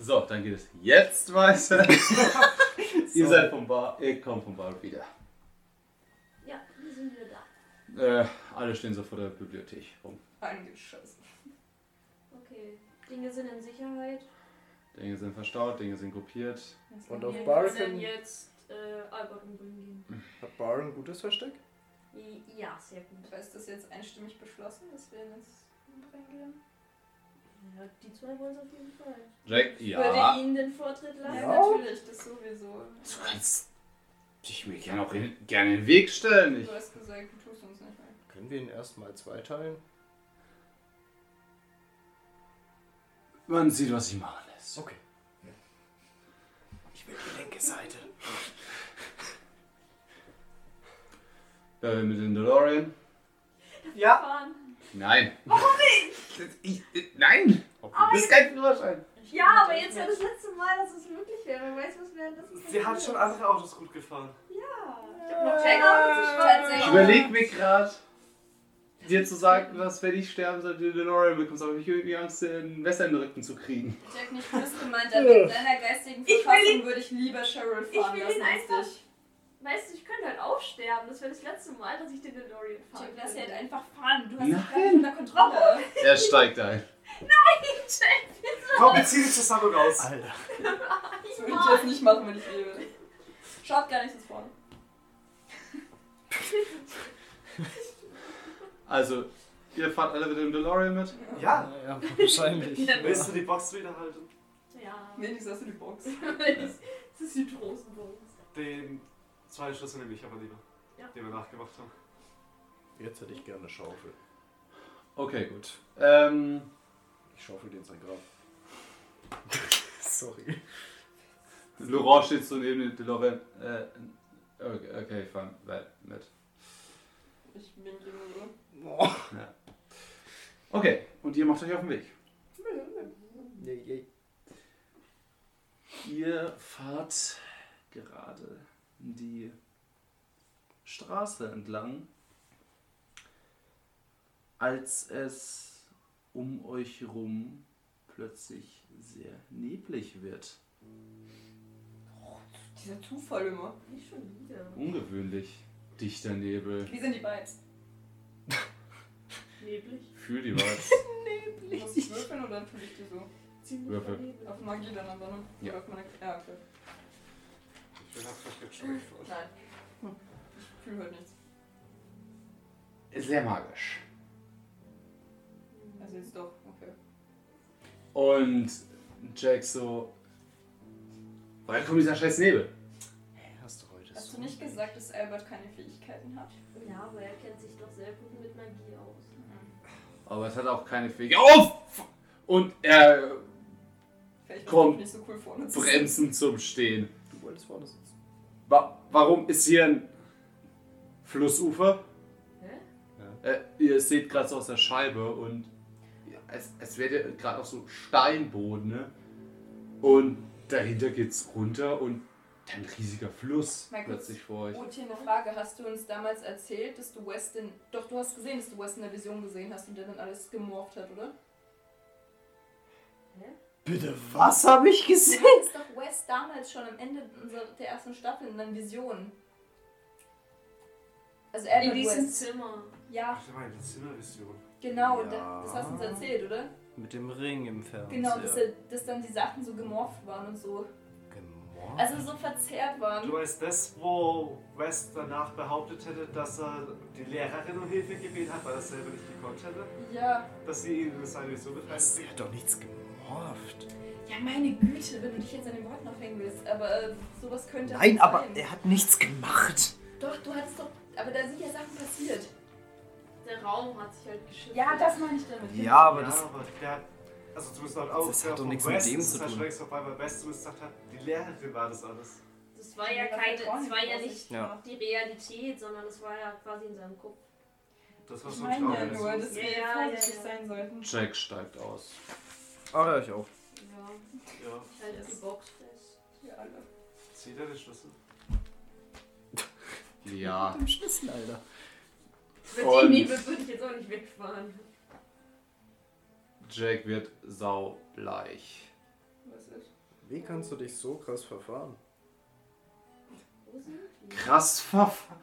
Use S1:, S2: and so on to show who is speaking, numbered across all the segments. S1: So, dann geht es jetzt weiter. Ihr seid vom Bar, ihr kommt vom Bar wieder.
S2: Ja, wir sind wieder da.
S1: Äh, alle stehen so vor der Bibliothek rum.
S3: Angeschossen.
S2: Okay. Dinge sind in Sicherheit.
S1: Dinge sind verstaut, Dinge sind gruppiert.
S3: Jetzt
S4: Und
S3: noch
S4: auf
S3: hier-
S4: Bar-
S2: Wir
S4: Barton.
S2: sind jetzt äh, Albert und Böhm gehen.
S4: Hat Bar ein gutes Versteck?
S2: I- Ja, sehr gut.
S3: Ist das jetzt einstimmig beschlossen, dass wir in das Land reingehen?
S2: Ja, die zwei wollen es auf jeden Fall.
S1: Jack,
S2: Würde
S1: ja.
S2: ihnen den Vortritt lassen?
S4: Ja.
S3: natürlich, das sowieso.
S1: Du kannst dich mir gerne auch in, gerne in den Weg stellen. Ich,
S3: Du hast gesagt, du tust uns nicht mehr.
S4: Können wir ihn erstmal zweiteilen?
S1: man sieht, was ich machen lässt.
S4: Okay. Ich will die linke Seite.
S1: Äh, mit dem DeLorean?
S4: Ja.
S2: Fahren.
S1: Nein. Ich, äh, nein! Das ist kein Führerschein.
S2: Ja, aber jetzt wäre das letzte Mal, dass es möglich wäre. Wer weiß, was wäre das?
S5: Sie hat schon andere Autos gut gefahren.
S2: Ich hab noch Jack auf
S1: Ich überlege mir gerade, dir zu sagen, dass wenn ich sterben sollte, du den Oral bekommst, aber ich habe irgendwie Angst, den Messer in den Rücken zu kriegen.
S3: Jack, nicht böse gemeint, aber in deiner geistigen
S2: Ich will
S3: Verfassung würde ich lieber Cheryl
S2: Ich
S3: fahren
S2: will
S3: lassen
S2: ihn
S3: als
S2: einfach-
S3: dich.
S2: Weißt du, ich könnte halt auch sterben. Das wäre das letzte Mal, dass ich den DeLorean fahre.
S3: Jack, lass sie halt einfach fahren. Du hast
S1: Nein.
S3: dich gar nicht unter Kontrolle.
S1: Er steigt ein.
S5: Komm, zieh dich das Auto raus.
S4: Alter.
S3: Das würde ich jetzt nicht machen, wenn ich lebe. Schaut gar nicht ins Vorne.
S1: Also, ihr fahrt alle mit dem DeLorean mit?
S5: Ja.
S4: Ja, wahrscheinlich.
S5: Willst du die Box wieder halt halten?
S2: Ja.
S3: Wenigstens hast du die Box.
S2: das ist die Trostenbogen.
S5: Den zweiten Schlüssel nehme ich aber lieber.
S2: Ja.
S5: Den wir nachgemacht haben.
S4: Jetzt hätte ich gerne eine Schaufel.
S1: Okay, gut. Ähm,
S4: Ich schaufel dir in sein Grab. Sorry.
S1: Laurent steht so neben dem DeLorean. Äh, okay, okay, ich fahr mit.
S3: Ich bin gegenüber.
S4: Boah.
S1: Okay, und ihr macht euch auf den Weg.
S4: Nee, nee.
S1: Ihr fahrt gerade die Straße entlang, als es um euch rum plötzlich sehr neblig wird.
S3: Dieser Zufall immer.
S2: Nicht schon wieder.
S1: Ungewöhnlich dichter Nebel.
S3: Wie sind die Vibes?
S2: Neblig.
S1: Fühl die was.
S3: Muss ich würfeln oder tue ich dir so?
S2: Ziemlich
S1: Würfel.
S2: vernebelt.
S3: Auf Magie dann aber, ne?
S1: Ja.
S3: Oder auf meine... Ja, okay.
S5: Ich bin einfach jetzt schon gefroren.
S3: Nein. Ich fühle heute nichts.
S1: sehr magisch.
S3: Also jetzt doch. Okay.
S1: Und Jack so. Woher kommt dieser scheiß Nebel?
S4: Hast du heute
S3: Hast
S4: so
S3: du nicht gesagt, dass Albert keine Fähigkeiten hat?
S2: Ja, aber er kennt sich doch sehr gut mit Magie aus.
S3: Mhm.
S1: Aber es hat auch keine Fähigkeit. Oh! f- Und er äh,
S3: Vielleicht
S1: Komm.
S3: bin ich nicht so cool vorne zu sein.
S1: bremsen zum Stehen.
S4: Du wolltest vorne sitzen.
S1: Wa warum ist hier ein Flussufer?
S2: Hä?
S1: Äh, ihr seht gerade so aus der Scheibe und es, es wird gerade auch so Steinboden, ne? Und dahinter geht's runter und ein riesiger Fluss
S3: Mal kurz.
S1: plötzlich vor euch.
S3: Oh, hier eine Frage. Hast du uns damals erzählt, dass du West in... Doch, du hast gesehen, dass du West in der Vision gesehen hast und der dann alles gemorpht hat, oder?
S2: Hä?
S4: Bitte, was habe ich gesehen?
S3: Du hattest doch West damals schon am Ende unserer, der ersten Staffel in deinen Visionen. Also
S2: In
S3: Albert
S2: diesem
S3: West.
S2: Zimmer.
S3: Ja,
S5: Warte mal, eine Zimmervision.
S3: genau.
S4: Ja.
S3: da- Das hast du uns erzählt, oder?
S4: Mit dem Ring im Fernseher.
S3: Genau, dass, er- dass dann die Sachen so gemorpht waren und so.
S4: Gemordet?
S3: Also so verzerrt waren.
S5: Du weißt das, wo West danach behauptet hätte, dass er die Lehrerin um Hilfe gebeten hat, weil er es selber nicht gekonnt hätte,
S3: Ja.
S5: dass sie ihn in seine Vision mit
S4: Was?
S5: reinzieht.
S4: Er hat doch nichts gemorft.
S3: Ja, meine Güte, wenn du dich jetzt an den Worten aufhängen willst. Aber äh, sowas könnte.
S4: Nein,
S3: auch
S4: aber
S3: sein.
S4: er hat nichts gemacht.
S3: Doch, du hattest doch. Aber da sind ja Sachen passiert.
S2: Der Raum hat sich halt geschifft.
S3: Ja, das meine ich damit.
S4: Ja, aber
S5: ja,
S4: das.
S5: aber der hat, also zumindest laut Aussage
S4: hat doch
S5: von
S4: nichts mit
S5: West
S4: dem
S5: ist
S4: zu
S5: es halt
S4: tun.
S5: schon längst vorbei, weil West zumindest gesagt hat, die Lehrerin war das alles.
S2: Das war ja keine, das war ja nicht
S4: Ja.
S2: die Realität, sondern das war ja quasi in seinem Kopf.
S5: Das war
S3: Ich
S5: so
S3: meine ja nur,
S5: traurig.
S3: dass wir
S2: Ja, ja,
S3: vorsichtig
S2: ja.
S3: sein sollten.
S1: Jack steigt aus.
S4: Ah, ja, ich auch.
S2: Ja, halt
S5: Ja,
S2: ich halte die Box fest.
S3: Wir alle.
S5: zieht er den Schlüssel.
S1: Ja.
S4: dem Schlüssel, Alter.
S2: Mit
S1: Und-
S2: dem Nebel würde ich jetzt auch nicht wegfahren.
S1: Jack wird saubleich.
S3: Was ist?
S4: Wie kannst du dich so krass verfahren?
S2: Wo sind wir?
S1: Krass verfahren.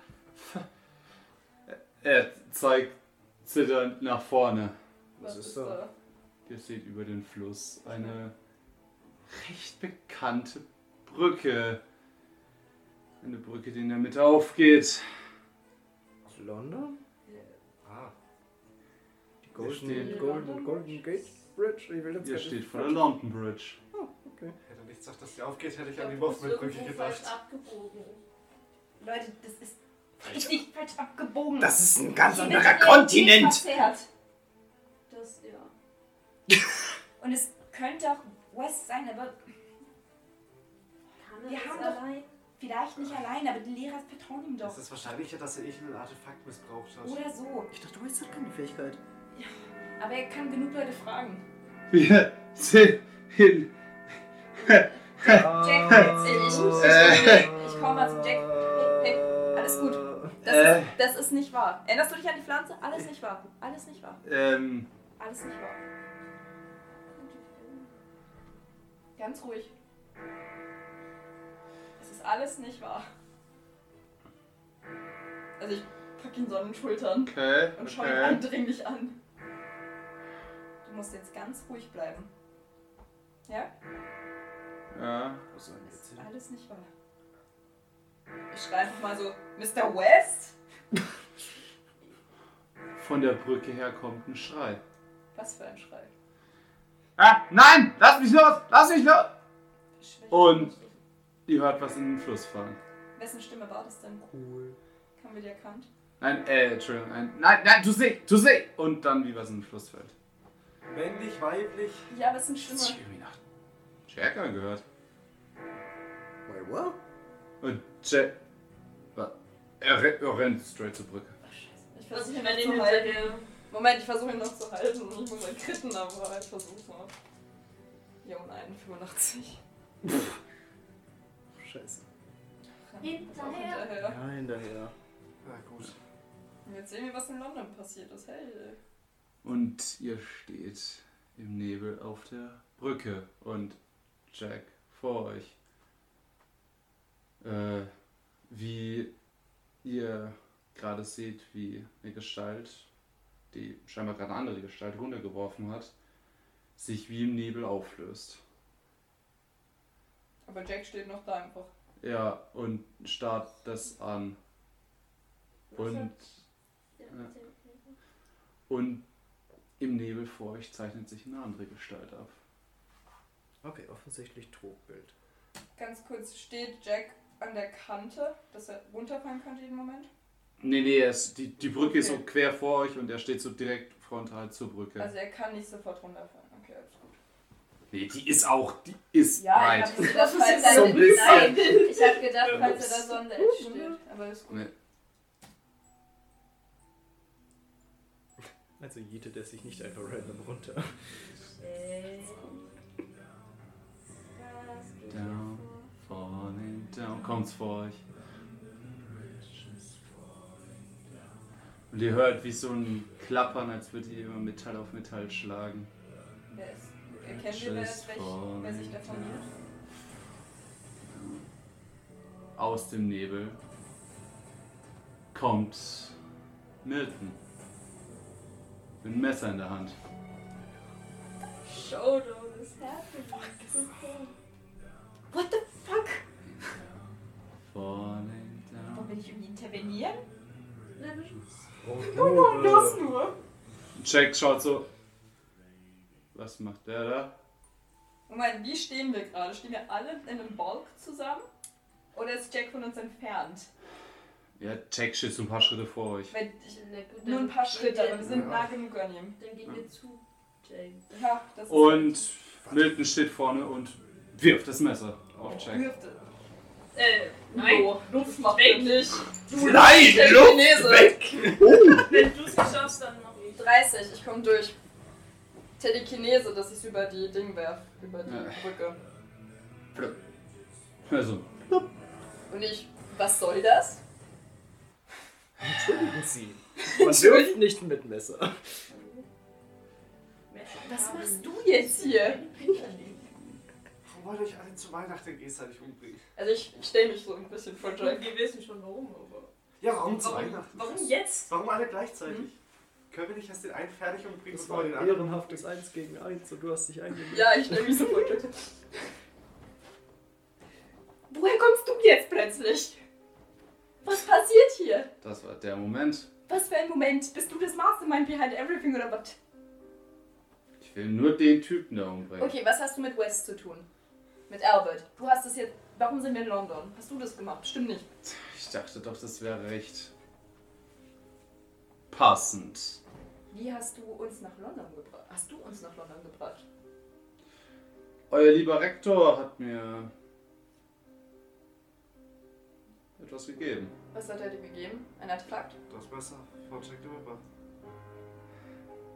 S1: Er zeigt zitternd nach vorne.
S4: Was ist da?
S1: Ihr seht über den Fluss eine recht bekannte Brücke. Eine Brücke, die in der Mitte aufgeht.
S4: Aus London?
S5: Ah,
S4: Die
S1: steht-
S4: Golden, Golden, Golden Gate Bridge? Ich will jetzt
S1: Hier
S4: gar nicht-
S1: steht vor der London Bridge.
S5: hätte nicht gesagt, dass die aufgeht, hätte
S2: Ich
S5: ich an
S2: glaube,
S5: die
S2: du bist
S5: Wurfmitbrücke
S2: irgendwo
S5: gedacht.
S2: falsch abgebogen.
S3: Leute, das ist richtig falsch abgebogen.
S4: Das ist ein ganz
S3: Hier
S4: anderer
S3: wird der Weg
S4: Kontinent!
S3: verzerrt.
S2: Das, ja.
S3: Und es könnte auch West sein, aber
S2: Kann er
S3: Wir
S2: das
S3: haben doch-
S2: allein?
S3: vielleicht nicht allein. Aber die Lehrer vertrauen ihm doch.
S5: Es ist wahrscheinlicher, dass er irgendein Artefakt missbraucht hat.
S3: Oder so.
S4: Ich dachte, du weißt keine Fähigkeit.
S3: Aber er kann genug Leute fragen.
S1: Wir sind in
S3: Jack, ich,
S1: Äh.
S3: ich, ich, ich komme mal zu Jack. Hey, hey, alles gut. Das,
S1: Äh.
S3: ist, das ist nicht wahr. Erinnerst du dich an die Pflanze? Alles nicht wahr. Alles nicht wahr.
S1: ähm,
S3: Alles nicht wahr. Ganz ruhig. Es ist alles nicht wahr. Also ich pack ihn so an den Schultern
S1: okay,
S3: und schaue ihn
S1: okay.
S3: eindringlich an. Du musst jetzt ganz ruhig bleiben. Ja?
S1: Ja.
S3: Es ist alles nicht wahr. Ich schreibe einfach mal so, Mr. West?
S1: Von der Brücke her kommt ein Schrei.
S3: Was für ein Schrei.
S1: Ah, nein! Lass mich los! Lass mich los!
S3: Schwäche.
S1: Und ihr hört was in den Fluss fahren.
S3: Wessen Stimme war das denn?
S4: Cool.
S3: Haben wir die erkannt?
S1: Ein, äh, Entschuldigung, ein, nein, nein, tu sie, tu sie! Und dann wie was in den Fluss fällt.
S5: Männlich, weiblich.
S3: Ja, wessen
S1: Das ist
S3: Stimme?
S1: irgendwie nach Jack angehört.
S4: Wait, what?
S1: Und Jack. Was? Er, re- er rennt straight zur Brücke.
S3: Ich
S2: Was
S3: versuche
S2: ich
S3: ihn
S2: meine
S3: noch zu halten.
S2: hinterher.
S3: Moment, ich versuche ihn noch zu halten. Ich muss einen Kritten, aber halt versuch's mal. Ja, und einen 85.
S4: Scheiße.
S3: Auch
S2: Hinterher.
S3: hinterher.
S4: Ja, hinterher.
S5: Na gut.
S3: Und jetzt sehen wir, was in London passiert ist. Hey.
S1: Und ihr steht im Nebel auf der Brücke und Jack vor euch. Äh, wie ihr gerade seht, wie eine Gestalt, die scheinbar gerade eine andere Gestalt runtergeworfen hat, sich wie im Nebel auflöst.
S3: Aber Jack steht noch da einfach.
S1: Ja, und starrt das an. Und,
S2: Ja,
S1: und im Nebel vor euch zeichnet sich eine andere Gestalt ab.
S4: Okay, offensichtlich Trugbild.
S3: Ganz kurz, steht Jack an der Kante, dass er runterfallen könnte jeden Moment?
S1: Nee, nee, er ist, die, die Brücke ist so
S3: Okay.
S1: quer vor euch und er steht so direkt frontal zur Brücke.
S3: Also er kann nicht sofort runterfallen. Okay, alles gut.
S1: nee, die ist auch, die ist
S3: Ja, ich
S1: breit.
S3: habe gedacht,
S2: Das ist
S3: falls
S2: so
S3: er
S1: ein bisschen.
S3: Nein, ich hab gedacht, falls er da so an der Edge steht. Aber ist gut.
S1: Nee.
S4: Also jietet er sich nicht einfach random runter.
S1: Down, falling down. Kommt's vor euch. Und ihr hört wie so ein Klappern, als würde ihr immer Metall auf Metall schlagen.
S3: Wer ist? Erkennen wir, wer, ist, welch, wer sich da verliert?
S1: Aus dem Nebel kommt Milton. Mit einem Messer in der Hand.
S2: Showdown is happening.
S3: What the fuck?
S1: Falling down.
S3: Wollen wir nicht irgendwie intervenieren?
S4: Oh,
S3: Das nur.
S1: Jack schaut so. Was macht der da?
S3: Moment, wie stehen wir gerade? Stehen wir alle in einem Balk zusammen? Oder ist Jack von uns entfernt?
S1: Ja, Jack steht so ein paar Schritte vor euch.
S3: Weil ich,
S2: Na gut,
S3: nur ein paar
S2: dann
S3: Schritte,
S2: geht
S3: aber wir sind
S5: Ja.
S3: nah genug an ihm.
S2: ihr- Dann gehen wir zu James.
S3: Ja, das ist
S1: Und Milton steht vorne und wirft das Messer auf Jack.
S3: Hürfte.
S2: Äh,
S3: No, Luft macht er nicht. Du
S1: Nein,
S3: der
S1: Luft
S3: Chinese. Oh.
S2: Wenn du es schaffst, dann noch ich.
S3: 30, ich komm durch. Telekinese, dass ich über die Ding werf, über die
S1: Ja.
S3: Brücke.
S1: Also,
S3: Und ich, was soll das?
S4: Entschuldigen Sie. Man wirft nicht mit Messer.
S3: Was machst du jetzt hier?
S5: Ihr wollt euch alle zu Weihnachten gegenseitig umbringen.
S3: Also ich stelle mich so ein bisschen vor Jack.
S2: Wir wissen schon warum, aber.
S5: Ja, warum zu
S2: Warum,
S5: Weihnachten?
S2: warum jetzt? Hm?
S5: Warum alle gleichzeitig? Können wir nicht erst den einen fertig umbringen,
S4: Das
S5: bevor
S4: war
S5: wir
S4: ein
S5: den anderen?
S4: ehrenhaftes 1 gegen 1 und du hast dich eingemischt.
S3: Ja, ich stelle mich so vor Jack. Woher kommst du jetzt plötzlich? Was passiert hier?
S1: Das war der Moment.
S3: Was für ein Moment? Bist du das Mastermind behind everything oder was?
S1: Ich will nur den Typen da umbringen.
S3: Okay, was hast du mit West zu tun? Mit Albert. Du hast das jetzt. Warum sind wir in London? Hast du das gemacht? Stimmt nicht.
S1: Ich dachte doch, das wäre recht passend.
S3: Wie hast du uns nach London gebracht? Hast du uns nach London gebracht?
S1: Euer lieber Rektor hat mir etwas gegeben.
S3: Was hat er dir gegeben? Ein Artefakt?
S5: Das Messer von Jack the Ripper.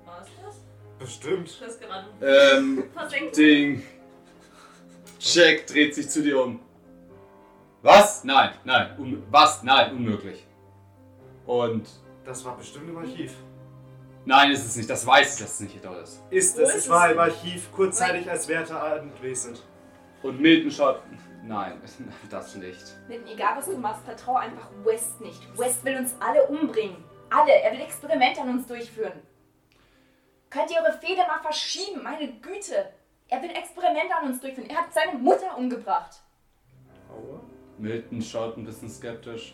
S2: War es das?
S5: Bestimmt.
S2: Du hast gerade
S1: Ähm,
S2: versenkt.
S1: Ding. Jack dreht sich zu dir um. Was? Nein, nein, un was? Nein, unmöglich. Und
S5: Das war bestimmt im Archiv.
S2: Hm.
S1: nein, ist es nicht. Das weiß ich, dass es nicht dort ist.
S5: Ist
S2: Wo
S5: es?
S2: ist
S5: Es
S2: es
S5: war
S2: denn?
S5: im Archiv, kurzzeitig als Wärter anwesend.
S1: Und Milton schaut. Nein, das nicht.
S3: Mitten, egal was du machst, vertrau einfach West nicht. West will uns alle umbringen. Alle. Er will Experimente an uns durchführen. Könnt ihr eure Feder mal verschieben? Meine Güte. Er will Experimente an uns durchführen. Er hat seine Mutter umgebracht.
S4: Aua.
S1: Milton schaut ein bisschen skeptisch.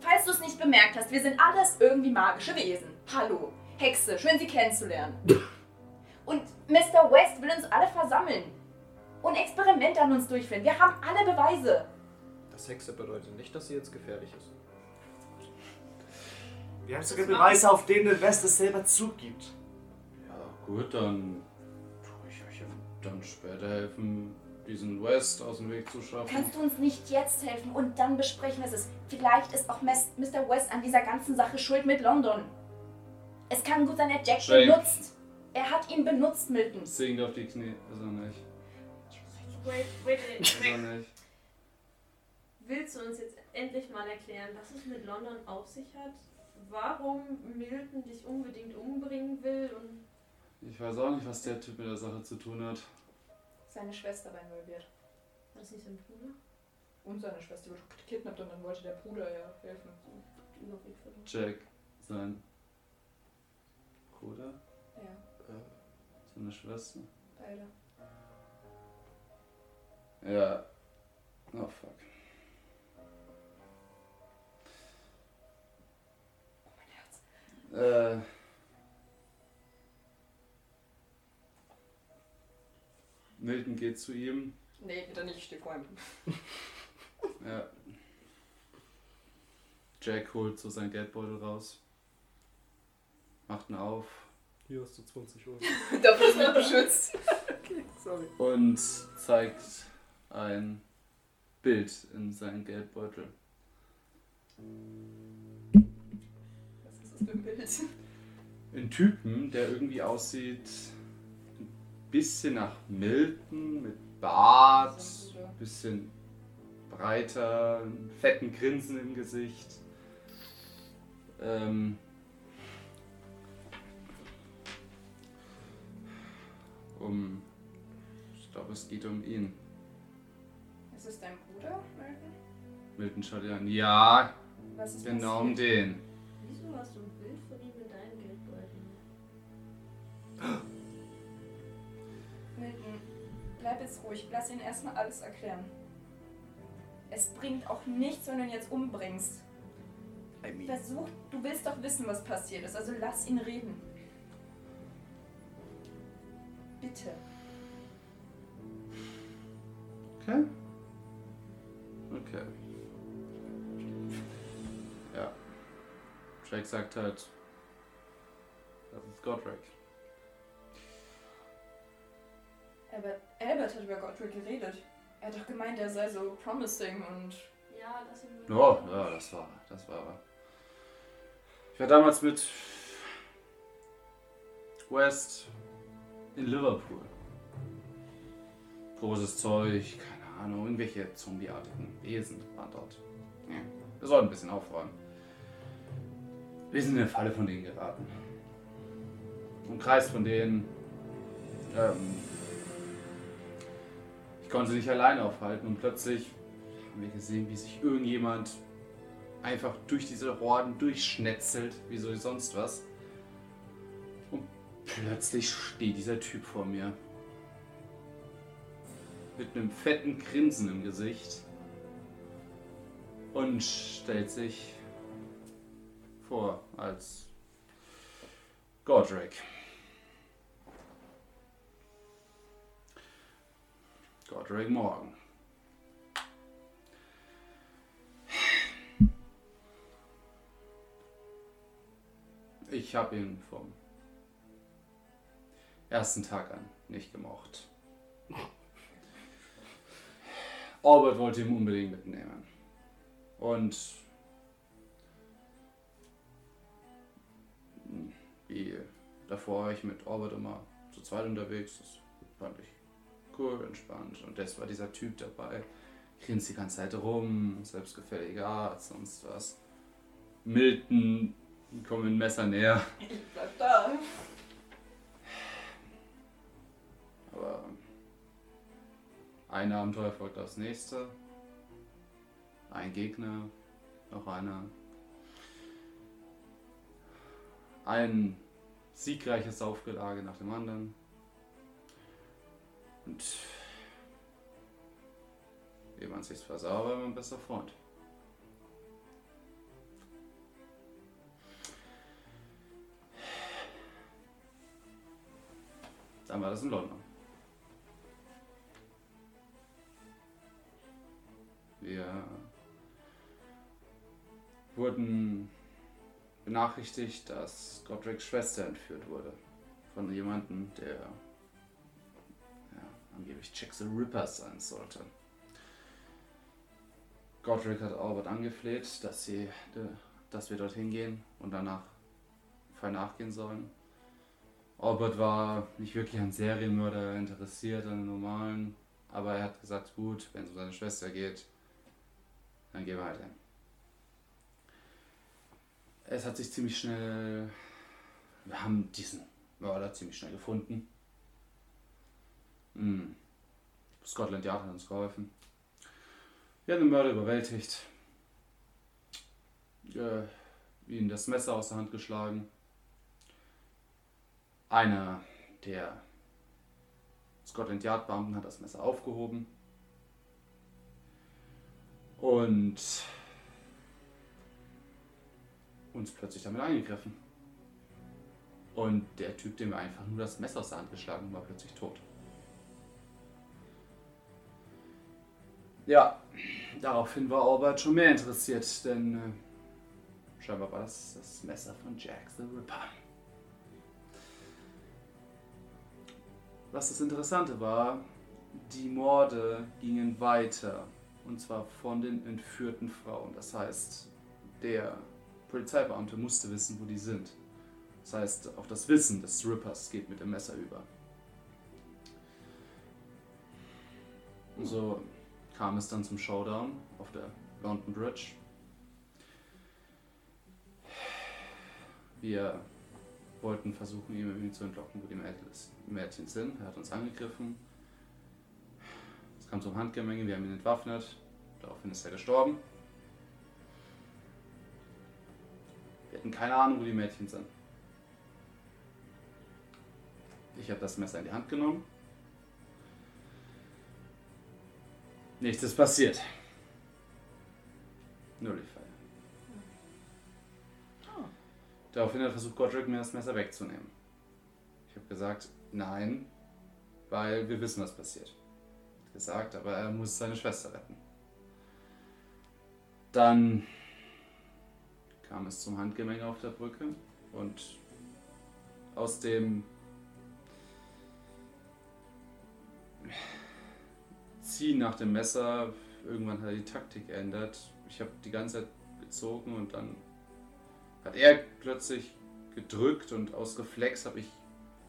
S3: Falls du es nicht bemerkt hast, wir sind alles irgendwie magische Wesen. Hallo, Hexe, schön Sie kennenzulernen. Und Mr. West will uns alle versammeln und Experimente an uns durchführen. Wir haben alle Beweise.
S4: Das Hexe bedeutet nicht, dass sie jetzt gefährlich ist.
S5: Wir haben
S2: Das
S5: sogar
S2: macht-
S5: Beweise, auf denen der West es selber zugibt.
S1: Ja, gut, dann tue ich euch dann später helfen, diesen West aus dem Weg zu schaffen.
S3: Kannst du uns nicht jetzt helfen und dann besprechen wir es? Vielleicht ist auch Mes- Mr. West an dieser ganzen Sache schuld mit London. Es kann gut sein, er hat Jack
S1: Shame.
S3: benutzt. Er hat ihn benutzt, Milton.
S1: Singt auf die Knie. Ist er nicht.
S2: Wait, wait, wait,
S1: Ist er
S2: wait.
S1: nicht.
S2: Willst du uns jetzt endlich mal erklären, was es mit London auf sich hat? Warum Milton dich unbedingt umbringen will und
S1: Ich weiß auch nicht, was der Typ mit der Sache zu tun hat.
S3: Seine Schwester war involviert.
S2: was nicht sein Bruder?
S3: Und seine Schwester wurde gekidnappt und dann wollte der Bruder ja helfen.
S2: Überblick verloren.
S1: Jack, sein Bruder,
S3: Ja,
S4: Äh,
S1: seine Schwester.
S3: beide.
S1: Ja. Oh fuck.
S3: Oh
S1: Äh. Milton geht zu ihm.
S3: Nee, bitte nicht, ich stehe vor ihm.
S1: Ja. Jack holt so seinen Geldbeutel raus. Macht ihn auf.
S4: Hier hast du 20 Euro.
S3: Dafür ist man beschützt.
S4: Sorry.
S1: Und zeigt ein Bild in seinen Geldbeutel.
S3: Was ist das für ein Bild?
S1: einen Typen, der irgendwie aussieht ein bisschen nach Milton mit Bart, ein bisschen breiter, einen fetten Grinsen im Gesicht. Ähm um, ich glaube, es geht um ihn.
S3: Ist es dein Bruder, Malcolm?
S1: Milton schaut ihn an. Ja,
S3: Was ist
S1: genau um den.
S2: Wieso hast du ein Bild von ihm in deinem Geldbeutel?
S3: Milton, bleib jetzt ruhig. Lass ihn erstmal alles erklären. Es bringt auch nichts, wenn du ihn jetzt umbringst.
S4: I mean.
S3: Versuch, du willst doch wissen, was passiert ist, also lass ihn reden. Bitte.
S1: Okay. Okay. Ja. Drake sagt halt, das ist Godric.
S3: Albert, Albert hat über Godric geredet. Er hat doch gemeint, er sei so promising und
S2: Ja, das sind
S1: Oh, ja, das war, das war er. Ich war damals mit West in Liverpool. Großes Zeug, keine Ahnung, irgendwelche zombieartigen Wesen waren dort. Ja, wir sollten ein bisschen aufräumen. Wir sind in eine Falle von denen geraten. Im Kreis von denen ähm, konnte sie nicht alleine aufhalten und plötzlich haben wir gesehen, wie sich irgendjemand einfach durch diese Horden durchschnetzelt, wie so sonst was. Und plötzlich steht dieser Typ vor mir. Mit einem fetten Grinsen im Gesicht. Und stellt sich vor als Godric. Godric Morgan. Ich habe ihn vom ersten Tag an nicht gemocht. Albert wollte ihn unbedingt mitnehmen. Und wie davor war ich mit Albert immer zu zweit unterwegs. Das fand ich cool, entspannt. Und das war dieser Typ dabei. Grinst die ganze Zeit rum, selbstgefälliger Art, sonst was. Milton, komm ein Messer näher.
S6: Ich bleib da.
S3: Oh,
S1: Aber ein Abenteuer folgt aufs nächste. Ein Gegner, noch einer. Ein siegreiches Saufgelage nach dem anderen. Und wie man sich's versah, war mein bester Freund. Dann war das in London. Wir wurden benachrichtigt, dass Godrics Schwester entführt wurde. Von jemandem, der ja, angeblich Jack the Ripper sein sollte. Godric hat Albert angefleht, dass, sie, dass wir dorthin gehen und danach Fall nachgehen sollen. Albert war nicht wirklich an Serienmörder interessiert, an den normalen. Aber er hat gesagt, gut, wenn es um seine Schwester geht, dann gehen wir halt hin. Es hat sich ziemlich schnell... Wir haben diesen Mörder ziemlich schnell gefunden. Hm. Scotland Yard hat uns geholfen. Wir haben den Mörder überwältigt. Äh, ihm das Messer aus der Hand geschlagen. Einer der Scotland Yard Beamten hat das Messer aufgehoben. Und uns plötzlich damit angegriffen. Und der Typ, dem wir einfach nur das Messer aus der Hand geschlagen haben, war plötzlich tot. Ja, daraufhin war Albert schon mehr interessiert, denn äh, scheinbar war das das Messer von Jack the Ripper. Was das Interessante war, die Morde gingen weiter. Und zwar von den entführten Frauen. Das heißt, der Polizeibeamte musste wissen, wo die sind. Das heißt, auch das Wissen des Rippers geht mit dem Messer über. Und so kam es dann zum Showdown auf der London Bridge. Wir wollten versuchen, ihm irgendwie zu entlocken, wo die Mädels- Mädchen sind. Er hat uns angegriffen. Es kam zum Handgemenge, wir haben ihn entwaffnet. Daraufhin ist er gestorben. Wir hatten keine Ahnung, wo die Mädchen sind. Ich habe das Messer in die Hand genommen. Nichts ist passiert. Nur die Feier. Daraufhin hat versucht Godric mir das Messer wegzunehmen. Ich habe gesagt, nein, weil wir wissen, was passiert. Hat Gesagt, aber er muss seine Schwester retten. Dann kam es zum Handgemenge auf der Brücke und aus dem Ziehen nach dem Messer, irgendwann hat er die Taktik geändert. Ich habe die ganze Zeit gezogen und dann hat er plötzlich gedrückt und aus Reflex habe ich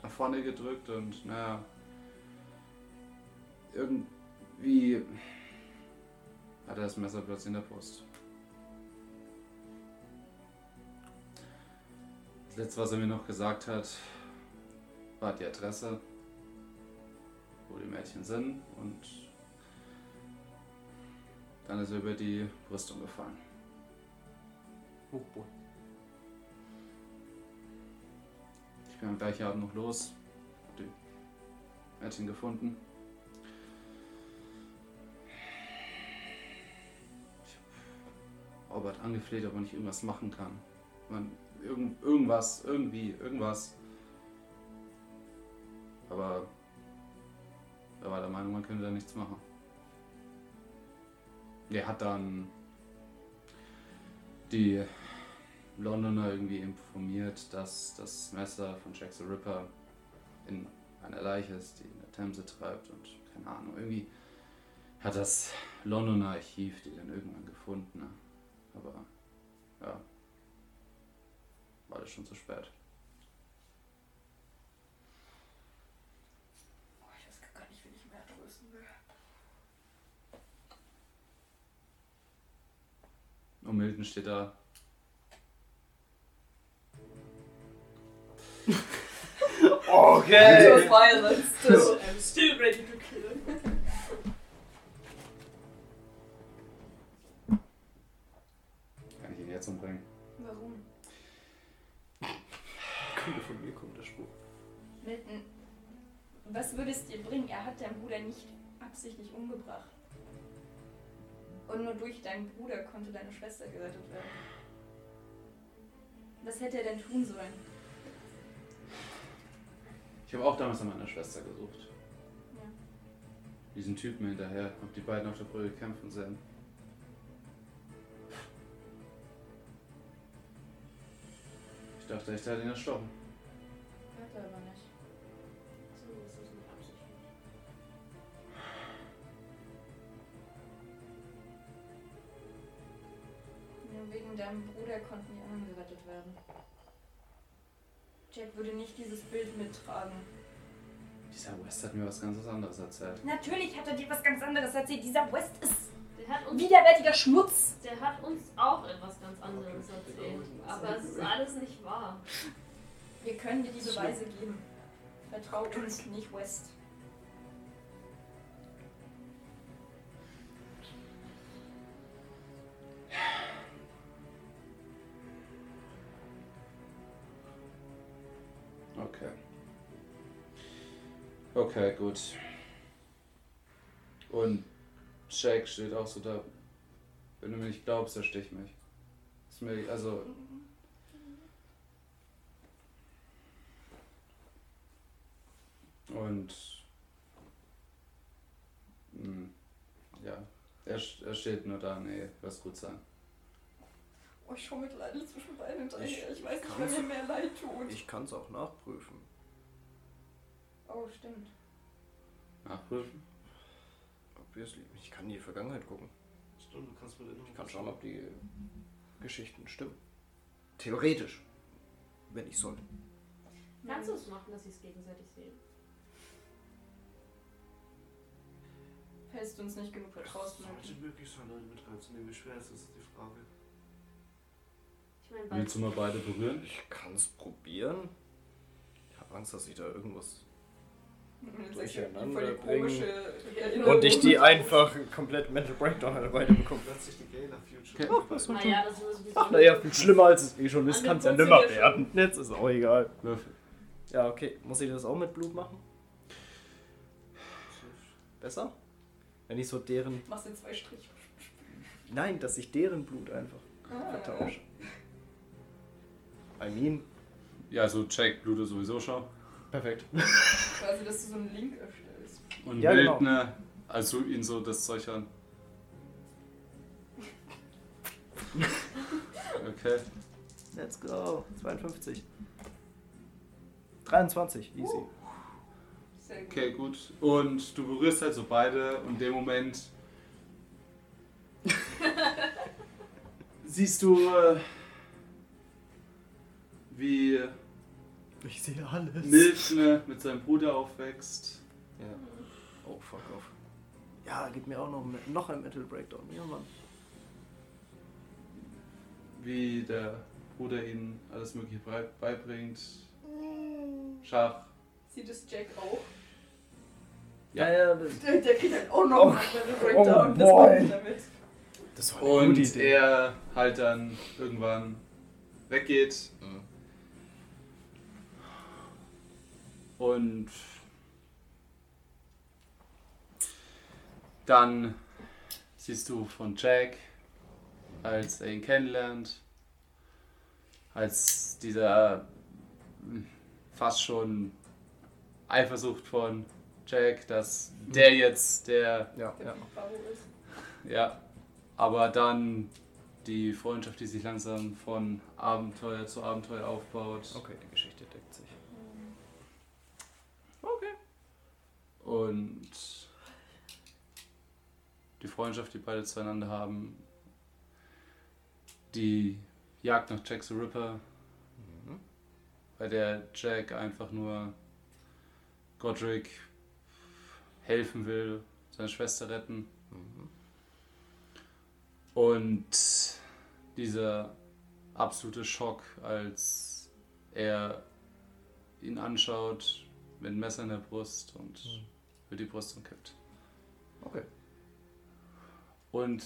S1: nach vorne gedrückt und naja, irgendwie hat er das Messer plötzlich in der Brust. Das letzte, was er mir noch gesagt hat, war die Adresse, wo die Mädchen sind und Dann ist er über die Brüstung gefallen.
S5: Oh boy.
S1: Ich bin am gleichen Abend noch los. Hab den- Er hat ihn gefunden. Ich hab Robert angefleht, ob man nicht irgendwas machen kann. Man, irgend, irgendwas, irgendwie, irgendwas. Aber er war der Meinung, man könnte da nichts machen. Er hat dann die Londoner irgendwie informiert, dass das Messer von Jack the Ripper in einer Leiche ist, die in der Themse treibt und keine Ahnung. Irgendwie hat das Londoner Archiv die dann irgendwann gefunden. Ne? Aber ja, war das schon zu spät.
S3: Oh, ich weiß gar nicht, wen ich mehr trösten will.
S1: Und Milton steht da.
S3: Hey.
S5: Okay!
S3: violence, too.
S2: I'm still ready to kill.
S1: Kann ich ihn jetzt umbringen?
S3: Warum?
S4: Kunde von mir kommt der Spruch.
S3: Milton, was würde es dir bringen? Er hat deinen Bruder nicht absichtlich umgebracht. Und nur durch deinen Bruder konnte deine Schwester gerettet werden. Was hätte er denn tun sollen?
S1: Ich habe auch damals an meiner Schwester gesucht.
S3: Ja.
S1: Diesen Typen hinterher. Hab die beiden auf der Brücke kämpfen sehen. Ich dachte, ich hätte ihn erstochen.
S3: Hat er aber nicht.
S2: Zumindest ist es nicht absichtlich.
S3: Nur wegen deinem Bruder konnten die anderen gerettet werden. Jack würde nicht dieses Bild mittragen.
S1: Dieser West hat mir was ganz anderes erzählt.
S3: Natürlich hat er dir was ganz anderes erzählt. Dieser West ist
S2: Der hat uns
S3: widerwärtiger Schmutz.
S2: Der hat uns auch etwas ganz anderes erzählt. Aber es ist alles nicht wahr.
S3: Wir können dir die Beweise geben. Vertrau uns nicht, West.
S1: Okay. Okay, gut. Und Jack steht auch so da. Wenn du mir nicht glaubst, dann stich mich. Ist mir, also,
S3: Oh,
S1: Und mh, ja, er, st- er steht nur da, nee, lass gut sein.
S3: Oh, ich schaue mit Leid zwischen beiden hinterher. Ich,
S4: Ich
S3: weiß nicht, wer
S4: kann's-
S3: mir mehr leid tut.
S4: Ich kann es auch nachprüfen.
S3: oh, stimmt.
S1: Nachprüfen?
S4: Obviously. Ich kann in die Vergangenheit gucken.
S5: Stimmt, du kannst mit
S4: Ich kann schauen, ob die Geschichten stimmen. Theoretisch. Wenn ich soll.
S2: Kannst
S3: Hm.
S2: du es machen, dass sie es gegenseitig sehen?
S3: Fällst du uns nicht genug vertraust,
S5: sollte
S3: Milton.
S5: möglich sein, Leute mit reinzunehmen. Wie schwer ist das, ist die Frage.
S2: Ich meine, beide.
S1: Willst du mal beide berühren?
S4: Ich kann es probieren. Ich habe Angst, dass ich da irgendwas.
S3: Jetzt
S4: Durcheinander
S3: sagst du voll die
S4: bringen.
S3: komische Erinnerung.
S4: Und ich die einfach komplett Mental Breakdown alle beide bekomme.
S5: Plötzlich die Gala Future.
S4: Ach, was soll
S2: Naja, das ist sowieso.
S4: Ach, naja, viel schlimmer als es eh schon ist,
S2: Alle
S4: kann es ja
S2: Blut
S4: nimmer
S2: sind ja
S4: werden. Jetzt ist auch egal.
S1: Würfel.
S4: Ja, okay. Muss ich das auch mit Blut machen? Besser? Wenn ich so deren.
S3: Machst du zwei Striche.
S4: Nein, dass ich deren Blut einfach
S3: Ah.
S4: vertausche. I mean.
S1: Ja, also Jack blutet sowieso schon.
S4: Perfekt.
S3: Quasi, dass du so einen Link erstellst.
S1: Und
S4: Ja, genau.
S1: Wildner, also ihn so das Zeug an. Okay.
S4: Let's go. 52. 23. Easy.
S3: Sehr gut.
S1: Okay, gut. Und du berührst halt so beide und in dem Moment siehst du, äh, wie
S4: Ich sehe alles.
S1: Milton mit seinem Bruder aufwächst.
S4: Ja. Oh, fuck off. Ja, gib mir auch noch, ein- noch ein Metal Breakdown. Ja, Mann.
S1: wie der Bruder ihnen alles Mögliche brei- beibringt. Schach.
S3: Sieht es Jack auch?
S1: Ja.
S4: ja, das
S3: Der, der kriegt halt auch noch einen Breakdown.
S4: Oh boy.
S3: Das kommt damit.
S4: Das war eine gute
S1: Und
S4: Idee.
S1: er halt dann irgendwann weggeht. Und dann siehst du von Jack, als er ihn kennenlernt, als dieser mm, fast schon Eifersucht von Jack, dass
S4: Mhm.
S1: der jetzt der
S4: Ja, ja.
S2: Warum ist?
S1: ja, aber dann die Freundschaft, die sich langsam von Abenteuer zu Abenteuer aufbaut.
S4: Okay, die Geschichte deckt sich.
S3: Oh
S1: Und die Freundschaft, die beide zueinander haben. Die Jagd nach Jack the Ripper,
S4: Mhm,
S1: bei der Jack einfach nur Godric helfen will, seine Schwester retten.
S4: mhm.
S1: Und dieser absolute Schock, als er ihn anschaut mit einem Messer in der Brust und über die Brust und kippt.
S4: Okay.
S1: Und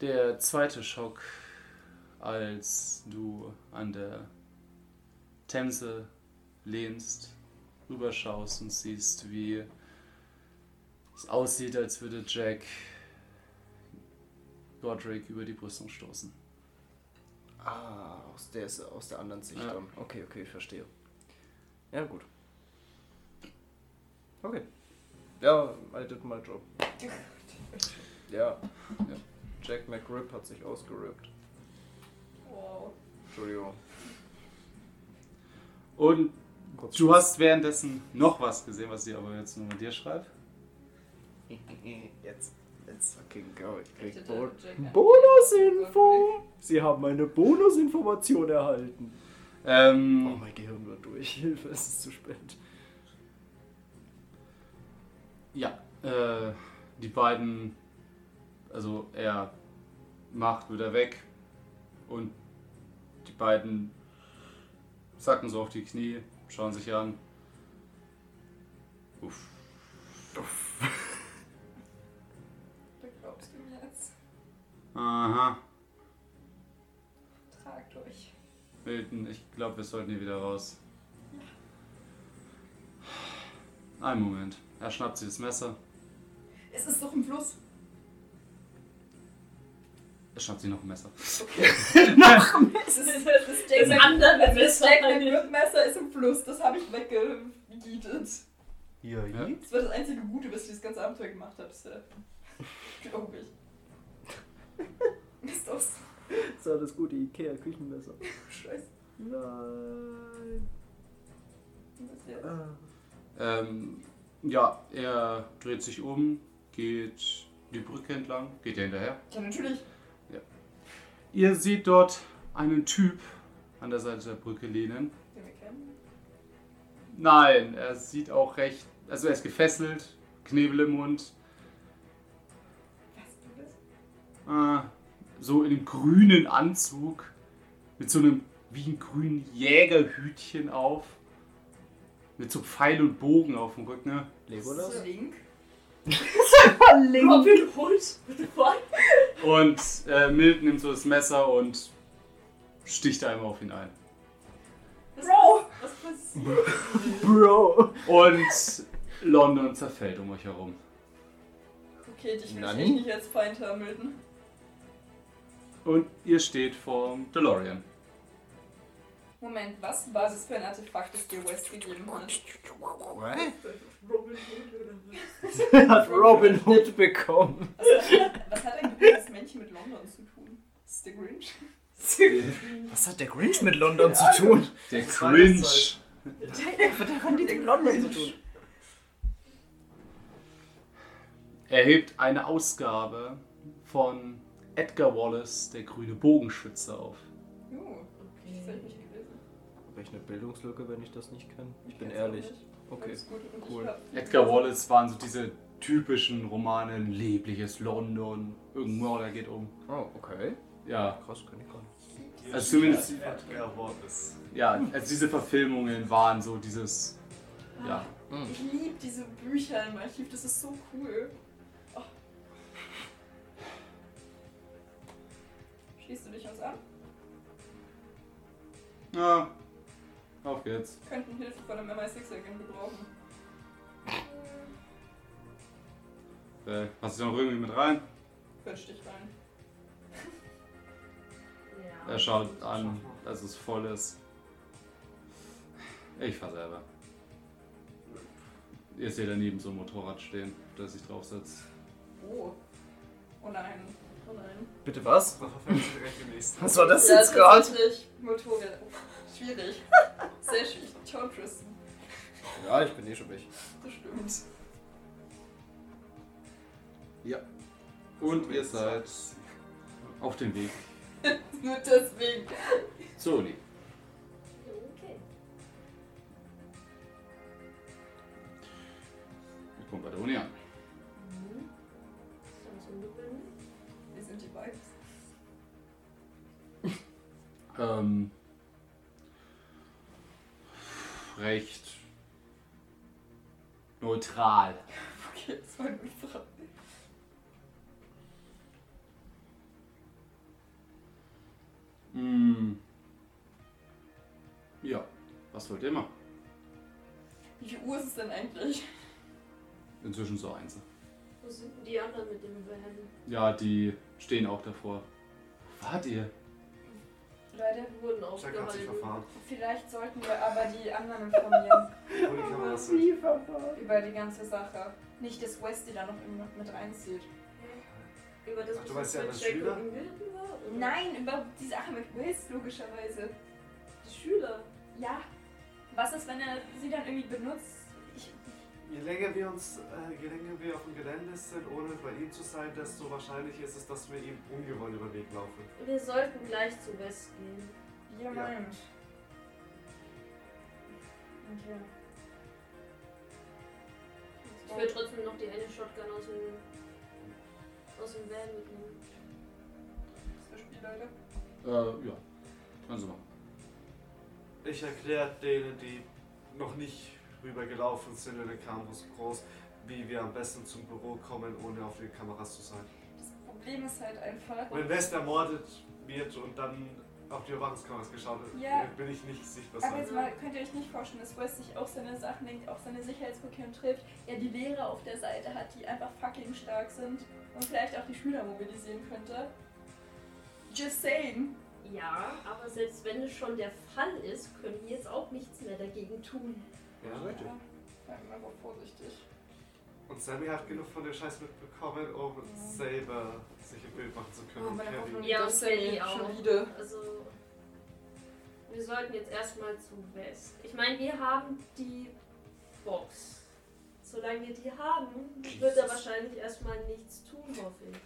S1: der zweite Schock, als du an der Themse lehnst, rüberschaust und siehst, wie es aussieht, als würde Jack Godric über die Brüstung stoßen.
S4: Ah, aus der, aus der anderen Sicht
S1: Ja.
S4: dann. Okay, okay, ich verstehe. Ja, gut. Okay. Ja, I did my job. Ja. ja. Jack McRib hat sich ausgerippt.
S3: Oh,
S2: Wow.
S4: Entschuldigung.
S1: Und
S4: Kurz
S1: du hast währenddessen noch was gesehen, was ich aber jetzt nur mit dir schreibe.
S4: Jetzt, let's fucking go. Ich
S2: Ich
S4: krieg
S2: hätte
S4: Bo
S2: Jack einfach-
S7: Bonusinfo! Sie haben eine Bonusinformation erhalten.
S1: Ähm,
S4: Oh, mein Gehirn wird durch. Hilfe, es ist zu spät.
S1: Ja, äh, die beiden, also er macht wieder weg und die beiden sacken so auf die Knie, schauen sich an. Uff.
S2: Du glaubst ihm jetzt.
S1: Aha,
S2: Trag durch.
S1: Milton, ich glaube, wir sollten hier wieder raus. Ein Moment. Er schnappt sich das Messer,
S3: Es ist doch ein Fluss.
S1: er schnappt sich noch ein Messer.
S3: Es ist, das ist Jack
S2: Das andere
S3: Mac- das
S2: Messer.
S3: Jack McRib-Messer ist im Fluss. Das habe ich weggegietet.
S7: Ja,
S1: Ja.
S3: Das war das einzige Gute, was ich das ganze Abenteuer gemacht habe bisher. Glaube ich. Ist doch so
S7: Das war das gute Ikea-Küchenmesser.
S3: scheiße.
S7: Nein.
S3: Was jetzt?
S7: Ah.
S1: Ähm, ja, er dreht sich um, geht die Brücke entlang, geht ihr hinterher.
S3: Ja, natürlich.
S1: Ihr seht dort einen Typ an der Seite der Brücke lehnen.
S3: Den wir kennen.
S1: Nein, er sieht auch recht. Also er ist gefesselt, Knebel im Mund,
S3: Weißt du das?
S1: äh, so in einem grünen Anzug, mit so einem wie einem grünen Jägerhütchen auf, mit so Pfeil und Bogen auf dem Rücken. ne?
S4: Legolas?
S3: Link.
S7: Verlinkt.
S3: Robin Hood. What the fuck?
S1: Und äh, Milton nimmt so das Messer und sticht einmal auf ihn ein.
S2: Was-
S3: Bro.
S2: Was passiert?
S7: Bro.
S1: Und London zerfällt um euch herum.
S3: Okay, dich will ich
S4: Nein.
S3: echt nicht als Feind haben, Milton.
S1: Und ihr steht vorm DeLorean.
S3: Moment, was war das für ein Artefakt, das dir West gegeben hat?
S4: What?
S2: Robin Hood oder was?
S7: Hat Robin Hood bekommen.
S3: Was hat, was hat ein gutes Männchen mit London zu tun? Das ist der Grinch.
S4: Was hat der Grinch mit London zu tun?
S1: Der
S5: Das war das
S1: Cringe.
S5: Zeug.
S4: Was haben die mit London zu tun?
S1: Er hebt eine Ausgabe von Edgar Wallace, der grüne Bogenschütze, auf.
S3: Uh, das hab ich nicht gelesen.
S4: Wäre ich eine Bildungslücke, wenn ich das nicht kenne? Ich bin
S3: kenn's auch
S4: ehrlich.
S3: nicht.
S4: Okay.
S3: Alles gut. Und
S4: cool.
S3: Ich hab,
S1: Edgar Wallace waren so diese typischen Romane, lebliches London, irgendwo da geht um.
S4: Oh, okay.
S1: Ja,
S4: Krass, kann ich gar nicht.
S1: Also zumindest-
S5: Edgar Wallace.
S1: ja, also diese Verfilmungen waren so dieses, ja.
S3: Ich liebe diese Bücher im Archiv, das ist so cool. Oh,
S2: Schließt du dich uns an?
S1: Na, auf geht's.
S3: Könnten Hilfe von einem MI6 agent gebrauchen.
S1: Äh, hast du noch irgendwie mit rein?
S3: Quetsch dich rein.
S2: Ja.
S1: Er schaut an, dass es voll ist. Ich fahr selber. Ihr seht daneben so ein Motorrad stehen, auf das ich draufsetze.
S3: Oh. Oh nein. Oh nein.
S8: Bitte was?
S5: Dann verfällt sich direkt im nächsten.
S8: Was war das
S3: Ja,
S8: jetzt gerade?
S3: tatsächlich. Motorrad. Oh, schwierig. Sehr schwierig. Ciao, Tristan.
S8: Ja, ich bin eh schon weg.
S3: Das stimmt.
S1: Und ihr seid auf dem Weg
S3: Nur deswegen.
S1: zur Uni.
S2: Okay.
S1: Ihr kommt bei der Uni an.
S2: Mhm. Ist dann so ungewöhnlich.
S3: Wir sind die Vibes.
S1: Ähm, recht neutral.
S3: Okay, das war eine gute Frage.
S1: Hm. Ja, was wollt ihr machen?
S3: Wie viel Uhr ist es denn eigentlich?
S1: Inzwischen so eins.
S2: Wo sind denn die anderen mit dem Van?
S1: Ja, die stehen auch davor. Wo wart ihr?
S3: Leute,
S2: Die wurden
S5: Jack hat sich
S2: aufgehalten.
S5: verfahren.
S3: vielleicht sollten wir aber die anderen informieren
S5: Hol die Kamera zurück.
S3: über die ganze Sache. Nicht, dass Westy da noch irgendwas mit reinzieht.
S2: Über das,
S5: Ach, du weißt ja,
S2: mit
S5: das
S2: Jack
S5: Schüler?
S2: und Ingrid war? oder?
S3: Nein, über die Sache mit West, logischerweise.
S2: Die Schüler.
S3: Ja. Was ist, wenn er sie dann irgendwie benutzt? Ich,
S5: Je länger wir uns, äh, je länger wir auf dem Gelände sind, ohne bei ihm zu sein, desto wahrscheinlich ist es, dass wir ihm ungewollt über den Weg laufen.
S2: Wir sollten gleich zu West gehen.
S3: ja, meint. Okay.
S2: Ich will trotzdem noch die eine Shotgun aus dem, aus dem Van mitnehmen.
S3: Das Spiel, Leute.
S1: Äh, ja. Also machen.
S5: Ich erkläre denen, die noch nicht rübergelaufen sind in den Campus groß, wie wir am besten zum Büro kommen, ohne auf den Kameras zu sein.
S3: Das Problem ist halt einfach.
S5: Wenn West ermordet wird und dann auf die Überwachungskameras geschaut wird,
S3: Ja.
S5: bin ich nicht sichtbar
S3: Aber
S5: sein.
S3: jetzt mal, könnt ihr euch nicht vorstellen, dass West sich auch seine Sachen denkt, auch seine Sicherheitsvorkehrungen trifft, er die Lehrer auf der Seite hat, die einfach fucking stark sind und vielleicht auch die Schüler mobilisieren könnte. Just saying.
S2: Ja, aber selbst wenn es schon der Fall ist, können wir jetzt auch nichts mehr dagegen tun.
S5: Ja, richtig.
S3: Seid mal aber vorsichtig.
S5: Und Sammy hat genug von dem Scheiß mitbekommen, um selber sich ein Bild machen zu können. Carrie-
S2: Ja,
S3: das
S2: und
S3: Oh, ist
S2: Sally
S3: ja
S2: auch.
S3: schon wieder.
S2: Also, wir sollten jetzt erstmal zu West. Ich meine, wir haben die Box. Solange wir die haben, wird er wahrscheinlich erstmal nichts tun, hoffe ich.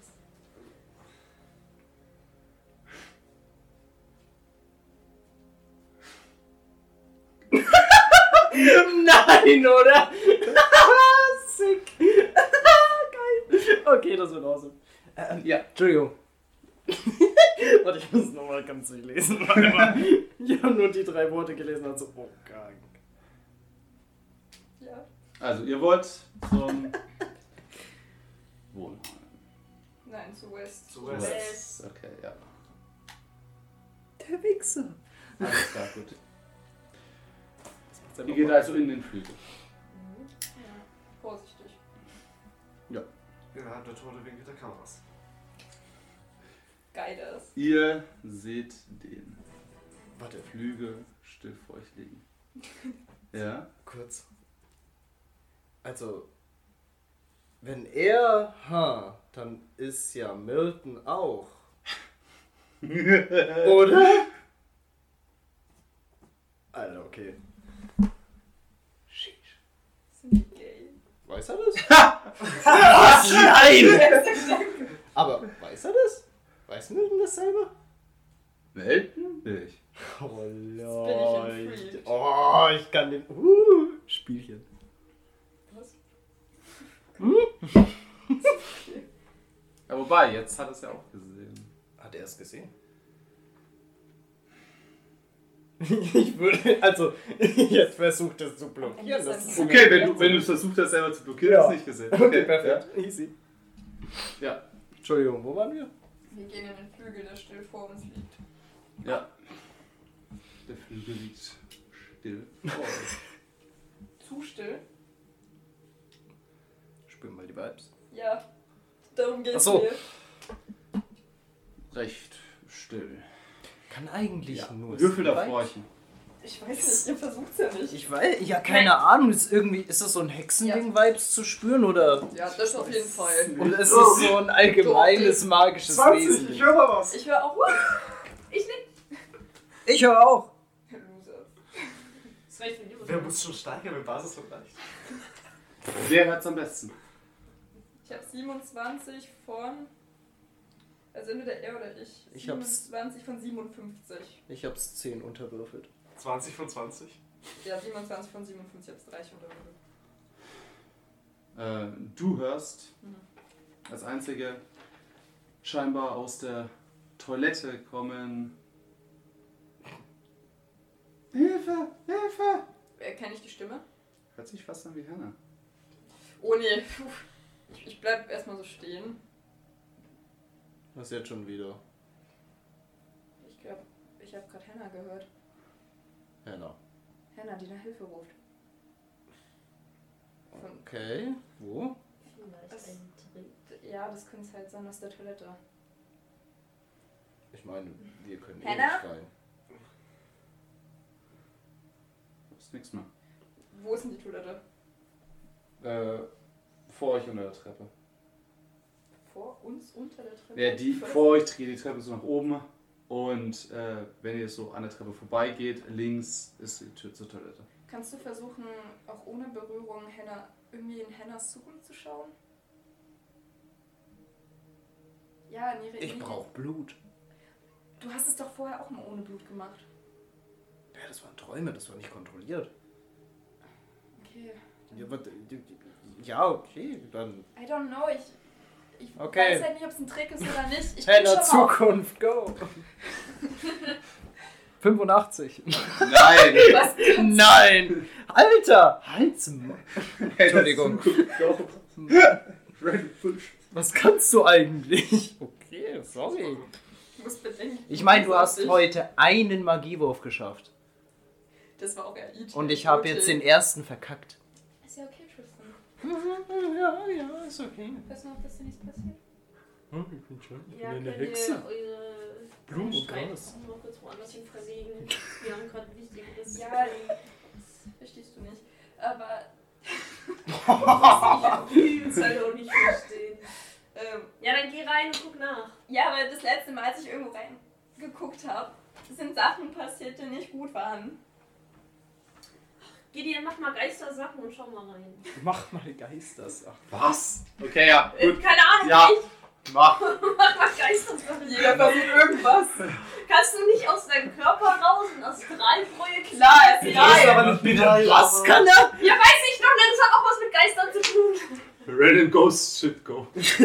S4: Nein, oder? Sick. Geil. Okay, das wird awesome. Ähm, ja, Entschuldigung. Warte, ich muss nochmal ganz durchlesen. Warte mal. Ich habe nur die drei Worte gelesen, also, oh, krank.
S3: Ja.
S1: Also ihr wollt zum Wohnheim.
S3: Nein, zu West.
S5: Zu West.
S2: West.
S1: Okay, ja.
S4: Der Wichser.
S1: Alles klar, gut. Ihr geht also in den Flügel.
S3: Ja. Vorsichtig.
S5: Innerhalb der Todewinkel der Kameras.
S3: Geil das.
S1: Ihr seht den
S8: Warte,
S1: Flügel still vor euch liegen. Ja?
S8: kurz. Also, wenn er, ha, dann ist ja Milton auch. Oder? Alter, okay.
S3: Sind die gay?
S8: Weiß er das?
S4: Nein!
S8: Aber weiß er das? Weiß Milton das selber?
S1: Melden dich.
S8: Oh,
S3: bin ich
S8: lol.
S3: intrigued.
S8: Oh, ich kann den. Uh, Spielchen.
S3: Was?
S1: Ja, wobei, jetzt hat er es ja auch gesehen.
S8: Hat er es gesehen? Ich würde, also, jetzt versucht es zu blockieren. Das ist
S1: Okay, wenn du, wenn du versuchst, das selber zu blockieren,
S8: Ja.
S1: hast du nicht gesehen.
S8: Okay, perfekt. Easy.
S1: Ja.
S8: Entschuldigung, wo waren wir?
S3: Wir gehen in den Flügel, der still vor uns liegt.
S1: Ja. Der Flügel liegt still. Oh,
S3: Zu still?
S8: Spüren mal die Vibes.
S3: Ja. Darum geht's
S8: Ach so.
S3: mir.
S1: recht still.
S4: Kann eigentlich
S1: Ja.
S4: nur.
S1: Würfel da
S4: Survival-
S1: Fräuchen.
S3: Ich weiß nicht, ihr versucht's ja nicht.
S4: Ich weiß, ja, keine Ahnung, ist irgendwie, ist das so ein Hexending-Vibes zu spüren oder?
S3: Ja, das auf jeden Fall.
S4: Und es
S8: Oh.
S4: ist so ein allgemeines magisches
S5: 20, ich
S4: Wesen.
S5: höre mal was.
S3: Ich höre auch. Ich bin.
S4: Ich höre auch.
S3: Loser.
S2: Das reicht für die
S5: Wer muss schon stärker mit Basis vergleichen?
S1: Wer hört's am besten?
S3: Ich habe 27 von. Also entweder er oder ich.
S4: Ich hab's-
S3: 27 von 57.
S4: Ich hab's 10 unterwürfelt.
S5: 20 von 20?
S3: Ja, 27 von 57, ich hab's 30 oder so.
S1: Äh, du hörst
S3: Mhm.
S1: als einzige scheinbar aus der Toilette kommen. Hilfe! Hilfe!
S3: Erkenne Äh, ich die Stimme?
S1: Hört sich fast an wie Hannah.
S3: Oh nee. Puh. Ich, ich bleib erstmal so stehen.
S8: Was jetzt schon wieder?
S3: Ich glaube, ich habe gerade Hannah gehört.
S8: Hannah.
S3: Hannah, die nach Hilfe ruft. Von,
S8: Okay. Wo?
S2: Vielleicht ein Trick.
S3: ja, das könnte es halt sein aus der Toilette.
S8: Ich meine, wir können eh
S3: Hannah?
S8: nicht schreien.
S1: Ist nix mehr.
S3: Wo ist denn die Toilette?
S1: Äh, vor euch unter der Treppe.
S3: Vor uns unter der Treppe?
S1: Ja, die
S3: Voll-
S1: vor euch geht die Treppe so nach oben und äh, wenn ihr so an der Treppe vorbeigeht, links ist die Tür zur Toilette.
S3: Kannst du versuchen, auch ohne Berührung Hannah, irgendwie in Hannahs Zukunft zu schauen? Ja, in ihre
S8: Ich
S3: in-
S8: brauch Blut.
S3: Du hast es doch vorher auch mal ohne Blut gemacht.
S8: Ja, das waren Träume, das war nicht kontrolliert.
S3: Okay.
S8: Ja, aber, ja okay, dann.
S3: I don't know, ich, ich
S4: Okay.
S3: weiß halt nicht, ob es ein Trick ist oder nicht. Ich bin
S4: Hannah
S3: schon mal auf-
S4: Zukunft, go! 85.
S1: Nein!
S4: Nein! Alter! Halt's mal. Entschuldigung.
S1: Red Bush.
S4: Was kannst du eigentlich? Okay, sorry.
S3: Du musst bedenken.
S4: Ich meine, du hast
S3: ich-
S4: heute einen Magiewurf geschafft.
S3: Das war auch eher E
S4: Und ich habe jetzt den ersten verkackt.
S3: Ist ja okay, Tristan.
S4: Ja, ja, ist okay.
S3: Pass mal auf, dass dir nichts passiert.
S8: Ich bin schon.
S2: Ja, könnt ihr eure
S8: Blumen und
S2: Streifen
S8: Gras.
S2: mal kurz woanders hin verlegen? Wir haben gerade wichtigeres.
S3: Ja, das verstehst du nicht. Aber
S2: ich soll auch nicht verstehen.
S3: ähm,
S2: Ja, dann geh rein und guck nach.
S3: Ja, weil das letzte Mal, als ich irgendwo reingeguckt habe, sind Sachen passiert, die nicht gut waren.
S2: Geh dir, mach mal Geistersachen und schau mal rein.
S4: Mach mal Geistersache.
S1: Was? Okay, ja,
S2: Äh,
S1: gut.
S3: Keine Ahnung,
S1: Ja, mach.
S3: was Geistersachen. Jeder
S4: versucht irgendwas.
S2: Kannst du nicht aus deinem Körper raus und Astralprojektion?
S3: Klar, ist
S5: Das ist
S3: egal.
S5: aber nicht Detail,
S4: Was
S5: aber-
S4: kann er?
S2: Ja, weiß ich doch, denn das hat auch was mit Geistern zu tun.
S1: Random Ghost Shit Go.
S5: Ich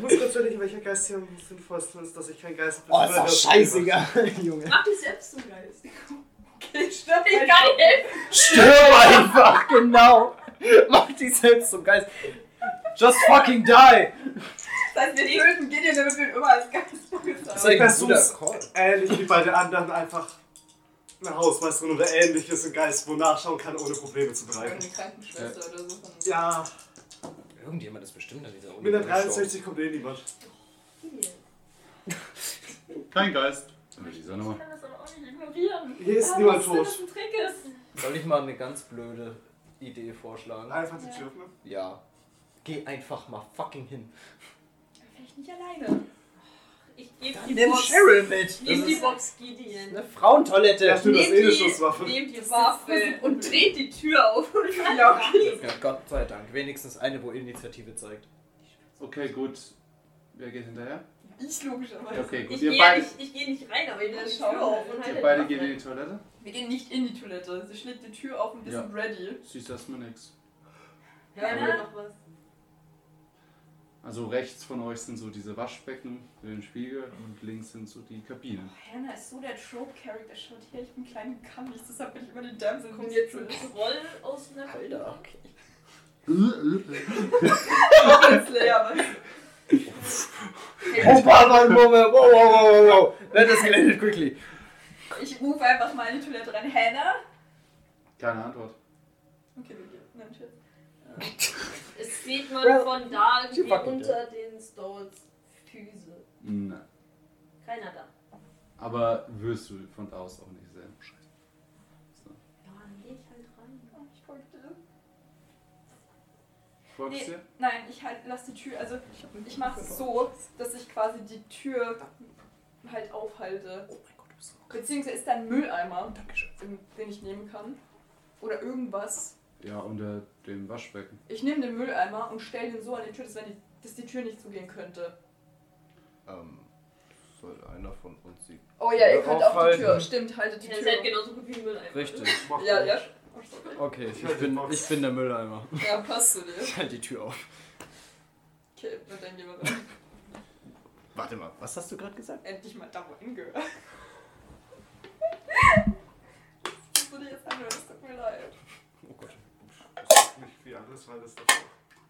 S5: muss kurz überlegen, welcher Geist hier am sinnvollsten ist, dass ich kein Geist bin.
S4: Oh, ist doch scheißegal, Junge.
S2: Mach dich selbst zum Geist.
S3: Okay, stirb
S2: Ich
S3: ich
S2: kann nicht helfen.
S4: Stirb einfach, genau. Mach dich selbst zum Geist. Just fucking die.
S3: Das heißt, wir töten Gideon, damit wir ihn immer als Geist
S4: Das ist
S3: bezeichnen.
S4: ein
S5: versuch's.
S4: guter Call.
S5: Ähnlich wie bei den anderen einfach eine Hausmeisterin oder ähnliches ein Geist, wo nachschauen kann, ohne Probleme zu bereiten.
S3: Irgendeine Krankenschwester oder so. Von
S5: Ja,
S8: Irgendjemand ist bestimmt an dieser Uni.
S5: mit der 63 kommt eh niemand.
S1: Kein Geist. Mit dieser Nummer.
S3: kann das aber auch nicht ignorieren.
S5: Hier ist
S3: Ja,
S5: niemand
S3: was denn
S5: tot.
S3: das ein Trick ist.
S8: Soll ich mal eine ganz blöde Idee vorschlagen?
S5: Einfach die Tür öffnen.
S8: Ja. Geh einfach mal fucking hin.
S3: Vielleicht nicht alleine.
S2: Ich geb die
S4: Nimm
S2: Box.
S4: Cheryl mit.
S2: Nimm
S4: Das
S2: die
S4: ist
S2: Box Gideon.
S4: eine Frauentoilette.
S5: Ja, stimmt, das ist eh eine
S3: die-
S5: Schusswaffe.
S3: Nehmt die
S2: Waffe
S3: Waffe
S2: und dreht die Tür auf.
S3: Ja, okay.
S8: Ja, Gott sei Dank. Wenigstens eine, wo Initiative zeigt.
S1: Okay, gut. Wer geht hinterher?
S3: Ich logischerweise.
S1: Ja, Okay, gut.
S2: Ich
S1: Ihr
S2: gehe ja
S1: beide,
S2: nicht, ich geh nicht rein, aber ich
S3: Ja,
S2: nehme die
S3: schau
S2: Tür auf
S3: mal.
S2: und halte
S1: ihr
S2: die
S1: beide
S2: Waffe.
S1: geht in die Toilette?
S3: Wir gehen nicht in die Toilette. Sie schlägt die Tür auf und wir
S1: Ja.
S3: sind ready.
S1: Siehst erstmal nichts.
S2: Hören wir noch was?
S1: Also rechts von euch sind so diese Waschbecken für den Spiegel und links sind so die Kabinen.
S3: Hannah ist so der Trope-Character. Schaut her, ich bin klein und kann nichts. Deshalb bin ich immer den Damsel.
S2: Kommt jetzt ein Roll aus einer
S4: Alter.
S3: Slayer, was?
S4: Oh, Papa, Moment. Wow, wow, wow, wow, wow. That escalated quickly.
S3: Ich rufe einfach mal in die Toilette rein. Hannah?
S1: Keine Antwort.
S3: Okay, wir gehen. Nein, shit.
S2: Es sieht man
S4: Well,
S2: von da
S4: she
S2: irgendwie
S4: fucking
S2: unter den Stones Füße.
S1: Nein.
S2: Keiner da.
S1: Aber wirst du von da aus auch nicht sehen. Scheiße.
S2: Ja, dann geh ich halt rein.
S3: Oh, Ich folgte.
S1: Folgst dir?
S3: Nein, ich halt, lass die Tür, also ich mache es so, dass ich quasi die Tür halt aufhalte. Beziehungsweise ist da ein Mülleimer, im- den ich nehmen kann. Oder irgendwas.
S1: Ja, unter dem Waschbecken.
S3: Ich nehme den Mülleimer und stelle den so an die Tür, dass, wenn die, dass die Tür nicht zugehen könnte.
S8: Ähm, soll einer von uns sie.
S3: Oh ja, ihr
S8: Oder
S3: könnt auch die Tür.
S8: aufhalten.
S3: Stimmt, haltet die
S2: Ja, Ihr seid
S3: Tür.
S2: genauso gut wie ein Mülleimer.
S8: Richtig.
S5: Ich mach
S3: Ja,
S5: ruhig.
S3: ja.
S8: Okay, ich bin, ich bin der Mülleimer.
S3: Ja, passt zu dir.
S8: Halt die Tür auf.
S3: Okay, na, dann gehen wir rein.
S8: Warte mal, was hast du gerade gesagt?
S3: Endlich mal da, wo hingehört. Das würde jetzt anhören, das tut mir leid.
S8: Oh Gott,
S5: Das ist Nicht wie anders, weil das davor.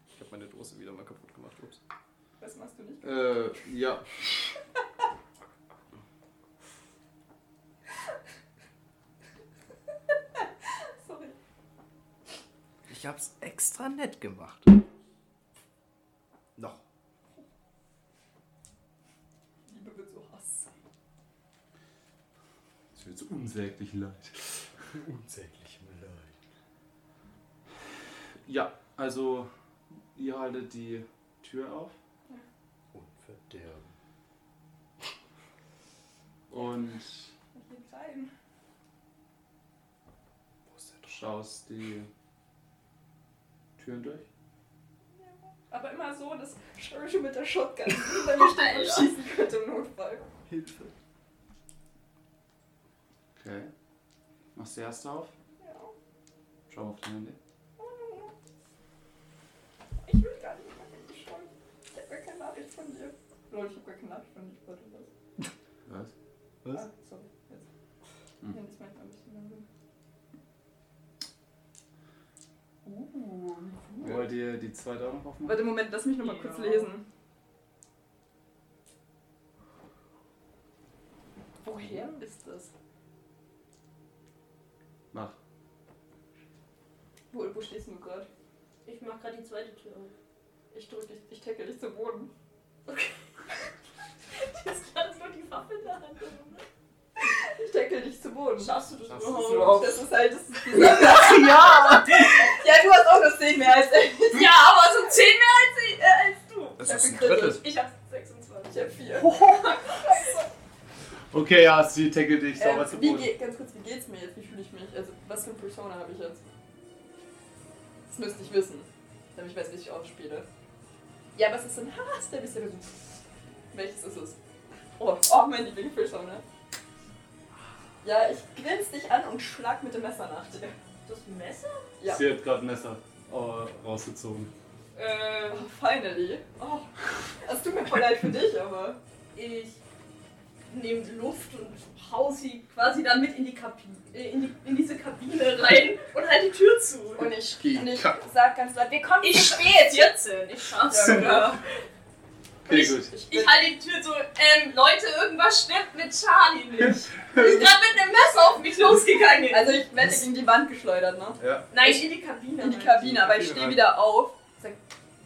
S8: ich habe meine Dose wieder mal kaputt gemacht. Ups.
S3: Das machst du nicht.
S1: Äh, ja.
S3: Sorry.
S8: Ich hab's extra nett gemacht. Noch.
S3: Liebe wird so Hass.
S1: Es wird so unsäglich leid.
S8: Unsäglich, Leid.
S1: Ja, also ihr haltet die Tür auf
S8: Unverderben.
S1: und
S3: Ich geh rein.
S8: Wo ist der
S1: schaust die Türen durch.
S3: Aber immer so, dass Sherish mit der Shotgun hinter mir steht und schießen könnte im Notfall.
S8: Hilfe.
S1: Okay. Machst die erste auf.
S3: Ja.
S1: Schau auf dein Handy.
S3: Ich will gar nicht mehr hingeschaut. Ich hab gar keine Nachricht von dir. Leute, ich hab gar keine Nachricht von dir. Ich wollte das.
S1: Was?
S8: Was?
S3: Ah, sorry. Jetzt.
S1: Hm.
S3: Ja, das ist manchmal ein bisschen langsam. Uh.
S1: Wollt ihr die zweite auch noch aufmachen?
S3: Warte, Moment, lass mich nochmal kurz lesen. Woher ist das?
S1: Mach.
S3: Wo, wo stehst du gerade?
S2: Ich mach gerade die zweite Tür auf.
S3: Ich drück dich, ich tackle dich zum Boden.
S2: Du hast gerade nur die Waffe in der Hand.
S3: Ich tackle dich zu Boden.
S2: Schaffst du das
S5: Schaffst du das
S2: überhaupt?
S3: Das ist halt das ist die Sache.
S4: Ja!
S3: Ja, du hast auch noch 10 mehr als ich.
S2: Ja, aber so 10 mehr als, ich, äh, als du.
S8: Das
S3: Ich hab
S8: ist ein
S3: gekritisch.
S8: Drittel.
S2: Ich hab 26.
S3: Ich hab 4.
S1: Okay, ja, sie tackelt dich sauber zu
S3: Ähm, wie
S1: Boden.
S3: geht, ganz kurz, wie geht's mir jetzt? Wie fühle ich mich? Also, was für eine Persona habe ich jetzt? Das müsste ich wissen, damit ich weiß, wie ich aufspiele. Ja, was ist denn Hass? Der bist ja so. Welches ist es? Oh, oh mein Lieblings-Persona. Ja, ich grinse dich an und schlag mit dem Messer nach dir.
S2: Das Messer?
S3: Ja.
S1: Sie hat gerade ein Messer äh, rausgezogen.
S3: Oh, finally. Oh, das tut mir voll leid für dich, aber.
S2: Ich nehme Luft und hau sie quasi dann mit in die Kabine, äh, in, die, in diese Kabine rein und halt die Tür zu.
S3: Und ich, und ich sag ganz laut, wir kommen
S2: Ich
S3: zu
S2: stehe 14, ich schaff's.
S3: Ja, klar.
S1: Okay,
S2: Ich-
S1: gut.
S2: Ich halte die Tür so, ähm, Leute, irgendwas stimmt mit Charlie nicht. Ist gerade mit einem Messer auf mich losgegangen.
S3: Also ich werde gegen die Wand geschleudert, ne?
S8: Ja.
S2: Nein, in die Kabine.
S3: In die
S2: rein.
S3: Kabine, aber ich
S8: Kabine
S3: stehe
S8: rein.
S3: wieder auf. Sag,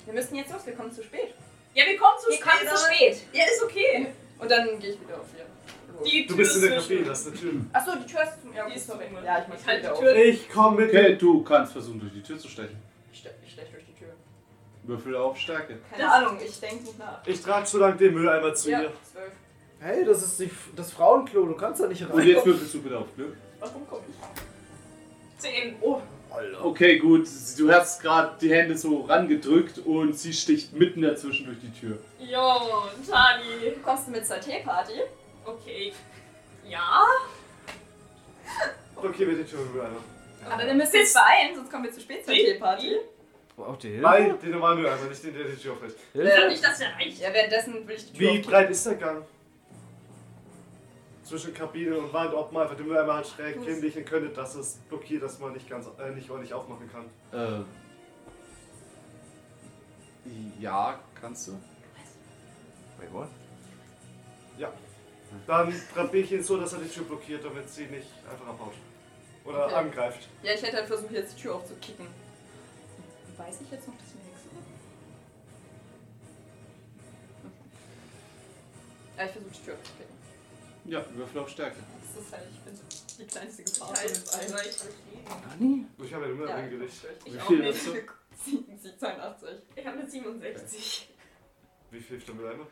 S3: wir müssen jetzt los, wir kommen zu spät.
S2: Ja, wir kommen zu
S6: Wir kommen zu spät.
S2: Ja, ist okay.
S3: Und dann gehe ich wieder auf hier.
S2: Die
S5: Du
S2: Tür
S5: bist in der
S2: ist
S5: Kabine,
S2: zwischen.
S5: das ist natürlich.
S3: Achso, die Tür ist zum ja,
S2: Die
S3: okay,
S2: ist
S3: sorry.
S2: zu.
S3: Ja, ich mach
S2: Ich halte
S3: wieder
S2: die
S3: auf.
S2: Tür.
S5: Ich komm mit.
S1: Okay, du kannst versuchen, durch die Tür zu stechen.
S3: Ich ste- ich steche durch die Tür.
S1: Würfel auf Stärke.
S3: Keine
S2: Das-
S3: Ahnung, ich denke nicht nach.
S5: Ich trage so lange den Mülleimer zu
S3: Ja,
S5: dir.
S3: zwölf.
S4: Hey, das ist die, das Frauenklo, du kannst da nicht
S1: Und
S4: rein.
S1: jetzt würfelst du bitte auf Glück.
S3: Warum komm ich?
S2: 10. Oh,
S1: Okay, gut. Du hast gerade die Hände so rangedrückt und sie sticht mitten dazwischen durch die Tür.
S2: yo, Charlie.
S3: Kommst du mit zur Teeparty?
S2: Okay. Ja?
S5: Blockier mir die Tür mit dem Mülleimer.
S3: Aber wir müssen jetzt beeilen, sonst kommen wir zu spät zur
S2: Wie?
S3: Teeparty.
S8: Braucht ihr Hilfe?
S5: Nein, den normalen Mülleimer, nicht den, der die Tür aufhält.
S2: Ich
S3: Äh,
S2: glaube nicht, dass der reicht.
S3: Ja, währenddessen will ich die Tür
S5: Wie
S3: aufmachen.
S5: breit ist der Gang? Zwischen Kabine und Wand, ob man einfach den Mülleimer halt schräg
S3: Fuß.
S5: hinlegen könnte, dass es blockiert, dass man nicht ganz äh, nicht ordentlich aufmachen kann.
S1: Äh. Ja, kannst du.
S8: Wait, what?
S5: Dann trappe ich ihn so, dass er die Tür blockiert, damit sie nicht einfach abhaut. Oder
S3: Okay.
S5: angreift.
S3: Ja, ich hätte halt versucht, jetzt die Tür aufzukicken. Weiß ich jetzt noch, dass mir nichts ist? Ja, ich versuche die Tür aufzukicken.
S1: Ja, Würfel auf Stärke.
S3: Das ist halt, ich bin die kleinste Gefahr von uns allen.
S2: Weil ich verstehe.
S4: Nani?
S5: Ich habe ja immer
S3: Ja,
S5: ja.
S3: ich
S5: Gericht.
S1: Wie
S3: Ich auch
S1: viel
S3: nicht.
S1: hast du?
S3: Sie- sie 82.
S2: Ich habe eine 67.
S5: Wie viel stimmt mit einer?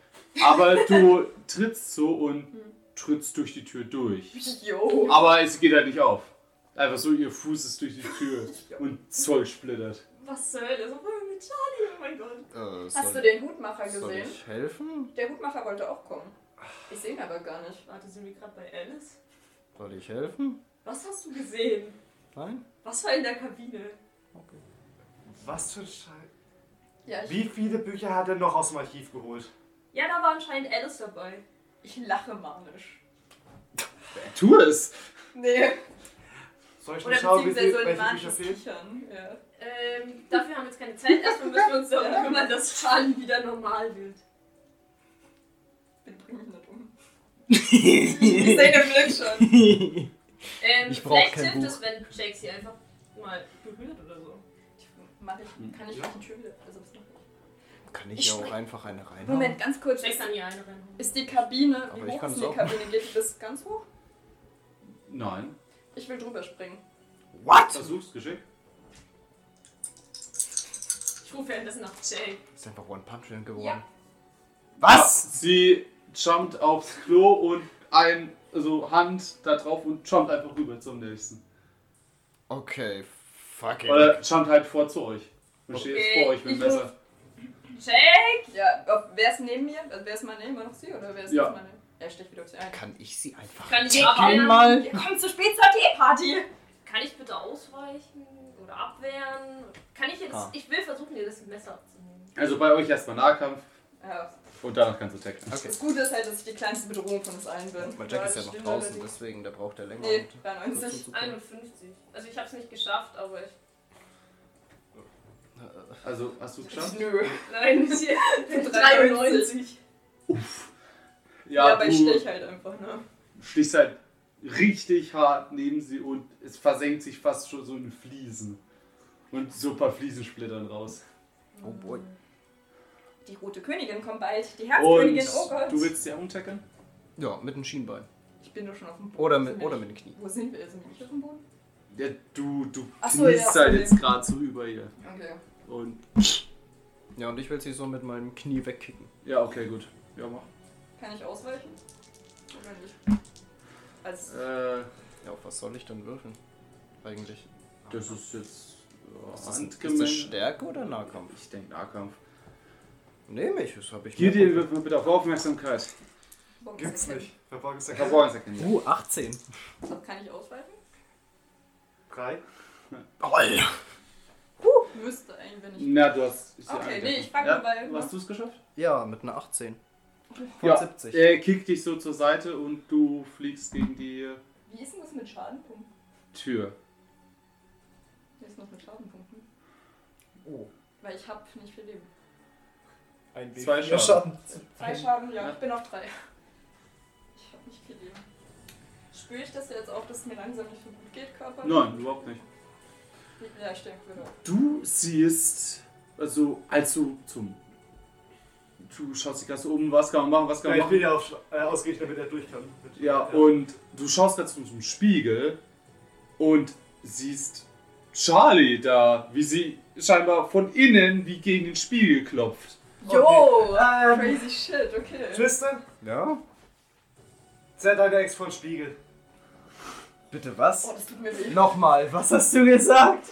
S1: Aber du trittst so und
S3: Hm.
S1: trittst durch die Tür durch.
S3: Jo.
S1: Aber es geht halt nicht auf. Einfach so, ihr Fuß ist durch die Tür und Zoll splittert.
S2: Was soll das? Was wollen wir mit Charlie? Oh mein Gott.
S8: Äh, soll,
S3: Hast du den Hutmacher
S8: soll
S3: gesehen?
S8: ich helfen?
S3: Der Hutmacher wollte auch kommen. Ich sehe ihn aber gar nicht.
S2: Warte, sind wir gerade bei Alice?
S8: Soll ich helfen?
S2: Was hast du gesehen?
S8: Nein?
S2: Was war in der Kabine?
S8: Okay.
S5: Was für ein Scheiß.
S3: Ja, ich,
S5: Wie viele Bücher hat er noch aus dem Archiv geholt?
S2: Ja, da war anscheinend Alice dabei.
S3: ich lache manisch.
S1: Tu es!
S3: Nee.
S5: Soll ich mal
S3: Oder
S5: schauen, wie
S3: beziehungsweise
S5: viel,
S3: so ein
S5: welche Bücher
S3: manisches
S5: fehlen?
S3: Kichern. Ja.
S2: Ähm, dafür haben wir jetzt keine Zeit. Erstmal müssen wir uns darum kümmern, dass Charlie wieder normal wird.
S3: Bin bring mich nicht um. Ich
S4: ich
S3: sehe den Blick schon.
S2: Ähm,
S4: Ich brauch
S2: vielleicht
S4: kein
S2: hilft
S4: Buch.
S2: es, wenn Jake sie einfach mal berührt oder so.
S3: Mach
S8: Hm.
S3: ich, kann ich
S5: Ja.
S3: die Tür wieder. Also, was noch nicht.
S8: Kann ich,
S3: Ich
S8: ja auch
S3: spring-
S8: einfach eine reinhauen?
S3: Moment, ganz kurz.
S2: Jake
S3: Ist,
S2: kann hier eine reinholen.
S3: ist die Kabine.
S8: Aber
S3: Wie
S8: ich
S3: hoch
S8: kann
S3: ist
S8: es
S3: die
S8: auch
S3: Kabine? Geht die bis ganz hoch?
S1: Nein.
S3: Ich will drüber springen.
S8: What?
S1: Versuch's geschickt.
S2: Ich rufe währenddessen nach Jake.
S8: Ist einfach One Punch Man geworden.
S3: Ja.
S8: Was?
S1: Sie jumpt aufs Klo und ein, also Hand da drauf und jumpt einfach rüber zum nächsten.
S8: Okay, fucking.
S1: Oder jumpt halt vor zu euch. Und steht jetzt
S2: Okay,
S1: vor euch mit dem
S2: ich
S1: Messer.
S2: Jake!
S3: Ja, ob- wer ist neben mir? Also, wer ist meine? Immer noch sie oder wer ist
S1: Ja.
S3: jetzt meine? Ja, ich stech wieder auf sie ein.
S8: Kann ich sie einfach
S2: Kann ich
S8: tackeln
S2: abwehren?
S8: mal?
S6: Komm zu spät zur Teeparty!
S2: Kann ich bitte ausweichen oder abwehren? Kann ich ihr das.
S8: Ah.
S2: Ich will versuchen, ihr das Messer abzunehmen.
S1: Also bei euch erstmal Nahkampf
S3: Ja.
S1: und danach kannst du tackeln.
S8: Okay.
S3: Das Gute ist halt, dass ich die kleinste Bedrohung von uns allen bin.
S8: Weil Jack ist ja
S3: das
S8: noch
S3: stimmt
S8: draußen,
S3: allerdings.
S8: deswegen, der braucht er länger.
S3: Nee,
S8: um kurz
S3: 93.
S8: zuzugucken.
S2: 51. Also ich hab's nicht geschafft, aber ich.
S1: Also hast du geschafft?
S3: Nö.
S2: Nein,
S3: Für
S2: 93.
S3: Ja,
S1: Ja,
S3: aber ich
S1: du
S3: stech halt einfach, ne?
S1: stichst halt richtig hart neben sie und es versenkt sich fast schon so in Fliesen. Und so ein paar Fliesen splittern raus.
S8: Oh boy.
S3: Die rote Königin kommt bald. Die
S1: Und
S3: Herzkönigin, oh Gott.
S1: du willst sie auch tackeln?
S8: Ja, mit dem Schienbein.
S3: ich bin doch schon auf dem Boden.
S8: Oder
S3: Sind
S8: mit,
S3: wir
S8: oder
S3: nicht-
S8: mit dem Knie.
S3: Wo sind wir? Sind wir nicht auf dem Boden?
S1: Ja, du, du
S3: Ach so,
S1: kniest
S3: ja,
S1: halt
S3: okay.
S1: jetzt gerade so über ihr.
S3: Okay.
S1: Und
S8: Ja, und ich will sie so mit meinem Knie wegkicken.
S1: ja, okay, gut. Ja, mach.
S3: Kann ich ausweichen? Oder nicht? Also,
S1: Äh,
S8: Ja, auf was soll ich denn würfeln? Eigentlich.
S1: das ist jetzt äh,
S8: Ist das, ist das
S1: handgemessen.
S8: Stärke oder Nahkampf?
S1: Ich denke Nahkampf.
S8: Nehme ich, das habe ich
S1: Gib
S8: mehrfach
S1: dir Würfel bitte auf Aufmerksamkeit.
S3: warum
S5: Gibt's
S3: kann ich-
S5: nicht. Verborgen ist der Kampf.
S1: Verborgenes
S8: Uh, 18.
S3: Also Kann ich ausweichen?
S5: Drei.
S3: Huh, müsste eigentlich, wenn ich.
S1: Na, du hast. ist ja
S3: Okay,
S1: ein
S3: nee,
S1: Decken.
S3: ich frag
S1: ja,
S3: nur, weil-
S1: Hast du es geschafft?
S8: Ja, mit einer 18. Von
S1: Ja.
S8: 70.
S1: Er kickt dich so zur Seite und du fliegst gegen die
S3: Wie ist denn das mit Schadenpunkten?
S1: Tür.
S3: Wie ist denn das mit Schadenpunkten?
S8: Oh.
S3: Weil ich hab nicht viel Leben.
S8: Ein
S1: Zwei Schaden.
S3: Zwei Schaden, ja,
S1: Ja.
S3: ich bin auf drei. Ich hab nicht viel Leben. Spüre ich das jetzt auch, dass es mir langsam nicht so gut geht, Körper?
S1: Nein, überhaupt nicht.
S3: Ja, ich denke, würde.
S1: Du siehst, also als du zum. Du schaust dich gerade so um, was kann man machen, was kann man
S5: Ja, ich
S1: machen.
S5: bin ja auf, äh, ausgerichtet, damit er durch kann. Mit-
S1: Ja, und du schaust gerade zum, zum Spiegel und siehst Charlie da, wie sie scheinbar von innen wie gegen den Spiegel klopft.
S3: Jo! äh,
S5: Ähm,
S3: Crazy shit, okay.
S5: Tristan,
S8: Ja?
S5: zerr deine Ex von Spiegel.
S8: Bitte
S3: Oh,
S8: was?
S3: das tut mir weh.
S8: Nochmal, was hast du gesagt?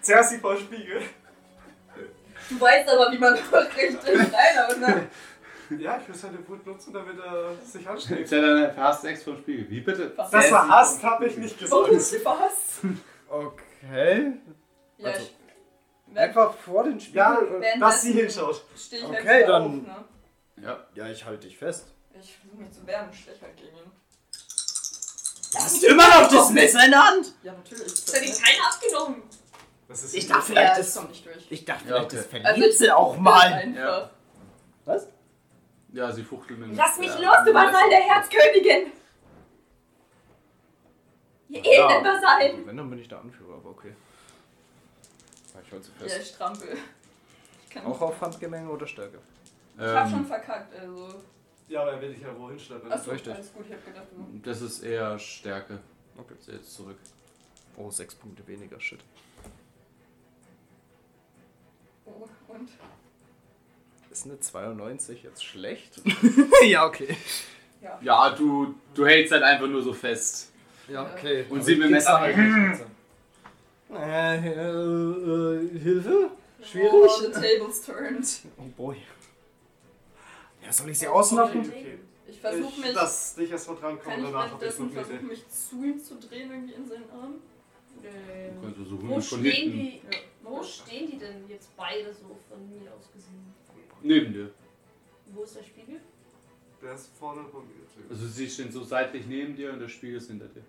S5: Zerr sie vor Spiegel.
S3: Du weißt aber, wie man richtig reinhaut, ne?
S5: Ja, ich will seine Wut nutzen, damit er sich anschlägt.
S1: Erzähl deine verhasste Ex vom Spiegel. Wie bitte?
S3: Was?
S5: Das
S1: Zerr sie
S5: verhasst
S1: vom
S5: habe ich
S1: Spiegel.
S5: nicht gesagt.
S3: Was?
S8: Okay.
S3: Ja,
S8: Also,
S3: ich. Einfach.
S8: Einfach vor den Spiegel.
S5: Ja,
S3: Wenn
S5: dass
S3: das-
S5: sie hinschaut.
S3: Steh ich
S8: Okay,
S3: halt wieder
S8: dann-
S3: Auf, ne?
S1: Ja.
S8: ja ich halte dich fest.
S3: Ich versuche mich zu wehren, stech halt gegen ihn.
S8: Du hast immer noch
S4: Oh,
S8: das Messer in der Hand!
S3: Ja, natürlich.
S2: Das hat ihn keiner abgenommen.
S5: Das ist
S8: Ich dachte,
S3: Ja,
S8: vielleicht
S3: das
S8: das,
S3: kommt nicht durch.
S8: ich dachte,
S1: Ja,
S8: vielleicht
S1: okay.
S8: das verliert
S3: Also,
S8: sie auch mal.
S3: Einfach.
S8: Was?
S1: Ja, sie fuchteln in
S9: Lass mich
S1: ja, Ähm,
S9: los, du
S1: in-
S9: Vasall der Herzkönigin! Ihr elenden
S3: äh,
S9: Vasallen!
S4: Also wenn, dann bin ich der Anführer, aber okay. Ich halte sie
S3: Der
S4: fest.
S3: Strampel. Ich kann
S4: Auch auf Handgemenge oder Stärke?
S3: Ich hab schon
S1: Ähm,
S3: verkackt, also.
S5: Ja, aber er will dich ja wohin schleppen.
S3: Achso,
S4: richtig.
S3: alles gut, ich hab gedacht, du.
S1: das ist eher Stärke.
S4: Okay.
S1: Ist Jetzt zurück.
S4: Oh, sechs Punkte weniger, shit.
S3: Oh, und?
S4: Ist eine 92 jetzt schlecht? ja, okay.
S1: Ja, du, du hältst halt einfach nur so fest.
S4: Ja, okay. Also
S1: Und sie mit dem Messer
S4: halt Äh, äh, Hilfe?
S3: Schwierig? Oh, the tables turned.
S4: Oh boy. Ja, soll ich sie
S5: Okay,
S4: ausmachen?
S5: okay.
S3: Ich versuch
S5: ich
S3: mich.
S5: Lass dich erstmal
S3: kann
S5: drankommen,
S3: ich
S5: danach hab ich
S3: währenddessen
S5: noch eine
S3: versuchen,
S5: Idee.
S3: mich zu ihm zu drehen, irgendwie in seinen Arm?
S2: Nee.
S1: Du kannst versuchen,
S2: Ähm, Wo
S1: von
S2: stehen,
S1: hinten.
S2: die, wo stehen die denn jetzt beide so von mir aus gesehen?
S1: Neben dir.
S2: Wo ist der Spiegel?
S5: Der ist vorne bei mir.
S1: Also sie stehen so seitlich neben dir und der Spiegel ist hinter dir.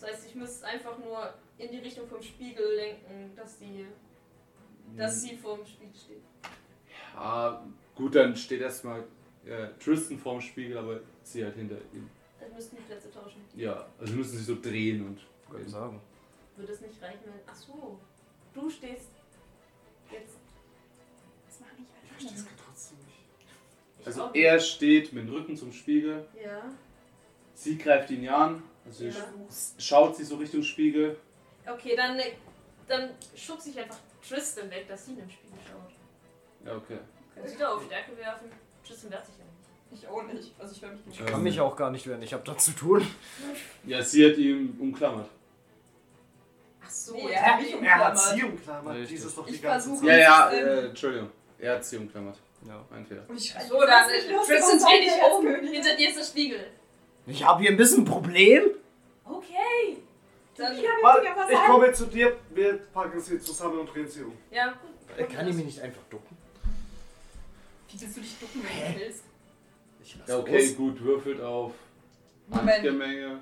S2: Das heißt, ich müsste es einfach nur in die Richtung vom Spiegel lenken, dass, die,
S1: Hm.
S2: dass sie vor dem Spiegel steht.
S1: Ja, gut, dann steht erstmal äh, Tristan vorm Spiegel, aber sie halt hinter ihm.
S2: Dann müssten die Plätze tauschen.
S1: Ja, also müssen sie so drehen und.
S4: Kann ich sagen.
S2: Würde es nicht reichen, wenn. Ach so, du stehst jetzt.
S3: Das mach ich
S5: Ich verstehe es trotzdem nicht.
S2: Ich
S1: Also
S2: auch nicht.
S1: er steht mit dem Rücken zum Spiegel,
S2: Ja.
S1: sie greift ihn ja an, also
S2: ja.
S1: schaut sie so Richtung Spiegel.
S2: Okay, dann, dann schubse ich einfach Tristan weg, dass sie in den Spiegel schaut.
S1: Ja, okay.
S2: Kannst du da auf Stärke werfen? Tristan wehrt sich ja nicht.
S3: Ich auch nicht. Also ich werde mich nicht.
S1: Ja.
S4: Kann mich auch gar nicht werden, ich habe da zu tun.
S1: Ja, sie hat ihn umklammert.
S2: Ach so,
S3: Nee,
S2: ich
S3: er hat
S2: hab
S3: mich
S2: ihn-
S3: umklammert.
S5: Umklammert,
S4: Richtig.
S5: dies ist doch die
S3: Ich
S5: ganze
S3: versuche-
S5: Zeit.
S1: Ja, ja,
S3: Tristan.
S1: äh, Entschuldigung. Er hat sie umklammert.
S4: Ja.
S1: Mein Fehler.
S3: Und ich schreie,
S2: So, dann
S3: lass mich los,
S2: Tristan
S3: Gott sei
S2: dreh dich
S3: Dank,
S2: um.
S3: Herzkönigin.
S2: Hinter dir ist der Spiegel.
S4: Ich habe hier ein bisschen ein Problem.
S2: Okay. Dann, ja.
S5: Warte, ich komme zu dir, wir packen sie zusammen und drehen sie um.
S2: gut.
S4: Äh, Kann ich mich nicht einfach ducken?
S3: Wie willst du dich ducken, wenn du willst?
S4: Ich lass
S1: Ja, okay,
S4: los.
S1: gut, würfelt auf
S3: Moment.
S1: Handgemenge.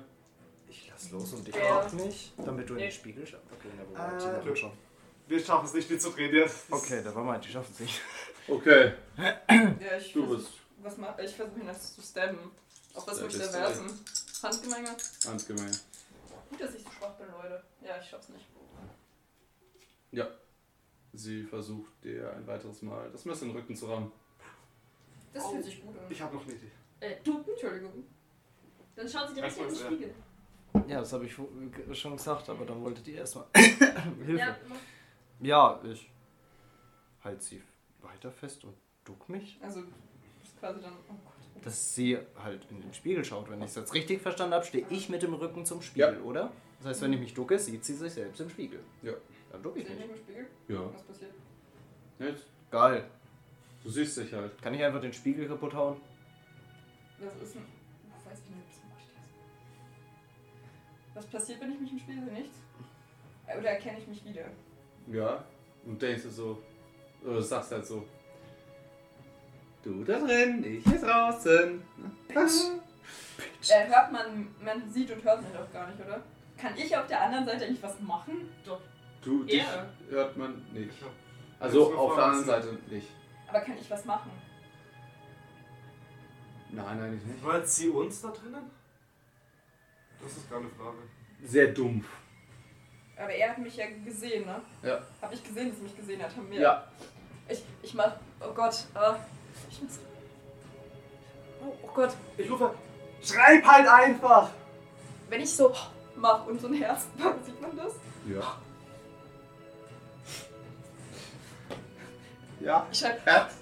S4: Ich lass los und dich
S2: Ja.
S4: auch nicht. Damit du in den Spiegel schaust. Okay, na, wo war
S5: Äh,
S4: die Tina
S5: Glück.
S4: schon?
S5: Wir schaffen es nicht, die zu drehen. Ja, das ist-
S4: Okay, da war meint, die schaffen es nicht.
S1: Okay,
S3: Ja, ich
S1: du
S3: versuch-
S1: bist
S3: Was mach ich? versuche ihn erst zu stabben. Auf was
S1: Ja,
S3: muss ich da
S1: bist du
S3: werfen? Handgemenge?
S1: Handgemenge.
S3: Gut, dass ich so schwach bin, Leute. Ja, ich schaff's nicht.
S1: Sie versucht dir ein weiteres Mal das Messer in den Rücken zu rammen.
S3: Das
S5: Au.
S3: fühlt sich gut an.
S5: Ich habe noch eine Idee.
S2: Äh, du,
S3: Entschuldigung.
S2: dann schaut sie direkt in den
S5: Erstmal,
S2: Spiegel.
S4: Ja, das habe ich wo- g- schon gesagt, aber dann wolltet ihr erstmal
S2: Ja,
S4: Hilfe.
S2: mach.
S4: Ja. ich halt sie weiter fest und duck mich,
S3: Also, ist quasi dann. Oh Gott.
S4: dass sie halt in den Spiegel schaut. Wenn ich es jetzt richtig verstanden habe, stehe ich mit dem Rücken zum Spiegel, oder? Das heißt, wenn ich mich ducke, sieht sie sich selbst im Spiegel.
S1: Ja.
S4: Dann ducke ich
S3: Seht ihr
S4: mich.
S3: im Spiegel?
S1: Ja.
S3: Was passiert?
S1: Nicht?
S4: Geil.
S1: Du siehst dich halt.
S4: Kann ich einfach den Spiegel kaputt hauen?
S3: Das ist ein. Ich weiß ich nicht, das mache ich das. Was passiert, wenn ich mich im Spiegel nichts? Äh, Oder erkenne ich mich wieder?
S1: Ja. Und denkst du so, oder sagst halt so, du da drin, ich hier draußen. Bitch.
S3: Äh, hört man, man sieht und hört mich auch gar nicht, oder? Kann ich auf der anderen Seite eigentlich was machen?
S1: Du, dich
S2: Ja.
S1: hört man nicht.
S5: Ich hab-
S1: Also
S5: Jetzt
S1: auf der anderen
S5: vorwärts.
S1: Seite nicht.
S3: Aber kann ich was machen?
S1: Nein, eigentlich nicht.
S5: Hört sie uns da drinnen? Das ist gar eine Frage.
S1: Sehr dumpf.
S3: Aber er hat mich ja gesehen, ne?
S1: Ja.
S3: Hab ich gesehen, dass er mich gesehen hat, haben wir.
S1: Ja.
S3: Ich, ich mach. Oh Gott. ah, ich muss. Oh, oh Gott.
S5: Ich rufe, schreib halt einfach!
S3: Wenn ich so mach und so ein Herz mache, sieht man das?
S1: Ja. Ja.
S3: Ich schreibe.
S1: Herz.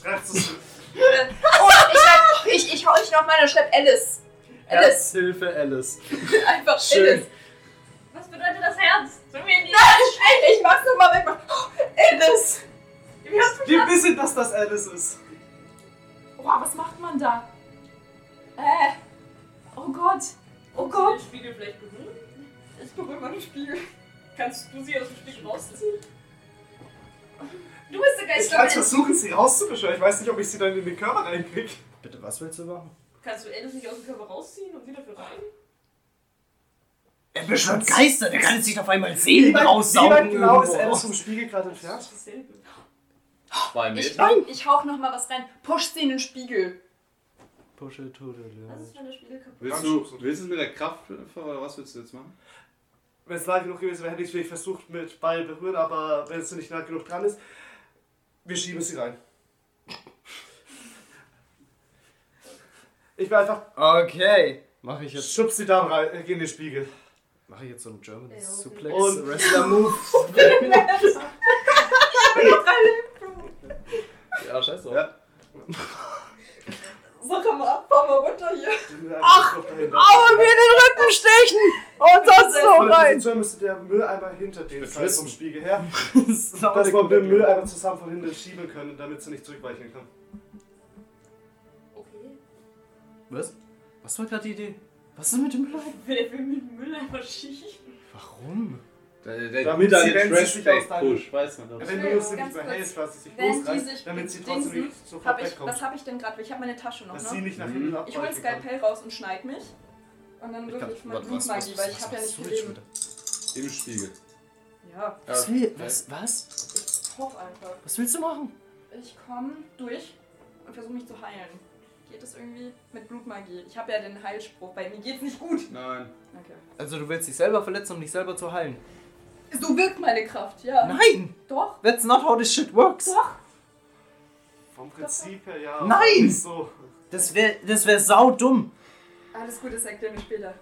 S5: Schreibst du es?
S9: Oh, ich, schreib, ich, ich hau dich nochmal und schreib Alice. Alice.
S4: Hilfe, Alice.
S9: Einfach
S4: Schön.
S9: Alice.
S2: Was bedeutet das Herz? Sind wir in die
S9: Ich mach's nochmal weg. mach- Oh, Alice.
S5: Wir wissen, dass das Alice ist.
S3: Boah, was macht man da? Äh. Oh Gott. Oh Gott.
S2: den Spiegel vielleicht berühren?
S3: Ich berühre meinen Spiegel.
S2: Kannst du sie aus dem Spiegel rausziehen?
S9: Du bist der
S5: Ich kann
S9: Geist.
S5: versuchen, sie rauszubeschwören. Ich weiß nicht, ob ich sie dann in den Körper reinkriege.
S4: Bitte, was willst du machen?
S2: Kannst du Alice nicht aus dem Körper rausziehen und sie dafür rein?
S4: Er beschwört Geister, der kann jetzt nicht auf einmal
S5: Wie
S4: Seelen
S5: weit- wie
S4: raussaugen.
S5: weit genau ist
S4: irgendwo.
S5: Alice vom Spiegel gerade entfernt?
S2: dasselbe.
S1: Zwei
S6: Ich,
S1: Meter.
S6: nein, ich hauch noch mal was rein. Push sie in den Spiegel.
S4: Push it to the
S2: Was ist,
S4: limit.
S2: wenn der Spiegel kaputt
S1: Willst du, willst du es mit der Kraft oder was willst du jetzt machen?
S5: Wenn es nah genug gewesen wäre, hätte ich es vielleicht versucht mit Ball berühren, aber wenn es nicht nah genug dran ist, wir schieben sie rein. Ich will einfach,
S8: Okay. Mache ich jetzt,
S5: schub sie da rein, äh, in den Spiegel.
S8: mach ich jetzt so einen German
S2: Ja, okay.
S8: Suplex
S5: Und-
S8: Wrestler Move. ja, scheiße.
S5: Ja.
S3: So, komm mal ab, fahr mal runter hier.
S5: Ach, oh
S4: Aua, mir in den Rücken stechen! Und sonst
S5: Von
S4: noch
S5: diesem
S4: rein!
S5: Turm müsste der Mülleimer hinter dem Teil vom Spiegel her,
S4: Das
S5: dass wir den Mülleimer zusammen von hinten schieben können, damit sie nicht zurückweichen kann.
S2: Okay.
S4: Was? Was war gerade die Idee? Was ist mit dem Müll?
S2: Wer will mit Müll einfach schießen?
S4: Warum?
S1: Der, der,
S5: Damit
S1: der
S5: sie- wenn sie
S1: Trash
S5: sich
S1: Bag
S5: aus deinem-
S1: Push, weiß man das.
S5: Wenn
S3: Schnell,
S5: du sie
S3: ganz
S5: nicht mehr
S3: kurz.
S5: hältst, lass sie sich
S3: Wenn die
S5: losreißt,
S3: sich
S5: damit sie
S3: bedingsen,
S5: trotzdem nicht
S3: Hab
S5: sofort
S3: ich,
S5: wegkommt.
S3: was habe ich denn gerade? Ich habe meine Tasche noch,
S5: Dass sie
S3: ne?
S5: nicht nach
S1: Mhm.
S5: hinten
S3: Ich hole
S5: abweichen kann.
S3: Skalpell raus und schneid mich. Und dann
S8: Ich glaub,
S3: würfel ich meine
S8: warte, was, was,
S3: Blutmagie,
S8: was,
S3: weil ich
S8: was,
S3: habe ja
S8: was,
S3: nicht
S8: was,
S3: geleben.
S1: Im Spiegel.
S3: Ja,
S4: Was,
S1: Ja.
S4: will, was, was?
S3: ich hoch einfach.
S4: Was willst du machen?
S3: Ich komme durch und versuche mich zu heilen. Geht das irgendwie mit Blutmagie? Ich habe ja den Heilspruch, bei mir geht's nicht gut.
S1: Nein.
S3: Okay.
S4: Also du willst dich selber verletzen, um dich selber zu heilen?
S3: So wirkt meine Kraft, ja.
S4: Nein!
S3: Doch,
S4: That's not how this shit works!
S3: doch.
S5: Vom Prinzip her ja.
S4: Nein!
S5: aber nicht So.
S4: Das wäre das wär saudumm.
S3: Alles gut, das erklären wir später.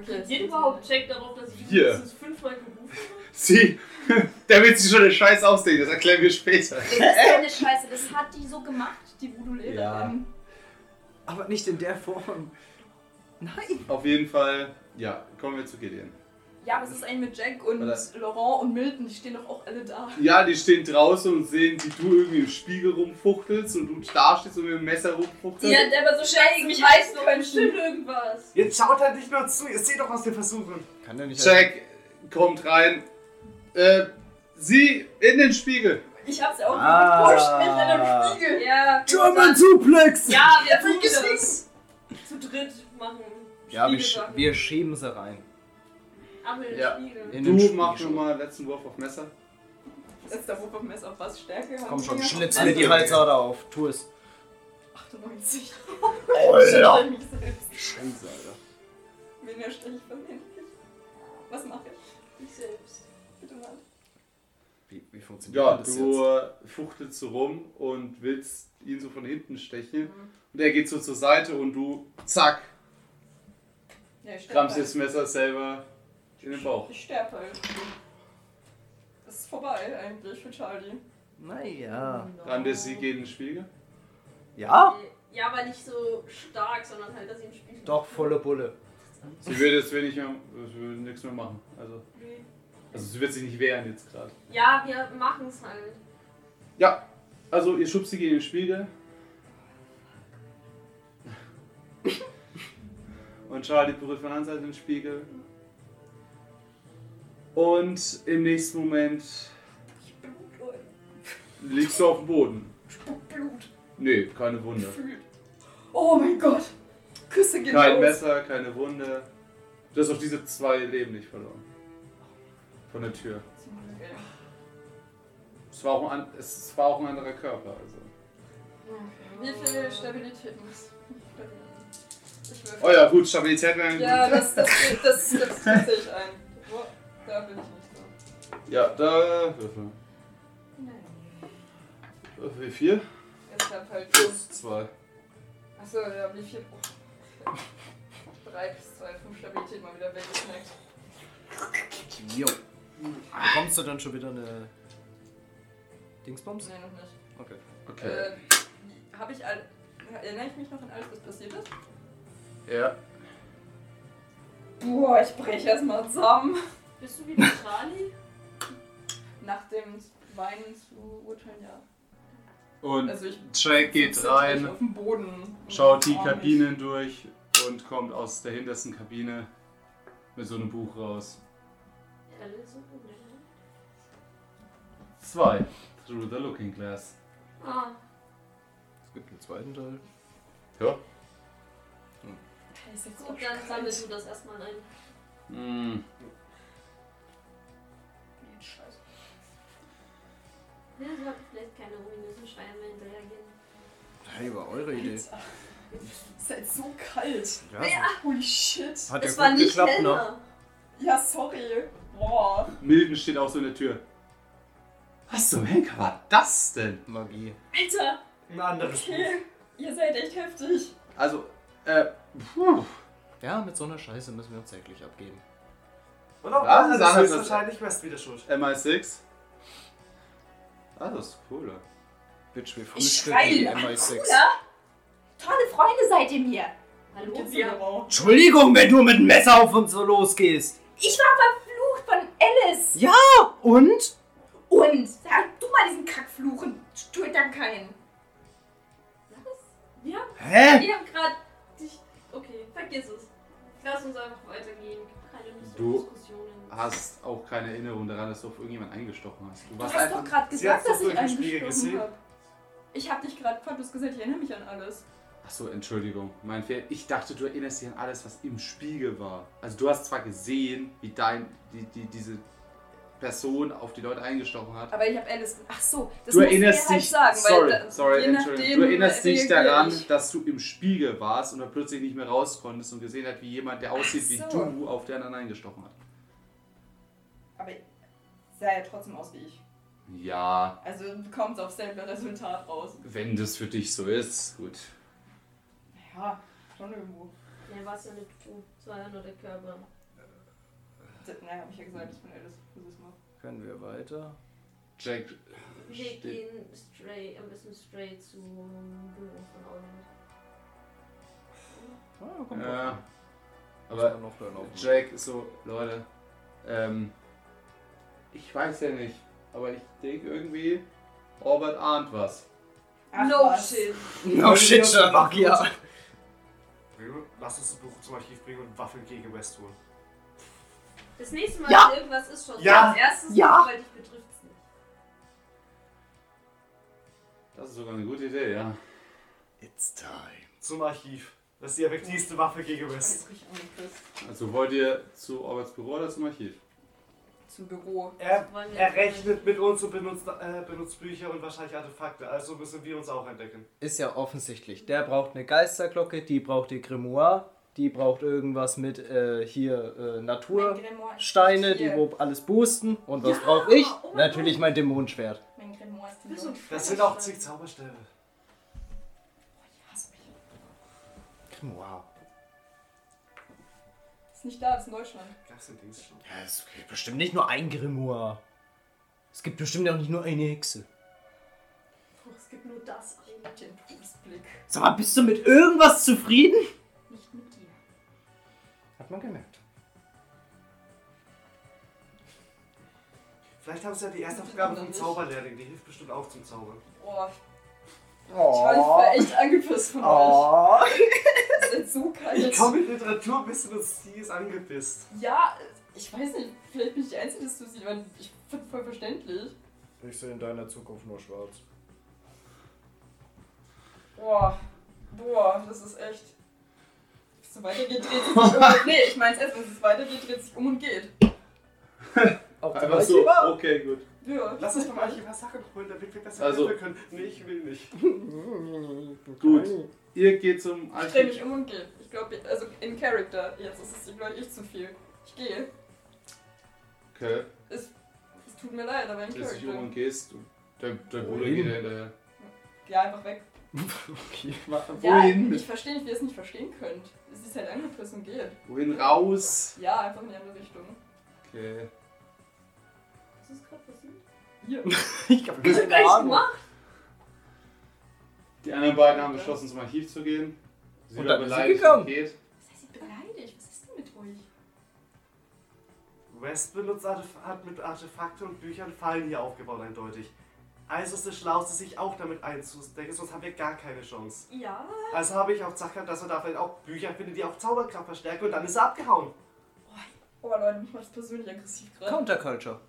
S3: Okay.
S2: Geht überhaupt Check darauf, dass ich
S1: Hier.
S2: mindestens fünfmal gerufen habe?
S1: Sie, der wird sich schon den Scheiß ausdenken, das erklären wir später.
S6: Das ist keine Scheiße. Das hat die so gemacht.
S3: Die Voodoo-Lehrerin.
S4: Aber nicht in der Form. Nein!
S1: Auf jeden Fall, ja, kommen wir zu Gideon.
S3: Ja, aber es ist ein mit Jack und
S1: Oder-
S3: Laurent und Milton, die stehen doch auch alle da.
S1: Ja, die stehen draußen und sehen, wie du irgendwie im Spiegel rumfuchtelst und du da stehst und mit dem Messer rumfuchtelst.
S3: Ja, der war so scheiße, mich heiß zu
S2: Stimmt
S3: können.
S2: irgendwas.
S5: Jetzt schaut halt nicht nur zu, ihr seht doch, was wir versuchen.
S8: Kann der nicht
S1: Jack kommt rein. Äh, sie in den Spiegel.
S3: Ich hab's ja auch
S4: Ah.
S3: gepusht, mich in einem Spiegel.
S2: Ja.
S4: German Suplex!
S2: Ja, wir tun das. Zu dritt machen.
S8: Ja, wir, sch-
S2: Spiegelsachen.
S8: wir schieben sie rein.
S2: Ach, mit dem
S1: Ja.
S2: Spiegel.
S8: In
S1: du
S8: den Spiegel.
S1: mach schon mal letzten Wurf auf Messer.
S3: Letzter Wurf auf Messer auf was? Stärke?
S8: Komm schon,
S3: Handlänge?
S8: schlitz
S1: Also
S8: mir die Halsader auf. Tu es.
S3: 98.
S8: Alter.
S3: Ich mich selbst.
S1: Scheiße, Alter.
S3: Wen erstelle ich von hinten? Was mache ich?
S2: Ich selbst.
S3: Bitte mal.
S8: Wie, wie funktioniert
S1: Ja,
S8: das
S1: du
S8: jetzt?
S1: äh, fuchtelst so rum und willst ihn so von hinten stechen. Und er geht so zur Seite und du, zack,
S3: Ja, ich sterb
S1: rammst dir
S3: halt.
S1: das Messer selber in den Bauch.
S3: Ich sterb halt. Das ist vorbei eigentlich für Charlie.
S4: Naja.
S1: Dann der Sieg gegen den Spiegel.
S4: Ja?
S2: Ja, aber nicht so stark, sondern halt, dass ich im Spiegel.
S4: Doch, volle Bulle.
S1: Sie wird jetzt wenig mehr, sie wird nichts mehr machen. Also,
S2: Nee.
S1: also sie wird sich nicht wehren jetzt gerade.
S2: Ja, wir machen es halt.
S1: Ja, also ihr schubst sie gegen den Spiegel. Und Charlie berührt von einer Seite den Spiegel. Und im nächsten Moment
S3: Blut, Leute.
S1: liegst du auf dem Boden.
S3: Spuck Blut.
S1: Nee, keine Wunde.
S3: Gefühlt. Oh mein Gott. Küsse gehen
S1: Kein
S3: raus.
S1: Messer, keine Wunde. Du hast auch diese zwei Leben nicht verloren. Von der Tür.
S3: Okay.
S1: Es war auch ein, an- es war auch ein anderer Körper. Also.
S3: Wie viel Stabilität muss ich würfel?
S1: Oh ja, gut, Stabilität wäre
S3: Ja, das, das, das, das, das sehe ich ein. Wo, da bin ich nicht so.
S1: ja, da. Würfel.
S3: Nein.
S1: Würfel 4
S3: Ich hab halt.
S1: plus 2.
S3: Achso, ja, wie viel. Oh. Drei bis zwei, fünf Stabilität mal wieder weggesnackt.
S4: Jo.
S8: Ah,
S4: Bekommst du dann schon wieder eine. Dingsbums?
S3: Nee, noch nicht.
S4: Okay.
S1: Okay.
S3: Äh, hab ich all. Erinnere ich mich noch an alles, was passiert ist? Äh,
S1: Ja.
S3: Boah, ich breche erstmal zusammen.
S2: Bist du wieder Charlie?
S3: Nach dem Weinen zu urteilen, ja.
S1: Und
S3: Also ich
S1: Jack geht
S3: sitze nicht
S1: rein,
S3: auf dem Boden.
S1: schaut die
S3: Oh,
S1: Kabinen durch und kommt aus der hintersten Kabine mit so einem Buch raus.
S2: Alle so gut. ne?
S1: 2. Through the Looking Glass.
S2: Ah,
S8: Es gibt einen zweiten Teil.
S1: Ja.
S3: nicht. Ist jetzt auch
S2: gut, dann
S3: kalt.
S2: sammelst du das erstmal ein.
S1: Mm.
S3: Scheiße.
S2: Wir sollten vielleicht keine ominösen Schreiben hinterhergehen.
S8: Hey, war eure Idee.
S3: Alter. Ist halt so kalt. Ah,
S8: Ja, so.
S3: Holy shit.
S8: Hat ja
S2: es war
S8: gut
S2: nicht
S8: geklappt, ne?
S2: heller.
S3: Ja, sorry. Boah.
S1: Milton steht auch so in der Tür. Was zum Henker war das denn?
S8: Magie.
S3: Alter,
S5: Ein anderes
S3: okay. Ihr seid echt heftig.
S1: Also, äh, puh.
S8: Ja, mit so einer Scheiße müssen wir uns täglich abgeben.
S5: Buch. Und auch
S1: Was?
S5: das,
S1: Sag
S5: das
S1: das
S5: ist
S1: was-
S5: wahrscheinlich West wieder schuld.
S1: MI6. Ah, das ist cooler.
S8: Bitch, wir
S6: Ich
S8: frühstücken
S6: schreie.
S8: die MI6.
S6: Tolle Freunde seid ihr mir.
S2: Hallo,
S3: Gib's
S2: wir-
S3: mir auch.
S4: Entschuldigung, wenn du mit dem Messer auf uns so losgehst.
S6: Ich war verflucht von Alice.
S4: Und?
S6: Und sag du mal diesen Kackfluch und tötet dann keinen.
S2: Wir haben,
S4: Hä?
S2: wir haben gerade dich. Okay, vergiss es. Lass uns einfach weitergehen. Gibt Keine Lust
S1: Du-
S2: auf Diskussionen.
S1: Hast auch keine Erinnerung daran, dass du auf irgendjemand eingestochen hast. Du
S3: Du
S1: warst
S3: hast doch
S1: einfach.
S3: gerade
S5: Sie
S3: gesagt,
S5: hat's
S3: dass
S5: doch
S3: ich
S5: durch den Spiegel
S3: eingestochen
S5: gesehen.
S3: habe. Ich hab dich gerade, du hast gesagt, ich erinnere mich an alles.
S1: Achso, Entschuldigung. Mein Fehler. Ich dachte, du erinnerst dich an alles, was im Spiegel war. Also, du hast zwar gesehen, wie dein, die, die, diese Person auf die Leute eingestochen hat.
S3: Aber ich habe Alice. Ach so, das
S1: du
S3: musst du mir
S1: erinnerst
S3: halt
S1: dich,
S3: sagen,
S1: sorry,
S3: weil da-
S1: sorry,
S3: je
S1: Entschuldigung.
S3: nachdem
S1: Du erinnerst dich
S3: reagiere
S1: daran,
S3: ich.
S1: dass du im Spiegel warst und dann plötzlich nicht mehr raus konntest und gesehen hast, wie jemand, der aussieht
S3: Ach so.
S1: wie du, auf den anderen eingestochen hat.
S3: Aber ich sah ja trotzdem aus wie ich.
S1: Ja,
S3: Also kommt aufs selbe Resultat raus.
S1: wenn das für dich so ist, gut.
S3: Ja, schon irgendwo.
S2: Nee, war es ja nicht du. Es war ja nur der Körper.
S3: Naja, hab ich ja gesagt, ich bin Alice. Versuch's mal.
S8: Können wir weiter?
S1: Jack
S2: Wir
S1: steht
S2: gehen straight, ein bisschen straight zum Büro von Augen.
S8: Ah, kommt
S1: Ja.
S8: doch.
S1: Aber
S8: noch da laufen.
S1: Jack ist so, Leute, ähm, ich weiß ja nicht, aber ich denke irgendwie, Robert ahnt was.
S2: No shit.
S4: No shit, Sherlock, ja.
S5: Bring- Lass uns das Buch zum Archiv bringen und Waffen gegen West holen.
S2: Das nächste Mal,
S4: Ja.
S2: wenn irgendwas ist, schon
S5: Ja.
S2: als erstes,
S4: Ja.
S2: weil dich betrifft es nicht.
S1: Das ist sogar eine gute Idee, ja.
S4: It's time.
S5: Zum Archiv. Das ist die effektivste Waffe gegen West.
S3: Jetzt riecht auch nicht Chris.
S1: Also wollt ihr zu Roberts Büro oder zum Archiv?
S3: Zum Büro.
S5: Er,
S2: Wollen wir
S5: er rechnet mit uns und benutzt, äh, benutzt Bücher und wahrscheinlich Artefakte, also müssen wir uns auch entdecken.
S8: Ist ja offensichtlich. Der braucht eine Geisterglocke, die braucht die Grimoire, die braucht irgendwas mit äh, hier äh,
S3: Mein
S8: Natur.
S3: Grimoire ist
S8: Steine, die
S3: hier.
S8: wo alles boosten. Und was brauche ich?
S2: oh mein
S8: Natürlich mein Dämonenschwert.
S3: Mein Grimoire ist
S2: Wir
S3: hier.
S2: sind
S5: Das sind auch zig Zauberstäbe.
S3: Ich hasse mich.
S8: Grimoire.
S3: Ist nicht da, ist in Deutschland.
S5: Gab's den Dings schon?
S8: Ja, es gibt bestimmt nicht nur ein Grimoire. Es gibt bestimmt auch nicht nur eine Hexe.
S3: Oh, es gibt nur das. Ich hab den Todesblick.
S4: Sag mal, bist du mit irgendwas zufrieden?
S3: Nicht mit dir.
S8: Hat man gemerkt.
S5: Vielleicht haben sie ja die Erstaufgabe vom Zauberlehrling, die hilft bestimmt auch zum Zaubern.
S3: Boah,
S5: Oh.
S3: ich Oh, war- ich war echt angepisst von
S4: Oh.
S3: euch. Es ist so kalt.
S5: Ich komme mit Literatur bisschen und sie ist angepisst.
S3: Ja, ich weiß nicht, vielleicht bin ich die Einzige, die es so sieht, aber ich finde voll verständlich.
S8: Ich sehe in deiner Zukunft nur schwarz.
S3: Boah, boah, das ist echt. Wenn es weitergeht, dreht sich um. und- Nee, ich meine es erst, wenn es weitergeht, dreht sich um und geht.
S8: Auch
S1: Einfach so, okay, gut.
S3: Ja,
S5: Lass uns doch mal hier was Sachen holen, damit wir besser
S1: Also-
S5: helfen können. Nee, ich will nicht.
S1: Gut. Ihr geht zum
S8: Ah,
S3: Ich drehe mich
S1: Archiv.
S3: um und gehe. Ich glaube, also in Character, jetzt ist es, glaube ich, zu viel. Ich gehe.
S1: Okay,
S3: Es tut mir leid, aber in
S1: drehst dich um
S3: Character.
S1: und gehst. Dein, dein Bruder
S8: Wohin?
S1: geht dir hinterher.
S3: Ja, einfach weg.
S8: Okay.
S3: Ja,
S1: Wohin?
S3: ich verstehe nicht, wie ihr es nicht verstehen könnt. Es ist halt angepisst und geht.
S1: Wohin raus?
S3: Ja, einfach in die andere Richtung.
S1: Okay.
S2: Was ist gerade passiert?
S3: Hier.
S4: Ich hab keine
S2: Nichts
S4: Ahnung.
S2: gemacht.
S1: Die anderen beiden haben beschlossen, zum Archiv zu gehen. Sie
S8: Und
S1: war
S8: dann ist sie
S1: beleidigt
S8: gegangen.
S1: und geht.
S3: Was heißt, ihr beleidigt? Was ist denn mit euch?
S5: West benutzt Artef hat mit Artefakte und Büchern Fallen hier aufgebaut, eindeutig. Also ist es schlau, sich auch damit einzudecken, sonst haben wir gar keine Chance.
S2: Ja.
S5: Also habe ich auch gesagt, gehabt, dass er da vielleicht auch Bücher findet, die auch Zauberkraft verstärken und dann ist er abgehauen.
S3: Oh Leute, mich macht das persönlich aggressiv gerade.
S8: Counterculture.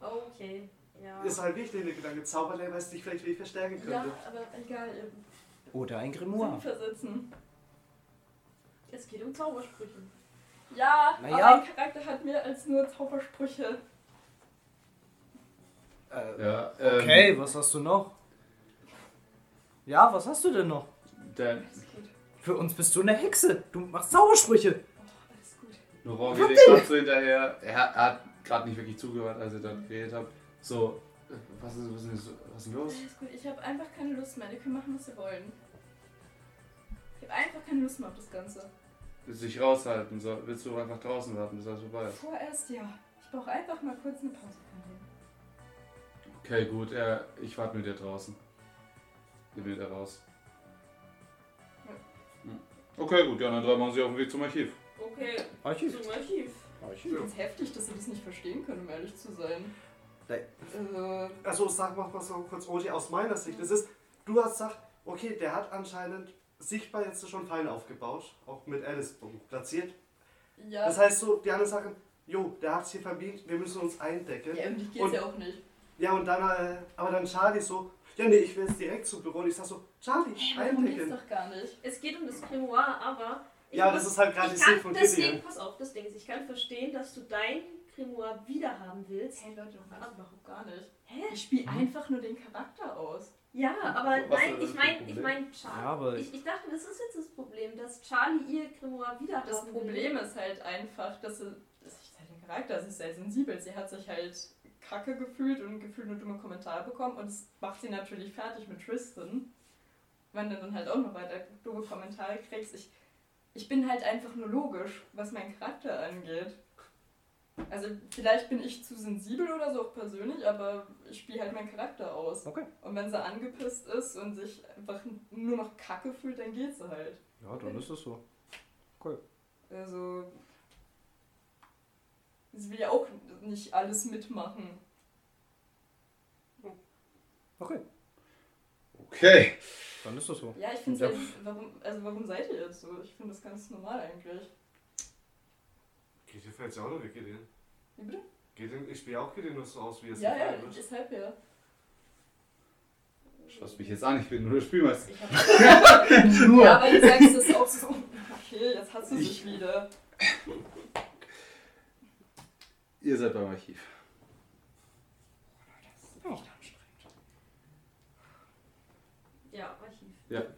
S2: Okay. Ja.
S5: Ist halt wichtig, der Gedanke, Zauberlehrer ist nicht vielleicht wirklich verstärken
S3: Ja,
S5: könnte.
S3: aber egal,
S2: ähm,
S3: eben.
S8: Oder ein
S3: Wow.
S8: Grimoire.
S3: versetzen.
S2: Es geht um Zaubersprüche.
S3: Ja,
S8: Na
S3: aber
S8: ja.
S3: ein Charakter hat mehr als nur Zaubersprüche.
S8: Äh,
S1: Ja, ähm,
S4: Okay, was hast du noch? Ja, was hast du denn noch?
S1: Dann
S3: Alles gut.
S4: Für uns bist du eine Hexe. Du machst Zaubersprüche.
S3: Oh, alles gut.
S1: Laurent geht den Kopf so hinterher. Er, hat- er hat gerade nicht wirklich zugehört, als ihr dann geredet habt. So, äh, was ist, was ist, was ist denn los?
S3: Alles gut. Ich habe einfach keine Lust mehr. Ihr könnt machen, was ihr wollen. Ich habe einfach keine Lust mehr auf das Ganze.
S1: Willst du dich raushalten? So, willst du einfach draußen warten, bis das vorbei ist?
S3: Vorerst ja. Ich brauche einfach mal kurz eine Pause von denen.
S1: Okay, gut, er, ich warte mit dir draußen. Nimm mit er raus. Hm. Okay, gut, die anderen drei machen sich auf den Weg zum Archiv.
S2: Okay,
S4: Archiv.
S2: zum Archiv.
S3: Ich finde es heftig, dass sie das nicht verstehen können, um ehrlich zu sein.
S4: Nein.
S3: Also,
S5: Also sag mal was noch kurz, Odi, aus meiner Sicht ist es, du hast gesagt, okay, der hat anscheinend sichtbar jetzt schon Pfeile aufgebaut, auch mit Alice platziert.
S3: ja.
S5: Das heißt so, die anderen sagen, jo, der hat es hier verdient, wir müssen uns eindecken.
S3: ja, um dich geht's
S5: und-
S3: ja auch nicht.
S5: Ja, und dann, äh, aber dann Charlie so, ja nee, ich will jetzt direkt zum Büro. Und ich sag so, Charlie,
S3: Hey, darum geht's
S5: eindecken.
S3: doch gar nicht.
S2: Es geht um das Grimoire, aber. ich
S5: Ja,
S2: muss-
S5: das ist halt gerade die
S2: ich
S5: Sinn
S2: kann,
S5: von
S2: das
S5: Gideon.
S2: Ding, pass auf, das Ding ist, ich kann verstehen, dass du dein Grimoire wiederhaben willst.
S3: Hey Leute, doch
S2: Aber-
S3: warum gar nicht?
S2: Hä?
S3: Ich spiele
S5: Hm?
S3: einfach nur den Charakter aus.
S2: Ja, aber
S1: Was
S2: nein,
S1: ist das
S2: ich meine, ich
S1: Problem?
S2: meine,
S4: Ja, aber-
S2: Charlie. Ich, ich dachte, das ist jetzt das Problem, dass Charlie ihr Grimoire wiederhaben
S3: Das Problem
S2: will.
S3: ist halt einfach, dass sie. Das ist halt der Charakter, sie ist sehr sensibel. Sie hat sich halt kacke gefühlt und gefühlt nur dumme Kommentare bekommen und das macht sie natürlich fertig mit Tristan. Wenn du dann halt auch noch weiter dumme Kommentare kriegst. Ich, ich bin halt einfach nur logisch, was meinen Charakter angeht. Also vielleicht bin ich zu sensibel oder so auch persönlich, aber ich spiele halt meinen Charakter aus.
S4: Okay.
S3: Und wenn sie angepisst ist und sich einfach nur noch kacke fühlt, dann geht sie halt.
S4: Ja, dann ist es so.
S3: Also. Sie will ja auch nicht alles mitmachen.
S4: Okay,
S1: Okay.
S4: dann ist es so.
S3: Ja, ich finde
S4: Ja.
S3: halt, warum, also warum seid ihr jetzt so? Ich finde das ganz normal eigentlich.
S5: Geht dir vielleicht auch noch wie Gideon?
S3: Wie bitte?
S5: Gideon, ich spiele auch Gideon nur so aus, wie er es
S3: Ja,
S5: gefallen
S3: ja,
S5: wird.
S3: deshalb ja.
S1: Schaust mich jetzt an, ich bin nur der Spielmeister.
S3: Ich hab- ja, aber du sagst das auch so. Okay, jetzt hast du dich
S1: Ich-
S3: wieder.
S1: Ihr seid beim Archiv.
S3: Das ist echt anstrengend.
S2: Ja, Archiv.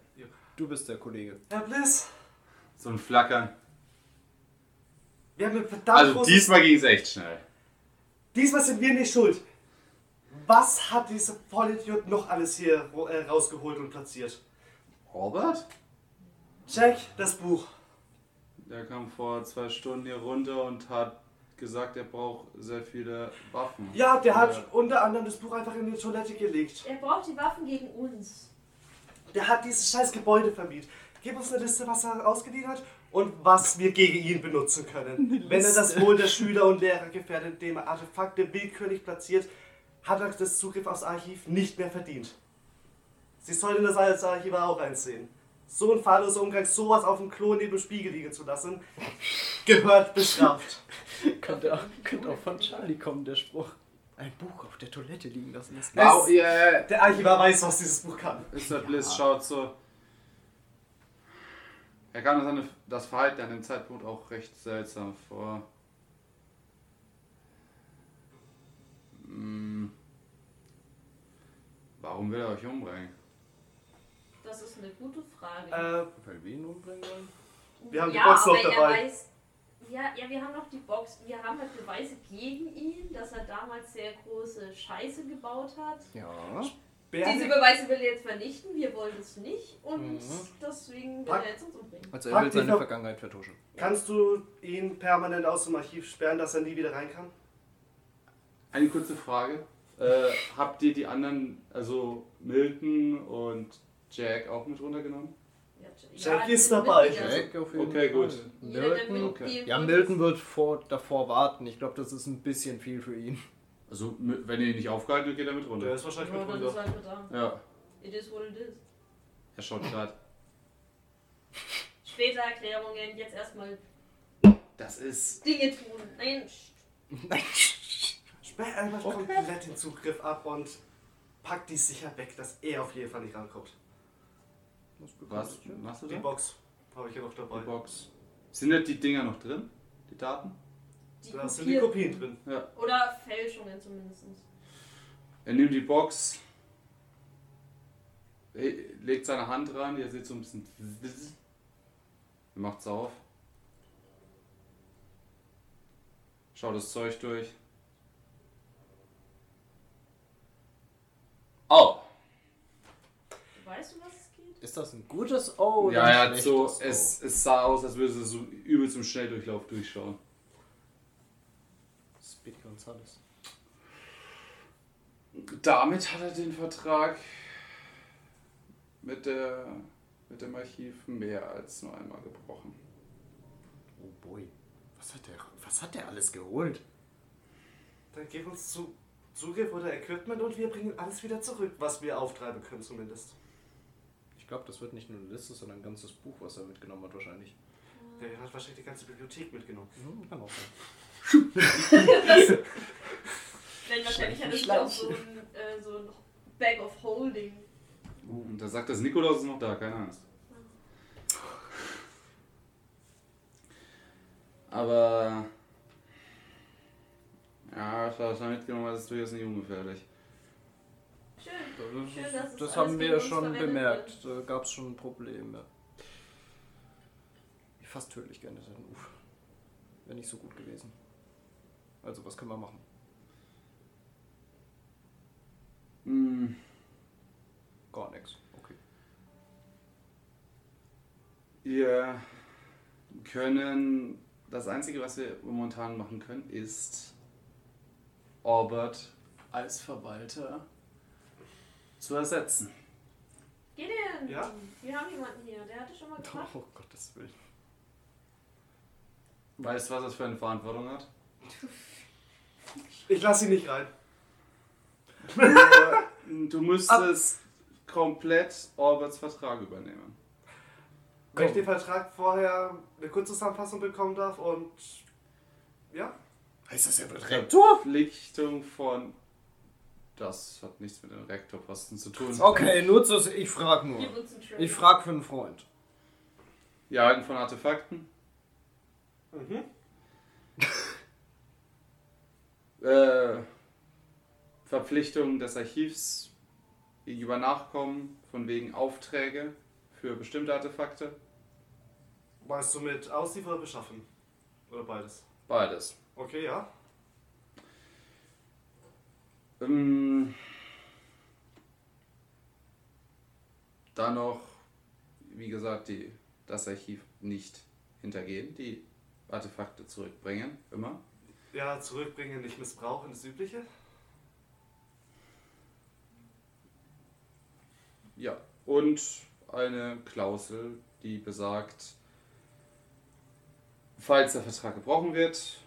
S8: Du bist der Kollege.
S5: Herr Bliss,
S1: So ein Flackern.
S5: wir haben ein verdammt
S1: Also
S5: großes-
S1: diesmal ging es echt schnell.
S5: Diesmal sind wir nicht schuld. Was hat diese Vollidiot noch alles hier ro- äh, rausgeholt und platziert?
S1: Robert?
S5: Check das Buch.
S1: Der kam vor zwei Stunden hier runter und hat gesagt, er braucht sehr viele Waffen.
S5: Ja, der hat
S1: Ja.
S5: unter anderem das Buch einfach in die Toilette gelegt.
S2: Er braucht die Waffen gegen uns.
S5: Der hat dieses scheiß Gebäude vermietet. Gib uns eine Liste, was er ausgeliehen hat und was wir gegen ihn benutzen können. Wenn er das Wohl der Schüler und Lehrer gefährdet, indem er Artefakte willkürlich platziert, hat er das Zugriff aufs Archiv nicht mehr verdient. Sie sollten das als Archivar auch einsehen. So ein fahrloser Umgang, sowas auf dem Klo neben dem Spiegel liegen zu lassen, gehört bestraft.
S4: Könnte auch, könnte auch von Charlie kommen, der Spruch. Ein Buch auf der Toilette liegen lassen. Das
S1: Wow, ihr
S5: Der Archivar weiß, was dieses Buch kann.
S1: Mr. Bliss schaut so. Er kam seine, das Verhalten an dem Zeitpunkt auch recht seltsam vor. Hm. Warum will er euch umbringen?
S2: Das ist eine gute Frage.
S5: Äh,
S8: Weil wir ihn umbringen wollen?
S5: wir haben die Box noch
S2: aber er
S5: dabei.
S2: Weiß, ja, ja, wir haben noch die Box. Wir haben halt Beweise gegen ihn, dass er damals sehr große Scheiße gebaut hat.
S8: Ja.
S2: Diese Beweise will er jetzt vernichten, wir wollen es nicht und deswegen will
S5: Mhm. Pack-
S2: er jetzt uns umbringen.
S8: Also er will
S5: Praktisch
S8: seine
S5: noch-
S8: Vergangenheit vertuschen.
S5: Kannst du ihn permanent aus dem Archiv sperren, dass er nie wieder rein kann?
S1: Eine kurze Frage. Äh, habt ihr die anderen, also Milton und Jack, auch mit runtergenommen?
S2: Ja, Jack-
S5: Jack
S2: ja,
S5: ist
S2: der
S5: dabei.
S2: Mitglieder-
S8: Jack auf jeden
S1: Okay,
S8: Fall.
S1: gut.
S2: Jeder, der
S8: Milton.
S2: mit
S1: okay.
S2: dem-
S4: Ja, Milton wird vor, davor warten. Ich glaube, das ist ein bisschen viel für ihn.
S1: Also, m- wenn ihr ihn nicht aufgehalten habt, geht er mit runter.
S5: ist
S2: Ja,
S5: wahrscheinlich
S2: dann ist er halt da.
S1: Ja,
S2: It is what it is.
S1: er schaut gerade.
S2: Später Erklärungen, jetzt erstmal
S1: Das ist.
S2: Dinge tun. Nein, sch-
S5: Sperr einfach komplett den Zugriff ab und pack die sicher weg, dass er auf jeden Fall nicht rankommt.
S1: Was machst du
S5: Die
S1: da?
S5: Box habe ich ja noch dabei.
S1: Die Box. Sind da die Dinger noch drin? Die Daten?
S2: die
S5: Da sind die
S2: Kopien.
S5: Kopien drin.
S2: Oder Fälschungen zumindest.
S1: Er nimmt die Box, he- legt seine Hand ran, ihr seht so ein bisschen. Er macht's auf. Schaut das Zeug durch. Oh!
S2: Weißt du, was es geht?
S8: Ist das ein gutes O
S4: Oh,
S8: oder
S1: Ja,
S8: ein
S1: er hat so,
S8: schlechtes Oh? O?
S1: es, es sah aus, als würde sie so übel zum Schnelldurchlauf durchschauen.
S8: Speedy Gonzales.
S1: Damit hat er den Vertrag mit, der, mit dem Archiv mehr als nur einmal gebrochen.
S8: Oh boy. Was hat der, was hat der alles geholt?
S5: Dann gib uns zu, Zugriff oder Equipment und wir bringen alles wieder zurück, was wir auftreiben können zumindest.
S8: Ich glaube, das wird nicht nur eine Liste, sondern ein ganzes Buch, was er mitgenommen hat wahrscheinlich.
S2: Ah.
S5: Der hat wahrscheinlich die ganze Bibliothek mitgenommen.
S8: Hm, kann auch sein.
S2: Denn wahrscheinlich hat es
S4: Schleich.
S2: auch so ein, äh, so ein Bag of Holding.
S1: Oh, Und da sagt das Nikolaus ist noch da, keine Angst. Aber. Ja, das was er mitgenommen hat, ist durchaus nicht ungefährlich.
S2: Schön.
S8: Das,
S2: Schön, dass es
S8: das
S2: alles
S8: haben
S2: gegen
S8: wir
S2: uns
S8: schon
S2: verwendet
S8: bemerkt. Da gab es schon Probleme. Wie Fast tödlich geendet hätten. Uff. Wäre nicht so gut gewesen. Also, was können wir machen?
S1: Hm,
S8: Gar nichts. Okay.
S1: Wir können. Das Einzige, was wir momentan machen können, ist Orbert als Verwalter zu ersetzen.
S2: Gideon!
S5: Ja?
S2: Wir haben jemanden hier, der hatte schon mal gemacht.
S8: Oh, Gottes Willen.
S1: Weißt du, was das für eine Verantwortung hat?
S5: Ich lasse ihn nicht rein.
S1: du müsstest komplett Orberts Vertrag übernehmen.
S5: Wenn ich
S8: Komm.
S5: den Vertrag vorher eine Kurzzusammenfassung bekommen darf und ja,
S8: Heißt das, er wird
S1: Verpflichtung von. Das hat nichts mit den Rektorposten zu tun.
S8: Okay, nur zu. Ich frag nur.
S2: Gib uns einen Trade.
S8: Ich frag für einen Freund.
S1: Jagen von Artefakten.
S5: Mhm.
S1: äh, Verpflichtung des Archivs gegenüber Nachkommen von wegen Aufträge für bestimmte Artefakte.
S5: meinst du mit Ausliefern oder Beschaffen? Oder beides?
S1: Beides.
S5: Okay, ja.
S1: Ähm, dann noch, wie gesagt, die, das Archiv nicht hintergehen, die Artefakte zurückbringen, immer.
S5: Ja, zurückbringen, nicht missbrauchen, das Übliche.
S1: Ja, und eine Klausel, die besagt, falls der Vertrag gebrochen wird,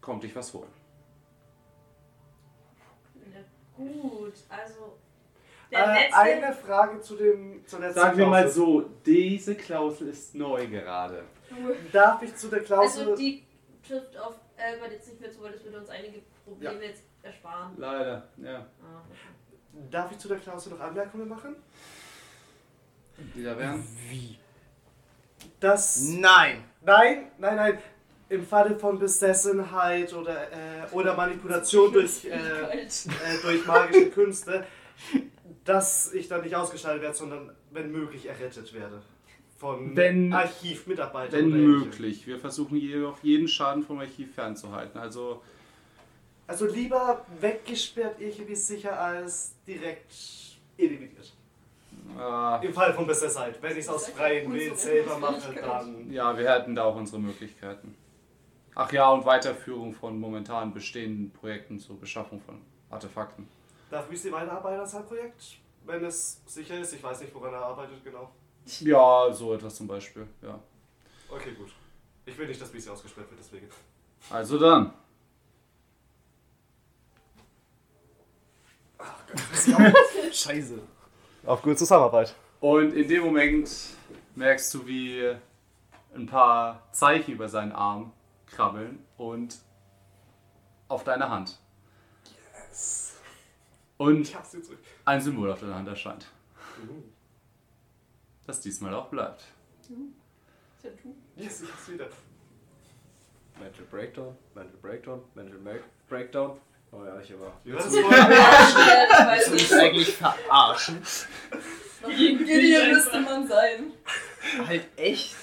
S1: kommt dich was holen.
S2: Gut, also. Der
S5: Äh,
S2: letzte.
S5: eine Frage zu dem zur letzten Klausel.
S1: so, diese Klausel ist neu gerade.
S5: Darf ich zu der Klausel?
S2: also, die trifft auf Albert jetzt nicht mehr zu, weil das würde uns einige Probleme jetzt ersparen.
S1: Leider, ja.
S2: Ah.
S5: darf ich zu der Klausel noch Anmerkungen machen?
S1: Die da wären.
S8: Wie?
S5: Das.
S8: Nein!
S5: Nein, nein, nein. Im Falle von Besessenheit oder, äh, oder Manipulation durch, äh,
S3: halt
S2: Kalt.
S5: äh, durch magische Künste, dass ich dann nicht ausgeschaltet werde, sondern wenn möglich errettet werde. Von
S1: Wenn-
S5: Archivmitarbeitern.
S1: Wenn
S5: oder ähnlichem.
S1: möglich. Wir versuchen jedoch jeden Schaden vom Archiv fernzuhalten. Also
S5: Also lieber weggesperrt irgendwie sicher als direkt eliminiert.
S1: äh,
S5: Im Fall von Besessenheit. Wenn ich es aus freien Willen selber mache,
S3: Unzufriedenheit.
S5: dann.
S1: ja, wir hätten da auch unsere Möglichkeiten. Ach ja, und Weiterführung von momentan bestehenden Projekten zur Beschaffung von Artefakten.
S5: Darf ich sie weiterarbeiten als Projekt? Wenn es sicher ist, ich weiß nicht, woran er arbeitet genau.
S1: Ja, so etwas zum Beispiel. Ja.
S5: Okay, gut. Ich will nicht, dass Wiesi ausgesperrt wird, deswegen.
S1: Also dann.
S8: Scheiße.
S5: Auf gute Zusammenarbeit.
S1: Und in dem Moment merkst du, wie ein paar Zeichen über seinen Arm krabbeln und auf deine Hand. Yes. Und
S5: Ich hab's dir zurück.
S1: ein Symbol auf deiner Hand erscheint. Mhm. Das diesmal auch bleibt.
S3: Tattoo.
S5: Yes, ich hab's wieder.
S8: Mental Breakdown, Mental Breakdown, Mental Breakdown, Oh ja, ich aber.
S5: Das ist wohl-
S3: Weil
S4: Willst du mich eigentlich verarschen?
S3: gegen Gideon müsste man sein.
S4: Halt echt?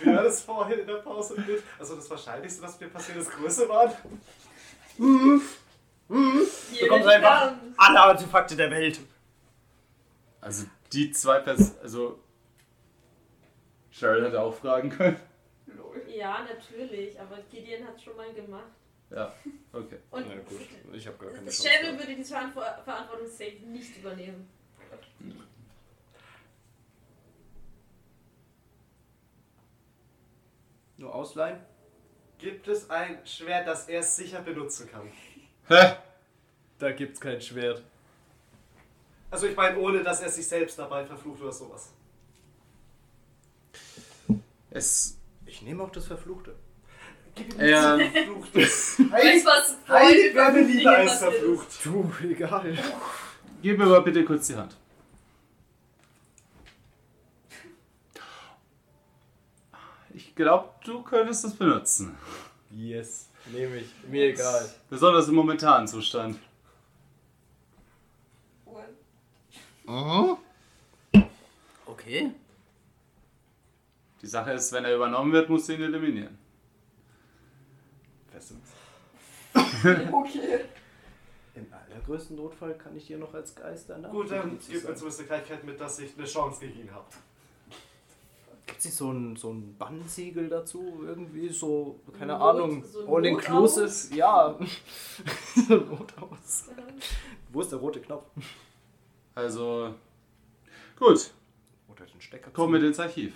S5: Wir hatten es vorhin in der Pause mit. Also das Wahrscheinlichste, was mir passiert ist, Größe waren.
S4: Du kommst einfach
S2: ähm,
S4: alle Artefakte der Welt.
S1: Also die zwei Personen, also Cheryl hätte auch fragen können.
S2: Ja, natürlich, aber Gideon hat schon mal gemacht.
S1: Ja, okay.
S2: Und
S8: Na gut, ich habe gar keine Chance.
S2: Cheryl
S8: gehabt.
S2: würde diese Verantwo- Verantwortung safe nicht übernehmen.
S8: Nur ausleihen?
S5: Gibt es ein Schwert, das er sicher benutzen kann?
S1: Hä?
S8: Da gibt's kein Schwert.
S5: Also ich meine, ohne dass er sich selbst dabei verflucht oder sowas.
S1: Es.
S8: Ich nehme auch das Verfluchte.
S5: Gib ihm
S1: Ja.
S5: nichts Verfluchtes.
S3: Weiß was
S5: Heilig wäre mir lieber
S3: Dinge
S5: als
S3: passiert ist.
S5: verflucht.
S8: Du, egal.
S1: Gib mir mal bitte kurz die Hand. Ich glaube, du könntest es benutzen.
S8: Yes, nehme ich. Mir egal.
S1: Besonders im momentanen Zustand.
S4: Okay.
S1: Die Sache ist, wenn er übernommen wird, musst du ihn eliminieren.
S3: Okay.
S8: Im allergrößten Notfall kann ich dir noch als Geist danach.
S5: Gut, dann gib mir zumindest eine Gleichheit mit, dass ich eine Chance gegen ihn habe.
S4: Gibt es so ein, so ein Bannsiegel dazu? Irgendwie so, keine
S2: Not-
S4: Ahnung,
S2: so ein
S4: all-inclusive? Ja. so ein Not aus. Wo ist der rote Knopf?
S1: Also. Gut,
S8: Oder den Stecker.
S1: komm mit ins Archiv.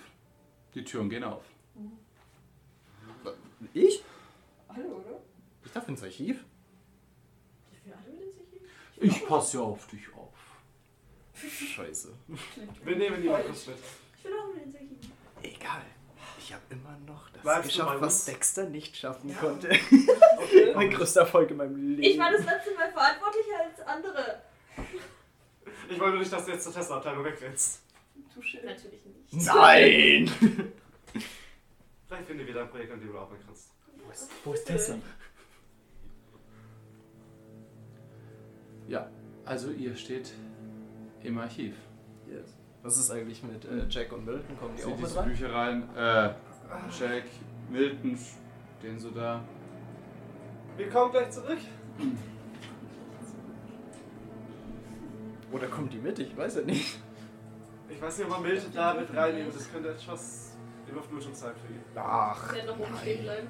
S1: Die Türen gehen auf.
S4: Ich?
S3: Hallo, oder?
S4: Ich darf ins Archiv?
S1: Ich passe ja auf dich auf.
S8: Scheiße.
S5: Wir nehmen die Markus mit.
S2: Ich will auch mit den Säcken.
S8: Egal. Ich habe immer noch das
S5: Bleibst du bei
S8: geschafft,
S5: uns?
S8: was Dexter nicht schaffen konnte.
S3: Okay.
S4: Mein größter Erfolg in meinem Leben.
S2: Ich war das letzte Mal verantwortlicher als andere.
S5: Ich wollte nicht, dass du jetzt zur Tesla-Abteilung wegrennst.
S3: Touché.
S2: Natürlich nicht.
S4: Nein!
S5: Vielleicht finden wir wieder ein Projekt, an dem du arbeiten kannst.
S4: Wo ist Tessa?
S1: Ja, also ihr steht im Archiv.
S4: Yes.
S8: Was ist eigentlich mit äh, Jack und Milton? Kommen die
S1: Seht
S8: auch mit
S1: diese
S8: rein?
S1: Bücher rein. Äh, Jack, Milton stehen so da.
S5: Wir kommen gleich zurück.
S8: Oder kommen die mit? Ich weiß ja nicht.
S5: Ich weiß nicht, ob wir Milton da mit reinnehmen. Das könnte etwas Überflutung sein für ihn.
S8: Ach,
S2: Ich werde noch oben stehen bleiben.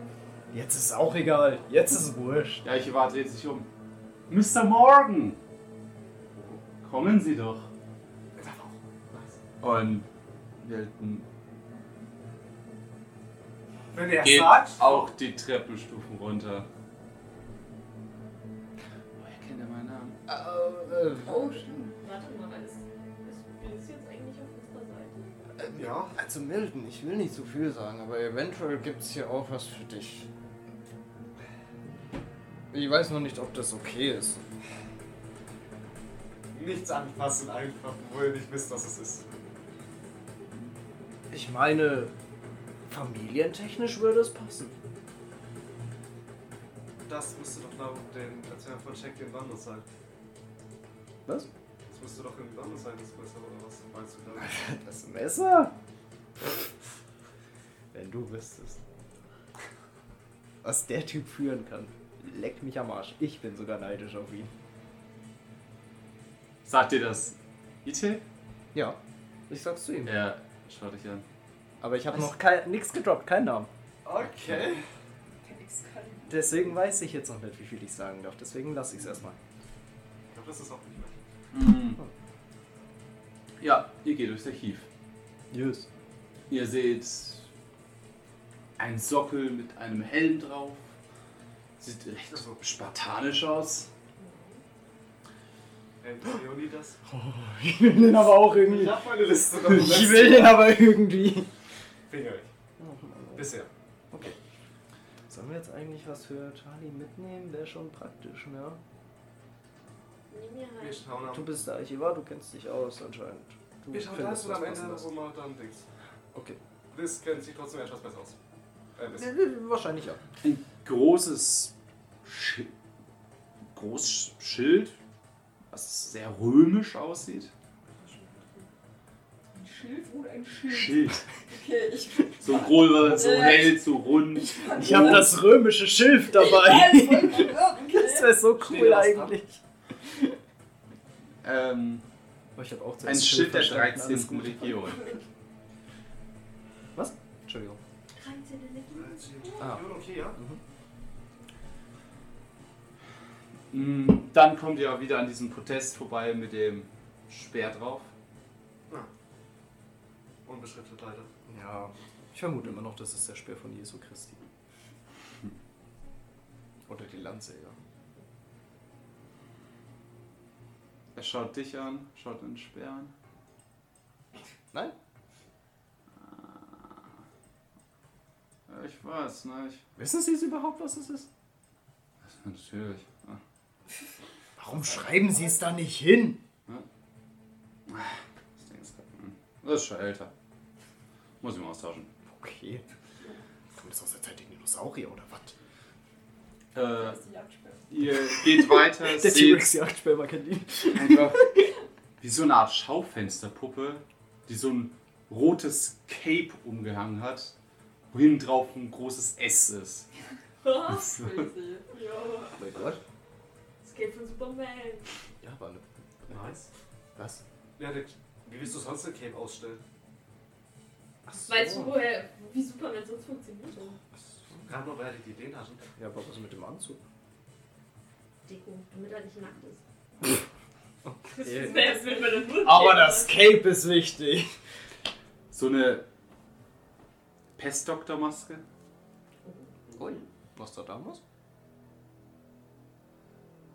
S8: jetzt ist es auch egal. Jetzt ist es wurscht.
S1: Ja, ich warte jetzt sich um. Mr. Morgan! Kommen Sie doch. Und Milton
S5: Wenn er
S1: geht
S5: sagt,
S1: auch die Treppenstufen runter. Woher kennt er meinen Namen?
S8: Äh,
S3: Oh, stimmt.
S2: Warte mal, ist, ist Blitz jetzt eigentlich auf unserer Seite?
S5: ja,
S8: Also Milton, ich will nicht zu viel sagen, aber eventuell gibt's hier auch was für dich. Ich weiß noch nicht, ob das okay ist.
S5: nichts anfassen einfach, wo ihr nicht wisst, was es ist.
S4: Ich meine, familientechnisch würde es passen.
S5: Das müsste doch da um den Erzähler von Check in London sein.
S8: Was?
S5: Das müsste doch in London sein, das Messer, oder was meinst du damit?
S8: Das Messer? Wenn du wüsstest. Was der Typ führen kann. Leck mich am Arsch. Ich bin sogar neidisch auf ihn.
S1: Sagt dir das IT?
S8: Ja, ich sag's zu ihm.
S1: Ja, schau dich an.
S8: Aber ich habe noch kein, nix gedroppt, keinen Namen.
S5: Okay.
S3: Excalibur.
S8: Deswegen weiß ich jetzt noch nicht, wie viel ich sagen darf. Deswegen lasse ich es erstmal.
S5: Ich glaube, das ist auch nicht mehr.
S1: Mhm. Ja, ihr geht durchs Archiv.
S8: Yes.
S1: Ihr seht einen Sockel mit einem Helm drauf. Sieht recht so spartanisch aus.
S5: Hey, Leonidas.
S4: Ich will den aber auch irgendwie.
S5: Ich hab meine Liste noch.
S4: Ich will den aber irgendwie.
S5: Finger weg. Bisher.
S8: Sollen wir jetzt eigentlich was für Charlie mitnehmen? Wäre schon praktisch, ne?
S2: Nimm mir
S5: Wir
S2: halt.
S5: schauen
S8: Du
S5: am,
S8: bist der Archivar, du kennst dich aus anscheinend. Du
S5: wir schauen
S8: findest
S5: das und am
S8: was
S5: Ende
S8: Passendes.
S5: wo wir dann Dings.
S8: Okay.
S5: Liz kennt sich trotzdem etwas besser aus. Äh, Liz.
S8: Wahrscheinlich ja.
S1: Ein großes, Sch- Großschild, was sehr römisch aussieht.
S3: Ein Schild oder Oh, ein Schild?
S1: Schild.
S3: Okay, ich
S1: So groß, so hell, so rund.
S4: Ich habe das römische Schilf dabei. Das
S3: Okay.
S4: wäre so
S5: Steht
S4: cool
S5: da was
S4: eigentlich.
S1: Ähm,
S4: Aber ich habe auch
S1: ein
S4: zuerst
S1: Schild der
S4: verstanden. Alles
S1: 13.
S4: gut.
S1: Region.
S4: Entschuldigung.
S2: 13 Leben.
S4: Ah.
S5: Okay, ja.
S1: Mm, Dann kommt ihr wieder an diesem Protest vorbei mit dem Speer drauf.
S5: Unbeschriftet leider.
S4: Ja, ich vermute immer noch, das ist der Speer von Jesu Christi. Hm. Oder die Lanze, ja.
S1: Er schaut dich an, schaut den Speer an.
S4: Nein?
S1: Ah. Ja, Ich weiß nicht.
S4: Wissen Sie es überhaupt, was es ist?
S1: Natürlich. Ja.
S4: Warum schreiben Sie es da nicht hin?
S1: Das Ding ist kaputt. Hm. Das ist schon älter. Muss ich mal austauschen.
S4: Okay. Kommt das aus der Zeit der Dinosaurier oder was?
S1: Äh,
S3: Das ist die Jagdspitze.
S1: ihr geht weiter,
S4: Der
S1: seht
S4: T-Rex-Jagdspell war kein Ding.
S1: einfach wie so eine Art Schaufensterpuppe, die so ein rotes Cape umgehangen hat, wo hinten drauf ein großes S ist.
S2: Was? Crazy.
S3: Ja.
S4: Oh mein Gott.
S2: Es geht von Superman.
S4: Ja, war eine.
S5: Nice.
S4: Was?
S5: Ja, der, wie willst du sonst ein Cape ausstellen?
S2: Weißt du, woher, wie Superman sonst funktioniert?
S5: Gerade noch, weil die Ideen hatten.
S4: Ja, aber was mit dem Anzug?
S2: Deko, damit er nicht nackt ist.
S4: Okay.
S2: Wer ist mit meinem Mund?
S4: Cape ist wichtig.
S1: So eine Pestdoktormaske.
S4: Ui, Nostradamus?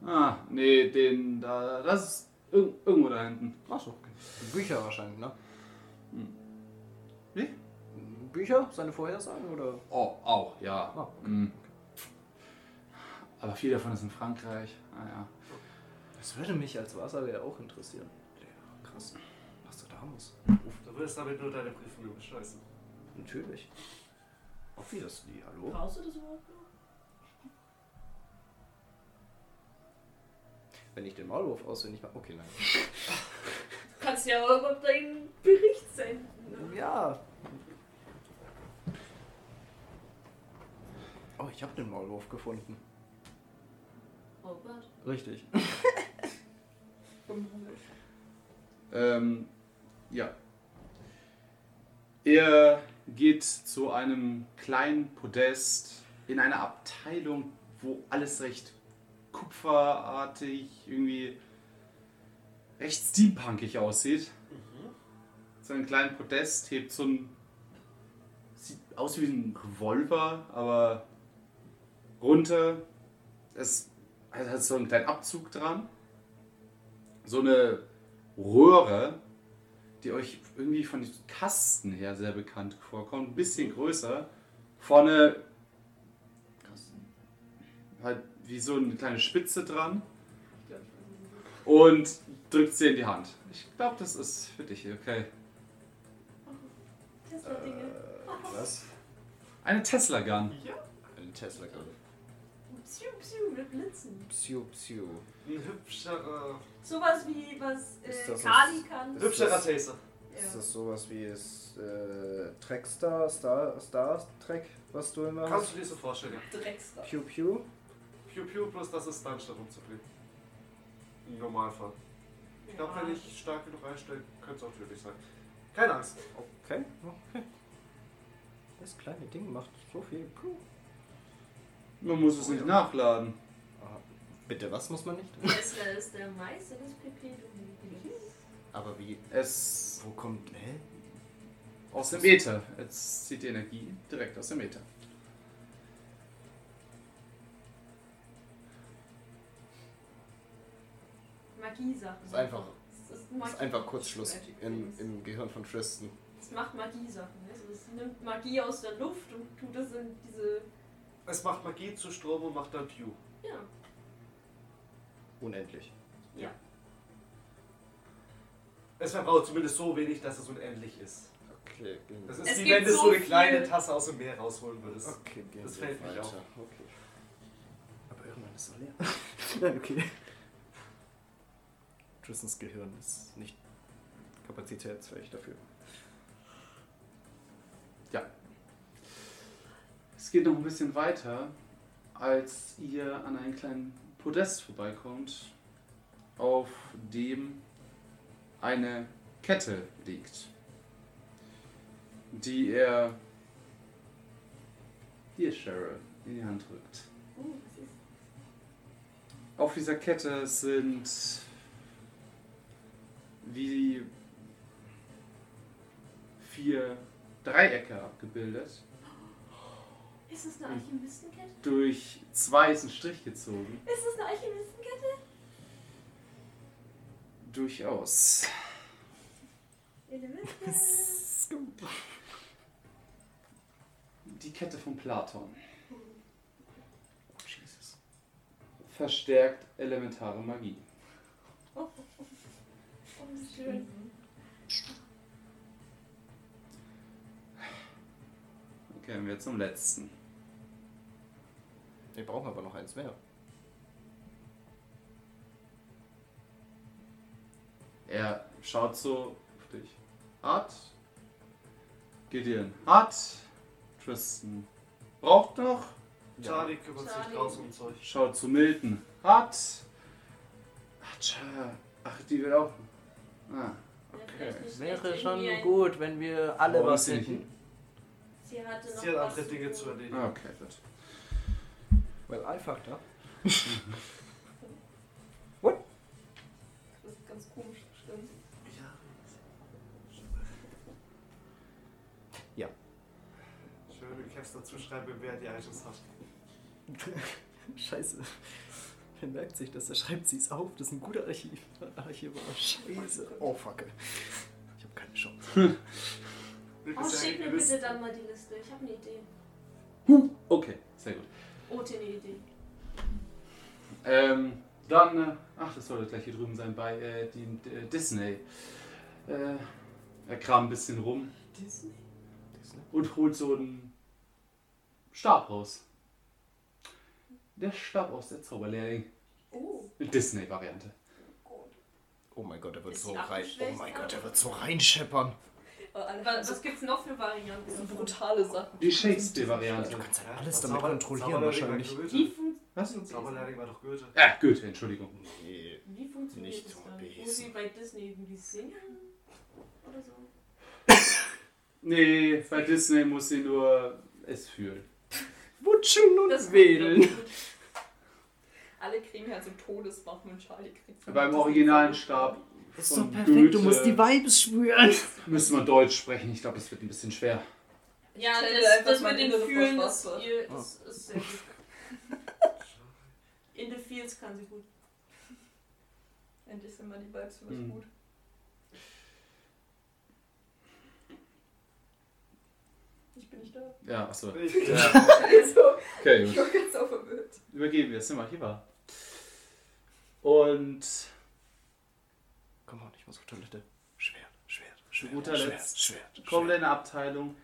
S1: Ah, nee, den da, das ist irg- irgendwo da hinten.
S4: Achso. Die Bücher wahrscheinlich, ne?
S1: Wie?
S4: Bücher? Seine Vorhersagen oder?
S1: Oh, auch, ja.
S4: Ah,
S1: Mm. Aber viel davon ist in Frankreich. Ah, ja.
S4: Das würde mich als Wahrsager auch interessieren. Ja, krass. Nostradamus.
S5: Du würdest damit nur deine Briefe nur bescheißen.
S4: Natürlich. Auf Wiedersehen, hallo.
S2: Brauchst du das überhaupt noch?
S4: Wenn ich den Maulwurf auswendig mache. Okay, nein.
S2: Du kannst ja auch überhaupt deinen Bericht senden. Ne?
S4: Ja. Oh, ich habe den Maulwurf gefunden.
S2: Oh Gott.
S4: Richtig.
S1: Ähm, ja. Er geht zu einem kleinen Podest in einer Abteilung, wo alles recht kupferartig, irgendwie recht steampunkig aussieht. So einen kleinen Podest hebt so ein. Sieht aus wie ein Revolver, aber runter. Es hat hat so einen kleinen Abzug dran. So eine Röhre, die euch irgendwie von den Kasten her sehr bekannt vorkommt, ein bisschen größer. Vorne halt wie so eine kleine Spitze dran und drückt sie in die Hand. Ich glaube, das ist für dich okay.
S2: Tesla-Dinge.
S4: Was?
S1: Eine Tesla Gun.
S4: Ein tesla gerade.
S2: Psiu, psiu, mit Blitzen.
S4: Psiu, psiu.
S5: Ein hübscherer,
S2: Sowas wie, was
S4: Ist
S2: äh,
S4: das
S2: Kali
S4: was-
S2: kann.
S5: ein
S4: Ist
S5: hübscherer
S4: das-
S5: Taser.
S4: Ist
S2: Ja.
S4: das sowas wie es, äh, Trackstar, Star, Star Trek, was du immer
S5: Kannst
S4: hast?
S5: du dir so vorstellen? ja.
S3: Dreckstar.
S4: Pew Pew?
S5: Pew Pew plus das ist dann statt umzubringen. Im Normalfall. Ich glaube,
S2: Ja.
S5: wenn ich stark genug einstelle, könnte es auch tödlich sein. Keine Angst.
S4: Okay, okay. Das kleine Ding macht so viel. Puh.
S1: Man muss es nicht nachladen.
S4: Bitte, was muss man nicht?
S2: Tesla ist der Meister des PP.
S4: Aber wie?
S1: Es
S4: Wo kommt. Hä?
S1: aus dem Äther. Jetzt zieht die Energie direkt aus dem Äther.
S2: Magie-Sachen.
S4: Ist einfach,
S2: Es ist
S4: ist
S2: Magie.
S4: einfach Kurzschluss im, im Gehirn von Tristan.
S2: Es macht Magie-Sachen. ne? Also es nimmt Magie aus der Luft und tut es in diese.
S5: Es macht Magie zu Strom und macht dann Pew.
S2: Ja.
S4: Unendlich.
S2: Ja.
S5: Es verbraucht zumindest so wenig, dass es unendlich ist.
S4: Okay, gehen
S5: Das
S4: wir.
S5: ist
S2: Es
S5: wie
S2: gibt
S5: wenn du
S2: so
S5: so eine kleine
S2: viel-
S5: Tasse aus dem Meer rausholen würdest.
S4: Okay, gehen
S5: Das
S4: wir
S5: fällt mich
S4: weiter.
S5: auf.
S4: Okay. Aber irgendwann ist es leer. Nein, okay. Tristans Gehirn ist nicht kapazitätsfähig dafür.
S1: Es geht noch ein bisschen weiter, als ihr an einem kleinen Podest vorbeikommt, auf dem eine Kette liegt, die er dir, Cheryl, in die Hand drückt.
S2: Uh, was ist
S1: Auf dieser Kette sind wie vier Dreiecke abgebildet.
S2: Ist es
S4: Hm.
S2: eine Alchemistenkette?
S1: Durch zwei ist ein Strich gezogen.
S2: Ist es eine Alchemistenkette?
S1: Durchaus.
S2: Elemente.
S1: Die Kette von Platon. Verstärkt elementare Magie.
S2: Oh, wie schön.
S1: Okay, wir zum letzten.
S8: Wir brauchen aber noch eins mehr.
S1: Er schaut so auf dich. Hart. Gideon. Hart. Tristan. Braucht noch.
S5: Charlie kümmert sich
S2: Charlie.
S5: draußen um Zeug.
S1: Schaut zu Milton. Hart. Ach, tja. Ach, die will auch. Ah.
S2: Ja,
S1: Okay.
S2: vielleicht nicht
S4: Wäre
S2: schlecht,
S4: schon
S2: irgendwie ein-
S4: gut, wenn wir alle
S1: Warum
S4: was
S1: ist sie nicht
S4: hätten.
S2: Sie hatte noch
S5: Sie hat
S2: was
S5: andere Dinge zu erledigen.
S1: ah, okay, gut.
S8: Well, I fucked up.
S3: Das ist ganz komisch, stimmt.
S5: Ja.
S4: Ja.
S5: Schön, wenn Caps dazu schreiben, wer die Items hat.
S4: Scheiße. Er merkt sich das, er schreibt sie es auf. Das ist ein guter Archiv. Archiv aber scheiße. Oh, fuck. Ich habe keine Chance.
S5: Will
S2: Oh,
S5: bisher
S2: schick mir
S5: gewiss-
S2: bitte dann mal die Liste. Ich habe eine Idee.
S1: Okay, sehr gut.
S2: Ote eine Idee.
S1: Ähm, dann, äh, ach, das sollte gleich hier drüben sein bei äh, dem äh, Disney. Äh, er kramt ein bisschen rum
S3: Disney?
S1: und holt so einen Stab raus. Der Stab aus der Zauberlehrling.
S3: Oh,
S1: Disney-Variante.
S3: gut.
S8: Oh mein Gott, er wird
S2: Ist
S8: so
S2: die
S8: rein. Oh
S2: abgeschwächt,
S8: mein
S2: aber-
S8: Gott, er wird so reinscheppern.
S3: Aber alle
S2: Was, was gibt's noch für Varianten?
S3: so brutale Sachen.
S1: Die
S8: Du
S1: Shakespeare-Variante.
S8: kannst
S5: Ja,
S8: halt alles
S5: aber
S8: damit
S5: Zauber-
S8: kontrollieren
S5: Zauberlehrling
S8: wahrscheinlich.
S5: war
S2: Wie,
S5: Goethe.
S2: fun
S1: Was?
S5: Zauberlehrling war doch Goethe.
S1: Ah, Goethe, Entschuldigung.
S8: Nee.
S2: wie funktioniert
S8: Nicht
S2: das
S8: so
S2: dann? Muss
S8: besen.
S2: sie bei Disney irgendwie singen? Oder so?
S1: Nee, bei Disney muss sie nur es fühlen.
S4: Wutschen und
S2: Das
S4: wedeln.
S3: Alle kriegen halt so Todeswaffen und Charlie kriegt so
S1: Beim
S3: Disney-
S1: originalen Stab
S4: Ist
S1: von
S4: doch perfekt, du
S1: Goethe
S4: musst die Vibes spüren.
S1: müssen wir Deutsch sprechen. Ich glaube, es wird ein bisschen schwer.
S2: Ja,
S3: Schüttel
S2: das,
S3: einfach
S2: das
S3: mein
S2: mit den
S3: inneres
S2: Fühlen
S3: Wasser.
S2: ist, ihr,
S4: Ah.
S2: ist, ist sehr gut. In the Fields kann sie gut.
S3: Endlich sind mal die Vibes für was
S1: Mhm.
S3: gut. Ich bin nicht da.
S1: Ja, achso.
S5: Ich,
S3: Also,
S1: Okay,
S3: ich
S1: gut.
S3: war ganz so verwirrt.
S1: übergeben wir es immer hierbei. Und
S4: Komm on, ich muss auf Toilette. Schwert, Schwert, Schwert.
S1: guter
S4: Schwert,
S1: Letzt
S4: Schwert,
S1: kommen wir
S4: Schwert.
S1: in eine Abteilung,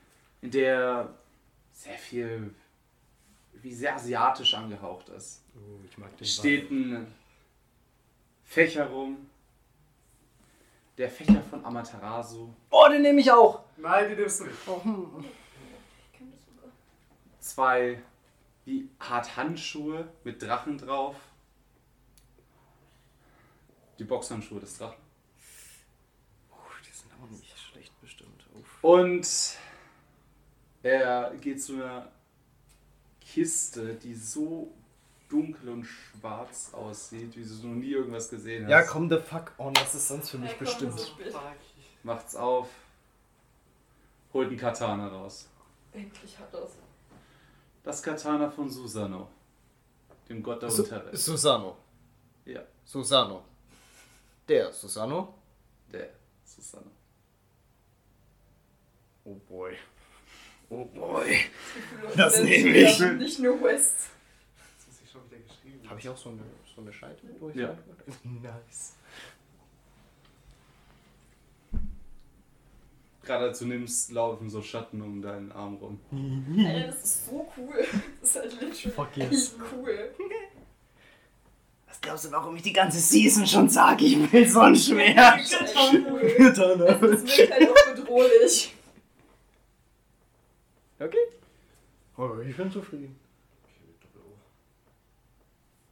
S1: in der sehr viel, wie sehr asiatisch angehaucht ist.
S4: Oh, ich mag den
S1: Steht ein Fächer rum. Der Fächer von Amaterasu.
S4: Wein. Oh, den nehme ich auch.
S5: nein, die nimmst du nicht.
S3: Ich kann das sogar.
S1: Zwei wie hart Handschuhe mit Drachen drauf. Die Boxhandschuhe des Drachen.
S4: Oh, die sind auch nicht schlecht bestimmt. Uff.
S1: Und er geht zu einer Kiste, die so dunkel und schwarz aussieht, wie du noch nie irgendwas gesehen hast.
S4: Ja, komm the fuck on, das ist sonst für mich
S3: Ja, komm, das ist
S4: bestimmt.
S3: spät.
S1: Macht's auf. Holt ein Katana raus.
S3: Endlich hat das.
S1: Das Katana von Susano, dem Gott der Unterwelt.
S8: Susano.
S1: Ja,
S8: Susano. Der Susano.
S1: der Susano.
S8: Oh boy.
S4: Oh boy.
S8: Das nehme
S3: ich. Nicht nur West.
S5: Das ist schon wieder geschrieben.
S8: Habe ich auch so eine, so eine Scheite durch?
S1: Ja.
S8: Nice.
S1: Gerade als du nimmst, laufen so Schatten um deinen Arm rum.
S3: Alter, das ist so cool. Das ist halt literally
S4: Fuck yes.
S3: cool.
S4: Was glaubst du, warum ich die ganze Season schon sage, ich will so ein Schwert? Getan habe.
S3: Das wirkt halt auch bedrohlich.
S4: Okay. Oh, ich bin zufrieden.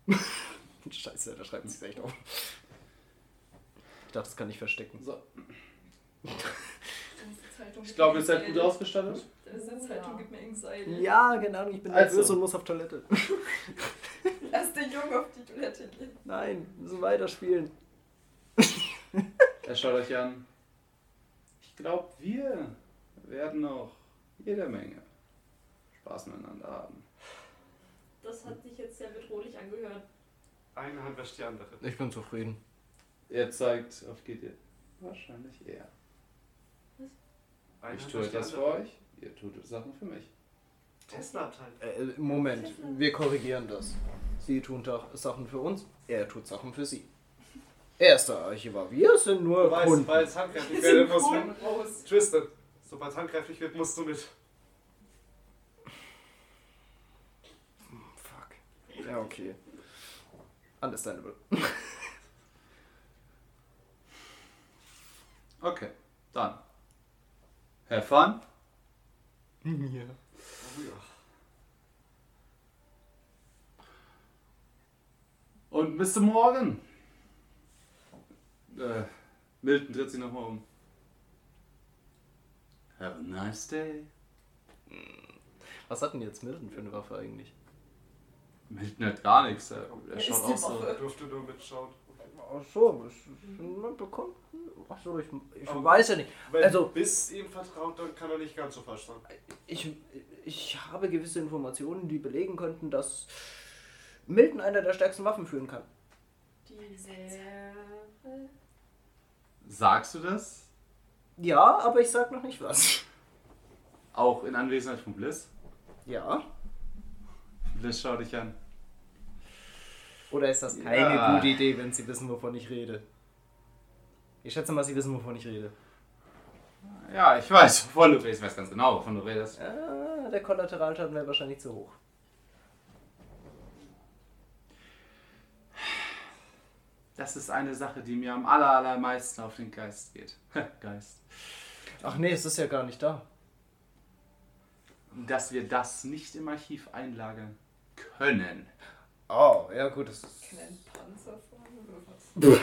S4: Scheiße, da schreibt sich echt auf. Ich dachte, das kann ich verstecken.
S1: So,
S2: halt
S3: Sitzhaltung
S1: ich
S3: gibt
S1: glaube,
S3: mir
S1: ihr seid gut
S3: Anxiety.
S1: ausgestattet.
S3: Deine Sitzhaltung gibt halt, mir Anxiety.
S4: Ja, keine Ahnung, ich bin
S1: Also.
S4: nervös und muss auf Toilette.
S3: Lass den Jungen auf die Toilette gehen.
S4: Nein, wir müssen weiterspielen.
S1: Er schaut euch an. Ich glaube, wir werden noch jede Menge Spaß miteinander haben.
S2: Das hat sich jetzt sehr bedrohlich angehört.
S5: Eine Hand wäscht die andere.
S4: Ich bin zufrieden.
S1: Er zeigt auf Gideon. Wahrscheinlich er.
S5: Eine
S1: Ich
S5: Hand
S1: tue
S5: wäscht die
S1: etwas für
S5: andere.
S1: euch, ihr tut Sachen für mich.
S5: Tesla-Abteil.
S4: Äh, Moment, wir korrigieren das. Sie tun Ta- Sachen für uns, er tut Sachen für sie. Er ist der Archivar, wir sind nur Kunden.
S5: sobald Oh, es handgreiflich wird, muss
S3: Cool.
S5: man. Tristan, sobald es handgreiflich wird, musst du mit.
S4: Fuck. Ja, okay. Understandable.
S1: Okay, dann. Have fun.
S4: Ja.
S5: Oh
S1: Und bis zum Morgen. Äh, Milton dreht sich nochmal um. Have a nice day.
S4: Was hat denn jetzt Milton für eine Waffe eigentlich?
S1: Milton hat gar nichts. Er, er
S3: ist
S1: schaut
S3: die
S1: auch so.
S5: Er durfte nur mitschauen.
S4: Ach so, man bekommt. Ach so, ich, ich weiß ja nicht.
S5: Wenn
S4: Also-
S5: also, bis ihm vertraut, dann kann er nicht ganz so falsch sein.
S4: Ich, ich habe gewisse Informationen, die belegen könnten, dass Milton einer der stärksten Waffen führen kann.
S2: Diese
S1: Sagst du das?
S4: Ja, aber ich sag noch nicht was.
S1: Auch in Anwesenheit von Bliss?
S4: Ja.
S1: Bliss schau dich an.
S4: Oder ist das keine
S1: Ja.
S4: gute Idee, wenn sie wissen, wovon ich rede? Ich schätze mal, sie wissen, wovon ich rede.
S1: Ja, ich weiß, wovon du redest. Ich weiß ganz genau, wovon du redest.
S4: Ah, der Kollateralschaden wäre wahrscheinlich zu hoch.
S1: Das ist eine Sache, die mir am aller, allermeisten auf den Geist geht. Geist.
S4: Ach nee, es ist ja gar nicht da.
S1: Dass wir das nicht im Archiv einlagern können.
S4: Oh, ja gut, das ist...
S3: Kann ein Panzer fahren oder was?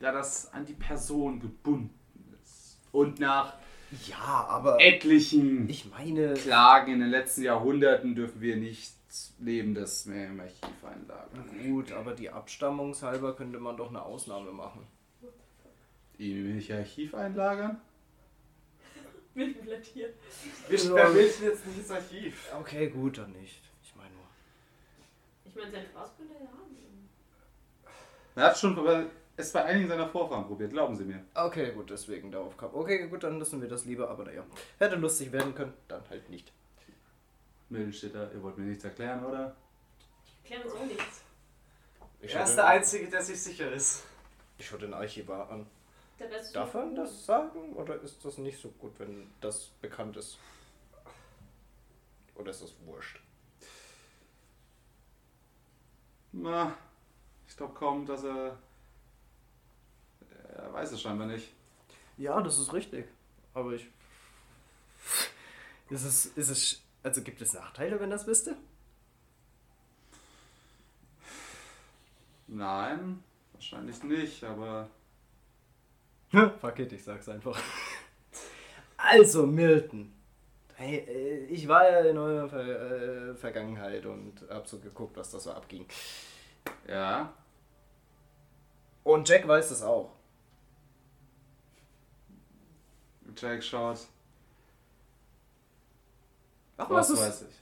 S1: Da das an die Person gebunden ist. Und nach
S4: Ja, aber
S1: etlichen
S4: ich meine...
S1: Klagen in den letzten Jahrhunderten dürfen wir nichts Lebendes mehr im Archiv einlagern.
S4: Gut, aber die Abstammungshalber könnte man doch eine Ausnahme machen.
S1: Im Archiv einlagern?
S2: wilden Blättier.
S5: Wir
S4: Ja.
S5: sperren Milton jetzt nicht ins Archiv.
S4: Okay, gut, dann nicht. Ich meine nur...
S2: Ich meine, seinen Spaß könnte er haben.
S1: Er hat schon bei- es bei einigen seiner Vorfahren probiert, glauben Sie mir.
S4: Okay, gut, deswegen darauf kam. Okay, gut, dann lassen wir das lieber, aber naja. Hätte lustig werden können, dann halt nicht.
S1: Milton steht da, ihr wollt mir nichts erklären, oder?
S2: Ich erkläre uns auch nichts.
S4: Ich
S5: Er
S4: schaue
S5: ist
S4: den-
S5: der Einzige, der sich sicher ist.
S4: ich schau den Archivar an.
S2: Der Rest
S4: Darf man das sagen oder ist das nicht so gut, wenn das bekannt ist? Oder ist das wurscht?
S1: Na, ich glaube kaum, dass er. Er weiß es scheinbar nicht.
S4: Ja, das ist richtig. Aber ich. Ist es, ist es. sch- Also gibt es Nachteile, wenn das wüsste?
S1: Nein, wahrscheinlich nicht, aber.
S4: Fuck it, ich sag's einfach. Also, Milton. Hey, äh, ich war ja in eurer Ver äh, Vergangenheit und hab so geguckt, was das so abging.
S1: Ja,
S4: Und Jack weiß das auch.
S1: Jack schaut.
S4: Ach,
S1: Das weiß ich.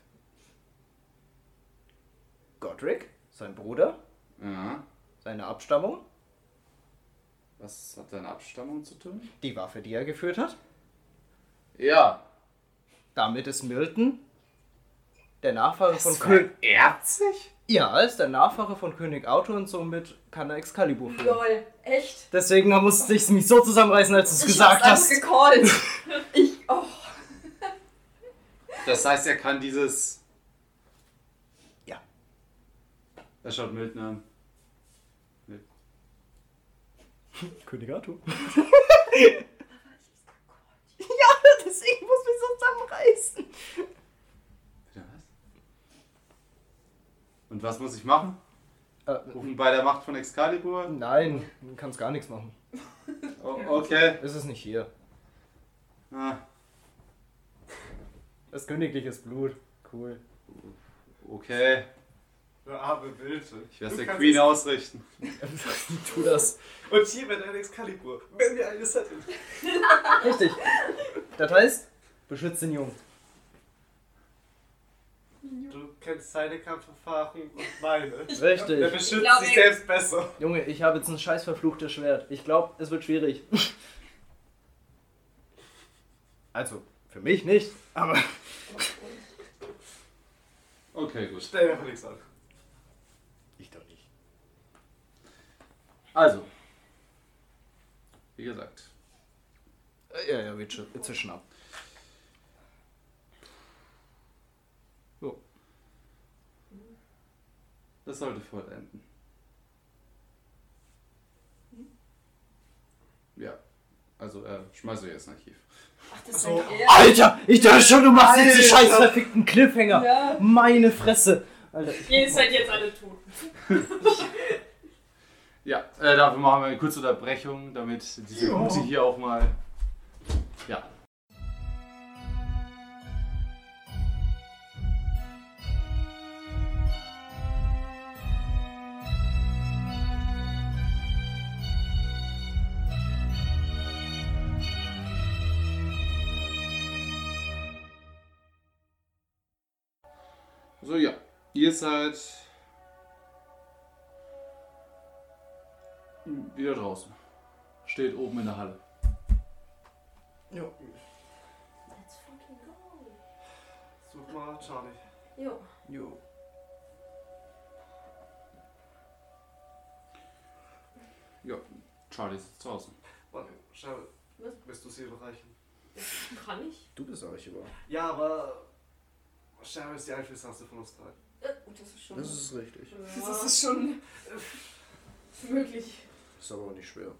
S4: Godric, sein Bruder,
S1: Ja.
S4: seine Abstammung,
S1: Was hat deine Abstammung zu tun?
S4: die Waffe, die er geführt hat.
S1: Ja.
S4: Damit ist Milton der Nachfahre von König.
S1: Vererbsich?
S4: Ja, ist der Nachfahre von König Auto und somit kann er Excalibur führen.
S3: Lol, echt?
S4: Deswegen musste ich mich so zusammenreißen, als du es gesagt
S3: hab's
S4: hast.
S3: einfach gecallt. Ich, oh,
S1: Das heißt, er kann dieses.
S4: Ja.
S1: Er schaut ne? Milton an.
S4: König Arthur.
S3: Gott.
S4: Deswegen muss mich zusammenreißen.
S1: Bitte was? Und was muss ich machen?
S4: Äh,
S1: Rufen bei der Macht von Excalibur?
S4: nein, du kannst gar nichts machen.
S1: Oh, okay.
S4: Es ist nicht hier.
S1: Ah,
S4: Das königliche ist Blut. Cool.
S1: okay.
S5: Der arme Wilde.
S1: Ich werde es der Queen ausrichten.
S4: tu das.
S5: Und hier wird ein Excalibur. Wenn wir eines hätten.
S4: Richtig. Das heißt, beschützt den Jungen.
S5: Du kennst seine Kampfverfahren und meine. Der
S4: Richtig.
S5: beschützt
S6: glaube-
S5: sich selbst besser.
S4: Junge, ich habe jetzt ein scheiß verfluchtes Schwert. Ich glaube, es wird schwierig. Also, für mich nicht, aber.
S1: Okay, gut.
S5: Stell mir von nichts an.
S4: Ich doch nicht.
S1: Also. Wie gesagt.
S4: Ja, ja, it's a, it's a Schnapp.
S1: Das sollte vollenden. Ja. Also, äh, schmeiß euch jetzt ins Archiv.
S3: Ach, das ist
S5: So.
S3: ein Ehr.
S4: Alter, ich dachte schon, du machst
S5: Alter.
S4: diesen scheiß verfickten Cliffhanger.
S3: Ja.
S4: Meine Fresse. Alter.
S2: Ihr seid jetzt alle tot.
S1: Ja, äh, dafür machen wir eine kurze Unterbrechung, damit diese Gute hier auch mal. Ja. So, ja. Ihr seid wieder draußen. Steht oben in der Halle.
S2: Let's fucking go.
S5: Such mal Charlie.
S2: Jo.
S8: Jo.
S1: Ja, Charlie ist draußen.
S5: Warte, Cheryl.
S2: Was?
S5: Willst du sie überreichen?
S2: Kann ich?
S4: Du bist Archivar.
S5: Ja, aber. Cheryl ist die einflussreichste von uns drei.
S2: Äh,
S3: Oh, das ist schon.
S4: Das ist richtig.
S3: das ist schon.
S2: äh, möglich.
S4: Ist aber auch nicht schwer.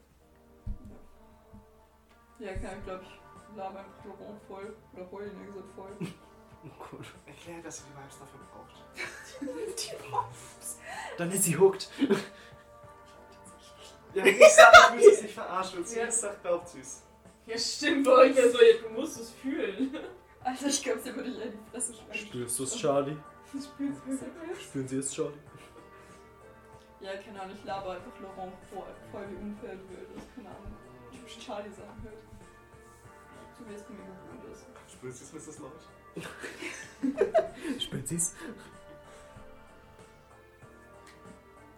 S3: Ja, kann ich, glaube ich, laber einfach nur rum voll. Oder heulen, die sind voll.
S4: Gut.
S5: Erklär, dass sie die Vibes dafür braucht.
S4: Dann ist sie hooked.
S5: Ja, wenn ich sag, ich will es nicht verarschen. Und sie
S2: Ja.
S5: sagt, glaubt sie's.
S2: Ja, stimmt, bei euch ja so, ja, du musst es fühlen.
S3: Alter, ich glaube, sie würde ich in die Fresse schmecken.
S4: Spürst du es, Charlie?
S3: Spürst du es?
S4: Spüren sie es, Charlie?
S3: Ja, keine Ahnung, ich laber einfach Laurent voll, voll wie unfair wird. Das keine Ahnung. Ich muss Charlie sagen halt. So wie es bei mir gewohnt ist.
S5: Spürt sie's, Mrs. Lodge?
S4: Spüren sie es?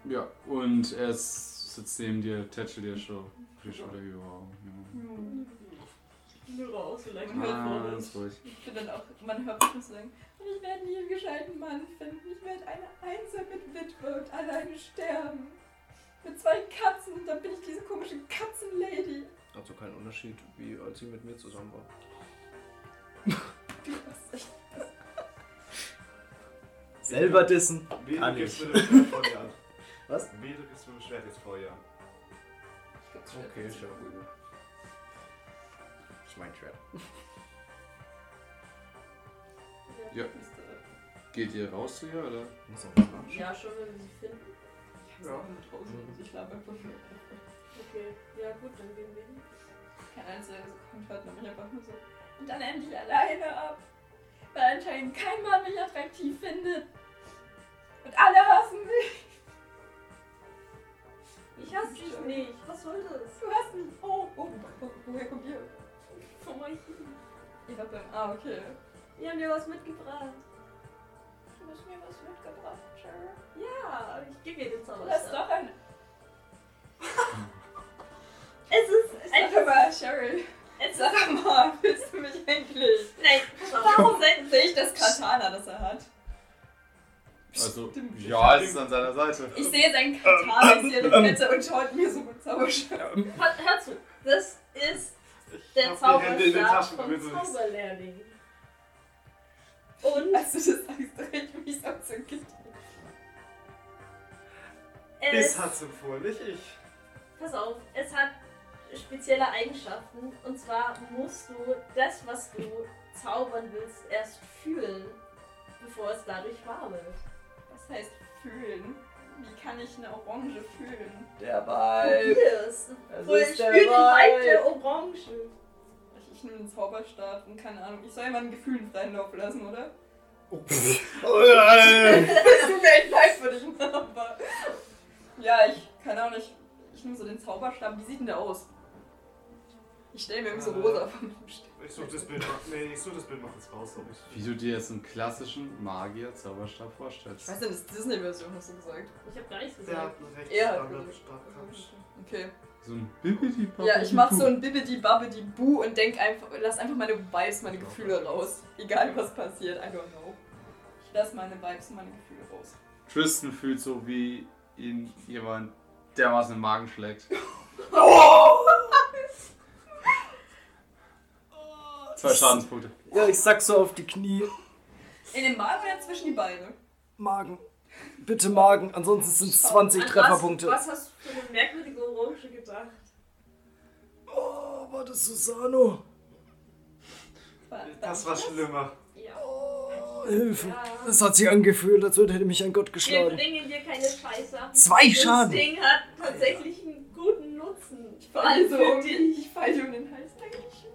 S1: Ja, und er ist- sitzt neben dir, tätschelt dir schon. Die Schulter über. Ja.
S2: Nur raus, vielleicht
S1: Ah,
S2: hört
S1: ganz ruhig.
S3: Ich bin dann auch, man hört mich nur sagen, und ich werde nie einen gescheiten Mann finden. Ich werde eine einsame Witwe und alleine sterben. Mit zwei Katzen und dann bin ich diese komische Katzenlady.
S4: Also kein Unterschied, wie als sie mit mir zusammen war.
S3: Du hast echt
S4: Selber dissen.
S5: Weder
S4: Kann
S5: gibst
S4: ich.
S5: du dem Schwert vor dir an.
S4: Was?
S5: Weder gibst du dem Schwert jetzt vor ihr an.
S4: Okay, ich hab gut. Ich mein Schwert.
S1: Ja.
S3: Füße.
S1: Geht ihr raus zu ihr oder?
S4: Muss auch mal nachschauen.
S2: Ja, schon, wenn wir sie finden.
S3: Ich hab's auch mit Rosen. Ich laber einfach nur.
S2: Okay, ja gut, dann gehen wir hin.
S3: Kein einziger so kommt, hört man mich einfach nur so. Und dann endlich alleine ab. Weil anscheinend kein Mann mich attraktiv findet. Und alle hassen mich.
S2: Ich hasse dich nicht. Was soll das?
S3: Du hast mich. Oh, oh, oh, woher kommt ihr?
S2: Vom Archiv.
S3: Ihr habt dann. Ah, okay.
S2: Wir haben dir was mitgebracht.
S3: Du hast mir was mitgebracht, Cheryl.
S2: Ja, ich gebe dir den
S3: Du hast
S2: Zauberstab.
S3: doch ein.
S2: Es ist
S3: Einfach mal, Cheryl.
S2: Es ist
S3: Sag mal, willst du mich endlich?
S2: Nein, pass auf.
S3: Warum sehe ich das Katana, das er hat?
S1: Also,
S3: Stimmt.
S1: ja, es ist an seiner Seite.
S3: Ich sehe seinen Katana, ich sehe die Kette und schaut mir so mit Zauberstab.
S2: Hör, hör zu, das ist
S5: Ich
S2: der
S5: hab die Hände in den
S2: Zauberstab
S5: Taschen,
S2: vom
S5: damit du nichts-
S2: Zauberlehrling.
S4: Also,
S3: Und als du das sagst, drehe ich mich auf so ein Kind.
S2: Es,
S5: Bis hat's empfohlen, nicht ich.
S2: pass auf, es hat spezielle Eigenschaften. Und zwar musst du das, was du zaubern willst, erst fühlen, bevor es dadurch wahr wird.
S3: Was heißt fühlen? Wie kann ich eine Orange fühlen?
S4: Der Vibe.
S2: Probier's.
S4: Es
S2: Hol-
S4: ist der
S2: Spür den Weib
S4: Vibe.
S2: der Orangen.
S3: Ich, ich nehme einen Zauberstab und keine Ahnung. Ich soll ja meinen Gefühlen freien Lauf lassen, oder?
S4: Oh,
S3: Tut mir echt leid für dich, Mann, aber. Ja, ich kann auch nicht. Ich nehme so den Zauberstab. Wie sieht denn der aus? Ich stelle mir irgendwie so rosa vor meinem Stab.
S5: Ich such das Bild, mach- nee, ich such das Bild, mach jetzt raus, glaub ich.
S1: Wie du dir jetzt einen klassischen Magier-Zauberstab vorstellst.
S3: Ich weiß nicht, das ist Disney-Version, hast du gesagt.
S2: Ich hab gar nichts
S5: Der
S2: gesagt.
S5: hat einen recht
S3: Er hat
S5: Standard
S3: gesagt.
S5: Stabkampf.
S3: Okay.
S1: So ein bibbidi
S3: Ja, ich mach so ein Bibbidi-Babbidi-Bu und denk einfach, lass einfach meine Vibes, meine Gefühle raus. Egal was passiert, I don't know. Ich lass meine Vibes und meine Gefühle raus.
S1: Tristan fühlt so, wie ihn jemand dermaßen im Magen schlägt. Zwei Schadenspunkte.
S4: Ja, ich sack so auf die Knie.
S3: In den Magen oder zwischen die Beine?
S4: Magen. Bitte Magen, ansonsten sind es 20
S2: An
S4: Trefferpunkte.
S2: Was, was hast du für eine merkwürdige Orange gedacht?
S4: Oh, war das Susano?
S3: War-
S5: Das war schlimmer.
S2: Ja.
S4: Oh, Hilfe.
S2: Ja.
S4: Das hat sich angefühlt, als würde- hätte mich ein Gott
S2: Wir
S4: geschlagen.
S2: bringen dir keine Scheiße.
S4: Zwei Schaden.
S2: Das Ding hat tatsächlich einen guten Nutzen.
S3: Ich
S2: Vor allem
S3: falle so
S2: für
S3: um
S2: dich.
S3: die, ich falle dir um den Hals. Dankeschön.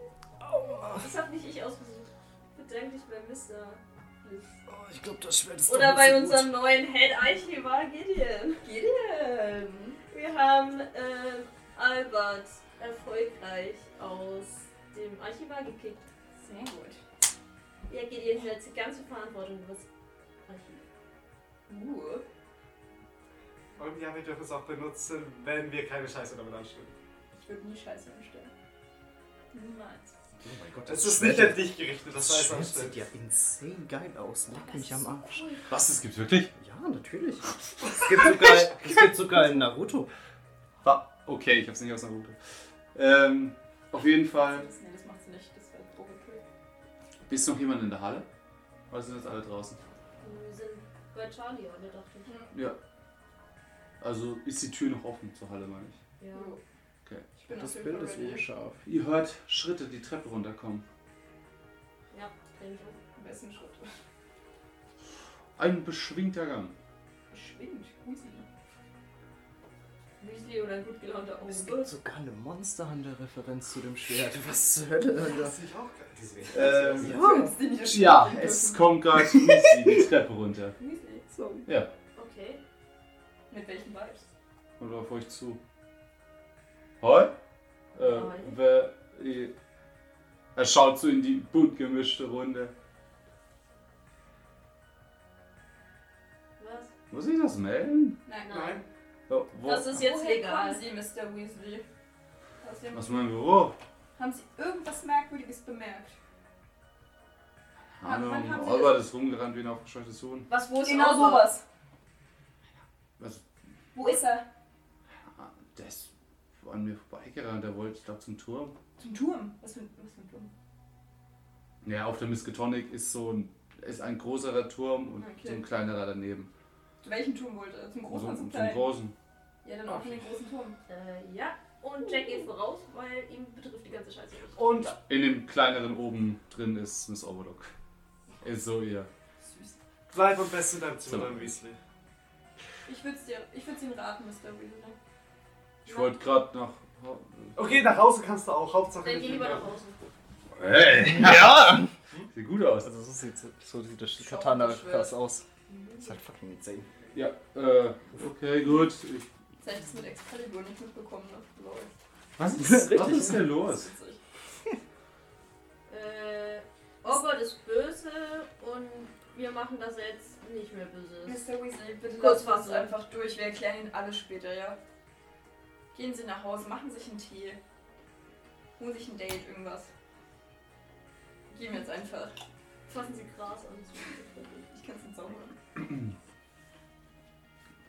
S2: Das hab nicht ich ausgesucht. Bedank dich bei Mister. Bliss.
S4: Oh, ich glaube, das Schwert ist
S2: Oder
S4: doch nicht
S2: bei
S4: so
S2: unserem neuen Head Archivar Gideon.
S3: Gideon.
S2: Wir haben ähm, Albert erfolgreich aus dem Archivar gekickt.
S3: Sehr gut.
S2: Ja, Gideon hält die ganze Verantwortung über das Archiv.
S3: Uh.
S5: Und ja, wir dürfen es auch benutzen, wenn wir keine Scheiße damit anstellen.
S3: Ich würde nie Scheiße anstellen. Niemals.
S5: Es ist nicht an dich gerichtet, das
S8: Das
S5: Scheiße
S8: Schwert sieht ja
S5: anstellen.
S8: insane geil aus.
S3: ne?
S8: Leck mich am Arsch.
S1: Was, das gibt's wirklich?
S8: Ja, natürlich. Es gibt sogar, es gibt sogar einen Naruto.
S1: Wa- Okay, ich hab's nicht aus der Route. Ähm, auf jeden Fall.
S3: Das, nee, das macht sie nicht. Das wäre provokativ.
S1: Ist noch jemand in der Halle? Oder sind jetzt alle draußen?
S2: Wir sind bei Charlie alle, dachte ich.
S1: Ja. Also ist die Tür noch offen zur Halle, meine ich.
S2: Ja.
S3: Hm. Ich bin
S8: Das
S3: auf jeden
S8: Bild
S3: Fall
S8: ist
S3: ready.
S8: unscharf.
S1: Ihr hört Schritte die Treppe runterkommen.
S2: Ja, denke ich.
S3: Wessen Schritt?
S1: Ein beschwingter Gang.
S3: Schwind. Husi.
S2: Müsli oder ein gut gelaunter
S8: Es gibt
S2: Auge.
S8: sogar eine Monster Hunter Referenz zu dem Schwert. Was zur Hölle, Alter?
S5: Das ist auch geil.
S4: Äh,
S1: Ähm,
S3: Für uns, die nicht
S1: ja,
S3: sprechen
S1: es
S3: dürfen.
S1: kommt gerade Müsli die Treppe runter.
S3: Müsli. Sorry.
S1: Ja,
S2: Okay.
S3: Mit welchen Vibes?
S1: und auf euch zu. Hoi? Äh,
S2: Hoi.
S1: wer, äh, er schaut so in die bunt gemischte Runde.
S2: Was?
S1: Muss ich das melden?
S3: Nein,
S5: Nein.
S1: Ja, wo,
S2: Das ist jetzt
S3: Woher
S2: legal.
S3: kommen Sie, Mr. Weasley? Aus dem
S1: aus meinem Büro.
S3: Haben Sie irgendwas Merkwürdiges bemerkt?
S1: Ahnung,
S3: wann haben Sie
S1: Albert ist rumgerannt wie ein aufgescheuchtes Huhn.
S2: Was, wo ist
S3: Genau
S2: Auber?
S3: sowas.
S1: Was?
S3: Wo ist er?
S1: Ah, Der ist an mir vorbeigerannt. Der wollte, ich glaube, zum Turm.
S3: Zum Turm. Was für ein, was für ein Turm?
S1: Ja, auf der Miskatonic ist so ein, ist ein größerer Turm und
S3: Okay.
S1: so ein kleinerer daneben.
S3: Zu welchem Turm wollte er? Zum großen
S1: so,
S3: oder zum
S1: so einen
S3: kleinen?
S1: großen.
S3: Ja, dann auch in den großen Turm.
S2: Äh, ja.
S3: Oh.
S2: Und Jack geht voraus, weil ihm betrifft die ganze Scheiße nicht.
S5: Und
S1: In dem kleineren oben drin ist Miss Overlock. Ist so ihr.
S3: Süß.
S5: bleib am besten in deinem
S1: So.
S5: Zimmer, Weasley.
S3: Ich würde es dir, ich würd's Ihnen raten, Mr. Weasley.
S1: Ich wollte gerade nach.
S5: Okay, nach Hause kannst du auch, Hauptsache
S2: Dann
S5: nicht
S2: geh
S5: in
S2: lieber
S5: der-
S2: nach Hause.
S1: Hey! Ja! Sieht gut aus.
S8: Also so sieht, so sieht das
S3: Schau,
S8: Katana
S3: das Schwert.
S8: krass aus. Ist halt fucking insane.
S1: Ja, äh, okay, gut. Ich,
S3: Jetzt hätte ich das mit Excalibur nicht mitbekommen. Ne? Lol.
S1: was, ist, was
S8: Richtig.
S1: ist denn
S3: Das
S1: los?
S3: ist witzig.
S2: Äh, Orbot ist böse und wir machen, dass er jetzt nicht mehr böse ist.
S3: Mr. Weasley, bitte
S2: Kurz
S3: lassen uns
S2: fassen.
S3: einfach durch. Wir erklären Ihnen alles später, ja? Gehen Sie nach Hause, machen sich einen Tee. Holen sich ein Date, irgendwas. Gehen wir jetzt einfach.
S2: Fassen Sie Gras an.
S3: Ich kann es nicht zaubern.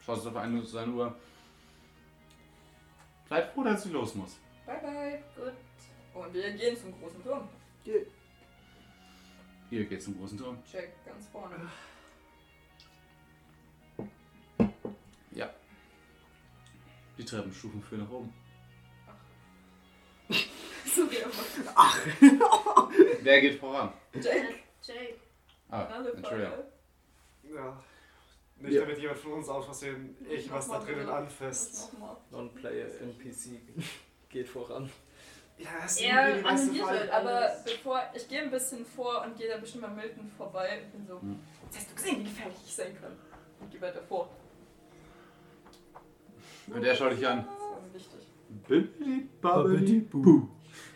S1: Schaust auf eine seine Uhr. Seid froh, dass sie los muss.
S3: Bye, bye.
S2: Gut.
S3: Und wir gehen zum großen Turm.
S1: Ihr geht zum großen Turm.
S3: Check, Ah. ganz vorne.
S1: Ja. Die Treppenstufen führen nach oben.
S3: So wie immer.
S1: Wer geht voran?
S3: Jake.
S2: Äh, Jake.
S1: Ah,
S3: Alle
S1: Entschuldigung.
S3: Fälle.
S5: Ja. Nicht
S4: Ja.
S5: damit jemand von uns aus Versehen ich was da
S3: Nochmal
S5: drinnen
S3: bitte.
S5: anfasst.
S3: Das nochmal.
S4: Non-Player NPC geht voran.
S5: Ja, es sind
S3: Er
S5: die meisten
S3: annulliert
S5: Fall.
S3: wird, aber bevor. Ich gehe ein bisschen vor und gehe dann bestimmt mal Milton vorbei. Ich bin so.
S1: Hm.
S3: Jetzt hast du gesehen, wie gefährlich ich sein kann. Und gehe weiter vor.
S1: Und der schaut dich an.
S3: Das war mir wichtig.
S1: Bibbidi babbidi boo.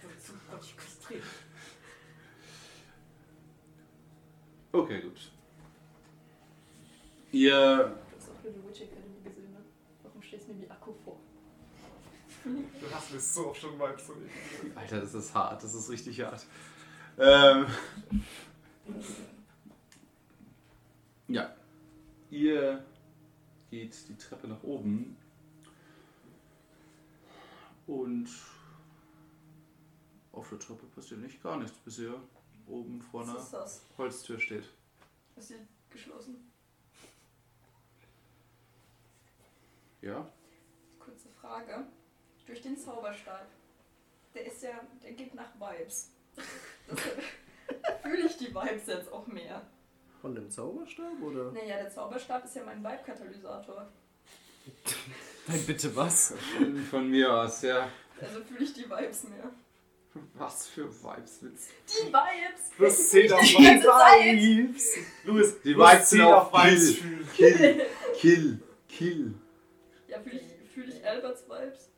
S3: Wozu konnte ich konzentrieren?
S1: Okay, gut. Ihr
S3: Du hast auch The Witch Academy gesehen, ne? Warum stellst du mir die Akku vor?
S5: Du hast mir so oft schon mal gesagt.
S1: Alter, das ist hart, das ist richtig hart. Ähm. Ja. Ihr geht die Treppe nach oben und auf der Treppe passiert nicht gar nichts, bis ihr oben
S4: Oh
S1: vor einer
S3: Was ist das?
S1: Holztür steht.
S3: Ist sie geschlossen?
S1: Ja?
S3: Kurze Frage. Durch den Zauberstab. Der ist ja. Der geht nach Vibes. Das- Fühle ich die Vibes jetzt auch mehr?
S4: Von dem Zauberstab oder?
S3: Naja, der Zauberstab ist ja mein Vibe-Katalysator.
S4: Nein, bitte was?
S1: Von mir aus, ja.
S3: Also fühle ich die Vibes mehr.
S1: Was für Vibes willst
S3: Die Vibes!
S5: Plus 10 auf
S6: Die
S5: Vibes.
S6: ganze Zeit.
S5: Louis,
S1: Die
S5: plus
S1: Vibes sind
S5: 10 auf
S1: auf
S5: Vibes
S1: Bild.
S5: fühlen.
S1: Kill, kill, kill.
S3: Ja, fühle ich, fühl ich Alberts Vibes?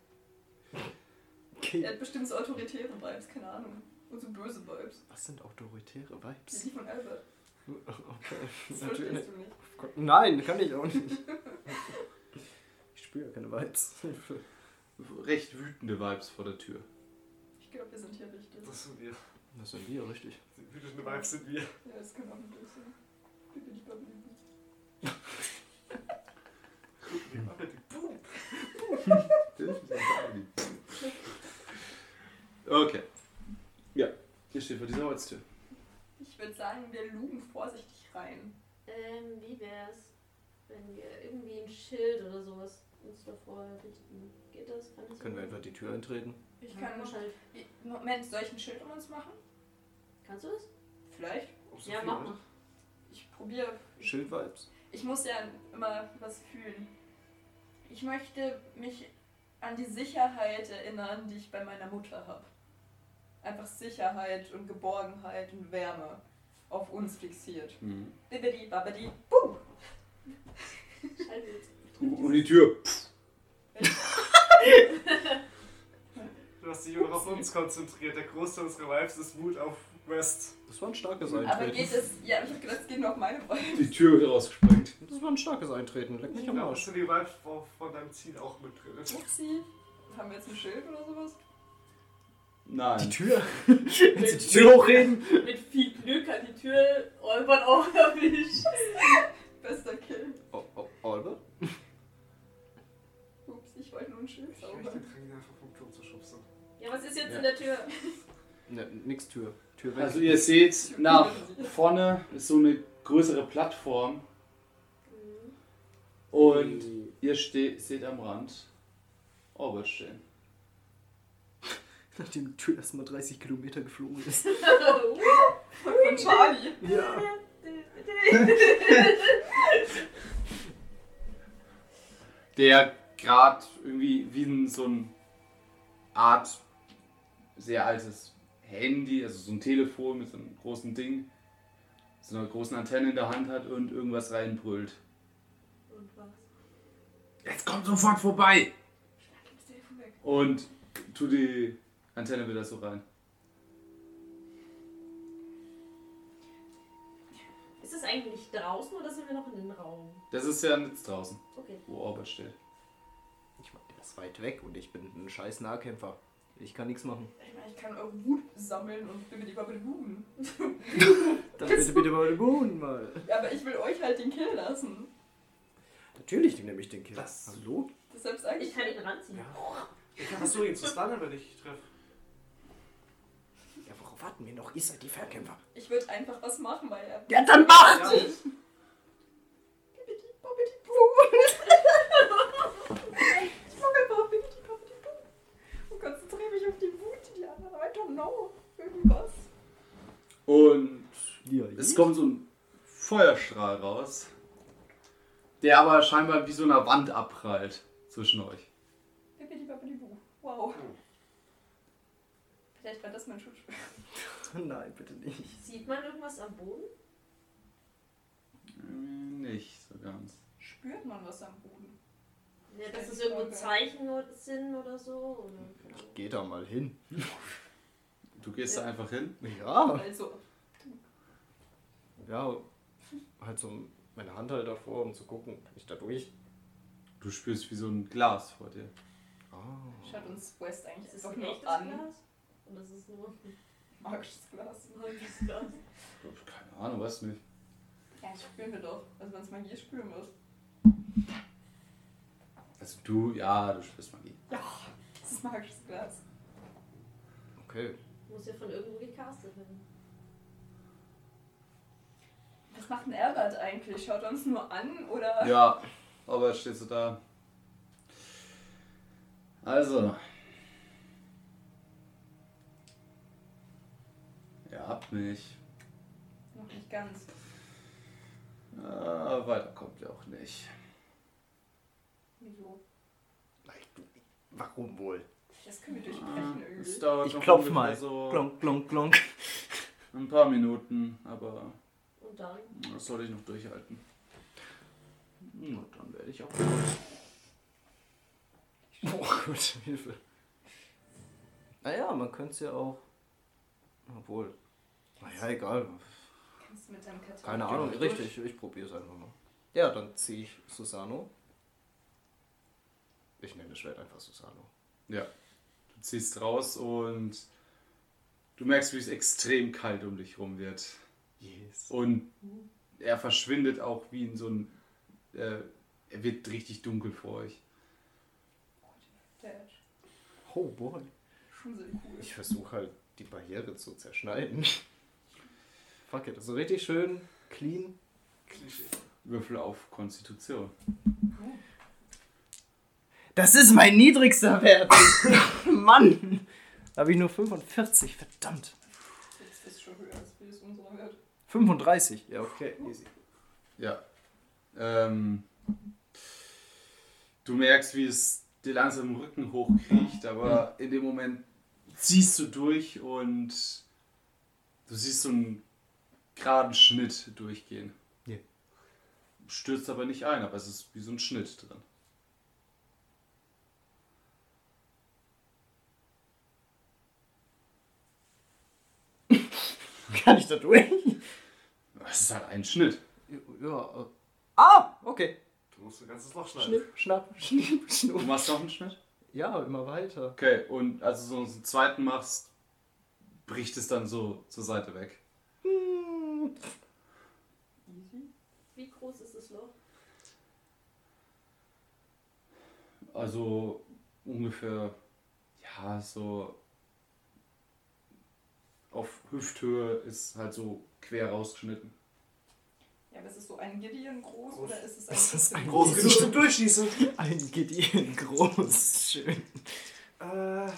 S3: Er hat bestimmt so autoritäre Vibes, keine Ahnung. Und so böse Vibes.
S4: Was sind autoritäre
S3: Die
S4: Vibes?
S3: sind von Albert.
S4: Okay.
S3: Das
S4: Natürlich.
S3: verstehst du nicht.
S4: Oh Nein, kann ich auch nicht. Ich spüre keine Vibes.
S1: Recht wütende Vibes vor der Tür.
S3: Ich glaube, wir sind hier richtig.
S5: Das sind wir.
S4: Das sind wir, richtig.
S5: Die wütenden Vibes sind wir.
S3: Ja, das kann auch nicht böse sein. Bitte die Bablibi.
S1: Okay. Ja, hier steht vor dieser Holztür.
S3: Ich würde sagen, wir lugen vorsichtig rein.
S2: Ähm, wie wär's, wenn wir irgendwie ein Schild oder sowas uns davor richten? Geht das? Kann das
S4: Können wir einfach die Tür eintreten?
S3: Ich
S2: Ich
S3: kann
S2: kann wahrscheinlich.
S3: Moment, soll ich ein Schild um uns machen?
S2: Kannst du das?
S3: Vielleicht.
S5: Ob Oh, so
S2: Ja,
S5: viel, ne?
S2: mach
S5: oder?
S2: mal.
S3: Ich probiere.
S4: Schild-Vibes?
S3: Ich muss ja immer was fühlen. Ich möchte mich an die Sicherheit erinnern, die ich bei meiner Mutter habe. Einfach Sicherheit und Geborgenheit und Wärme auf uns fixiert. Bibbidi, babbidi, buh!
S2: Schallbild.
S1: Und die Tür.
S5: Du hast dich nur noch auf uns konzentriert. Der Großteil unserer Vibes ist Wut auf West.
S4: Das war ein starkes
S3: Aber
S4: Eintreten.
S3: geht es. Ja, ich habe gedacht, es geht nur auf meine Weise.
S1: Die Tür wird rausgesprengt.
S4: Das war ein starkes Eintreten. Leck mich
S5: Ich
S4: am
S5: glaube,
S4: Arsch.
S5: sind die Vibes von- von deinem Ziel auch mit drin.
S3: Upsi. Haben wir jetzt ein Schild oder sowas?
S1: Nein.
S4: Tür? Willst du die Tür hochreden?
S2: Mit viel Glück hat die Tür Olbert auch erwischt.
S3: Bester Kill.
S4: Oh, oh, Albert?
S3: Ups, ich wollte nur ein Schild
S5: Ich möchte
S3: zaubern.
S5: den Dringend einfach vom Turm zu schubsen.
S2: Ja, was ist jetzt
S1: Ja.
S2: in der Tür?
S4: Ne, nix Tür. Tür weg.
S1: Also ihr seht, nach vorne ist so eine größere Plattform und ihr ste seht am Rand Orbert stehen.
S4: Nachdem die Tür erstmal 30 Kilometer geflogen ist.
S3: Von Charlie.
S4: Ja.
S1: Der gerade irgendwie wie ein, so ein Art sehr altes Handy, also so ein Telefon mit so einem großen Ding, so einer großen Antenne in der Hand hat und irgendwas reinbrüllt.
S2: Und was?
S1: Jetzt kommt sofort vorbei!
S3: Schlag das Telefon weg.
S1: Und tu die Antenne wieder so rein.
S2: Ist das eigentlich draußen oder sind wir noch in den Raum?
S1: Das ist ja jetzt draußen,
S2: Okay.
S1: wo Orbert steht.
S4: Ich meine, der ist weit weg und ich bin ein scheiß Nahkämpfer. Ich kann nichts machen.
S3: Ich meine, ich kann eure Wut sammeln und bin mit lieber mit Huben.
S4: Dann bitte, bitte mal den Boden mal.
S3: Ja, aber ich will euch halt den Kill lassen.
S4: Natürlich nehme ich den Kill.
S5: Das-
S4: Hallo?
S3: Deshalb sage
S2: Ich
S3: ich,
S2: kann ihn ranziehen.
S5: Ich kann versuchen, ihn zu stunnen, wenn ich treffe.
S4: Ja, worauf warten wir noch? Ihr seid die Verkämpfer.
S3: ich würde einfach was machen, weil er.
S4: Ja, dann mach!
S5: Ja,
S3: Bibbidi, bobbidi, boo. Ich mach einfach
S1: es kommt so ein Feuerstrahl raus, der aber scheinbar wie so eine Wand abprallt zwischen euch.
S3: Bippidi-bappidi-bu. Wow. Vielleicht war das mein Schutzschild.
S4: Nein, bitte nicht.
S2: Sieht man irgendwas am Boden?
S1: Hm, Nicht so ganz.
S3: Spürt man was am Boden?
S2: Ja, dass es irgendwo Zeichen oder- sind oder so? Oder?
S5: genau.
S2: keine Ahnung.
S8: Geh da mal hin.
S1: Du gehst da einfach hin.
S8: Ja.
S3: Also,
S8: Ja, halt so meine Hand halt davor, um zu gucken, kann ich da durch?
S1: Du spürst wie so ein Glas vor dir.
S4: Ah,
S3: schaut uns West eigentlich
S2: Ist es
S3: einfach
S2: ein
S3: nur
S2: echtes
S3: an.
S2: Glas? Und das ist nur ein
S3: Magisches Glas.
S2: neues Glas.
S1: Keine Ahnung, weiß nicht.
S3: Ja, das spüren wir doch. Also wenn es Magie ist, spüren wir es.
S1: Also du, ja, du spürst Magie.
S3: Ja, das ist magisches Glas.
S8: Okay.
S2: Muss ja von irgendwo gecastet werden.
S3: Was macht ein Erbert eigentlich? Schaut er uns nur an oder?
S1: Ja, aber jetzt stehst du da. Also. Ihr habt mich.
S3: Noch nicht ganz.
S1: Ah, weiter kommt ihr auch nicht.
S3: Wieso?
S8: Warum wohl?
S3: Das können wir durchbrechen
S1: Ah, Es
S3: irgendwie.
S1: dauert
S4: Ich
S1: noch
S4: klopf
S1: ungefähr
S4: mal.
S1: So
S4: Klonk, klonk, klonk.
S1: Ein paar Minuten, aber
S2: Und dann?
S1: das sollte ich noch durchhalten.
S8: Hm,
S1: Und dann werde ich auch.
S8: Oh Gott, Hilfe. Naja, man könnte es ja auch. Obwohl. Naja, egal.
S3: Kannst du mit deinem Karton
S8: Keine Ahnung, richtig. Ich probiere es einfach mal. Ja, dann ziehe ich Susano. Ich nenne das Schwert einfach Susano.
S1: Ja. Du ziehst raus und du merkst, wie es extrem kalt um dich rum wird.
S8: Yes.
S1: Und er verschwindet auch wie in so ein. Äh, er wird richtig dunkel vor euch.
S3: Der ist
S8: Oh boy.
S3: Schon so cool.
S8: Ich versuche halt die Barriere zu zerschneiden. Fuck it, das ist richtig schön, clean.
S1: Würfel auf Konstitution.
S4: Das ist mein niedrigster Wert. Mann. Da habe ich nur 45, verdammt.
S3: Das ist schon höher als wie es unserer wird.
S4: 35, ja okay, easy.
S1: Ja. Ähm, du merkst, wie es dir langsam im Rücken hochkriecht, aber in dem Moment ziehst du durch und du siehst so einen geraden Schnitt durchgehen.
S8: Ja.
S1: Stürzt aber nicht ein, aber es ist wie so ein Schnitt drin.
S4: Kann ich da durch?
S1: Es ist halt ein Schnitt.
S8: Ja, äh,
S4: Ah, okay.
S5: Du musst ein ganzes Loch schneiden.
S4: Schnipp, schnapp, schnipp,
S1: Du
S4: schnupp.
S1: machst noch einen Schnitt?
S8: ja, immer weiter.
S1: Okay, und als du so einen zweiten machst, bricht es dann so zur Seite weg.
S2: Wie groß ist das Loch?
S1: Also ungefähr, ja, so auf Hüfthöhe ist halt so quer rausgeschnitten.
S3: Ja, aber ist es so ein Gideon groß,
S5: Groß.
S3: oder ist es ein
S4: Das ist ein
S5: Groß genug zum Durchschießen.
S4: Ein Gideon groß, schön.
S5: Äh,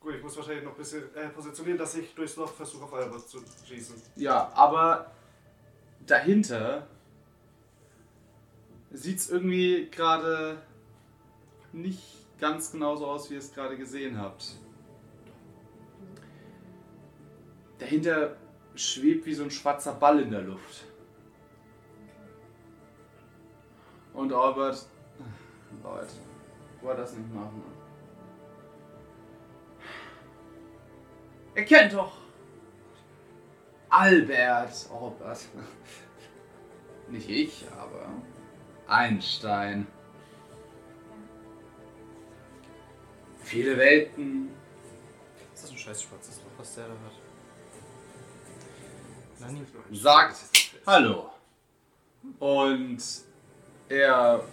S5: gut, ich muss wahrscheinlich noch ein bisschen äh, positionieren, dass ich durchs Loch versuche, auf Albert zu schießen.
S1: Ja, aber dahinter sieht es irgendwie gerade nicht ganz genauso aus, wie ihr es gerade gesehen habt. Dahinter schwebt wie so ein schwarzer Ball in der Luft. Und Albert. Leute, wollt das nicht machen. Ihr kennt doch Albert Albert. Nicht ich, aber Einstein. Viele Welten.
S8: Ist das ein scheiß schwarzes Loch, was der da hat? Nein,
S1: sagt Hallo. Und er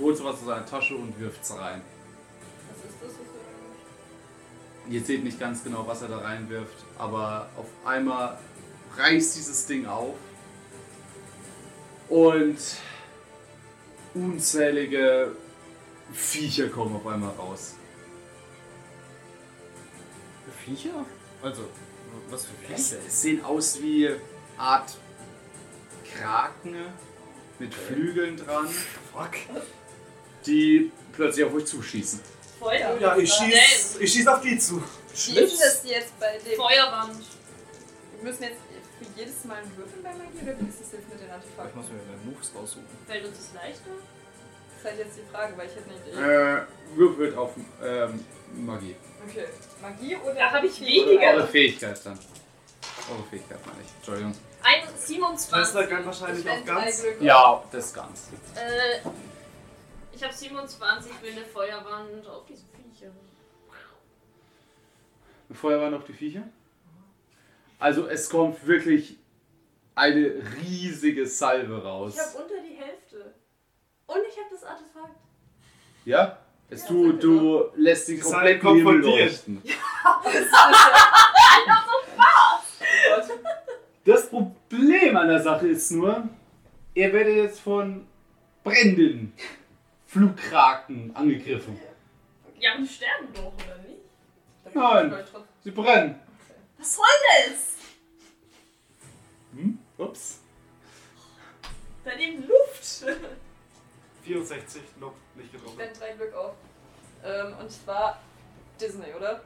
S1: holt sowas aus seiner Tasche und wirft's rein.
S3: Was ist das? Was ist
S1: Ihr seht nicht ganz genau, was er da reinwirft, aber auf einmal reißt dieses Ding auf und unzählige Viecher kommen auf einmal raus.
S8: Viecher? Also, was für
S1: Es
S8: Viecher?
S1: es sehen aus wie Art Kraken mit Flügeln dran,
S5: Fuck.
S1: die plötzlich auf euch zuschießen.
S2: Feuer.
S5: Ja, ich schieß, ich schieß auf die zu.
S3: Schlimm das jetzt bei dem.
S2: Feuerwand.
S3: Wir müssen jetzt für jedes Mal einen Würfel bei Magie oder wie ist das jetzt mit den
S8: Ich muss
S3: Artefakten?
S8: mir meine Moves raussuchen.
S2: Fällt uns das leichter?
S3: Das ist halt jetzt die Frage, weil ich hätte nicht.
S1: Äh, würfelt auf ähm, Magie.
S3: Okay. Magie oder.
S2: Da habe ich
S1: Oder
S2: weniger.
S1: eure Fähigkeit dann. Eure Fähigkeit meine ich. Entschuldigung.
S2: Ein
S5: Tessler
S2: 27.
S5: kann halt wahrscheinlich auch ganz.
S1: Ja, das Ganze.
S2: Äh, ich habe 27 für eine Feuerwand auf diese Viecher.
S1: Vorher waren noch die Viecher. Also es kommt wirklich eine riesige Salve raus.
S2: Ich habe unter die Hälfte. Und ich habe das Artefakt.
S1: Ja? Es,
S2: Ja,
S1: du,
S2: sag
S1: du lässt den
S5: Die Salve
S1: kompletten
S5: kommt
S1: Himmel
S5: von dir.
S1: leuchten. Das Problem an der Sache ist nur, ihr werdet jetzt von brennenden Flugkraken angegriffen.
S2: Ja, wir sterben doch, oder nicht?
S1: Nein, sie brennen.
S2: Was soll das?
S1: Hm? Ups.
S2: Daneben Luft.
S5: 64, nope, nicht getroffen.
S3: Wenn drei Glück auf. Ähm, und zwar Disney, oder?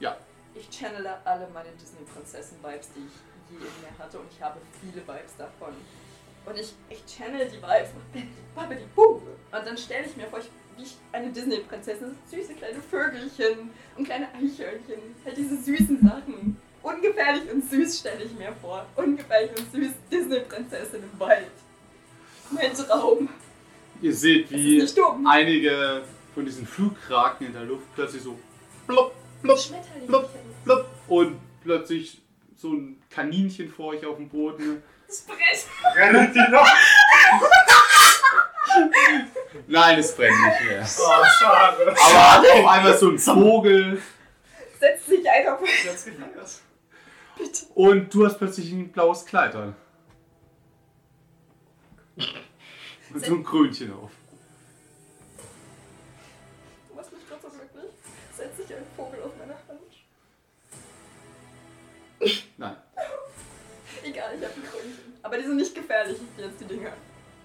S1: Ja.
S3: Ich channele alle meine Disney-Prinzessin-Vibes, die ich je in mir hatte, und ich habe viele Vibes davon. Und ich, ich channel die Vibes und babbidi boo. Und dann stelle ich mir vor, ich, wie ich eine Disney-Prinzessin, süße kleine Vögelchen und kleine Eichhörnchen, halt diese süßen Sachen. Ungefährlich und süß stelle ich mir vor. Ungefährlich und süß Disney-Prinzessin im Wald. Mein Traum.
S1: Ihr seht,
S3: Das
S1: wie
S3: ist nicht dumm.
S1: einige von diesen Flugkraken in der Luft plötzlich so plopp, plopp,
S3: Schmetterling.
S1: plopp, plopp und plötzlich so ein Kaninchen vor euch auf dem Boden.
S2: Das brennt.
S5: Rennen die noch?
S1: Nein, es brennt nicht mehr.
S5: Oh, schade.
S1: Aber auf einmal so ein Vogel
S3: Setz dich einfach vor
S5: Ganz gefeiert.
S1: und du hast plötzlich ein blaues Kleid an. Und so ein Krönchen auf.
S3: Du machst mich gerade so glücklich. Setz dich ein Vogel auf meine Hand.
S1: Nein,
S3: Egal, ich hab ein Krönchen. Aber die sind nicht gefährlich, jetzt die Dinger.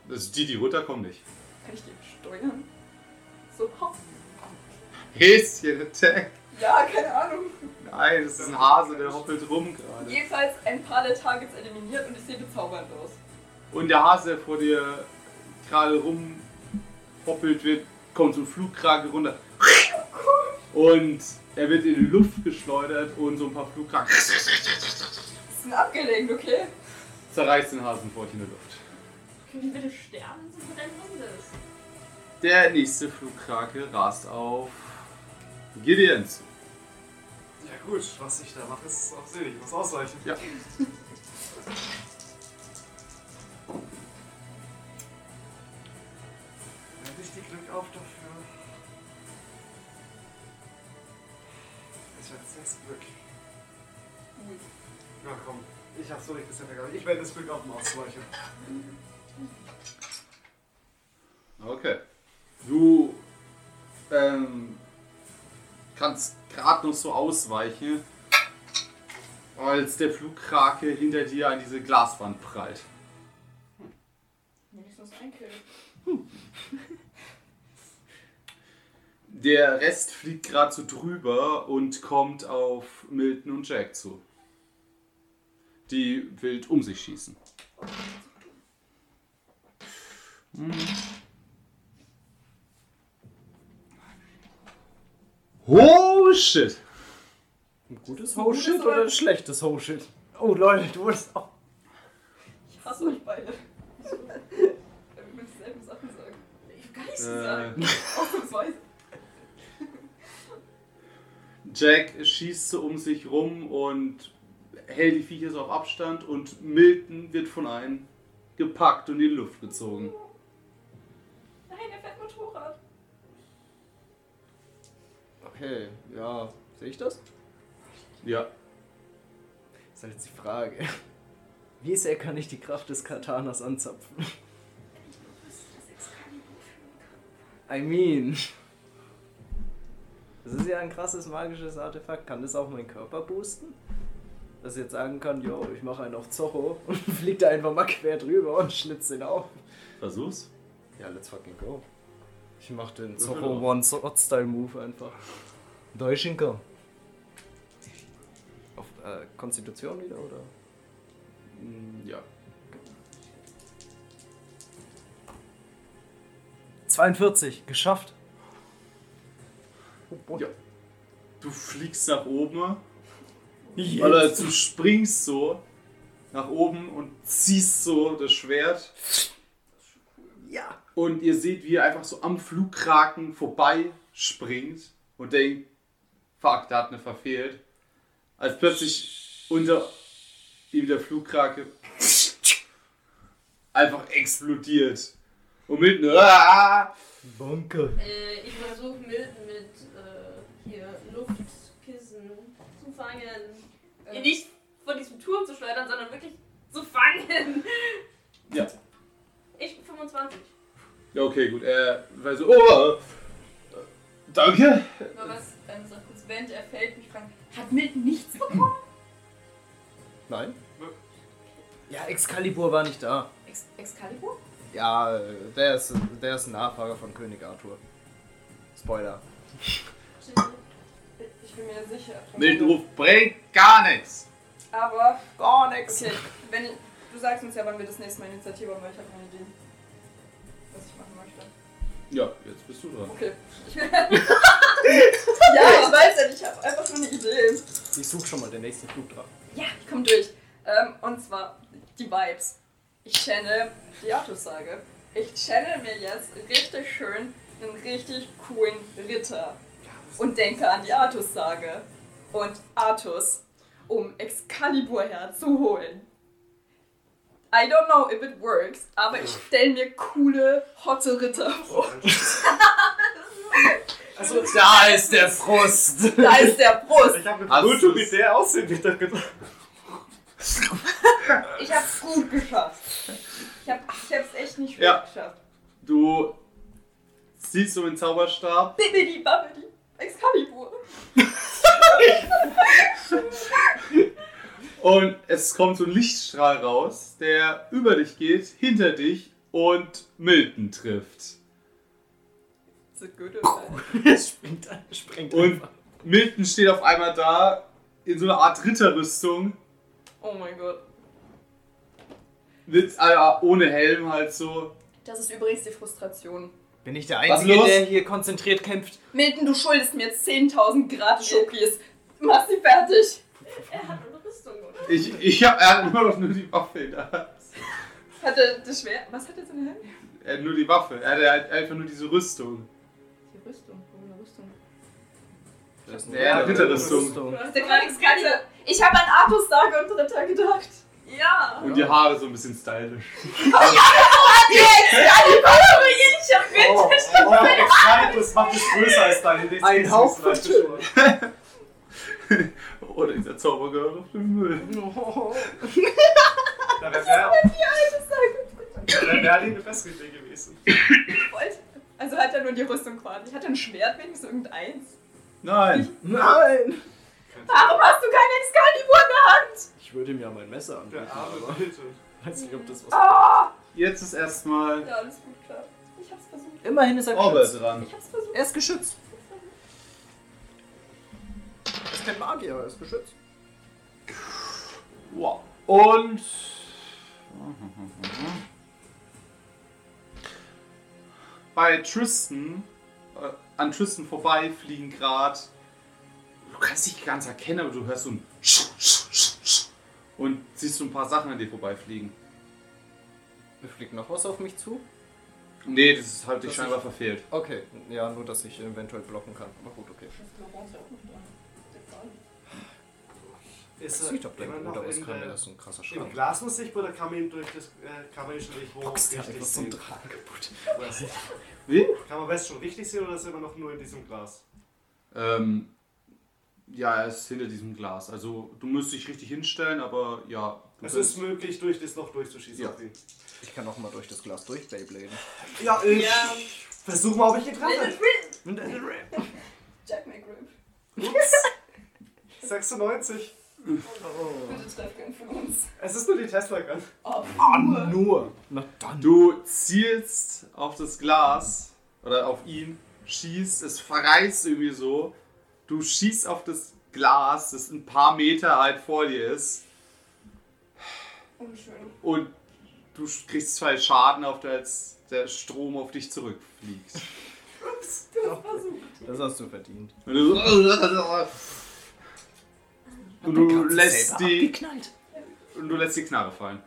S1: das ist die, die runterkommen nicht.
S3: Kann ich die steuern? So, hopp.
S1: Häschen, Attack.
S3: Ja, keine Ahnung.
S1: Nein, das ist ein Hase, der hoppelt rum gerade.
S3: Jedenfalls ein paar der Targets eliminiert und ich sehe bezaubernd aus.
S1: Und der Hase, der vor dir gerade rumhoppelt wird, kommt so ein Flugkragen runter. Und er wird in die Luft geschleudert und so ein paar Flugkragen
S3: Das sind abgelenkt, okay?
S1: zerreißt den Hasen vor euch in der Luft.
S2: Können die bitte sterben? So brennt uns das.
S1: Der nächste Flugkrake rast auf Gideon zu.
S5: Ja gut, was ich da mache, ist auch sinnig. Ich muss ausweichen.
S1: Ja.
S5: Wenn ich die Glück auf dafür. Ich hab sechs Glück. Na komm, ich hab's so nicht bisher vergangen. Ich werde das Glück auf dem Ausweichen.
S1: Okay. Du ähm, kannst gerade noch so ausweichen, als der Flugkrake hinter dir an diese Glaswand prallt.
S3: Wenigstens ein Kill.
S1: Der Rest fliegt gerade so drüber und kommt auf Milton und Jack zu. Die wild um sich schießen. Hm. Oh shit!
S4: Ein gutes Ho-Shit oder ein schlechtes Ho-Shit? Oh Leute, du wurdest auch.
S3: Ich hasse euch beide. Wenn wir mir dieselben Sachen sagen. Ich hab gar nichts
S1: Äh,
S3: gesagt. Ausnahmsweise.
S1: Jack schießt so um sich rum und hält die Viecher so auf Abstand und Milton wird von einem gepackt und in die Luft gezogen.
S3: Nein, er fährt Motorrad.
S8: Okay, ja. Sehe ich das?
S1: Ja,
S8: Ist halt jetzt die Frage.
S4: Wie sehr kann ich die Kraft des Katanas anzapfen? I mean. Das ist ja ein krasses magisches Artefakt. Kann das auch meinen Körper boosten? dass ich jetzt sagen kann, yo, ich mache einen auf Zorro und fliegt da einfach mal quer drüber und schlitzt ihn auf.
S1: Versuch's.
S4: Ja, let's fucking go. Ich mach den
S1: Würfel
S4: Zorro
S1: drauf.
S4: One-Sword-Style-Move einfach. Deutschinker. Auf äh, Konstitution wieder, oder?
S1: Mm, Ja.
S4: 42, geschafft. Oh,
S1: Ja. Du fliegst nach oben,
S4: Yes.
S1: oder du springst so nach oben und ziehst so das Schwert.
S4: Ja.
S1: Und ihr seht, wie er einfach so am Flugkraken vorbei springt und denkt, fuck, da hat eine verfehlt. Als plötzlich unter ihm der Flugkrake einfach explodiert. Und mit einem "Ah!"
S4: Bonke.
S2: Äh, ich versuche Milton mit äh, hier Luftkissen zu fangen. Ihn nicht von diesem Turm zu schleudern, sondern wirklich zu fangen.
S1: Ja.
S2: Ich 25.
S1: Ja, okay, gut. Er war so, oh, äh, danke.
S3: Aber was, ähm, sag kurz, während er fällt, mich fragen,
S6: Hat Milton nichts bekommen?
S4: Nein? Ja, Excalibur war nicht da.
S3: Ex Excalibur?
S4: Ja, äh, der ist, der ist ein Nachfahrer von König Arthur. Spoiler.
S3: Ich bin mir sicher.
S1: Mildenruf bringt gar nichts.
S3: Aber,
S4: Gar nix.
S3: okay, wenn, du sagst uns ja, wann wir das nächste Mal Initiative haben, weil ich habe keine Ideen, was ich machen möchte.
S1: Ja, jetzt bist du dran.
S3: Okay. ja, ich weiß ja, ich habe einfach nur eine Idee.
S4: Ich suche schon mal den nächsten Flug dran.
S3: Ja, ich komme durch. Ähm, und zwar die Vibes. Ich channel die Aussage. Ich channel mir jetzt richtig schön einen richtig coolen Ritter. Und denke an die Artus-Sage. Und Artus, um Excalibur herzuholen. I don't know if it works, aber ich stelle mir coole, hotte Ritter vor.
S5: Also,
S4: Da ist der Frust.
S3: Da ist der Brust.
S5: ich habe eine
S1: Hast
S5: Vermutung,
S1: du's?
S5: mit der aussehen wird. dann gedacht.
S3: Ich hab's gut geschafft. Ich, hab, ich hab's echt nicht schwer
S1: Ja.
S3: geschafft.
S1: Du ziehst so den Zauberstab.
S3: Bibbidi babbidi. Excalibur.
S1: Und es kommt so ein Lichtstrahl raus, der über dich geht, hinter dich und Milton trifft.
S3: So good
S4: springt, springt
S1: Und Milton steht auf einmal da in so einer Art Ritterrüstung,
S3: Oh mein Gott.
S1: mit, äh, ohne Helm halt so.
S3: Das ist übrigens die Frustration.
S4: Bin ich der
S1: Was
S4: Einzige,
S1: los?
S4: der hier konzentriert kämpft?
S3: Milton, du schuldest mir jetzt 10.000 gratis Schokis. Mach sie fertig.
S2: Er hat eine Rüstung. oder?
S1: Ich, ich hab, er hat immer noch nur die Waffe in der Hand.
S3: Hat er das schwer? Was hat er denn Hand?
S1: Er hat nur die Waffe. Er hat halt einfach nur diese Rüstung.
S3: Die Rüstung. Warum eine Rüstung?
S1: Ja, Ritterrüstung.
S3: Hast du gerade Excalibur? Ich habe an Artus Sage und Ritter gedacht. Ja.
S1: Und die Haare so ein bisschen stylisch.
S3: Ich hab mit.
S5: Oh, oh, oh, das macht es größer als dein.
S4: Ein Hauch von
S5: Schön.
S1: Oder dieser Zauber gehört auf den Müll.
S5: Da wäre wär, wär, wär die eine bessere Idee gewesen.
S3: Wollt- Also hat er nur die Rüstung quasi. Hat er ein Schwert wenigstens irgendeins?
S1: Nein.
S4: Nein!
S3: Warum hast du keine Excalibur in der Hand?
S4: Ich würde ihm ja mein Messer anbieten,
S5: Der arme
S4: aber
S5: Leute.
S4: weiß nicht, ob das was
S1: Jetzt ist erstmal
S3: Ja, alles gut, klar. Ich hab's versucht.
S4: Immerhin ist er
S1: Orbit
S4: geschützt.
S1: dran.
S3: Ich hab's versucht.
S4: Er ist geschützt. Er ist kein Magier, er ist geschützt.
S1: Wow. Und. Bei Tristan, äh, an Tristan vorbei fliegen gerade. Du kannst dich ganz erkennen, aber du hörst so ein. Und siehst so ein paar Sachen an dir vorbeifliegen.
S4: Fliegt noch was auf mich zu?
S1: Nee, das ist halt dich
S4: Das
S1: scheinbar verfehlt.
S4: Okay, ja, nur dass ich eventuell blocken kann. Aber gut, okay.
S5: Ist
S4: Das
S5: er
S4: sieht doch gleich
S5: immer
S4: gut
S5: noch
S4: aus.
S5: in
S4: Kann mir
S5: der-
S4: das so ein krasser
S5: Im
S4: Schrank.
S5: Glasnusslicht oder kann man ihn durch das äh, kann man ihn schon richtig hoch
S4: Boxt ja
S5: richtig
S4: einfach so ein
S5: sehen?
S4: Drachen kaputt.
S1: Wie?
S5: Kann man West schon richtig sehen oder ist er immer noch nur in diesem Glas?
S1: Ähm, ja, er ist hinter diesem Glas. Also du müsst dich richtig hinstellen, aber ja. Du
S5: Es
S1: kannst-
S5: ist möglich, durch das Loch durchzuschießen.
S1: Ja.
S5: auf ihn.
S4: Ich kann auch mal durch das Glas durch Beybladen.
S5: ja ich versuch mal, ob ich ihn treffe.
S4: Und dann-
S3: Jack McGriff.
S5: 96.
S3: Bitte treff keinen von uns.
S5: Es ist nur die Tesla Gun.
S3: Oh,
S4: Nur. Na dann.
S1: Du zielst auf das Glas oder auf ihn, schießt, es verreißt irgendwie so. Du schießt auf das Glas, das ein paar Meter halt vor dir ist
S3: unschön.
S1: und du kriegst zwei Schaden, auf der jetzt der Strom auf dich zurückfliegt.
S4: Das hast du verdient.
S1: Und du, und du lässt die
S4: Geknallt.
S1: und du lässt die Knarre fallen.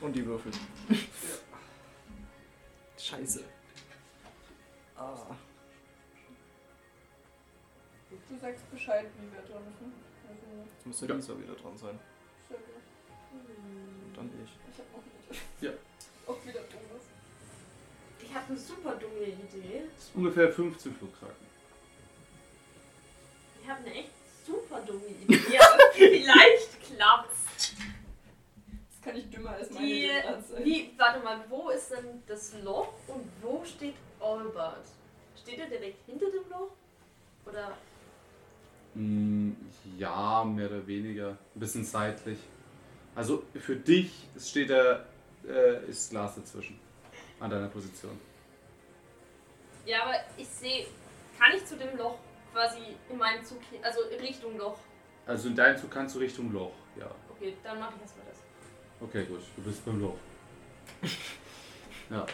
S4: Und die Würfel. Scheiße. Ah.
S3: Du sagst Bescheid, wie wir dran sind. Also,
S4: Jetzt muss der
S1: Ja.
S4: Lisa wieder dran sein.
S3: sehr gut.
S4: Und dann ich.
S3: Ich hab auch wieder.
S1: Ja.
S3: Auch wieder Bonus.
S2: Ich habe eine super dumme Idee.
S1: Das ist ungefähr 15 Flugkraken.
S2: Ich habe eine echt super dumme Idee. aber Vielleicht klappt's.
S3: Das kann ich dümmer als meine
S2: Die,
S3: Distanz.
S2: wie, warte mal, wo ist denn das Loch und wo steht Albert? Steht er direkt hinter dem Loch? Oder
S1: Mm, Ja, mehr oder weniger. Ein bisschen seitlich. Also für dich steht da, äh, ist Glas dazwischen. An deiner Position.
S2: Ja, aber ich sehe, kann ich zu dem Loch quasi in meinem Zug, hin- also in Richtung Loch.
S1: Also in deinem Zug kannst du Richtung Loch. Ja.
S2: Okay, dann mache ich erstmal das.
S1: Okay, gut. Du bist beim Loch. ja.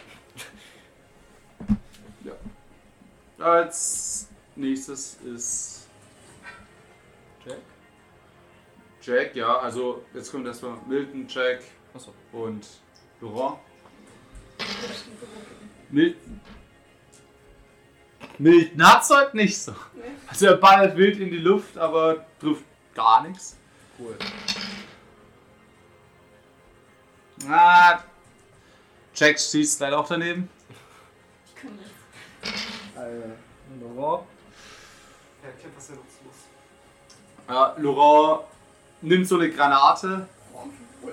S1: Ja. Als nächstes ist
S4: Jack?
S1: Jack, ja. Also jetzt kommt erstmal Milton, Jack
S4: Achso.
S1: und Laurent. Milton. Milton hat's heute nicht so. Also er ballert wild in die Luft, aber trifft gar nichts.
S4: Cool.
S1: Ah, Jack schießt leider auch daneben.
S3: Ich kann nichts.
S4: Alter. Laurent.
S5: Ja, kennt was denn los muss.
S1: Ja, Laurent nimmt so eine Granate,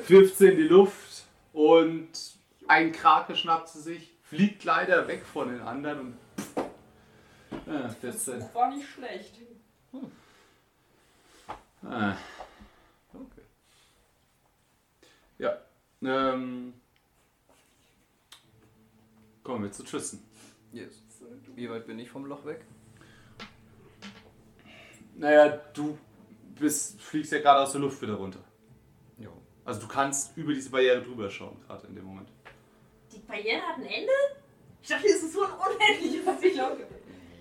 S1: wirft sie in die Luft und ein Krake schnappt sie sich, fliegt leider weg von den anderen und pff, ah,
S3: Das
S1: 14.
S3: Buch war nicht schlecht.
S1: Ah,
S4: Okay.
S1: ja. Ähm, kommen wir zu Tristan.
S4: Yes.
S3: So, du.
S4: Wie weit bin ich vom Loch weg?
S1: Naja, du bist, fliegst ja gerade aus der Luft wieder runter.
S4: Ja.
S1: Also du kannst über diese Barriere drüber schauen, gerade in dem Moment.
S2: Die Barriere hat ein Ende? Ich dachte, das ist so ein unendliches
S3: Ich
S2: Sicher.
S3: glaube.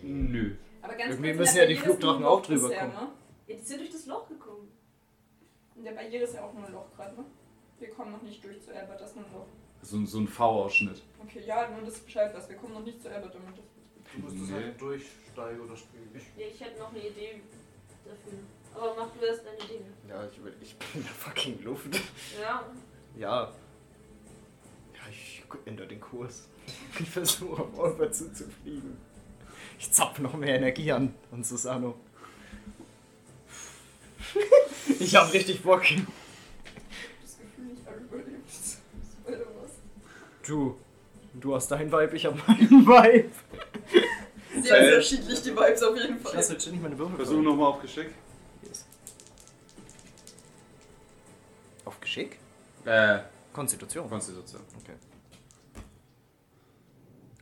S1: Nö.
S3: Aber ganz
S4: Irgendwie
S3: kurz,
S4: müssen
S3: in
S4: ja
S3: der
S4: die
S3: Barriere
S4: Flugdrachen
S3: ist nur ein
S4: auch drüber
S3: Loch bisher,
S4: kommen.
S2: Ja, die sind durch das Loch gekommen.
S3: Ne? In der Barriere ist ja auch nur ein Loch gerade, ne? Wir kommen noch nicht durch zu Albert, das ist nur ein Loch.
S1: So, so ein V-Ausschnitt.
S3: Okay, ja, nur das Bescheid was. Wir kommen noch nicht zu Albert damit.
S5: Du müsstest
S1: Nee.
S5: halt durchsteigen oder springen. Ich
S2: Ja, ich hätte noch eine Idee dafür. Aber mach du erst deine Dinge.
S4: Ja, ich, will, ich bin in der fucking Luft.
S2: Ja,
S4: Ja. Ja, ich ändere den Kurs. Ich versuche auf Oliver zuzufliegen. Ich zapf noch mehr Energie an, an Susano. Ich hab richtig Bock.
S3: Ich hab das Gefühl, ich habe überlebt. Oder was?
S4: Du. Du hast dein Vibe, ich hab meinen Vibe.
S3: Sehr
S1: Äh.
S3: unterschiedlich die Vibes auf jeden Fall.
S4: jetzt ständig meine Würfel.
S1: Versuch nochmal auf Geschick.
S4: Yes. Auf Geschick?
S1: Äh,
S4: Konstitution.
S1: Konstitution.
S4: Okay.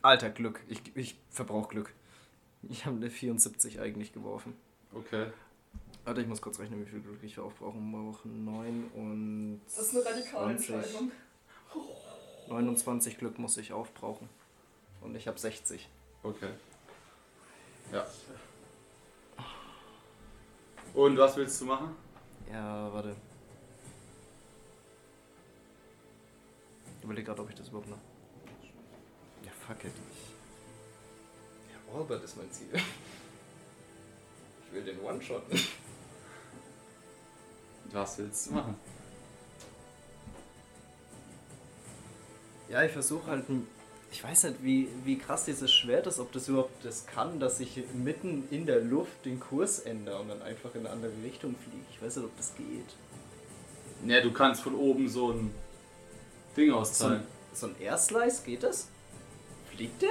S4: Alter Glück. Ich, ich verbrauch Glück. Ich habe eine 74 eigentlich geworfen.
S1: Okay.
S4: Warte, ich muss kurz rechnen, wie viel Glück ich aufbrauche. Ich brauche 9 und.
S3: Das ist eine radikale
S4: 20.
S3: Entscheidung.
S4: 29 Glück muss ich aufbrauchen. Und ich habe 60.
S1: Okay. Ja. Und was willst du machen?
S4: Ja, warte. Ich überlege gerade, ob ich das überhaupt noch. Ja, fuck it. Ich... Ja, Albert ist mein Ziel. Ich will den One-Shot.
S1: Was willst du machen?
S4: Ja, ich versuche halt. ein- Ich weiß halt, wie, wie krass dieses Schwert ist, ob das überhaupt das kann, dass ich mitten in der Luft den Kurs ändere und dann einfach in eine andere Richtung fliege. Ich weiß nicht, ob das geht.
S1: Ja, du kannst von oben so ein Ding
S4: So ein,
S1: austeilen.
S4: so ein Airslice, geht das? Fliegt der?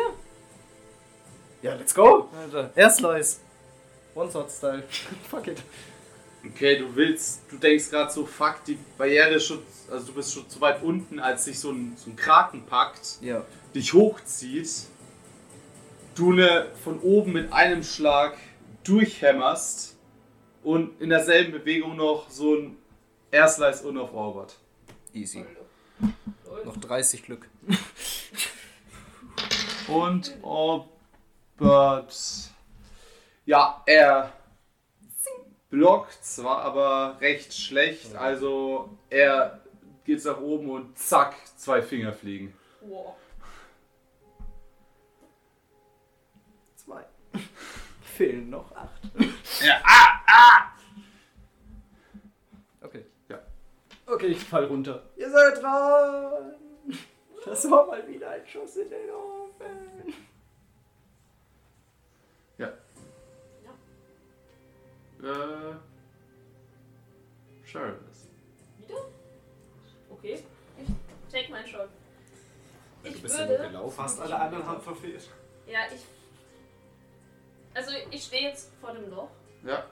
S4: Ja, let's go! Alter. Airslice! One-Shot-Style. Fuck it.
S1: Okay, du willst, du denkst gerade so, fuck, die Barriere ist schon, also du bist schon zu weit unten, als dich so ein, so ein Kraken packt,
S4: Ja.
S1: dich hochzieht, du ne von oben mit einem Schlag durchhämmerst und in derselben Bewegung noch so ein Airslice unaufraubert.
S4: Easy.
S2: Lol.
S4: Noch 30 Glück.
S1: Und Orbert. Ja, er blockt zwar, aber recht schlecht. Also er geht nach oben und zack, zwei Finger fliegen.
S2: Wow.
S4: Zwei. Fehlen noch acht.
S1: Ja,
S4: ah, ah! Okay.
S1: Ja.
S4: Okay, ich fall runter. Ihr seid dran! Das war mal wieder ein Schuss in den Ofen.
S1: Äh. Sheriff.
S2: Wieder? Okay. Ich take meinen Shot.
S5: Also
S2: Ich
S10: bist ja nur
S2: würde.
S10: gelaufen.
S5: Fast alle anderen haben verfehlt.
S2: Ja, ich. Also, ich stehe jetzt vor dem Loch.
S1: Ja.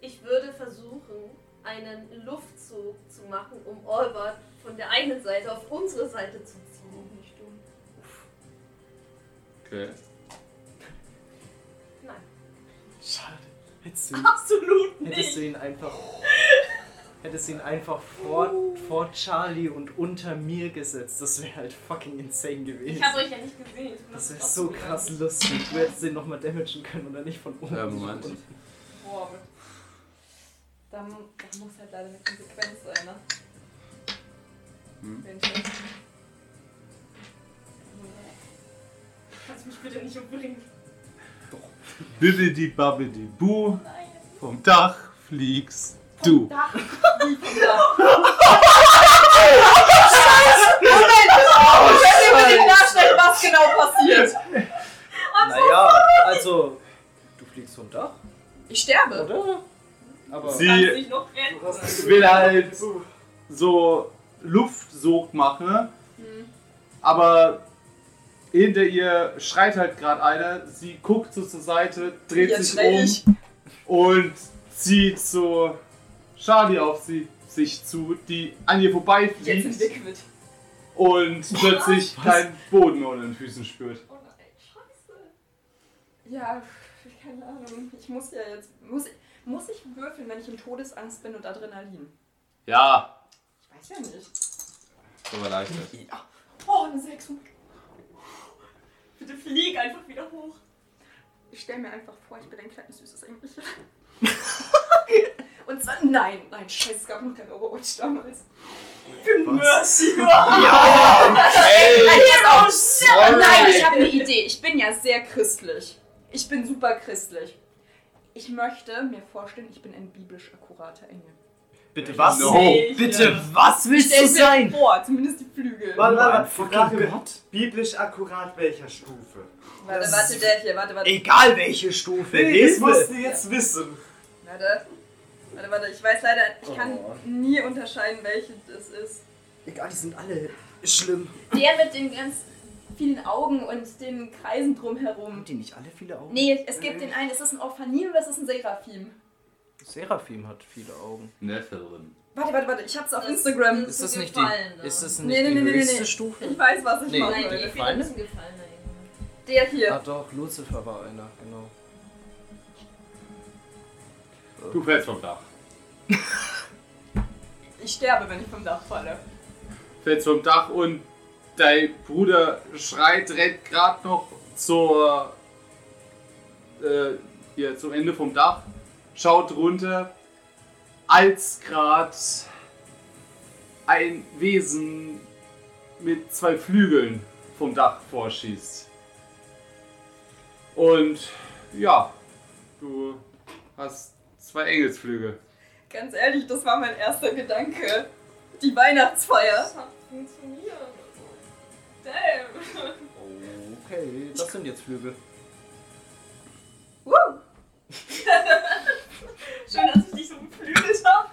S2: Ich würde versuchen, einen Luftzug zu machen, um Olbert von der einen Seite auf unsere Seite zu ziehen.
S3: Oh, Nicht dumm.
S1: Okay.
S2: Nein.
S4: Schade. Hättest du ihn,
S2: Absolut
S4: hättest
S2: nicht.
S4: du ihn einfach. Hättest du ihn einfach vor, vor Charlie und unter mir gesetzt. Das wäre halt fucking insane gewesen.
S2: Ich habe euch ja nicht gesehen. Ich bin
S4: Das
S2: auf
S4: wäre
S2: den
S4: so
S2: Kopf
S4: krass
S2: gegangen.
S4: lustig. Du hättest den nochmal damagen können oder nicht von oben.
S1: Ja, Äh, Moment.
S3: Boah, aber da, mu- da muss halt leider eine Konsequenz sein, ne? Wenn ich das-
S2: Kannst du mich bitte nicht umbringen?
S1: Bibbidi babbidi boo,
S3: Nein.
S1: vom Dach fliegst du.
S3: Oh
S6: Bitte darstellen, was genau passiert.
S4: Naja, also. Du fliegst vom Dach,
S3: Ich sterbe.
S4: oder? Aber.
S2: Kannst du
S1: Sie
S2: dich noch retten?
S1: will halt so Luftsog machen, aber hinter ihr schreit halt gerade einer, sie guckt so zur Seite, dreht
S3: Jetzt
S1: sich
S3: schrei
S1: um
S3: ich.
S1: und zieht so Charlie auf sie, sich zu, die an ihr
S3: Jetzt
S1: vorbeifliegt
S3: entwickelt.
S1: und plötzlich keinen Boden mehr unter den Füßen spürt.
S3: Oh nein, scheiße. Ja, pf, keine Ahnung. Ich muss ja jetzt. Muss, muss ich würfeln, wenn ich in Todesangst bin und Adrenalin?
S1: Ja,
S3: Ich weiß ja nicht.
S1: aber leichter.
S3: Ja. Oh, eine 6.
S2: Bitte flieg einfach wieder hoch.
S3: Ich stelle mir einfach vor, ich bin ein kleines süßes Engelchen. und zwar, nein, nein, scheiße, es gab noch kein Overwatch damals. Für Mercy.
S1: Äh,
S6: Oh, shit. Nein, ich habe eine Idee. Ich bin ja sehr christlich.
S3: Ich bin super christlich. Ich möchte mir vorstellen, ich bin ein biblisch akkurater Engel.
S5: Bitte was?
S1: No.
S4: Bitte, was willst
S3: Stell
S4: du
S3: es mir
S4: sein?
S3: vor, zumindest die Flügel.
S5: Warte, warte,
S4: Fucking
S5: warte.
S4: Gott.
S5: Biblisch akkurat welcher Stufe?
S3: Warte, warte, der hier, warte, warte.
S4: Egal welche Stufe,
S5: Das musst
S4: Hilfe!
S5: du jetzt wissen.
S3: Warte. Warte, warte, ich weiß leider, ich kann
S4: Oh.
S3: nie unterscheiden, welche das ist.
S4: Egal, die sind alle schlimm.
S3: Der mit den ganz vielen Augen und den Kreisen drumherum.
S4: Haben die nicht alle viele Augen?
S3: Nee, es gibt den einen, ist das ein Orphanin oder ist das ein Seraphim?
S4: Seraphim hat viele Augen.
S1: Nephilim.
S3: Warte, warte, warte, ich hab's auf Instagram.
S2: Das
S4: Ist
S2: ist
S4: das nicht
S2: gefallen,
S4: die,
S2: ne?
S4: ist das nicht
S3: Nee, nee,
S4: die
S3: nee, nee,
S4: höchste
S3: nee.
S4: Stufe?
S3: Ich weiß, was ich
S4: Nee.
S3: mache.
S2: Nein, die
S4: Gefallen?
S2: Gefallen? Gefallener irgendwie.
S3: Der
S4: Ah
S3: hier.
S4: doch, Lucifer war einer, genau.
S1: Du fällst vom Dach.
S3: Ich sterbe, wenn ich vom Dach falle.
S1: fällst vom Dach und dein Bruder schreit, rennt gerade noch zur, äh, hier, zum Ende vom Dach, schaut runter, als gerade ein Wesen mit zwei Flügeln vom Dach vorschießt. Und ja, du hast zwei Engelsflügel.
S3: Ganz ehrlich, das war mein erster Gedanke. Die Weihnachtsfeier.
S2: Das hat funktioniert. Damn.
S4: Okay, das sind jetzt Flügel.
S3: Woo! Schön, dass ich dich so beflügelt habe.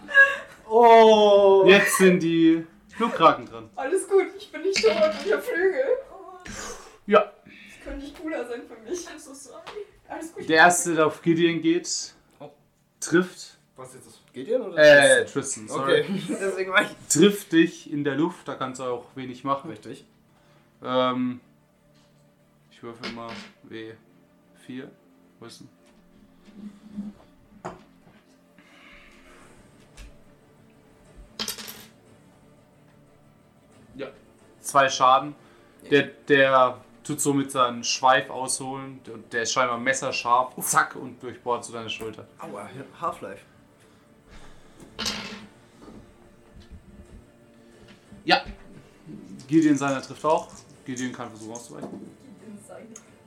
S4: Oh!
S1: Jetzt sind die Flugkraken dran.
S3: Alles gut, ich bin nicht tot und ich hab Flügel.
S1: Ja.
S3: Das könnte nicht cooler sein für mich. I'm so sorry. Alles gut.
S1: Der erste, der auf Gideon geht, trifft.
S5: Was ist das?
S8: Geht ihr oder?
S1: Äh, Tristan, sorry.
S8: okay. Deswegen war ich.
S1: Trifft dich in der Luft, da kannst du auch wenig machen.
S8: Richtig.
S1: Ähm, ich würfel mal W4. Wo ist denn? Ja, zwei Schaden. Der, der tut so mit seinem Schweif ausholen und der ist scheinbar messerscharf. Zack und durchbohrt zu deiner Schulter.
S8: Aua, Half-Life.
S1: Ja. Gideon seiner trifft auch. Gideon kann versuchen auszuweichen.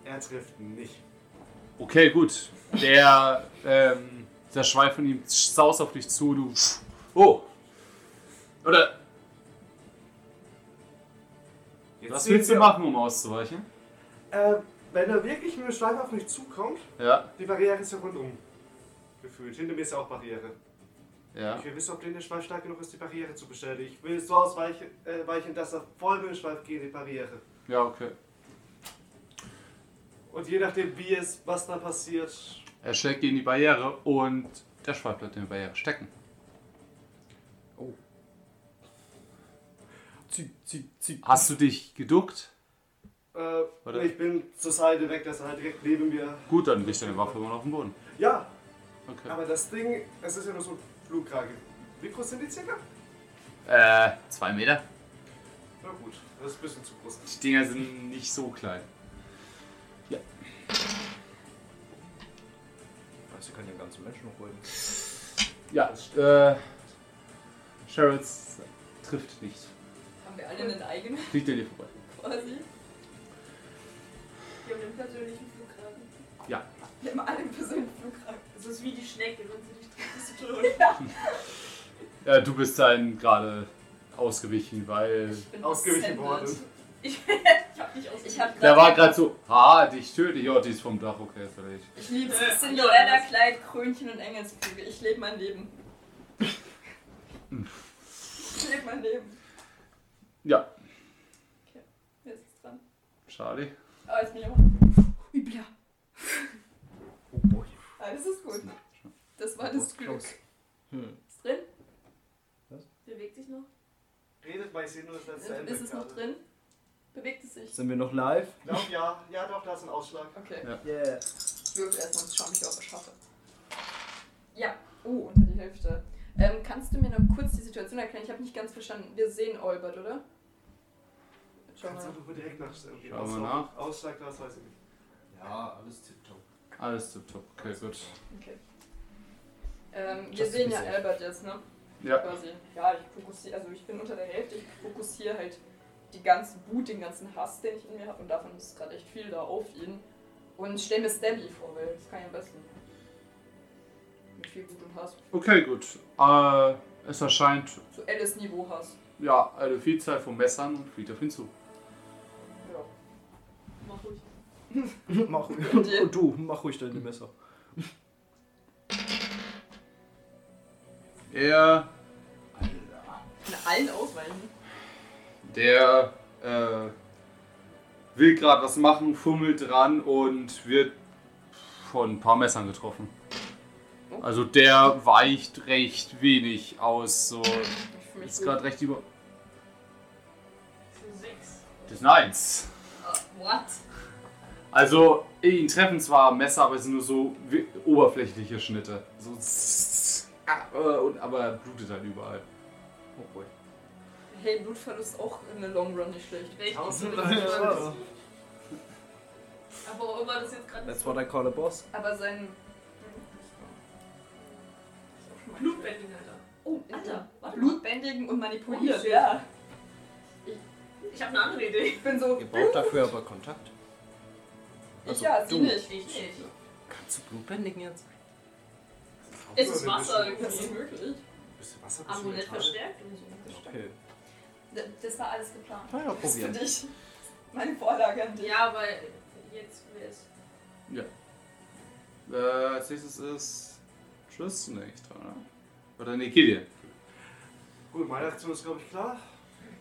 S5: Er trifft nicht.
S1: Okay, gut. Der, ähm, der Schweif von ihm saust auf dich zu, du. Oh! Oder
S5: Jetzt
S1: was
S5: sehen
S1: willst du
S5: wir-
S1: machen, um auszuweichen?
S5: Äh, wenn er wirklich mit dem Schleif auf mich zukommt,
S1: Ja,
S5: die Barriere ist ja rundum. Gefühlt. Hinter mir ist ja auch Barriere.
S1: ja.
S5: Ich will wissen, ob denn der Schweif stark genug ist, die Barriere zu bestellen. Ich will so ausweichen, äh, weichen, dass er voll mit dem Schweif geht, die Barriere.
S1: Ja, okay.
S5: Und je nachdem, wie es, was dann passiert,
S1: Er schlägt gegen die Barriere und der Schweif bleibt in der Barriere stecken.
S8: Oh. Zieh, zieh, zieh.
S1: Hast du dich geduckt?
S5: äh,
S1: Oder?
S5: ich bin zur Seite weg, dass er halt direkt neben mir.
S1: Gut, dann liegt deine Waffe immer noch auf dem Boden.
S5: Ja,
S1: Okay.
S5: aber das Ding, es ist ja nur so ein Flugkrage. Wie groß sind die circa?
S1: Äh, zwei Meter?
S5: Na gut, das ist ein bisschen zu groß.
S1: Die Dinger sind nicht so klein.
S8: Sie können den ganzen Menschen noch holen.
S1: Ja, äh. Sherrod trifft nicht.
S3: Haben wir alle einen eigenen
S1: Fliegt er dir vorbei.
S3: quasi? Wir haben den persönlichen Flughafen.
S1: Ja.
S3: Wir haben alle einen persönlichen Flughafen.
S2: Es ist wie die Schnecke, wenn sie dich trifft, bist du tot.
S1: Ja, du bist dann gerade ausgewichen, weil
S3: Ich bin
S5: Ausgewichen
S3: gesendet.
S5: worden.
S3: Ich, ich hab nicht ausgewichen. Ich, hab
S1: Der
S3: grad-
S1: war gerade so, ha, dich töte ich, oh, die ist vom Dach, okay, vielleicht.
S3: ich liebe
S2: Äh,
S3: Cinderella, Kleid, Krönchen und Engelsflüge. Ich lebe mein Leben. ich lebe mein Leben.
S1: Ja.
S3: Jetzt ist es dran.
S1: Charlie.
S3: Oh, jetzt bin ich auch. Übler.
S8: Oh boy.
S3: Alles ist gut. Das war das Glück.
S8: Hm.
S3: Ist drin?
S2: Bewegt sich noch?
S5: Redet mal, ich sehe nur das letzte Ende.
S3: Ist es noch
S5: gerade.
S3: drin? Bewegt es sich?
S8: Sind wir noch live?
S5: Ich glaube ja, ja doch, da ist ein Ausschlag.
S3: Okay.
S8: Yeah.
S3: Ich würfel erstmal und schau mich, ob ich schaffe. Ja. Oh, unter die Hälfte. Ähm, kannst du mir noch kurz die Situation erklären? Ich habe nicht ganz verstanden. Wir sehen Olbert, oder? Schau
S5: Kannst du
S3: mal.
S5: doch mal direkt nach irgendwie
S1: Schauen wir
S5: Ausschlag-
S1: nach.
S5: Ausschlag, das weiß ich nicht.
S8: Ja, alles tipptopp.
S1: Alles tipptopp, okay, gut.
S3: Okay. Ähm, wir
S8: Just
S3: sehen
S8: be
S3: ja
S8: safe.
S3: Albert jetzt, ne?
S1: Ja,
S3: Quasi. Ja, ich fokussiere, also ich bin unter der Hälfte, ich fokussiere halt die ganze Wut, den ganzen Hass, den ich in mir habe und davon ist gerade echt viel da auf ihn. Und stell mir Stabby vor, weil das kann ich am besten. Mit viel Wut und Hass.
S1: okay, gut. Äh, es erscheint,
S3: So Alice-Niveau Hass.
S1: ja, eine Vielzahl von Messern und fliegt auf ihn zu.
S3: Ja. Mach ruhig.
S8: Mach
S3: Und ihr?
S4: Oh,
S8: und du, mach ruhig deine Messer.
S1: Er,
S3: In allen ausweichen.
S1: der, äh, will gerade was machen, fummelt dran und wird von ein paar Messern getroffen. Also der weicht recht wenig aus, so
S3: Ich fühle mich
S1: ist
S3: gut.
S1: gerade recht über...
S2: Das sind sechs.
S1: Das ist eine Eins.
S3: Ah, What?
S1: Also, ihn treffen zwar Messer, aber es sind nur so wi- oberflächliche Schnitte. So. zzzz, ah, äh, und- Aber er blutet halt überall.
S8: Oh boy.
S3: Hey, Blutverlust ist auch in der Long Run nicht schlecht.
S2: Welche?
S5: Tausend
S2: Aber auch immer das jetzt gerade
S8: That's what I call a boss.
S3: Aber sein.
S2: Blutbändigen, Alter.
S3: Oh,
S2: Alter, warte mal.
S3: Blutbändigen und manipuliert.
S2: Oh, shit.
S3: ja.
S2: Ich habe eine andere Idee.
S3: Ich bin so.
S4: Also,
S8: Ihr braucht dafür aber Kontakt.
S3: Ich ja, sie
S8: du.
S3: nicht.
S2: Ich nicht.
S8: Kannst du blutbändigen jetzt?
S2: Es ist Wasser
S3: Das ist
S2: irgendwie.
S3: möglich.
S5: Bisschen Wasser, bisschen
S2: Amulett
S5: Metall.
S2: verstärkt und so.
S8: Okay.
S3: D- Das war alles geplant.
S8: Na ja,
S3: Das ist für
S8: probieren.
S3: dich. Meine Vorlage an dich.
S2: Ja, aber jetzt wäre es.
S1: Äh, als nächstes ist. Tristan eigentlich dran, oder? Oder nee, Gideon.
S5: Gut, meine Aktion ist, glaube ich, klar.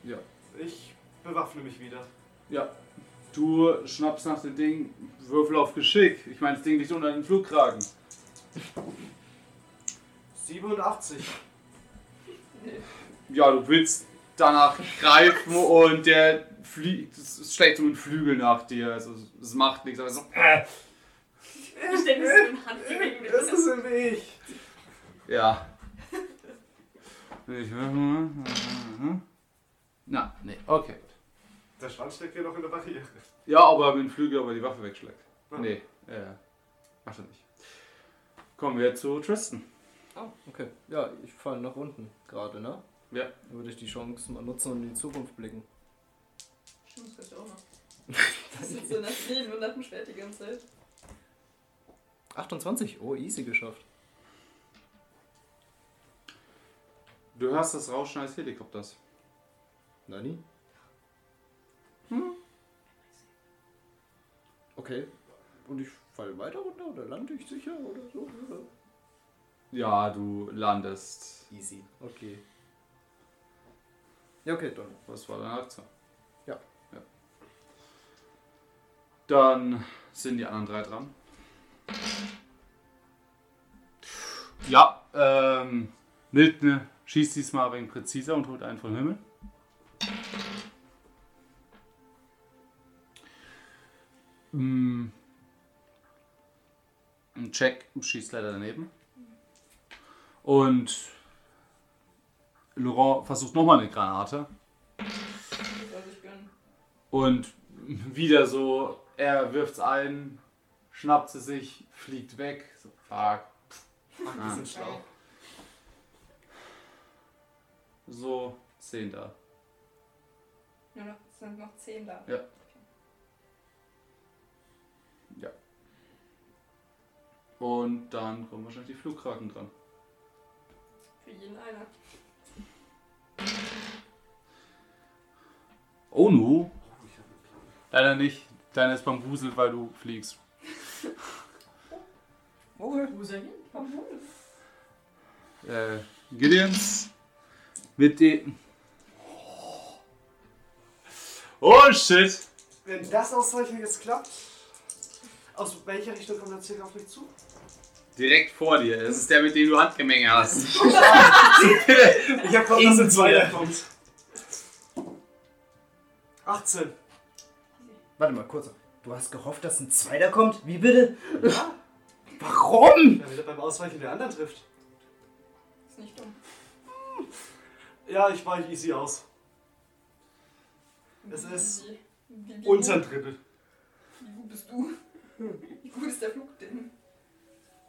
S1: Ja.
S5: Ich bewaffne mich wieder.
S1: Ja. Du schnappst nach dem Ding, Würfel auf Geschick. Ich meine, das Ding liegt unter den Flugkragen.
S5: 87.
S1: Ja, du willst danach greifen und der fliegt, es schlägt so mit Flügel nach dir. Also, es macht nichts, aber so. Äh.
S2: Ich stelle es in Handgelenk mit.
S5: Das ist im Weg.
S1: Ja. Ich, na, nee, okay.
S5: Der Schwanz steckt hier noch in der Barriere.
S1: Ja, aber mit dem Flügel, aber die Waffe wegschlägt.
S5: Ah.
S1: Nee, äh, macht er nicht. Kommen wir zu Tristan.
S4: Ah, okay. Ja, ich falle nach unten gerade, ne?
S1: Ja.
S4: Dann würde ich die Chance mal nutzen und in die Zukunft blicken.
S3: Stimmt, das könnte auch noch. Das ist so nach Willen und nach dem Schwert die ganze Zeit.
S4: 28, oh, easy geschafft.
S1: Du hörst das Rauschen eines Helikopters.
S4: Nani? Okay. Und ich falle weiter runter oder lande ich sicher oder so? Oder?
S1: Ja, du landest.
S4: Easy. Okay. Ja, okay, dann.
S1: Was war deine Aktion?
S4: Ja.
S1: ja. Dann sind die anderen drei dran. Ja, ähm, Nildne schießt diesmal wegen präziser und holt einen vom Himmel. Mm. Ein Check schießt leider daneben. Und Laurent versucht nochmal eine Granate.
S3: Das soll sich gönnen.
S1: Und wieder so, er wirft's ein, schnappt sie sich, fliegt weg. So, fuck.
S5: Ach,
S1: Ah.
S5: die sind schlau.
S1: So, 10 da.
S3: Nur noch, es sind noch 10 da.
S1: Ja. Ja. Und dann kommen wahrscheinlich die Flugkraken dran.
S3: Für jeden einer.
S1: Oh nu. Leider nicht. Deiner ist bambuselt, weil du fliegst.
S4: Okay.
S3: Wo sind die? Komm, hol.
S1: Äh, Gideons. Mit dem. Oh shit!
S5: Wenn das ausreichend jetzt klappt, aus welcher Richtung kommt der Zirkel auf mich zu?
S1: Direkt vor dir. Das ist der, mit dem du Handgemenge hast.
S5: Ich hab gehofft, dass ein zweiter kommt. 18.
S4: Warte mal, kurz. Du hast gehofft, dass ein Zweiter kommt? Wie bitte? Warum?
S5: Wenn er beim Ausweichen der anderen trifft.
S3: Ist nicht dumm.
S5: Ja, ich weiche easy aus. Es ist
S3: Wie- wie- wie
S5: Unter ein Drittel.
S3: gut- Wie gut bist du? Wie gut ist der Flug denn?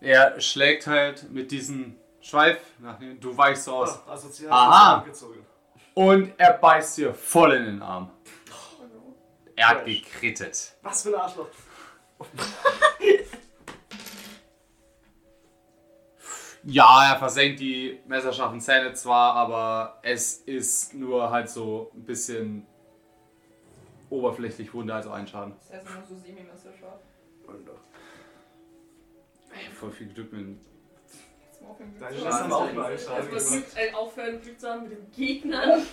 S1: Er schlägt halt mit diesem Schweif nach hinten. Du weichst aus.
S5: Ah, Assoziation
S1: Aha.
S5: angezogen.
S1: Und er beißt dir voll in den Arm.
S3: Oh no.
S1: Er hat gekrittet.
S5: Was für ein Arschloch.
S1: Ja, er versenkt die messerscharfen Zähne zwar, aber es ist nur halt so ein bisschen oberflächlich Wunde, also ein Schaden.
S3: Das heißt nur so semi-messerscharf.
S1: Ey, voll viel Glück mit.
S3: Jetzt mal aufhören,
S5: Deine
S3: zu
S5: Schwester
S3: haben.
S5: hat auch mal einen
S2: Also,
S5: Schaden
S2: was
S5: gemacht.
S2: Glück,
S3: äh,
S2: ein Aufhören, Glück zu haben mit dem Gegner.
S4: Das,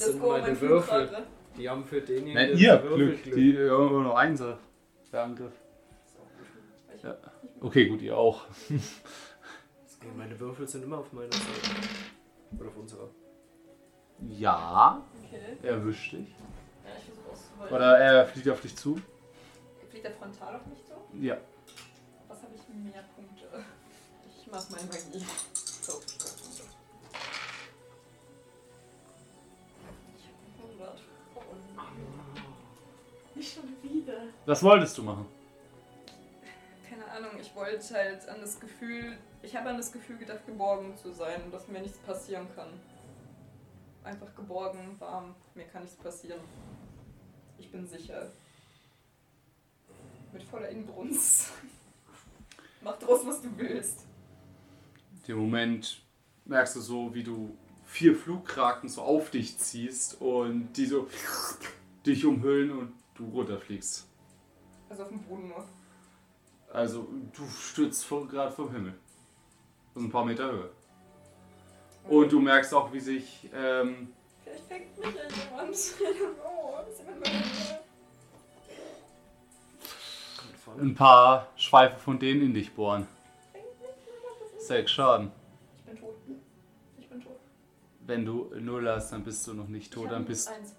S3: Das
S4: sind
S3: Go-
S4: meine
S3: mein
S4: Würfel.
S3: Flugzeug.
S4: Die haben für denjenigen
S1: Nein,
S4: das
S1: ihr
S4: Würfelglück.
S1: Glück. Die äh, nur noch Einser. Der Angriff.
S3: Ich-
S1: Ja. Okay, gut, ihr auch.
S4: Ja, meine Würfel sind immer auf meiner Seite. Oder auf unserer.
S1: Ja,
S3: Okay.
S1: er erwischt dich.
S3: Ja, ich versuche auszuweichen.
S1: Oder er fliegt auf dich zu.
S3: Fliegt der frontal auf mich zu?
S1: Ja.
S3: Was habe ich mehr Punkte? Ich mach meine Magie. So, ich mach Punkte. Ich hab 100. Oh nein. Nicht schon wieder.
S1: Was wolltest du machen?
S3: Keine Ahnung, ich wollte halt an das Gefühl, ich habe an das Gefühl gedacht, geborgen zu sein und dass mir nichts passieren kann. Einfach geborgen, warm, mir kann nichts passieren. Ich bin sicher. Mit voller Inbrunst. Mach draus, was du willst.
S1: Den Moment merkst du so, wie du vier Flugkraken so auf dich ziehst und die so dich umhüllen und du runterfliegst.
S3: Also auf dem Boden nur.
S1: Also du stürzt vor- gerade vom Himmel. Aus ein paar Meter Höhe. Und du merkst auch, wie sich ähm,
S3: Vielleicht fängt mich ja jemand. I don't know. Ist jemand bei mir?
S1: ein paar Schweife von denen in dich bohren. Sechs Schaden.
S3: Ich bin tot. Ich bin tot.
S1: Wenn du null hast, dann bist du noch nicht tot,
S3: ich hab
S1: dann
S3: minus
S1: bist
S3: Eins.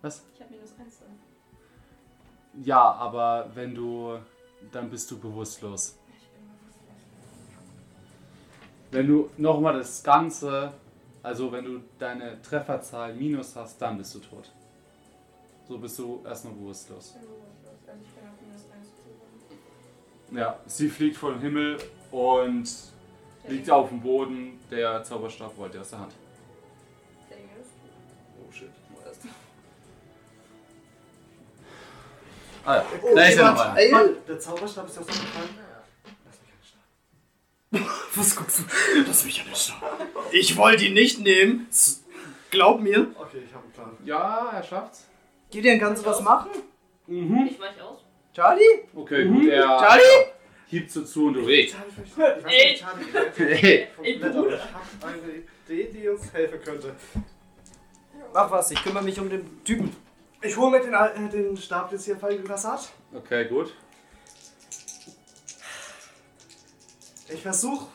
S1: Was?
S3: Ich habe minus eins dann.
S1: Ja, aber wenn du. Dann bist du bewusstlos.
S3: Ich bin bewusstlos.
S1: Wenn du nochmal das Ganze. Also, wenn du deine Trefferzahl minus hast, dann bist du tot. So bist du erstmal bewusstlos.
S3: Ich bin bewusstlos. Also ich bin auf minus eins zugegangen.
S1: Ja, sie fliegt vom Himmel und liegt auf dem Boden. Der Zauberstab rollt ihr aus der Hand.
S3: Der Engel ist tot.
S1: Oh shit.
S3: Wo ist
S1: Ah ja.
S5: Oh,
S1: Da ist er
S5: warte,
S1: noch
S5: warte, warte, Der Zauberstab ist ja so gefallen. Lass mich anstarren.
S4: Was guckst du? Lass mich an der Ich wollte ihn nicht nehmen. S- Glaub mir.
S5: Okay, ich habe einen Plan.
S1: Ja, er schafft's.
S4: Gideon, kannst du was machen? Hm?
S2: Ich weich aus.
S4: Charlie?
S1: Okay, gut, er
S4: Charlie?
S1: hiebt so zu und du redest.
S5: Charlie, ich weiß nicht, Charlie, ich weiß nicht,
S1: Hey.
S5: ich habe eine Idee, die Also, uns helfen könnte.
S4: Mach was, ich kümmere mich um den Typen.
S5: Ich hole mir den, Al- äh, den Stab, den sie hier fallen gelassen hat.
S1: Okay, gut.
S5: Ich versuche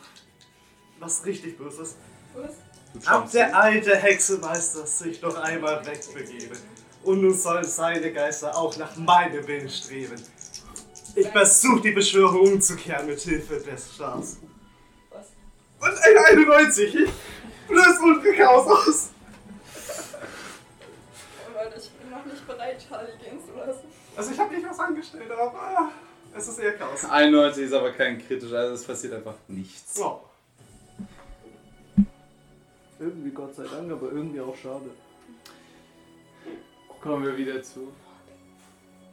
S5: was richtig Böses.
S3: Was?
S1: Du
S5: Ab
S1: schaust.
S5: der alte Hexenmeister sich noch einmal wegbegeben. Und nun sollen seine Geister auch nach meinem Willen streben. Ich versuche die Beschwörung umzukehren mit Hilfe des Stabs.
S3: Was?
S5: Und ein 91! Ich löse unsere Chaos aus!
S3: Oh Leute, ich bin noch nicht bereit, Charlie gehen zu lassen.
S5: Also ich habe nicht was angestellt, aber ah, es ist eher Chaos.
S1: 91 ist aber kein kritischer, also es passiert einfach nichts.
S5: Wow.
S4: Irgendwie Gott sei Dank, aber irgendwie auch schade.
S1: Kommen wir wieder zu.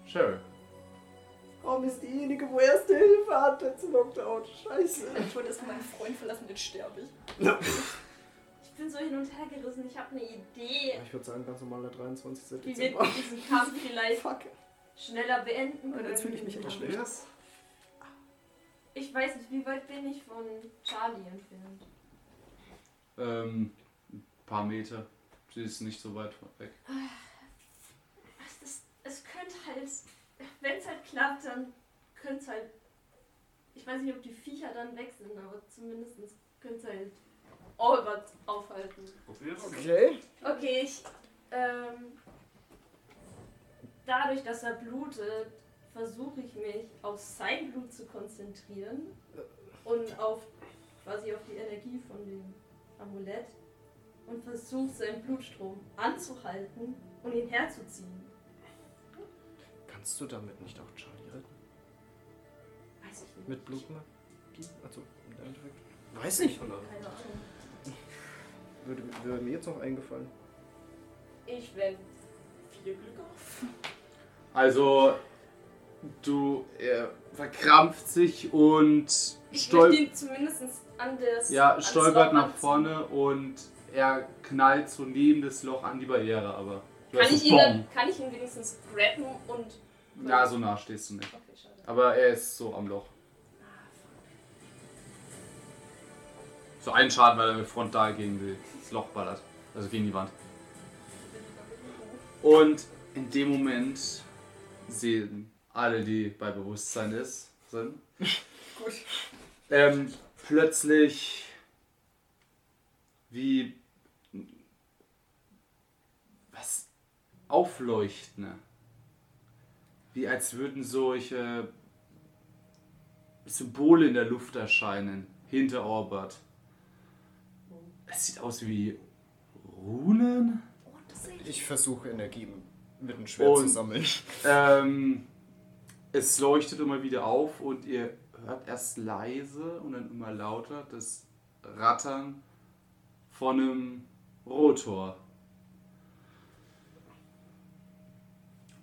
S1: Cheryl.
S4: Warum ist diejenige, wo erste Hilfe hat, jetzt im Lockdown? Oh, Scheiße.
S3: Ich wurde erst meinen Freund verlassen, jetzt sterbe ich.
S2: Ich bin so hin und her gerissen. Ich habe eine Idee,
S4: Ich würde sagen, ganz normaler 23.
S2: wie wir
S4: Dezember.
S2: diesen Kampf vielleicht
S4: Fuck.
S2: schneller beenden können.
S4: Alter, jetzt fühle ich mich echt schlecht.
S5: Yes.
S2: Ich weiß nicht, wie weit bin ich von Charlie entfernt?
S1: Ähm, ein paar Meter. Sie ist nicht so weit weg.
S2: Was ist, es könnte halt, wenn es halt klappt, dann könnte es halt, ich weiß nicht, ob die Viecher dann weg sind, aber zumindest könnte es halt Albert aufhalten.
S4: Okay.
S2: Okay, ich, ähm, dadurch, dass er blutet, versuche ich mich auf sein Blut zu konzentrieren und auf quasi auf die Energie von dem Amulett und versuche seinen Blutstrom anzuhalten und ihn herzuziehen.
S4: Kannst du damit nicht auch Charlie retten?
S2: Weiß ich nicht.
S4: Mit Blutmagie? Also, im Endeffekt. Weiß nicht.
S2: Keine Ahnung.
S4: Würde, würde mir jetzt noch eingefallen.
S2: Ich werde viel Glück auf.
S1: Also, du er verkrampft sich und
S2: Ich
S1: stolpert.
S2: möchte ihn zumindest an das.
S1: Ja,
S2: ans
S1: stolpert
S2: Loch
S1: nach
S2: anziehen.
S1: vorne und er knallt so neben das Loch an die Barriere, aber. du
S2: Kann
S1: hörst
S2: ich,
S1: ein
S2: ihn
S1: Bong.
S2: dann, kann ich ihn wenigstens grabben und.
S1: Ja, so nah stehst du nicht.
S2: Okay, schade.
S1: Aber er ist so am Loch. So einen Schaden, weil er mit frontal gegen die- das Loch ballert. Also gegen die Wand. Und in dem Moment sehen alle, die bei Bewusstsein ist, sind, ähm, plötzlich wie was aufleuchten. ne? Wie als würden solche Symbole in der Luft erscheinen hinter Orbert. Es sieht aus wie Runen.
S4: Ich versuche Energie mit dem
S1: Schwert zu
S4: sammeln.
S1: Ähm, es leuchtet immer wieder auf und ihr hört erst leise und dann immer lauter das Rattern von einem Rotor.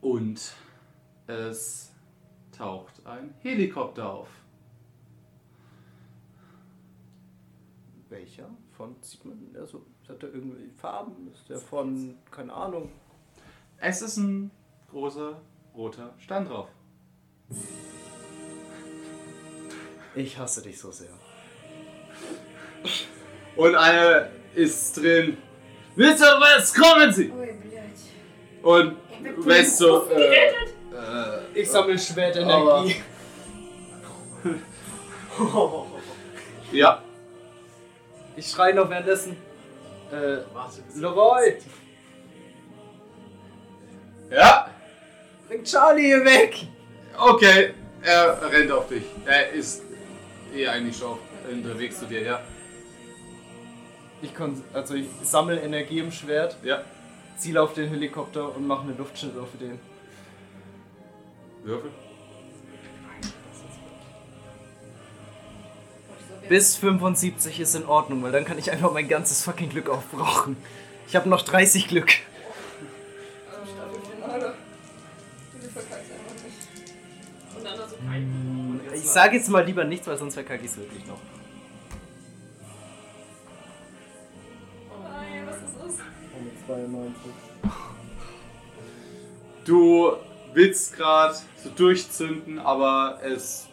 S1: Und es taucht ein Helikopter auf.
S4: Welcher? Von sieht man, also hat er irgendwie Farben? Ist der von, keine Ahnung.
S1: Es ist ein großer roter Stern drauf.
S4: Ich hasse dich so sehr.
S1: Und einer ist drin. Mr. West, kommen Sie!
S3: Ui, blöd.
S1: Und West so. Äh,
S4: Ich sammle Schwertenergie.
S1: Aber- Ja.
S4: Ich schreie noch währenddessen. Äh,
S5: Warte, bis
S4: Leroy,
S1: Ja.
S4: bring Charlie hier weg!
S1: Okay. Er rennt auf dich. Er ist eh eigentlich schon auf- unterwegs zu dir, ja.
S4: Ich, kon also ich sammle Energie im Schwert,
S1: Ja.
S4: ziele auf den Helikopter und mache eine Luftschnitt auf den.
S1: Würfel.
S2: Oh,
S4: Bis 75 ist in Ordnung, weil dann kann ich einfach mein ganzes fucking Glück aufbrauchen. Ich habe noch 30 Glück.
S3: Zum Stapel von Alter. Du verkackst einfach nicht.
S2: Und dann also
S1: Hm.
S2: rein.
S4: Ich sage jetzt mal lieber nichts, weil sonst verkacke ich es wirklich noch.
S3: Nein, was das ist?
S1: Du willst gerade so durchzünden, aber es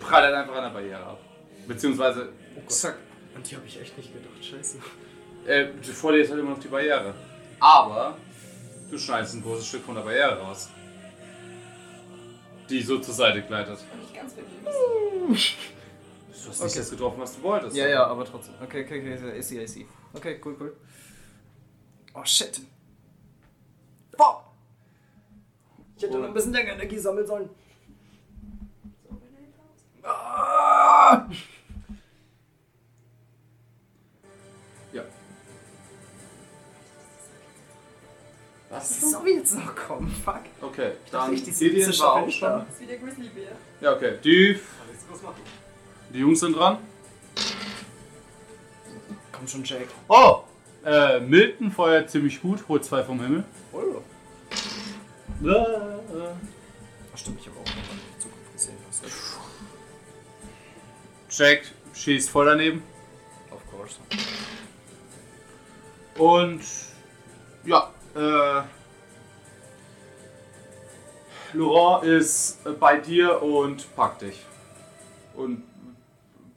S1: prallt halt einfach an der Barriere ab. Beziehungsweise,
S4: Oh
S1: zack,
S4: An die habe ich echt nicht gedacht, scheiße.
S1: äh, vor dir ist halt immer noch die Barriere. Aber du schneidest ein großes Stück von der Barriere raus. Die so zur Seite gleitet.
S3: Und nicht ganz wirklich.
S1: Du hast nicht das getroffen, was du wolltest.
S4: Ja, ja, aber trotzdem. Okay, okay, okay, okay, I see, I see. Okay, cool, cool. Oh shit. Boah! Ich hätte noch ein bisschen länger Energie sammeln sollen. Ah!
S1: Ja.
S4: Was
S1: Was?
S4: soll jetzt noch kommen? Fuck.
S1: Okay,
S4: Dass
S1: dann
S4: ich diese
S1: Gideon
S4: diese
S1: war
S4: Staffel
S1: auch
S4: nicht
S1: schon.
S4: da.
S3: Das ist wie der Grizzlybär.
S1: Ja, okay. Die,
S5: Alles groß machen.
S1: die Jungs sind dran.
S4: Komm schon, Jake.
S1: Oh! Äh, Milton feuert ziemlich gut, holt zwei vom Himmel.
S4: Oh.
S1: Äh, äh.
S4: Ach, stimmt, ich habe auch noch mal in Zukunft gesehen. was das-
S1: Jack schießt voll daneben.
S4: Of course.
S1: Und ja, äh, Laurent ist äh, bei dir und packt dich. Und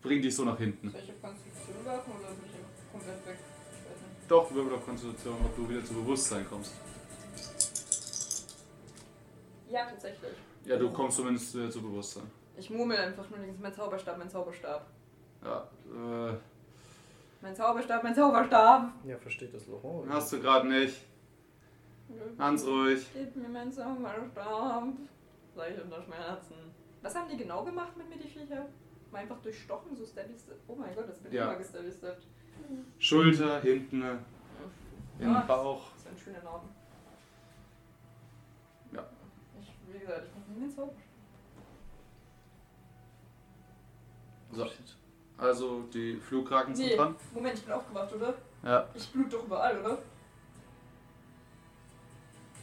S1: bringt dich so nach hinten.
S3: Soll ich auf Konstitution werfen oder bin ich auf- komplett weg? Ich weiß nicht.
S1: Doch, Wirbel auf Konstitution, ob du wieder zu Bewusstsein kommst.
S3: Ja, tatsächlich.
S1: Ja, du kommst zumindest wieder zu Bewusstsein.
S3: Ich murmel einfach nur links. Mein Zauberstab, mein Zauberstab.
S1: Ja, äh,
S3: Mein Zauberstab, mein Zauberstab.
S4: Ja, versteht das Laurent.
S1: hast du gerade nicht. Ganz ruhig.
S3: Gib mir meinen Zauberstab. Sag ich unter Schmerzen. Was haben die genau gemacht mit mir, die Viecher? Mal einfach durchstochen, so steady step. Oh mein Gott, das bin ich
S1: Ja.
S3: immer gesteady stepped.
S1: Schulter, hinten, äh, in den Bauch.
S3: Das ist ein schöner Name.
S1: Ja.
S3: Ich, wie gesagt, ich mach nie den Zauberstab.
S1: So. Also die Flugkraken sind
S3: Nee,
S1: dran.
S3: Moment, ich bin aufgewacht, oder?
S1: Ja.
S3: Ich blute doch überall, oder?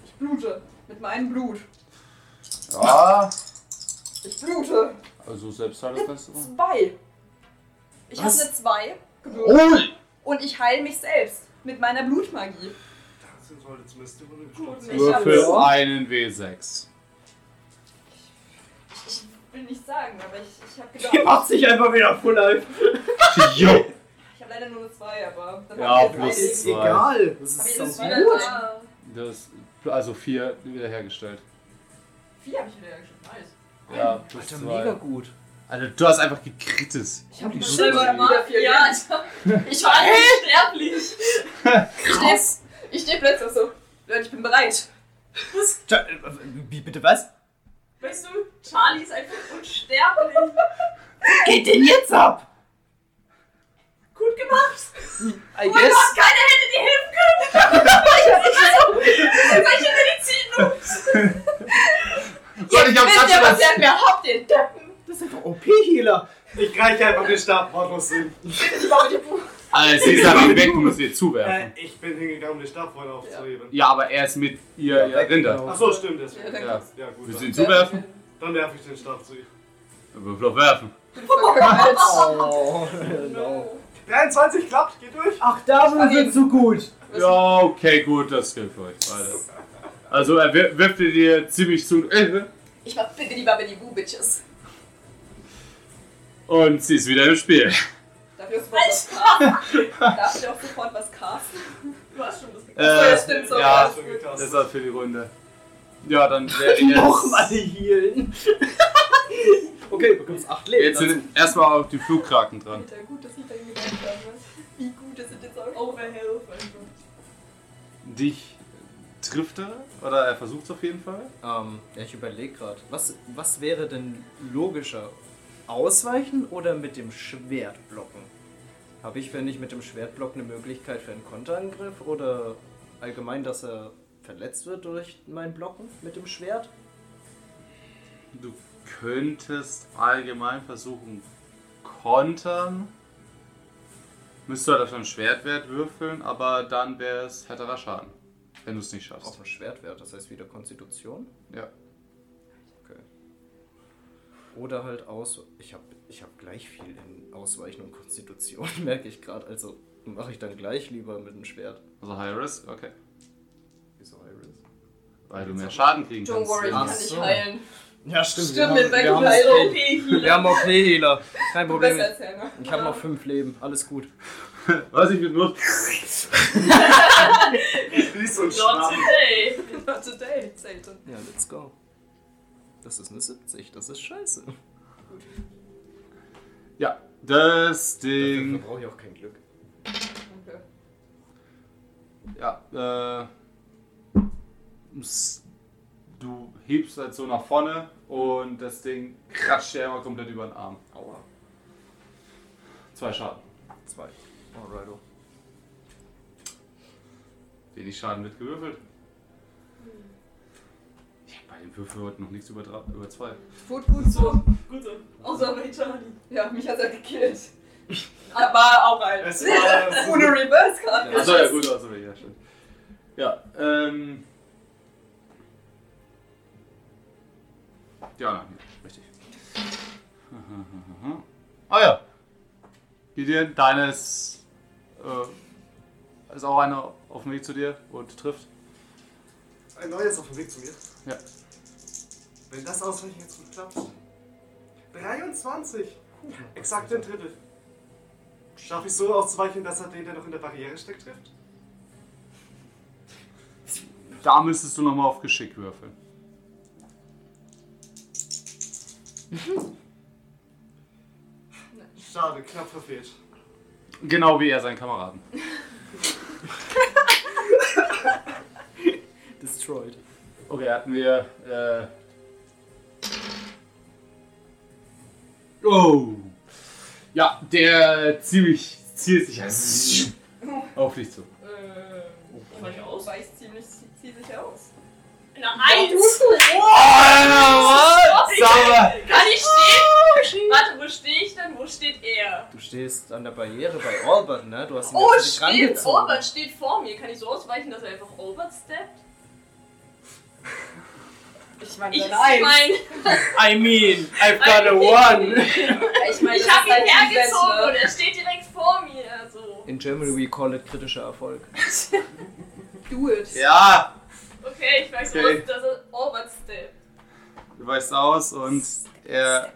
S3: Ich blute. Mit meinem Blut.
S1: Ja,
S3: Ich blute.
S1: also selbst hat es besser.
S3: Zwei. Ich habe
S4: Was?
S3: eine Zwei gewürfelt.
S1: Oh!
S3: Und ich heile mich selbst. Mit meiner Blutmagie.
S5: Das sollte zumindest die Runde
S3: Gut,
S5: gestürzt
S3: ich, hab,
S1: Würfel einen W6.
S3: ich will nicht sagen, aber ich, ich habe
S4: Die
S3: gedacht.
S4: macht sich einfach wieder full life.
S1: Jo!
S3: Ich habe leider nur eine Zwei, aber dann
S1: Ja,
S3: hab ich
S1: plus
S3: jetzt
S1: zwei.
S3: eine
S4: Egal. Das
S3: Aber
S4: ist
S3: jetzt
S4: so
S3: ist
S4: gut.
S3: wieder da.
S1: Das, also vier wiederhergestellt.
S3: Vier habe ich wieder geschafft. Nice.
S1: Ja, plus
S4: Alter,
S1: zwei.
S4: mega gut.
S1: Alter, du hast einfach gekrittet.
S3: Ich habe
S4: Holy
S3: mir
S4: shit.
S3: selber wieder vier
S2: Ja,
S3: gegeben.
S2: ich war ich war unsterblich.
S3: Ich stehe ich steh plötzlich so. Leute, ich bin bereit.
S4: Ja, äh, Wie bitte was?
S2: Weißt du, Charlie ist einfach unsterblich.
S4: Geht denn jetzt ab?
S2: Gut gemacht.
S3: Oh
S4: I guess.
S2: Keiner hätte dir helfen können. Welche Medizin?
S1: Gott, ich hab's
S3: Wisst ihr, was
S1: gerade
S3: ihr an mir habt, ihr Deppen?
S4: Das ist einfach OP-Healer.
S5: Ich reiche einfach den Stab wortlos hin.
S3: Ich baue die Buch.
S1: Alter, sie ist einfach weg, du musst ihr zuwerfen.
S5: Äh, ich bin hingegangen, um den Stab vorhin aufzuheben.
S3: Äh.
S1: Ja, aber er ist mit ihr, ihr Rinder.
S4: genau.
S5: Achso, stimmt. Das
S3: Ja,
S5: ja,
S3: dann
S1: Ja.
S3: kannst
S5: gut.
S1: Willst du ihn
S5: Dann,
S1: zuwerfen?
S5: dann werfe ich den Stab zu ihm.
S1: Würfel auf werfen.
S3: du verkackt.
S4: Oh, genau.
S5: 23 klappt, geht durch.
S4: Ach, da sind so gut.
S1: Ja, okay, gut, das gilt für euch beide. Also er wir- wirft ihr dir ziemlich zu äh,
S3: Ich mach bibbidi babbidi boo, Bitches.
S1: und sie ist wieder im Spiel.
S3: Darf ich auch sofort was casten? Darf ich auch sofort was casten? Du hast schon das gekriegt.
S1: Äh,
S3: ja, stimmt so.
S1: ja.
S3: Ja.
S5: Schon gekastet.
S1: Das war für die Runde. Ja, dann wäre jetzt...
S4: Nochmal healen. Okay, du bekommst 8 Leben.
S1: Jetzt sind erstmal auf die Flugkraken dran.
S3: Peter, gut, dass ich bei ihm gedacht habe. Wie gut, dass ich jetzt auch overhelp. Also.
S1: Dich trifft er oder er versucht es auf jeden Fall.
S4: Ähm, ja, ich überlege gerade, was, was wäre denn logischer? Ausweichen oder mit dem Schwert blocken? Habe ich, wenn ich mit dem Schwert block, eine Möglichkeit für einen Konterangriff oder allgemein, dass er verletzt wird durch mein Blocken mit dem Schwert?
S1: Du könntest allgemein versuchen kontern. Müsste halt auf deinen Schwertwert würfeln, aber dann wäre es härterer Schaden, wenn du es nicht schaffst.
S4: Auf dem Schwertwert, das heißt wieder Konstitution?
S1: Ja.
S4: Okay. Oder halt aus. Ich habe ich hab gleich viel in Ausweichen und Konstitution, merke ich gerade. Also mache ich dann gleich lieber mit dem Schwert.
S1: Also High Risk, okay.
S4: Wieso Iris?
S1: Weil du mehr Schaden kriegen
S3: Don't
S1: kannst.
S3: worry, ich
S1: wenn
S3: kann
S1: du-
S4: Ach
S3: dich
S4: so.
S3: heilen.
S4: Ja, stimmt.
S3: Stimmt, mit
S4: wir
S3: Michael
S4: haben, wir haben,
S3: Heil.
S4: wir haben OP-Healer. Kein Problem.
S3: Besser als Genau. Helmer.
S4: Ich habe noch 5 Leben. Alles gut.
S1: Was ich bin nur.
S5: Ist und
S2: Not
S5: Schwamm.
S2: today.
S3: Not today, Satan.
S4: Ja, let's go. Das ist eine 70. Das ist scheiße.
S1: Ja, das
S4: Dafür
S1: Ding.
S4: brauche ich auch kein Glück.
S3: Okay.
S1: Ja, äh, s- du hebst halt so nach vorne und das Ding kratscht dir einmal komplett über den Arm.
S4: Aua.
S1: Zwei Schaden.
S4: 2. Alrighto.
S1: Wenig Schaden wird gewürfelt. Ich hab bei den Würfeln heute noch nichts über, drei, über zwei.
S3: Gut, gut so.
S2: Gut so.
S3: Außer bei Charlie. Ja, mich hat er gekillt. Aber auch ein.
S5: Es war-
S3: Ohne Reverse Card.
S1: Achso, ja gut, also ja, stimmt. Ja, ähm. Ja, nein, richtig. Ah ja. Gideon, deine ist, äh, ist auch einer auf dem Weg zu dir und trifft.
S5: Ein neues auf dem Weg zu mir.
S1: Ja.
S5: Wenn das ausreichend jetzt gut klappt. 23. Exakt ein Drittel. Schaffe ich so auszuweichen, dass er den, der noch in der Barriere steckt, trifft?
S1: Da müsstest du nochmal auf Geschick würfeln.
S5: Schade, knapp verfehlt.
S1: Genau wie er seinen Kameraden.
S4: Destroyed.
S1: Okay, hatten wir. Äh, oh! Ja, der ziemlich zielsicher auf dich zu.
S2: Äh, ich weich
S3: Du
S2: aus.
S3: weichst ziemlich zielsicher aus.
S2: Na, eins.
S1: was?
S2: Kann ich
S1: Oh,
S2: stehen? Warte, wo stehe ich denn? Wo steht er?
S4: Du stehst an der Barriere bei Albert, ne? Du hast ihn
S2: Oh,
S4: jetzt nicht
S2: steht.
S4: rangezogen.
S2: Obert steht vor mir. Kann ich so ausweichen, dass er einfach Obert steppt?
S3: Ich meine,
S2: Ich meine,
S4: I mean, I've
S2: got a
S4: one.
S3: ich meine, halt
S1: halt
S2: ich habe ihn hergezogen
S1: ne?
S3: ne?
S2: und er steht direkt vor mir. Also.
S4: In Germany we call it kritischer Erfolg.
S3: Do it.
S1: Ja!
S2: Okay, ich weiß
S1: Okay.
S2: aus, dass er Obert steppt.
S1: Du weichst aus und er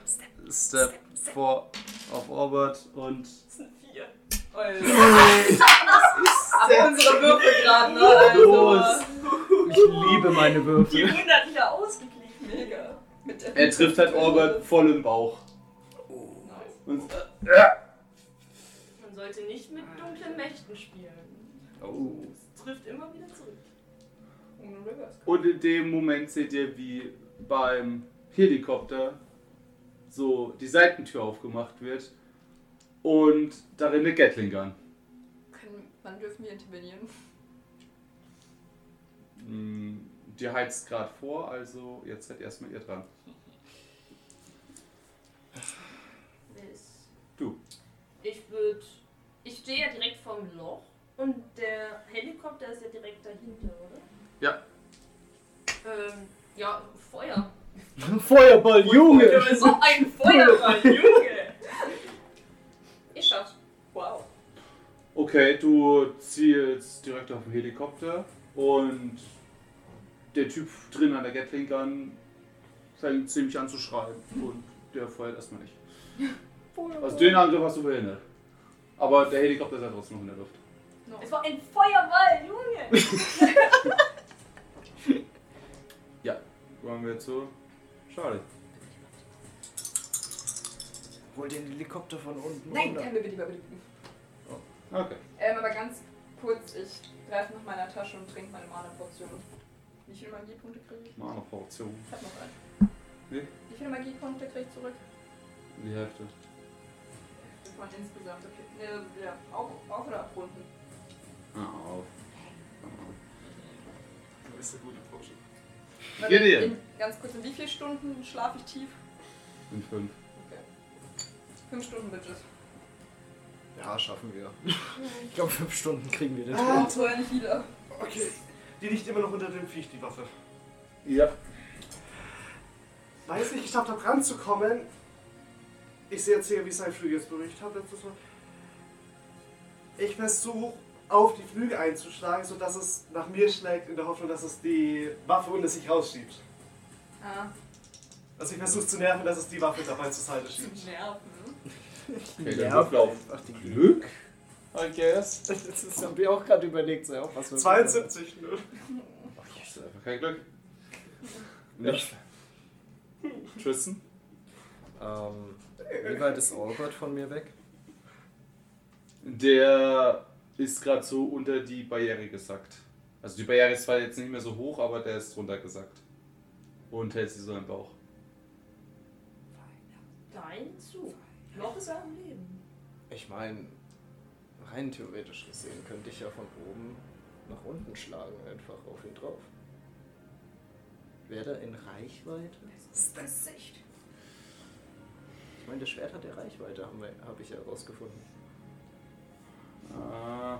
S1: step vor auf Orbit und.
S2: Das sind vier.
S3: Aber unsere Würfel gerade, ne? Also,
S4: Ich liebe meine
S2: Die
S4: Würfel.
S2: 100 wieder ausgeglichen.
S3: mega. Mit der
S1: Er trifft halt Orbit voll im Bauch. Oh. Und äh,
S2: Man sollte nicht mit dunklen Mächten spielen.
S4: Oh.
S2: Es trifft immer wieder zurück.
S3: Ohne Reverse Card.
S1: Und in dem Moment seht ihr, wie beim Helikopter so die Seitentür aufgemacht wird und darin eine Gatling Gun.
S3: Können, wann dürfen wir intervenieren?
S1: Hm, Die heizt gerade vor, also jetzt seid erstmal ihr dran.
S2: ist.
S1: Du.
S2: Ich würde. Ich stehe ja direkt vorm Loch und der Helikopter ist ja direkt dahinter, oder?
S1: Ja.
S2: Ähm, ja, Feuer.
S4: Feuerball, Junge!
S2: So ein Feuerball, Junge! Ich schaff's.
S3: Wow.
S1: Okay, du zielst direkt auf den Helikopter und der Typ drin an der Gatling Gun fängt ziemlich an zu schreien und der feuert erstmal nicht. Also den Angriff hast du verhindert. Aber der Helikopter ist ja trotzdem noch in der Luft.
S2: Es war ein Feuerball, Junge!
S1: Wollen wir zu Charlie.
S4: Hol den Helikopter von unten.
S3: Nein,
S4: runter.
S3: kein Bibi, Bibi, Bibi.
S1: Okay.
S3: Ähm, aber ganz kurz, ich greife nach meiner Tasche und trinke meine Mana-Portion. Wie viele Magiepunkte kriege ich?
S1: Mal eine Portion.
S3: Ich hab noch einen.
S1: Nee.
S3: Wie viele Magiepunkte kriege ich zurück?
S1: Die Hälfte.
S3: Von insgesamt, okay. Nee, ja, auf, auf oder abrunden?
S1: Ah, auf. Ah,
S5: Du bist eine gute Porsche.
S1: Gideon.
S3: In, ganz kurz, in wie vielen Stunden schlafe ich tief?
S1: In fünf.
S3: Fünf Stunden, Bitches.
S11: Ja, schaffen wir.
S4: Ich glaube, fünf Stunden kriegen wir den.
S3: Oh, so ein Healer.
S5: Okay. Die liegt immer noch unter dem Viech, die Waffe.
S1: Ja.
S5: Weil ich es nicht geschafft habe, ranzukommen. Ich sehe jetzt hier, wie sein Flügel jetzt bewegt hat letztes Mal. Ich versuche, auf die Flügel einzuschlagen, sodass es nach mir schlägt, in der Hoffnung, dass es die Waffe unter sich rausschiebt.
S3: Ah,
S5: Also ich versuche zu nerven, dass es die Waffe dabei zur Seite
S3: zu
S5: schiebt.
S3: nerven.
S1: Okay, dann wirf auf
S4: Ach, die Glück.
S1: Glück.
S4: I guess. Das ist- hab ich auch gerade überlegt. So, ja, auch was wir-
S5: 72, ne?
S1: Das ist einfach kein Glück. Nicht. Tristan?
S11: Ähm, wie weit ist Albert von mir weg?
S1: Der ist gerade so unter die Barriere gesackt. Also die Barriere ist zwar jetzt nicht mehr so hoch, aber der ist drunter gesackt. Und hält sie so im Bauch.
S2: Dein Zug. Noch ist er am Leben.
S11: Ich meine, rein theoretisch gesehen könnte ich ja von oben nach unten schlagen, einfach auf ihn drauf. Wäre der in Reichweite?
S3: Gesicht.
S11: Ich meine, das Schwert hat ja Reichweite, habe hab ich ja herausgefunden.
S1: Ah.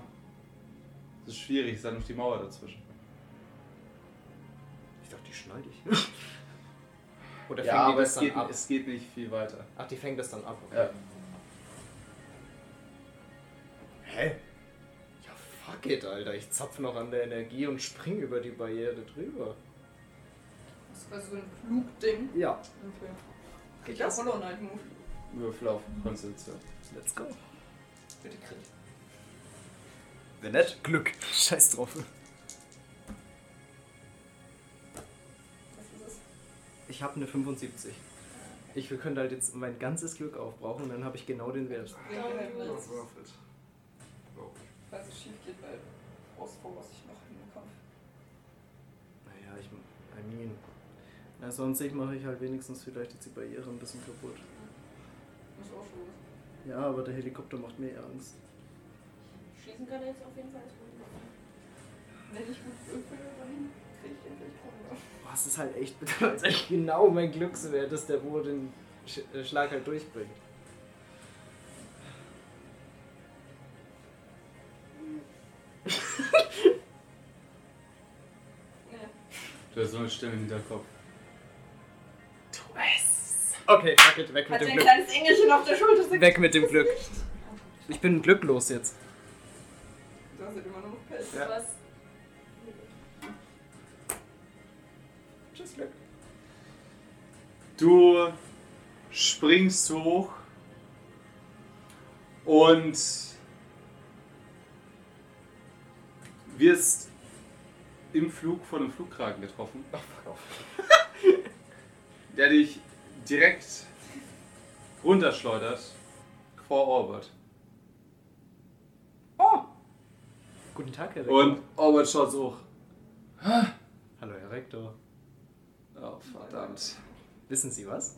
S1: Das ist schwierig, ist dann noch die Mauer dazwischen.
S11: Ich dachte, die schneide ich. Oder
S1: ja,
S11: fängt die
S1: aber
S11: das
S1: es
S11: dann
S1: geht,
S11: ab?
S1: es geht nicht viel weiter.
S11: Ach, die fängt das dann ab.
S1: Ja.
S11: Hä? Ja, fuck it, Alter. Ich zapf noch an der Energie und spring über die Barriere drüber.
S3: Das war so ein Flugding.
S4: Ja,
S3: Okay. Geht ja Hollow Knight Move.
S1: Würfel auf Konstitution.
S4: let's go.
S3: Bitte krieg.
S4: Wenn nicht, Glück. Scheiß drauf.
S3: Was ist es?
S4: Ich habe eine 75. Ich könnte halt jetzt mein ganzes Glück aufbrauchen, dann habe ich genau den Wert.
S3: Ja,
S2: Don't do it.
S5: Worth it.
S3: Falls es schief geht, weil aus was ich noch hinbekomme.
S4: Naja, ich. I mean. Na, sonst mache ich halt wenigstens vielleicht jetzt die Barriere ein bisschen kaputt.
S3: Muss auch schon.
S4: Ja, aber der Helikopter macht mir eher Angst.
S2: Schießen kann er jetzt auf jeden Fall das Problem.
S3: Wenn ich gut würfel, dann krieg ich den vielleicht runter.
S4: Boah, es ist halt echt, das ist echt genau mein Glückswert, dass der wohl den Sch äh, Schlag halt durchbringt.
S3: Nee.
S1: Du hast so eine Stimme im Hinterkopf.
S4: Okay, fuck it, weg mit
S3: Hat
S4: dem
S3: ein
S4: Glück.
S3: kleines Engelchen auf der Schulter.
S4: Weg mit dem Glück. Ich bin glücklos jetzt.
S3: Du hast halt immer nur noch Pech.
S4: Ja.
S2: Was?
S4: Tschüss, Glück.
S1: Du springst hoch und wirst im Flug von einem Flugkragen getroffen. der dich direkt runterschleudert vor Orbit.
S4: Guten Tag, Herr Rektor.
S1: Und Orbit schaut so hoch.
S4: Hallo, Herr Rektor.
S1: Oh, verdammt.
S4: Wissen Sie was?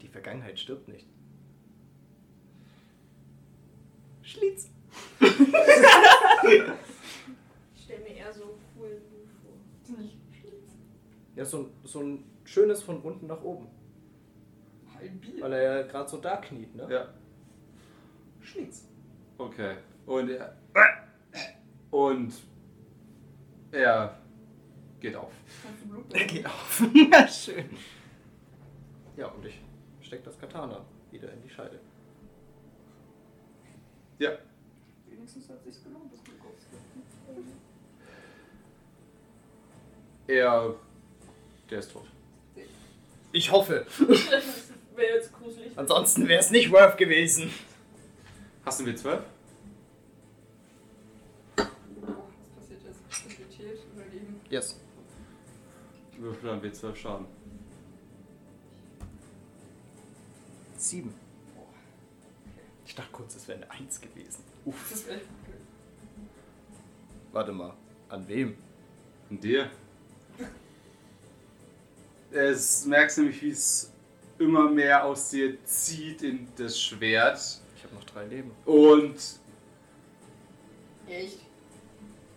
S4: Die Vergangenheit stirbt nicht. Schlitz.
S2: Ich stelle mir eher so cool vor.
S4: Ja, so, ein- so ein schönes von unten nach oben. Weil er ja gerade so da kniet, ne?
S1: Ja.
S4: Schlitz.
S1: Okay. Und er. Und er geht auf.
S4: Er geht auf. Schön. Ja, und ich steck das Katana wieder in die Scheide.
S1: Ja.
S3: Wenigstens hat sich's gelohnt, das Glück aufzunehmen.
S1: Er. Der ist tot.
S4: Ich hoffe.
S2: Das wäre jetzt gruselig.
S4: Ansonsten wäre es nicht worth gewesen.
S1: Hast du einen W12?
S3: Was passiert jetzt? Stabilität, Überleben.
S4: Yes.
S1: Würfel dann W12 Schaden.
S4: Sieben. Ich dachte kurz, es wäre eine Eins gewesen. Uff.
S3: Das wäre echt blöd.
S8: Warte mal, an wem?
S1: Und dir? Es merkst nämlich, wie es immer mehr aus dir zieht in das Schwert.
S8: Ich habe noch drei Leben.
S1: Und
S3: Echt?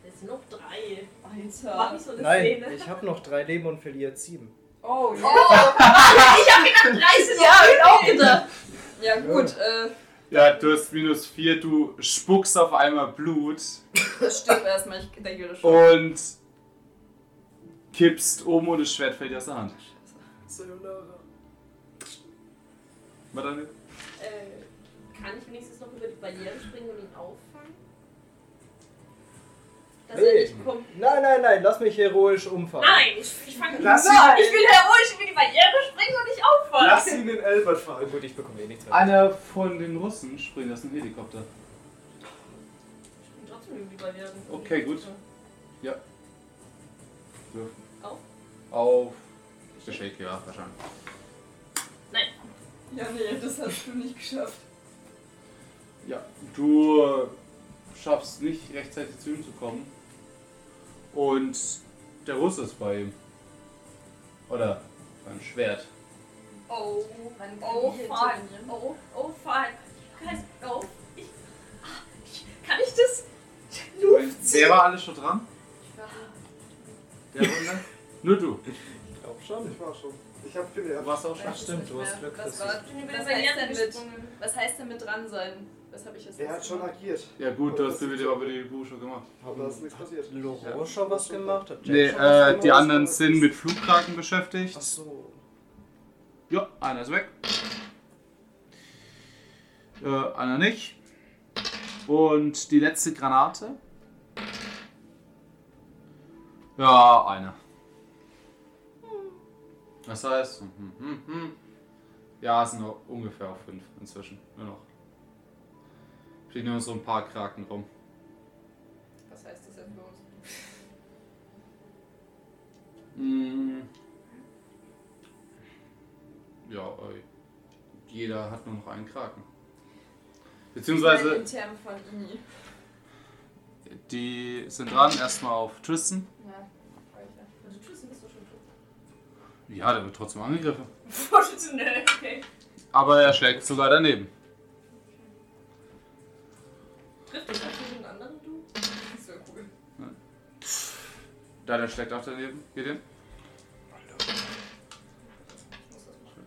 S2: Es sind noch drei. Mach
S3: Alter.
S2: nicht so eine
S4: Nein,
S2: Szene.
S4: ich habe noch drei Leben und verliere jetzt sieben.
S3: Oh,
S2: auch gedacht.
S3: ja, ja gut, äh,
S1: ja, du hast minus vier, du spuckst auf einmal Blut
S3: das stirbt erstmal, ich denke das schon.
S1: und kippst um und das Schwert fällt dir aus der Hand.
S3: Sayonara.
S1: War deine
S2: Äh, kann ich wenigstens noch über die Barriere springen und ihn auffangen? Dass
S4: Nee.
S2: er nicht kommt.
S4: Nein, nein, nein, lass mich heroisch umfahren.
S2: Nein, ich, ich fange ihn
S5: Lass
S2: nicht
S5: ihn,
S6: Ich will heroisch über die Barriere springen und nicht aufwachen.
S5: lass ihn den Elbert
S4: Na
S5: fallen.
S4: gut, ich bekomme eh nichts mehr.
S1: Einer von den Russen springt aus dem Helikopter.
S2: Ich bin trotzdem über die Also, Barriere.
S1: Okay, gut. Ja. Wirf.
S2: Auf?
S1: Auf. Der Shake, ja, wahrscheinlich.
S3: Ja, nee, das hast du nicht geschafft.
S1: Ja, du äh, schaffst nicht rechtzeitig zu ihm zu kommen. Und der Russe ist bei ihm. Oder beim Schwert.
S2: Oh,
S3: Man kann
S2: oh,
S3: hier
S2: fuck.
S3: intervenieren.
S2: Oh, oh, fuck. Guys, oh. Ich, ah, ich, kann ich das? Luft ziehen?
S1: Wer war alles schon dran? Der Runde? Nur du.
S4: Ich glaube schon.
S5: Ich war schon. Ich hab viel
S1: Du
S5: mehr.
S1: warst auch schon.
S4: Ach stimmt, du hast Glück.
S3: Was,
S4: dass
S3: war,
S4: ich-
S2: Ich bin über die
S3: was, heißt
S2: Barriere
S3: denn mit,
S2: gesprungen.
S3: was heißt denn mit dran sein? Das habe ich jetzt
S5: Er hat schon
S3: gemacht.
S5: agiert.
S1: Ja gut, du hast dir wieder über die Busche gemacht.
S5: Aber da ist nichts passiert.
S4: Loro schon was gemacht? Hat Jack
S1: Nee,
S4: schon was
S1: äh, die anderen sind mit Flugkraken beschäftigt.
S4: Ach so.
S1: Ja, einer ist weg. Äh, einer nicht. Und die letzte Granate. Ja, einer. Das heißt, hm, hm, hm, hm. ja, es sind noch ungefähr auf fünf inzwischen. Nur noch. Stehen nur noch so ein paar Kraken rum.
S3: Was heißt das denn für uns?
S1: Mm. Ja, äh, jeder hat nur noch einen Kraken.
S3: Ich meine
S1: Beziehungsweise
S3: in Termen von I.
S1: die sind dran, erstmal auf Tristan.
S3: Ja,
S2: Also, tschüss, bist du schon tot.
S1: Ja, der wird trotzdem angegriffen.
S3: ne,
S2: Professionell, okay.
S1: Aber er schlägt sogar daneben.
S2: Trifft dich natürlich einen anderen, du?
S3: das wäre cool.
S1: Da der schlägt auch daneben. Geht hin.
S3: Ich muss das machen.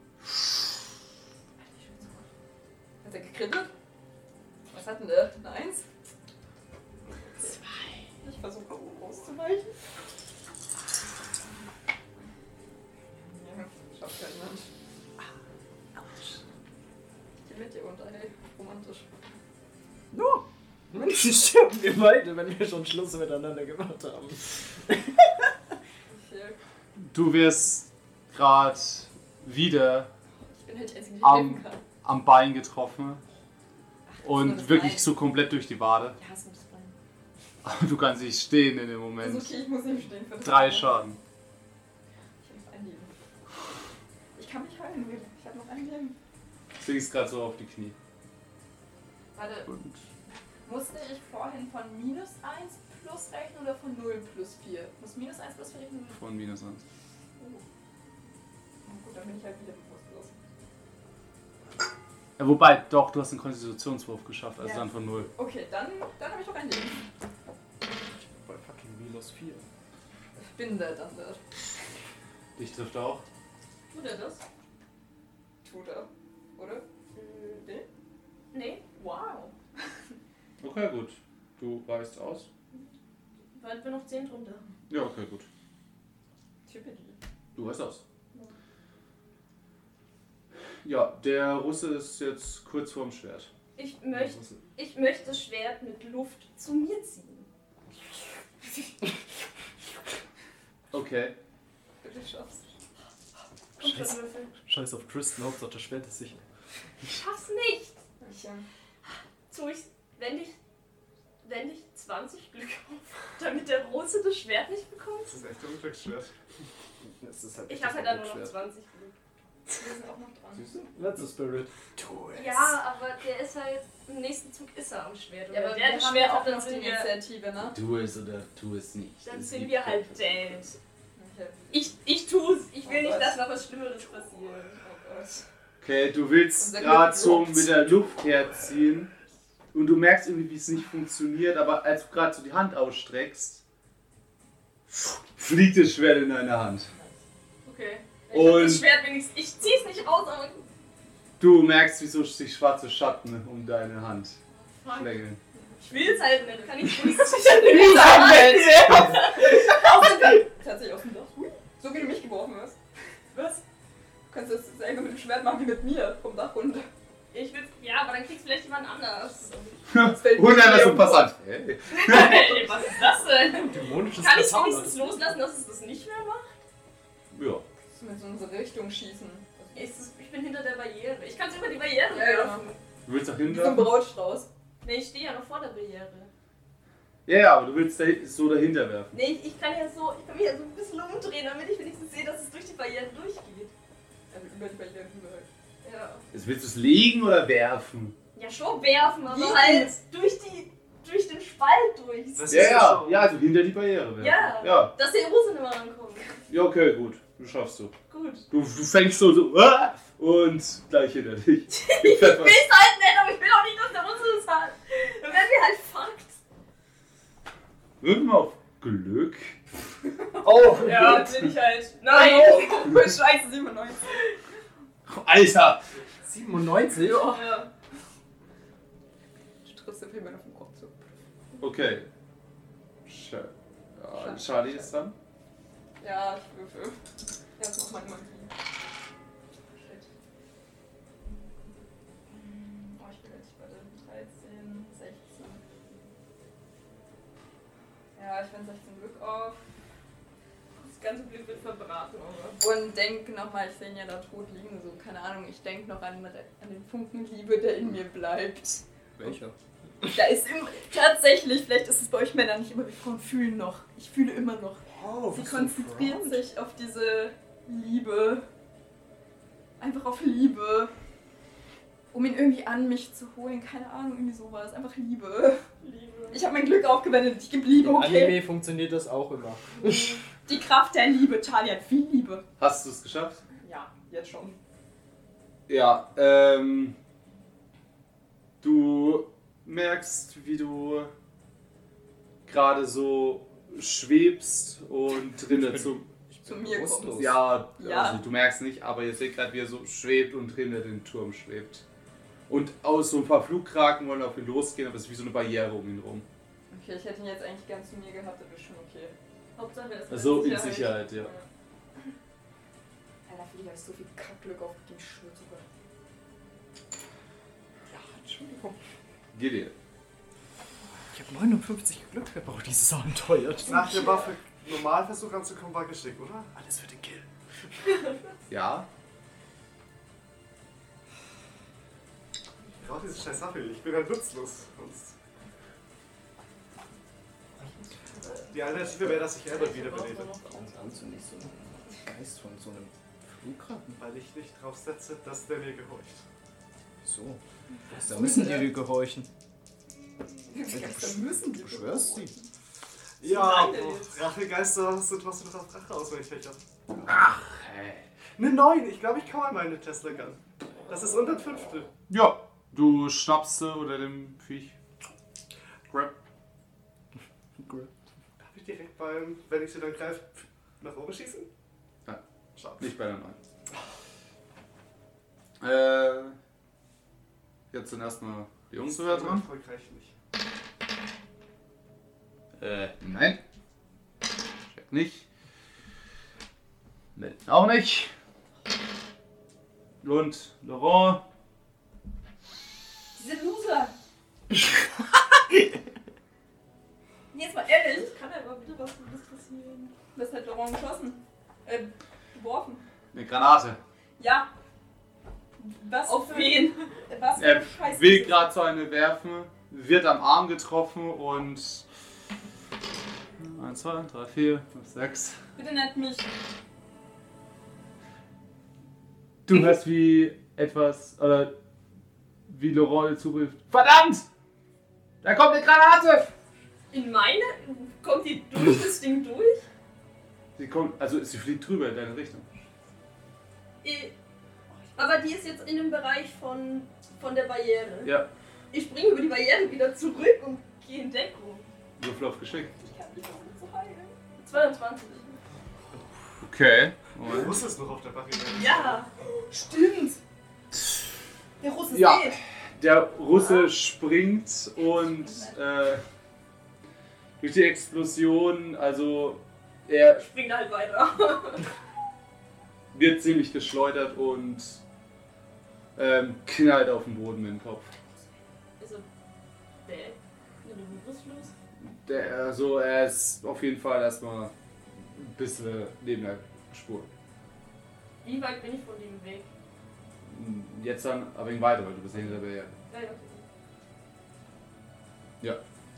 S3: Hat er gekrittelt? Was hat denn der? Eine Eins? Zwei. Ich versuche auszuweichen. Ja, schafft kein Mensch. Ich geh mit dir unter, hey, romantisch.
S4: No! Menschen sterben wir beide, wenn wir schon Schluss miteinander gemacht haben.
S3: Viel.
S1: Du wirst gerade wieder
S3: Ich bin halt die einzige, die
S1: Am-
S3: helfen kann.
S1: am Bein getroffen.
S3: nur
S1: Und
S3: das
S1: wirklich
S3: Bein.
S1: so komplett durch die Wade.
S3: Ja, hast du das Bein.
S1: Aber du kannst nicht stehen in dem
S3: Ist
S1: Moment.
S3: okay, ich muss nicht stehen. verdammt.
S1: Drei Schaden.
S3: Ich hab noch ein Leben. Ich kann mich heilen, Will. Ich hab noch ein Leben.
S1: Deswegen ist gerade so auf die Knie.
S3: Warte,
S1: Und
S3: musste ich vorhin von minus 1 plus rechnen oder von 0 plus 4? Muss minus 1 plus 4 rechnen?
S1: von minus eins.
S3: Oh. Na gut, dann bin ich halt wieder bewusstlos.
S1: Ja, wobei, doch, du hast einen Konstitutionswurf geschafft, also
S3: Ja.
S1: dann von null.
S3: Okay, dann, dann habe ich doch ein Leben.
S4: Bei fucking minus vier.
S3: Ich bin der Dunder.
S1: Dich trifft auch.
S2: Tut er das?
S3: Tut er. Oder?
S2: Mm,
S3: Nee?
S2: Nee.
S3: Wow.
S1: Okay, gut. Du weißt aus.
S2: Weil wir noch 10 drunter.
S1: Ja, okay, gut.
S3: Typically.
S1: Du weißt aus. Ja, der Russe ist jetzt kurz vorm Schwert.
S2: Ich möchte, ich möchte das Schwert mit Luft zu mir ziehen.
S1: Okay.
S3: Bitte schaff's.
S2: Komm schon,
S4: Scheiße.
S2: Würfel.
S4: Scheiß auf
S11: ne?
S4: Tristan, Hauptsache das Schwert ist sicher.
S2: Ich schaff's nicht.
S3: Ich, ähm,
S2: Tu ich, wenn ich, wenn ich 20 Glück auf, damit der Rose das Schwert nicht bekommt?
S5: Das ist echt ein Unglücksschwert.
S4: Das ist halt
S2: Ich habe ja dann nur noch 20 Glück.
S3: wir sind auch noch dran. an.
S12: Siehst du?
S4: That's the spirit.
S12: Tu es.
S2: Ja, aber der ist halt. Im nächsten Zug ist er am Schwert. und
S3: Ja, aber
S2: wenn
S3: wir
S2: der
S3: haben
S2: Schwert
S3: ja auch
S2: hat, dann
S3: noch die
S2: sind wir,
S3: Initiative, ne?
S13: Tu es oder tu es nicht.
S2: dann
S13: Es
S2: sind
S13: liegt
S2: wir halt
S13: Gottes
S2: dead.
S3: Okay.
S2: Ich, ich tu's. Ich will
S3: Oh
S2: nicht,
S3: Gott.
S2: dass noch was Schlimmeres passiert. Oh Gott.
S1: Okay, du willst
S3: Unser
S1: gerade
S3: Glück
S1: so
S3: blockt's.
S1: mit der Luft herziehen und du merkst irgendwie, wie es nicht funktioniert, aber als du gerade so die Hand ausstreckst, fliegt das Schwert in deine Hand.
S2: Okay.
S3: Ich hab
S1: Und-
S3: das Schwert wenigstens. Ich zieh's nicht aus, aber.
S1: Du merkst, wie so sich schwarze Schatten um deine Hand
S2: Fuck.
S1: schlängeln.
S2: Ich will's halt nicht. Kann ich wenigstens
S3: Tatsächlich aus dem Loch. So wie du mich geworfen hast. Was? Du kannst das jetzt einfach mit dem Schwert machen wie mit mir vom Dach runter.
S2: Ich will. Ja, aber dann kriegst vielleicht jemand anders.
S3: Das fällt
S1: Und dann
S3: mir
S1: ist ein Passant. Hey.
S2: Ey, was ist das denn?
S4: Dämonisches
S2: Kann ich
S4: Verzaubern.
S2: wenigstens loslassen, dass es das nicht mehr macht?
S1: Ja.
S3: Müssen wir jetzt in unsere Richtung schießen. Also
S2: Ey, es ist- ich bin hinter der Barriere. Ich kann's über die Barriere
S3: Ja, ja.
S2: werfen.
S1: Du willst nach
S3: Wie so ein
S1: hinten?
S3: Brautstrauß.
S2: Nee, ich stehe ja noch vor der Barriere.
S1: Ja, ja, aber du willst da, so dahinter werfen.
S2: Nee, ich, ich kann ja so. Ich kann mich ja so ein bisschen umdrehen, damit ich wenigstens sehe, dass es durch die Barriere durchgeht.
S3: Also über die Barriere hinweg.
S2: Ja.
S1: Jetzt willst du es legen oder werfen?
S2: Ja, schon werfen, aber
S3: Wie?
S2: halt durch die. durch den Spalt durch.
S5: Das
S1: Ja,
S5: ist
S1: ja,
S5: so.
S1: ja, also hinter die Barriere werfen.
S2: Ja.
S1: Ja,
S2: Dass der Ursinn immer rankommt.
S1: ja okay, gut. Du schaffst so.
S2: Gut.
S1: Du, du fängst so, so ah, und gleich hinter dich. Ich
S2: Ist halt nett, aber ich will auch nicht, dass der Ursinn es hat. Dann werden wir halt fucked.
S1: Würfen wir auf Glück.
S4: Oh,
S2: Ja, bin ich halt.
S3: Nein!
S2: Nein!
S3: Oh, Scheiße, 97.
S1: Alter!
S4: 97?
S2: Ja.
S3: Du triffst den Film auf den Kopf zu.
S1: Okay. Sch ja, Charlie ist dran.
S3: Ja, ich würfel. Jetzt noch mein Magie. Shit. Oh, ich bin jetzt bei der 13, 16. Ja, ich bin 16 Glück auf.
S2: Das ganze Glück wird verbraten, oder?
S3: Und denk nochmal, ich sehe ihn ja da tot liegen, so, keine Ahnung, ich denk noch an, an den Funken Liebe, der in mir bleibt.
S12: Welcher?
S3: Da ist immer, tatsächlich, vielleicht ist es bei euch Männern nicht immer, wir Frauen fühlen noch. Ich fühle immer noch.
S12: Oh,
S3: Sie konzentriert sich auf diese Liebe. Einfach auf Liebe. Um ihn irgendwie an mich zu holen, keine Ahnung, irgendwie sowas. Einfach Liebe.
S2: Liebe.
S3: Ich habe mein Glück aufgewendet, ich gebe Liebe,
S4: Im
S3: okay?
S4: Anime funktioniert das auch immer.
S3: Die Kraft der Liebe, Charlie hat viel Liebe.
S1: Hast du es geschafft?
S3: Ja, jetzt schon.
S1: Ja, ähm. Du merkst, wie du gerade so schwebst und drin zu.
S3: Zu mir
S12: bewusstlos.
S3: kommt.
S1: Ja,
S3: Ja.
S1: Also, du merkst nicht, aber ihr seht gerade, wie er so schwebt und hinter den Turm schwebt. Und aus so ein paar Flugkraken wollen auf ihn losgehen, aber es ist wie so eine Barriere um ihn rum.
S3: Okay, ich hätte ihn jetzt eigentlich gern zu mir gehabt, aber ist schon okay.
S2: Hauptsache es ist
S1: So Also in Sicherheit, ja.
S14: Alter, Flieder ist so viel Kackglück auf dem Schuh sogar.
S3: Ja, Entschuldigung.
S1: Gideon.
S4: Ich habe 59 Glück verbraucht, dieses Abenteuer.
S5: Nach der Waffe Normalversuch ranzukommen war geschickt, oder?
S4: Alles für den Kill.
S1: Ja?
S5: Ich brauche diese scheiß Waffe, ich bin halt nutzlos. Sonst. Die Alternative wäre, dass ich Albert wiederbelebe.
S12: Fängt an, zunächst so einen Geist von so einem Flugratten.
S5: Weil ich nicht drauf setze, dass der mir gehorcht.
S12: So. Da müssen die dir gehorchen.
S3: Da müssen die.
S12: Du schwörst sie.
S5: Ja,
S2: lange
S5: oh,
S2: jetzt.
S5: Rachegeister sind was mit auf Rache auswendig fächern.
S1: Hey.
S5: Eine 9, ich glaube, ich komme an meine Tesla Gun. Das ist unter ein Fünftel.
S1: Ja, du schnappst sie oder dem Viech. Grab.
S5: Darf ich direkt beim, wenn ich sie dann greife, nach oben schießen?
S1: Nein.
S5: Schade.
S1: Nicht bei der 9. Äh. Jetzt sind erstmal die Jungs wieder dran.
S5: Erfolgreich nicht.
S1: Äh, nein. Check nicht. Melden auch nicht. Und Laurent.
S3: Diese Loser!
S14: Jetzt mal ehrlich.
S2: Kann ja aber bitte was Gutes passieren.
S3: Was hat Laurent halt geschossen? Äh, geworfen.
S1: Eine Granate.
S3: Ja. Was
S2: Auf
S3: für-
S2: wen?
S3: Was für
S1: Er
S3: ein Scheiß.
S1: will gerade so eine werfen, wird am Arm getroffen und. 1, 2, 3, 4, 5, 6.
S3: Bitte nennt mich.
S1: Du hörst, wie
S10: etwas, oder wie Laurent zuruft, verdammt! Da kommt eine Granate!
S2: In meine? Kommt die durch das Ding durch?
S1: Sie kommt, also sie fliegt drüber in deine Richtung.
S2: Ich, aber die ist jetzt in dem Bereich von, von der Barriere.
S1: Ja.
S2: Ich springe über die Barriere wieder zurück und gehe in Deckung.
S1: Würfel auf Geschick.
S3: Ich kann nicht ohne zu heilen.
S2: 22.
S15: Okay.
S5: Du
S15: Moment.
S5: wusstest noch auf der Barriere.
S2: Ja, stimmt.
S3: Der Russe
S1: Ja.
S3: seht.
S1: Der Russe springt und äh, durch die Explosion, also er
S2: Springt halt weiter.
S1: wird ziemlich geschleudert und ähm, knallt auf den Boden mit dem Kopf.
S2: Also, der. Nur du bewusstlos.
S1: Der, also er ist auf jeden Fall erstmal ein bisschen neben der Spur.
S2: Wie weit bin ich von dem weg?
S1: Jetzt dann aber ihn weiter, weil du bist ja hinter der Barriere.
S2: Nein, okay.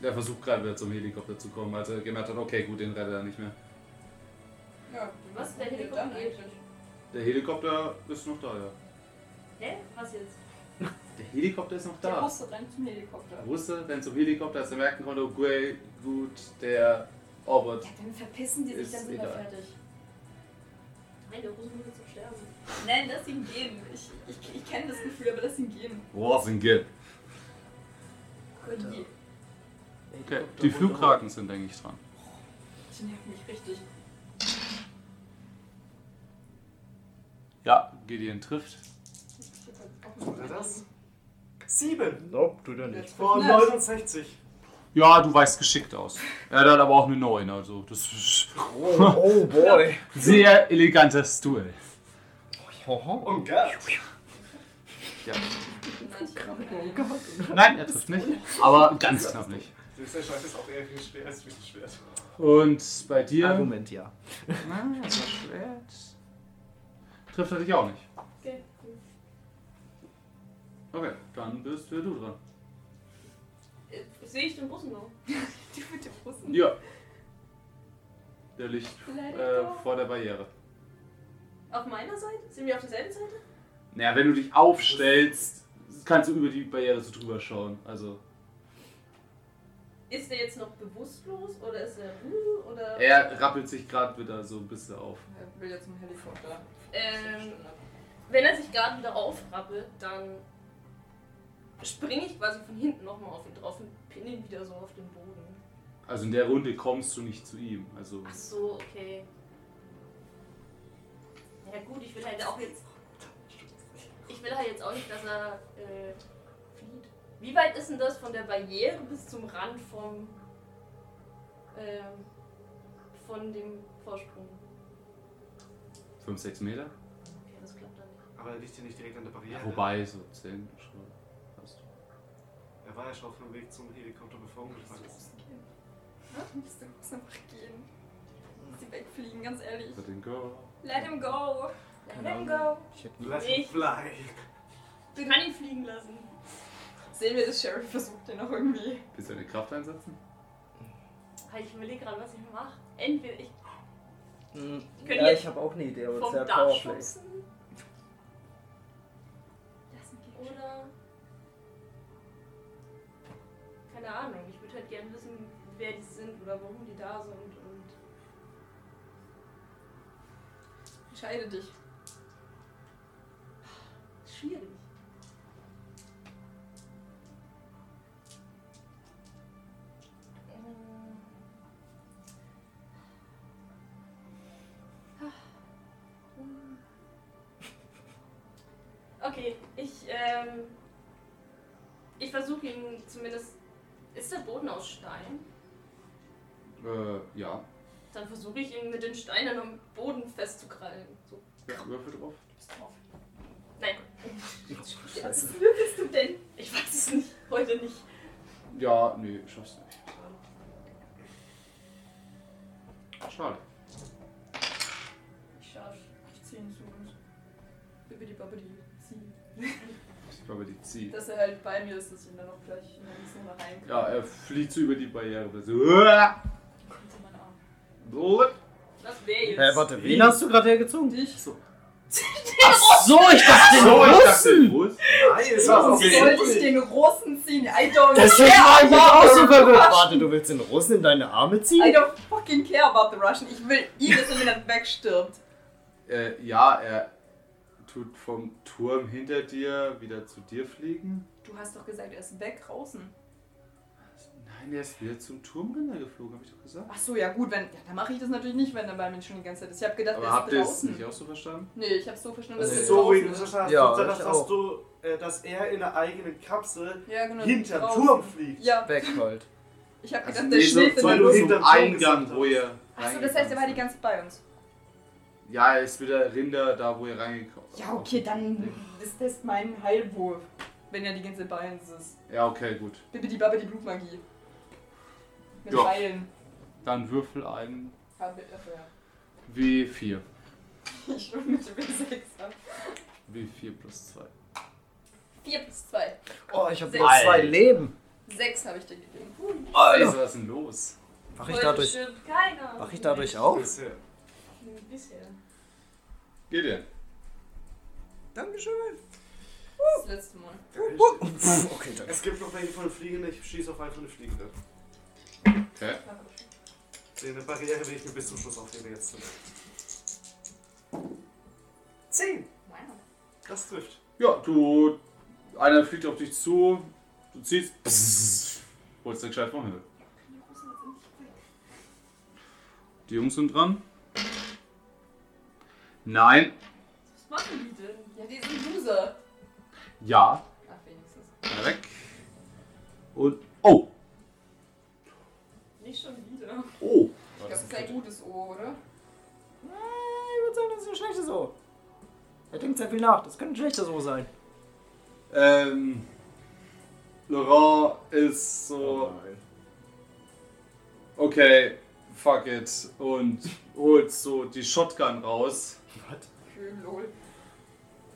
S1: Der versucht gerade wieder zum Helikopter zu kommen, als er gemerkt hat, okay, gut, den rettet er nicht mehr.
S3: Ja,
S2: Was ist der
S3: Okay,
S2: Helikopter
S3: dann
S2: geht?
S1: Der Helikopter ist noch da, ja.
S2: Hä? Was jetzt?
S1: Der Helikopter ist noch
S3: Der
S1: da.
S3: Russe rennt zum Helikopter.
S1: Er wusste, wenn zum Helikopter, als er merken konnte, okay, gut, der Orbit.
S3: Ja, dann verpissen die sich,
S1: Ist
S3: dann sind wir
S1: egal.
S3: fertig.
S2: Nein, der Russe muss jetzt zum Sterben.
S3: Nein, lass ihn gehen. Ich, ich, ich kenne das Gefühl, aber lass ihn gehen.
S1: Wasn't good.
S3: Und die,
S15: Okay. Die Flugraken sind, denke ich, dran.
S3: die nerven mich richtig.
S15: Ja, Gideon trifft.
S3: halt
S5: Oder das? Sieben
S4: Nope, tut er nicht.
S5: vor 69.
S15: Ja, du weißt geschickt aus. Er hat aber auch eine 9, also das ist
S4: Oh, oh boy.
S15: ein sehr elegantes Duell.
S4: Hoho.
S5: Und Gerd.
S1: Oh
S15: Nein, er trifft nicht, aber ganz knapp nicht.
S5: Dieser Scheiß ist auch eher viel schwer als viel Schwert.
S15: Und bei dir?
S4: Argument, ja.
S15: Na, das Schwert. Trifft er dich auch nicht.
S2: Okay, cool.
S1: Okay, dann bist wieder du dran.
S2: Äh, Sehe ich den Russen noch?
S3: Die mit dem Russen.
S1: Ja. Der Licht
S3: Let it
S1: äh,
S3: go.
S1: vor der Barriere.
S2: Auf meiner Seite? Sind wir auf derselben Seite?
S1: Naja, wenn du dich aufstellst, kannst du über die Barriere so drüber schauen. Also,
S2: Ist der jetzt noch bewusstlos oder ist er ruhig oder.
S1: er rappelt sich gerade wieder so ein bisschen auf.
S3: Er will jetzt zum Helikopter.
S2: Ähm, wenn er sich gerade wieder aufrappelt, dann springe ich quasi von hinten nochmal auf ihn drauf und pinne ihn wieder so auf den Boden.
S1: Also in der Runde kommst du nicht zu ihm. Also,
S2: Ach so, okay. Ja gut, ich will halt auch jetzt. Ich will halt jetzt auch nicht, dass er äh, flieht. Wie weit ist denn das von der Barriere bis zum Rand vom ähm, von dem Vorsprung?
S1: 5, 6 Meter?
S2: Okay, das klappt dann nicht.
S5: Aber er liegt hier nicht direkt an der Barriere.
S1: Ja, wobei, so 10 schon. Fast.
S5: Er war ja schon auf dem Weg zum Helikopter, bevor er umgefallen ist.
S3: Lass den Russen einfach gehen. Lass sie wegfliegen, ganz ehrlich.
S1: Let it go.
S3: Let him go.
S2: Let him go.
S4: Ich hätte nie-
S5: Let it fly.
S2: Ich kann ihn fliegen lassen.
S3: Sehen wir, das Sheriff versucht den noch irgendwie.
S1: Willst du eine Kraft einsetzen?
S2: Weil Halt, Ich überlege gerade, was ich mache. Entweder ich
S4: Hm,
S2: Können
S4: Ja,
S2: wir-
S4: ich habe auch eine Idee, aber
S2: vom
S4: sehr
S2: Dach
S4: powerplay.
S2: schubsen
S3: Lass ihn gehen.
S2: oder. Keine Ahnung. Ich würde halt gerne wissen, wer die sind oder warum die da sind und.
S3: Entscheide dich.
S2: Schwierig. Ähm. Okay, ich, ähm, ich versuche ihn zumindest. Ist der Boden aus Stein?
S1: Äh, ja.
S2: Dann versuche ich ihn mit den Steinen am Boden festzukrallen. So.
S1: ja. Würfel drauf.
S2: Nein,
S4: Scheiße.
S2: bist du denn? Ich weiß es nicht. Heute nicht.
S1: Ja, nee, schaffst nicht. Schade.
S3: Ich schaff. Ich zieh ihn zu uns. Bibbidi babbidi. Zieh.
S1: Ich glaube, die zieht.
S3: Dass er halt bei mir ist, dass ich ihn dann auch gleich in den Zimmer rein kann.
S1: Ja, er fliegt so über die Barriere. So. äh, Uah!
S3: Kommt in meine Arme.
S1: Blub.
S2: Was wäre
S4: Hä,
S2: jetzt?
S4: warte, wen hast du gerade hergezogen?
S3: Dich?
S4: Ach so, ich dachte den
S1: So, ich dachte,
S4: Russen!
S1: groß?
S5: Nein, es war
S6: Du
S5: auf jeden
S6: solltest
S5: Fall.
S6: den Russen ziehen. I don't
S4: Deswegen
S6: care
S4: war ich jetzt
S6: about
S4: auch so
S6: the
S4: verwirrt.
S6: Russians.
S4: Warte, du willst den Russen in deine Arme
S6: I
S4: ziehen?
S6: don't fucking care about the Russian. Ich will ihn, dass er mir dann wegstirbt.
S1: Äh, ja, er tut vom Turm hinter dir wieder zu dir fliegen.
S6: Du hast doch gesagt, er ist weg draußen.
S1: Nein, er ist wieder zum Turm runtergeflogen, habe ich doch gesagt.
S6: Ach so, ja gut, wenn, ja, dann mache ich das natürlich nicht, wenn der bei mir schon die ganze Zeit ist. Ich habe gedacht,
S1: Aber
S6: er
S1: habt
S6: ist
S1: ihr es
S6: draußen.
S1: nicht auch Also so verstanden?
S6: Nee, ich habe so verstanden, dass
S5: Das
S6: er
S5: ist
S6: ist
S5: so, wie
S6: draußen
S5: du
S6: ist.
S5: verstanden
S8: Ja,
S5: hast,
S8: ich auch.
S5: dass du, äh, dass er in der eigenen Kapsel
S6: Ja, genau.
S5: hinterm
S6: draußen.
S5: Turm fliegt.
S6: Ja,
S8: Weg halt.
S6: ich habe gedacht,
S1: Also,
S6: der
S1: nee, so,
S6: schläft in
S1: so
S6: der
S5: weil du
S6: Luft.
S1: zum
S5: hinterm Turm gesagt
S1: Eingang,
S5: hast.
S1: wo ihr.
S6: Achso, das heißt, er war die
S1: reingegangen
S6: ganze Zeit bei uns.
S1: seid. Ja, er ist wieder Rinder, da wo ihr reingekommen
S6: Ja, okay, dann ist das mein Heilwurf, wenn er die ganze Zeit bei uns ist.
S1: Ja, okay, gut.
S6: Bibbidi babbidi Blutmagie. Mit
S1: Ja.
S6: Heilen.
S1: Dann würfel einen
S6: Ja, mit- also, ja.
S1: W4.
S6: Ich schon mit W6 ab.
S1: W4 plus 2.
S3: 4 plus 2.
S4: Oh, ich habe
S3: Sechs.
S4: nur zwei Leben.
S3: 6 habe ich dir gegeben.
S1: Alter, was ist denn los?
S4: Mach ich dadurch,
S2: Stimmt keiner.
S4: mach ich dadurch auch?
S5: Bisher.
S2: Bisher.
S1: Geht ihr?
S4: Dankeschön.
S3: Das letzte Mal.
S4: Okay, danke.
S5: Es gibt noch welche von den Fliegenden, ich schieße auf einen von den Fliegenden.
S1: Okay.
S5: Eine Barriere will ich mir bis zum Schluss aufnehmen jetzt. Zehn!
S3: Wow.
S5: Das trifft.
S1: Ja, du. Einer fliegt auf dich zu, du ziehst. Pssst, holst dir gescheit vom Himmel. Die Jungs sind dran. Nein.
S3: Was machen die denn? Ja, die sind Loser.
S1: Ja.
S3: Ach, wenigstens.
S1: Einer Weg. Und. Oh!
S3: Nicht schon wieder.
S1: Oh!
S3: Ich glaube, das ist ein gutes O, oder?
S4: Nein, ich würde sagen, das ist ein schlechtes O. Er denkt sehr viel nach. Das könnte ein schlechtes O sein.
S1: Ähm. Laurent ist so. Okay, fuck it. Und holt so die Shotgun raus.
S3: Schön, lol.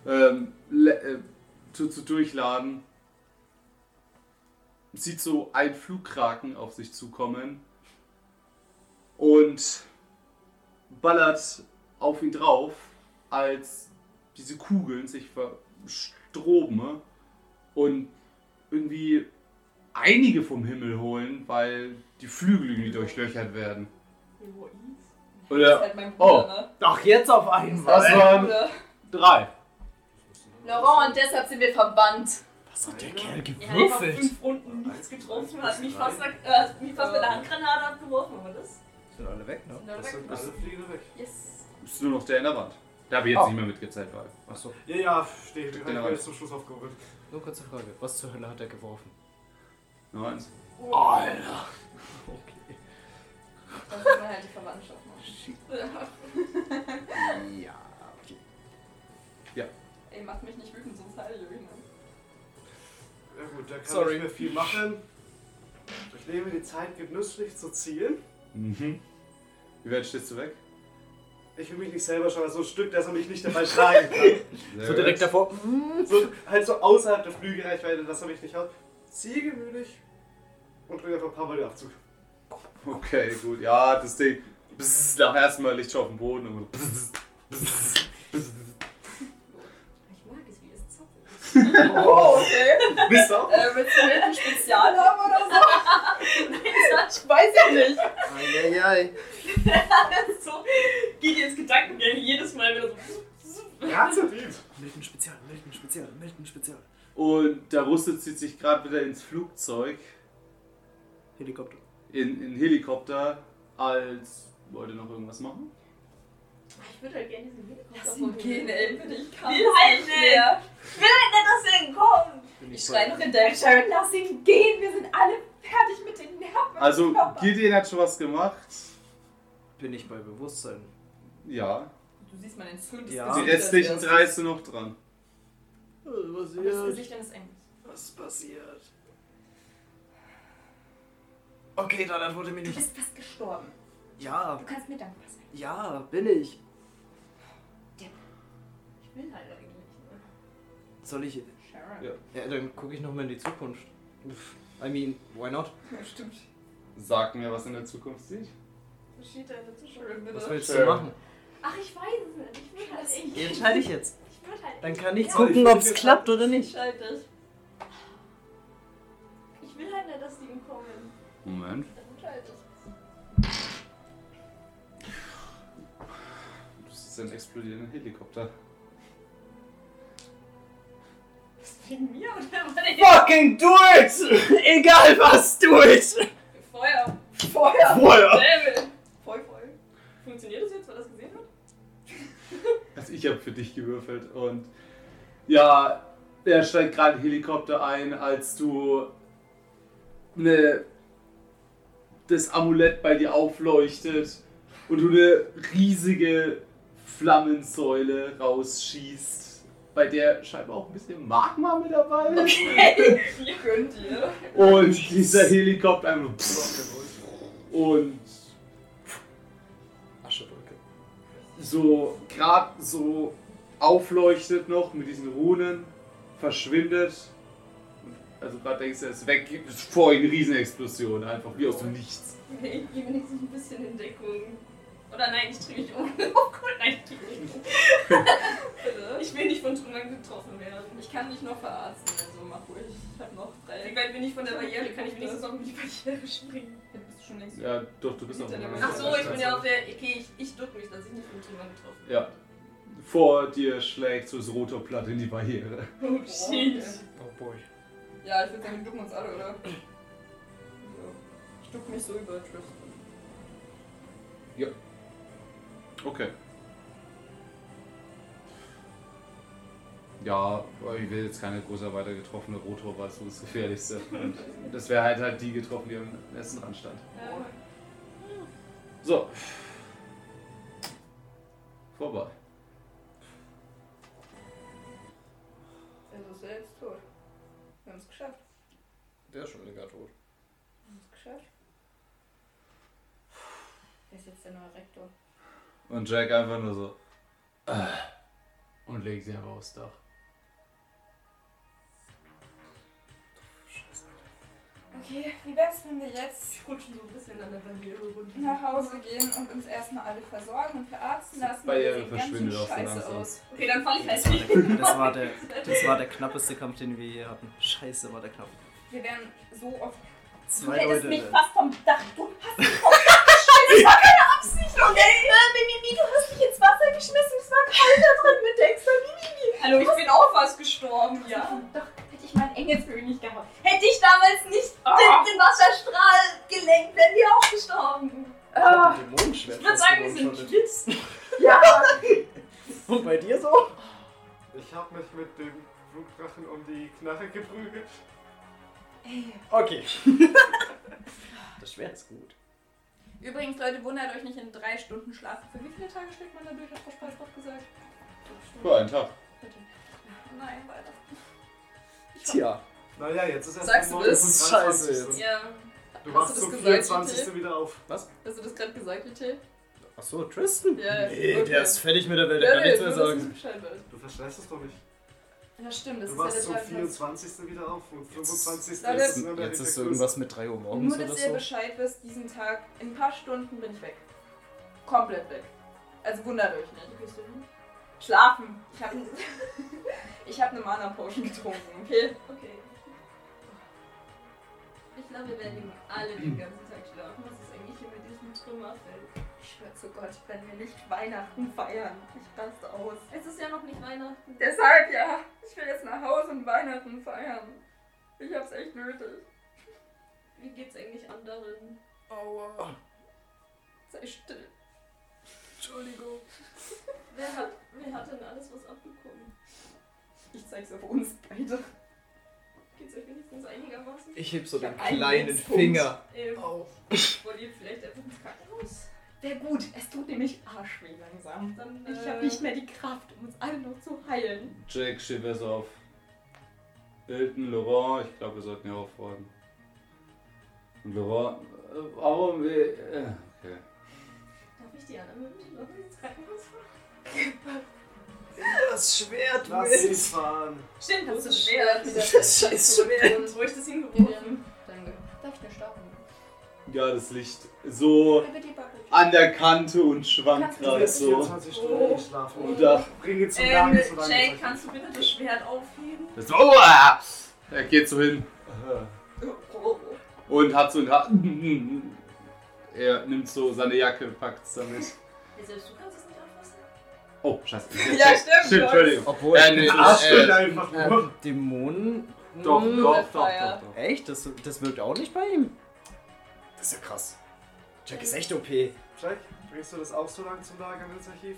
S1: ähm, le- äh, zu, zu durchladen, sieht so ein Flugkraken auf sich zukommen und ballert auf ihn drauf, als diese Kugeln sich verstroben und irgendwie einige vom Himmel holen, weil die Flügel irgendwie durchlöchert werden.
S3: Das ist
S1: Oder
S3: halt mein Bruder,
S1: Oh.
S3: ne?
S4: Ach, jetzt auf einmal.
S1: das waren
S3: Bruder.
S1: drei.
S3: Laurent, und deshalb sind wir verbannt.
S4: Was hat der Kerl
S2: Er hat einfach
S4: gewürfelt?
S2: fünf Runden nichts getroffen, hat mich fast,
S5: Nein.
S2: äh, hat mich fast mit der Handgranate abgeworfen, aber das.
S4: Sind alle weg, ne?
S3: Na,
S5: Das
S3: weg.
S5: sind alle Fliegende weg.
S3: Yes.
S1: Ist nur noch der in der Wand. Da habe ich jetzt
S4: Oh.
S1: nicht mehr mitgezählt, weil.
S4: Achso,
S5: Ja, ja, stehe. Ich
S1: Den
S5: bin
S1: aber-
S5: bis zum Schluss aufgehoben.
S4: nur kurze Frage. Was zur Hölle hat er geworfen?
S1: Nein.
S4: Alter. Okay.
S3: Dann sieht man halt die Verwandtschaft noch.
S4: Ja, okay.
S3: Ey, macht mich nicht wütend, sonst heile ich euch, ne?
S5: Ja gut, da kann
S4: Sorry.
S5: ich nicht mehr viel machen. Ich nehme die Zeit genüsslich zu zielen.
S1: Mhm. Wie weit stehst du weg?
S5: Ich will mich nicht selber schauen, so ein Stück, dass er mich nicht dabei schlagen kann.
S4: So direkt davor.
S5: So, halt so außerhalb der Flügelreichweite, dass er mich nicht haut. Ziehe gemütlich und drücke einfach ein paar Mal den Abzug.
S1: Okay, gut. Ja, das Ding. Pssst, nach erstmal Licht auf dem Boden und. Pssst, pssst, pssst.
S3: Ich mag es, wie es zappelt.
S6: Oh, okay.
S5: Bist du auch?
S6: äh, willst du mit einem Spezial haben oder so? ich weiß ja nicht.
S4: Eieiei.
S2: So geht jetzt Gedankengänge jedes Mal wieder so.
S5: Ja, zu lieb.
S4: Milton Spezial, Milton Spezial, Milton Spezial.
S1: Und der Russe zieht sich gerade wieder ins Flugzeug,
S4: Helikopter.
S1: in, in Helikopter, als. Wollt ihr noch irgendwas machen?
S2: Ich würde halt gerne diesen Helikopter
S3: Lass
S2: von
S3: ihn
S2: mir
S3: gehen,
S2: sehen.
S3: ey, bitte, ich kann
S2: Will
S3: es
S2: halt
S3: nicht mehr.
S2: Lass ihn kommen!
S4: Bin
S3: Ich
S4: voll-
S3: schreie noch in
S6: Dann
S3: deinem
S6: Sharon, lass ihn gehen. Wir sind alle fertig mit den Nerven.
S1: Also, Gideon hat schon was gemacht.
S4: Bin ich bei Bewusstsein.
S1: Ja.
S3: Du siehst mein entzündetes
S4: Ja.
S1: Die
S3: Gesicht.
S1: restlichen drei sind noch dran.
S4: Was
S3: Das Gesicht eines Engels.
S4: Was ist passiert? Okay, Dalat wurde mir
S6: Du
S4: nicht.
S6: bist fast gestorben.
S4: Ja,
S6: Du kannst mir dankbar sein.
S4: ja, bin ich.
S2: Ich will halt eigentlich nicht.
S4: Soll ich.
S3: Sharon.
S1: Ja.
S4: Ja, dann gucke ich nochmal in die Zukunft. Pff, I mean, why not?
S3: Ja, stimmt.
S1: Sag mir, was in der Zukunft sieht.
S3: Was steht da in der Sharon,
S4: Was
S3: bitte?
S4: willst du
S1: Sure.
S4: machen?
S2: Ach, ich weiß es nicht. Ich will halt echt.
S4: Entscheide ich jetzt.
S2: Ich will halt nicht.
S4: Dann kann ich
S2: Ja.
S4: gucken,
S5: ich
S4: ob es
S5: bin
S4: klappt oder nicht.
S2: Schalt dich. Ich will halt nicht, dass die umkommen.
S15: Moment.
S2: Dann halt schalt dich.
S1: Das ist ein explodierender Helikopter.
S2: Wegen mir oder was?
S4: Fucking do it! Egal was, do it!
S2: Feuer.
S4: Feuer!
S2: Level. Voll, voll. Funktioniert das jetzt, weil das gesehen hat?
S1: Also ich habe für dich gewürfelt und ja, er steigt gerade ein Helikopter ein, als du eine, das Amulett bei dir aufleuchtet und du eine riesige Flammensäule rausschießt, bei der scheinbar auch ein bisschen Magma mit dabei ist.
S2: Ihr könnt ihr.
S1: Und dieser Helikopter einfach und
S8: Aschewolke.
S1: so gerade so aufleuchtet noch mit diesen Runen, verschwindet. Und Also gerade denkst du, er ist weg, ist vor ihm eine Riesenexplosion, einfach wie aus dem Nichts.
S2: Nee, ich gebe nicht so ein bisschen in Deckung. Oder nein, ich drehe mich um. Oh Gott, nein, ich gehe nicht.
S3: Bitte.
S2: Ich will nicht von Trümmern getroffen werden.
S3: Ich kann dich noch verarzten, also mach ruhig. Ich hab noch
S2: Wie
S3: drei.
S2: weit bin ich von der Barriere? Kann ich wenigstens noch um die Barriere springen?
S3: Jetzt bist du schon längst.
S1: Ja, doch, du bist auf dem
S2: Ach so, ich bin ja auf der. Okay, ich, ich duck mich, dass ich nicht von Trümmern getroffen
S1: Ja. Vor dir schlägt so das Rotorblatt in die Barriere.
S2: werde. Oh shit.
S8: Oh boy.
S3: Ja, ich würde sagen, wir ducken uns alle, oder? Ja. Ich duck mich so über Tristan.
S1: Okay. Ja, aber ich will jetzt keine großer weiter getroffene Rotor, weil so das gefährlichste. Und das wäre halt halt die getroffen, die am ersten Rand stand.
S2: Ja.
S1: So. Vorbei.
S3: Also ist er jetzt tot. Wir haben es geschafft.
S8: Der ist schon länger tot.
S3: Wir haben es geschafft. Wer ist jetzt der neue Rektor?
S1: Und Jack einfach nur so. äh, Und legt sie einfach aufs Dach.
S3: Okay, wie wär's, wenn wir jetzt
S2: Ich rutsche so ein bisschen an der Barriere runter.
S3: nach Hause gehen und uns erstmal alle versorgen und verarzten lassen?
S1: Barriere
S3: Sieht ganz schön
S1: verschwindet auch so
S3: scheiße
S1: langsam.
S3: aus.
S2: Okay, dann falle ich
S4: Das
S2: halt
S4: war,
S2: nicht.
S4: der, das, war der, das war der knappeste Kampf, den wir je hatten. Scheiße, war der knapp.
S3: Wir werden so oft.
S6: Du
S4: Zwei
S6: hättest mich
S4: Leute.
S6: fast vom Dach. Du hast mich vom Dach geschmissen. Das war keine Absicht, okay? Äh, Mimimi, du hast mich ins Wasser geschmissen. Es war kalt da drin mit der extra Mimimi.
S2: Hallo, ich bin auch fast gestorben,
S6: Ja,
S2: ja.
S6: doch, hätte ich meinen Engelsöl nicht gehabt. Hätte ich damals nicht den, den Wasserstrahl gelenkt, wären wir auch gestorben. Ah,
S8: Dämonenschwert.
S2: Ich würde sagen, wir sind Kids.
S6: ja.
S4: Und bei dir so?
S5: Ich habe mich mit dem Flugdrachen um die Knarre geprügelt.
S4: Okay. Das Schwert ist gut.
S3: Übrigens, Leute, wundert euch nicht in drei Stunden Schlaf. Für wie viele Tage schlägt man da durch? Hat Frau Speis doch gesagt.
S1: Für einen Tag.
S3: Nein, weiter.
S4: Tja.
S5: Naja, jetzt ist erst
S3: Sagst du
S5: die
S3: das?
S5: 29..
S4: Scheiße jetzt.
S2: Ja.
S5: Du
S3: Hast
S5: wachst
S3: du das
S5: zum
S3: gesagt,
S5: 24.
S3: Titel?
S5: wieder auf.
S3: Hast du das gerade gesagt, Lite?
S4: Achso, Tristan?
S3: Ja,
S4: nee,
S3: okay.
S4: der ist fertig mit der Welt, der kann nichts mehr sagen.
S5: Du verschleißt es doch nicht.
S3: Ja, stimmt, das
S5: Du
S3: ist
S5: wachst
S3: ja
S5: zum
S3: der Teil, was-
S5: 24. wieder auf und 25. ist
S3: Leute,
S5: nur der
S4: Jetzt ist so
S5: Hintergrund.
S4: irgendwas mit 3 Uhr morgens
S3: Nur,
S4: oder
S3: dass ihr
S4: so.
S3: Bescheid wisst, diesen Tag, in ein paar Stunden bin ich weg. Komplett weg. Also wundert euch nicht. Schlafen. Ich habe ich hab eine Mana-Potion getrunken, okay?
S2: Okay. Ich glaube, wir werden alle den ganzen Tag schlafen. Was ist eigentlich hier mit diesem Trümmerfeld?
S3: Ich schwör zu Gott, wenn wir nicht Weihnachten feiern, ich raste aus.
S2: Es ist ja noch nicht Weihnachten.
S3: Deshalb ja, ich will jetzt nach Hause und Weihnachten feiern. Ich hab's echt nötig.
S2: Wie geht's eigentlich anderen?
S3: Aua. Sei still. Entschuldigung.
S2: Wer hat, wer hat denn alles was abbekommen?
S3: Ich zeig's auf uns beide.
S2: Geht's euch wenigstens einigermaßen?
S8: Ich heb so
S3: Ich hab
S8: den
S3: einen
S8: kleinen
S3: Lebenspunkt.
S8: Finger.
S2: Ähm,
S3: Auf.
S2: wollt ihr vielleicht einfach ins Krankenhaus?
S3: Wär gut, es tut nämlich arschweh langsam.
S2: Dann,
S3: Ich habe nicht mehr die Kraft, um uns alle noch zu heilen.
S1: Jack Shivers auf. Elton, Laurent, ich glaube, wir sollten ja auch fragen. Und Laurent, äh, warum will. Äh, okay.
S2: Darf ich die anderen mit noch ins Krankenhaus fahren?
S4: Das Schwert,
S5: Lass sie fahren.
S2: Stimmt, das
S3: Großes
S2: ist schwer.
S3: Schwert. Das scheiß
S2: Schwert. Wo ich das hingeworfen?
S3: Danke. Darf ich eine Staufen?
S1: Ja, ja, das Licht so
S3: Äh, Bitte
S1: an der Kante und schwankt gerade
S5: wirst
S1: Genau, so.
S5: 24 Stunden nicht schlafen.
S1: Und da,
S5: Bring ihn zu
S3: Oh. Ähm,
S5: lange, zu lange.
S3: Jay, kannst du bitte das Schwert aufheben?
S1: das so, uah! er geht so hin
S3: Oh.
S1: und hat so ein Ha- Er nimmt so seine Jacke und packt es damit.
S3: Ja, selbst du kannst es nicht anfassen.
S1: Oh, scheiße.
S3: Ja, stimmt,
S1: Stimmt, Entschuldigung.
S4: Obwohl,
S1: Äh, nee,
S5: Arsch
S1: äh,
S5: steht einfach
S4: äh,
S5: nur.
S4: Dämonen.
S1: Doch,
S4: Hm,
S1: doch, doch,
S3: Feuer.
S1: doch, doch.
S4: Echt? Das, das wirkt auch nicht bei ihm? Das ist ja krass. Jack ist echt OP.
S5: Jack, bringst du das auch so lange zum Lagermilzarchiv?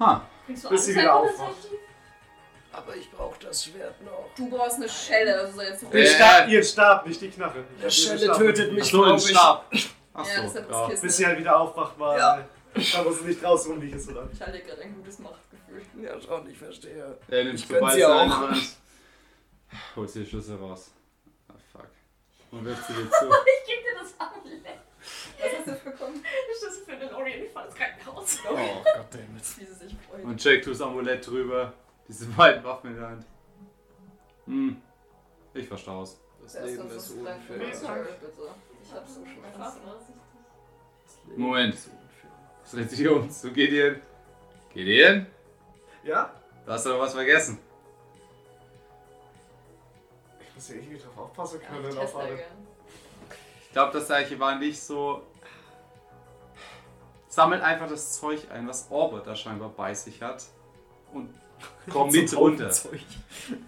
S15: Ha.
S3: Kriegst du
S5: Bis sie
S3: Angst,
S5: wieder
S3: einfach, dass
S5: aufwacht.
S3: ich-
S8: Aber ich brauche das Schwert noch.
S3: Du brauchst eine Schelle, also so jetzt
S1: Äh,
S5: Den Stab, ihren Stab, nicht die
S8: Der
S5: Knarre. Ich hab ihren
S8: Schelle
S5: Stab.
S8: tötet mich,
S1: Achso,
S8: glaub
S1: ein
S8: ich.
S1: Stab.
S3: ja, das ist
S1: Achso.
S3: einfach
S1: Ja.
S3: das
S5: Bis
S3: Kissen.
S5: sie halt wieder aufwacht war.
S3: Ja.
S5: Da muss sie nicht raus um rumliegen, oder?
S3: Ich hatte gerade ein gutes Machtgefühl.
S8: Ja, schon, ich verstehe.
S1: Er nimmt
S8: Ich
S1: so
S8: gönn's
S1: beide
S8: ihr
S1: seine
S8: auch.
S1: Hand. Holt die Schlüssel raus. Ah, fuck. Und wirft sie dir zu.
S3: Ich geb dir das an. Was hast du bekommen? Das ist für den Orient falls Krankenhaus.
S8: Oh, Gott,
S3: Wie sie sich freut.
S1: Und Jack tut das Amulett drüber. Diese beiden Waffen in der Hand. Hm. Ich verstau's.
S8: Das
S3: Das
S8: Leben
S3: das
S8: ist
S3: dann für
S8: unfair.
S3: mich, sorry, bitte. Ich hab so Schmerzen.
S8: Das Leben
S1: Moment.
S8: ist unfair.
S1: Was dreht sich hier um? Zu Gideon. Gideon?
S5: Ja?
S1: Da hast du noch was vergessen.
S5: Ich muss ja irgendwie drauf aufpassen können.
S3: Ich
S5: auf alle.
S3: teste gern.
S1: Ich glaube, das Zeichen war nicht so. Sammelt einfach das Zeug ein, was Orbit da scheinbar bei sich hat. Und komm mit runter.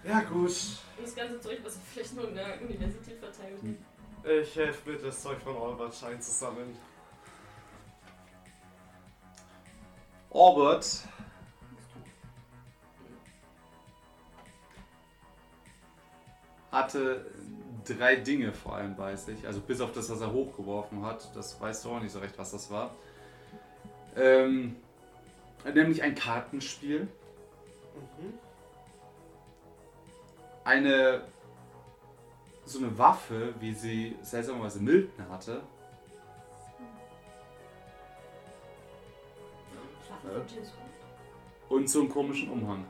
S5: Ja, gut.
S2: Und das ganze Zeug, was ihr vielleicht nur in der Universität verteilt habt.
S5: Ich helfe mit, das Zeug von Albert Schein zu sammeln.
S1: Orbit. hatte drei Dinge vor allem bei sich. Also bis auf das, was er hochgeworfen hat. Das weißt du auch nicht so recht, was das war. Ähm, nämlich ein Kartenspiel.
S5: Mhm.
S1: eine so eine Waffe, wie sie seltsamerweise Milton hatte. Und so einen komischen Umhang.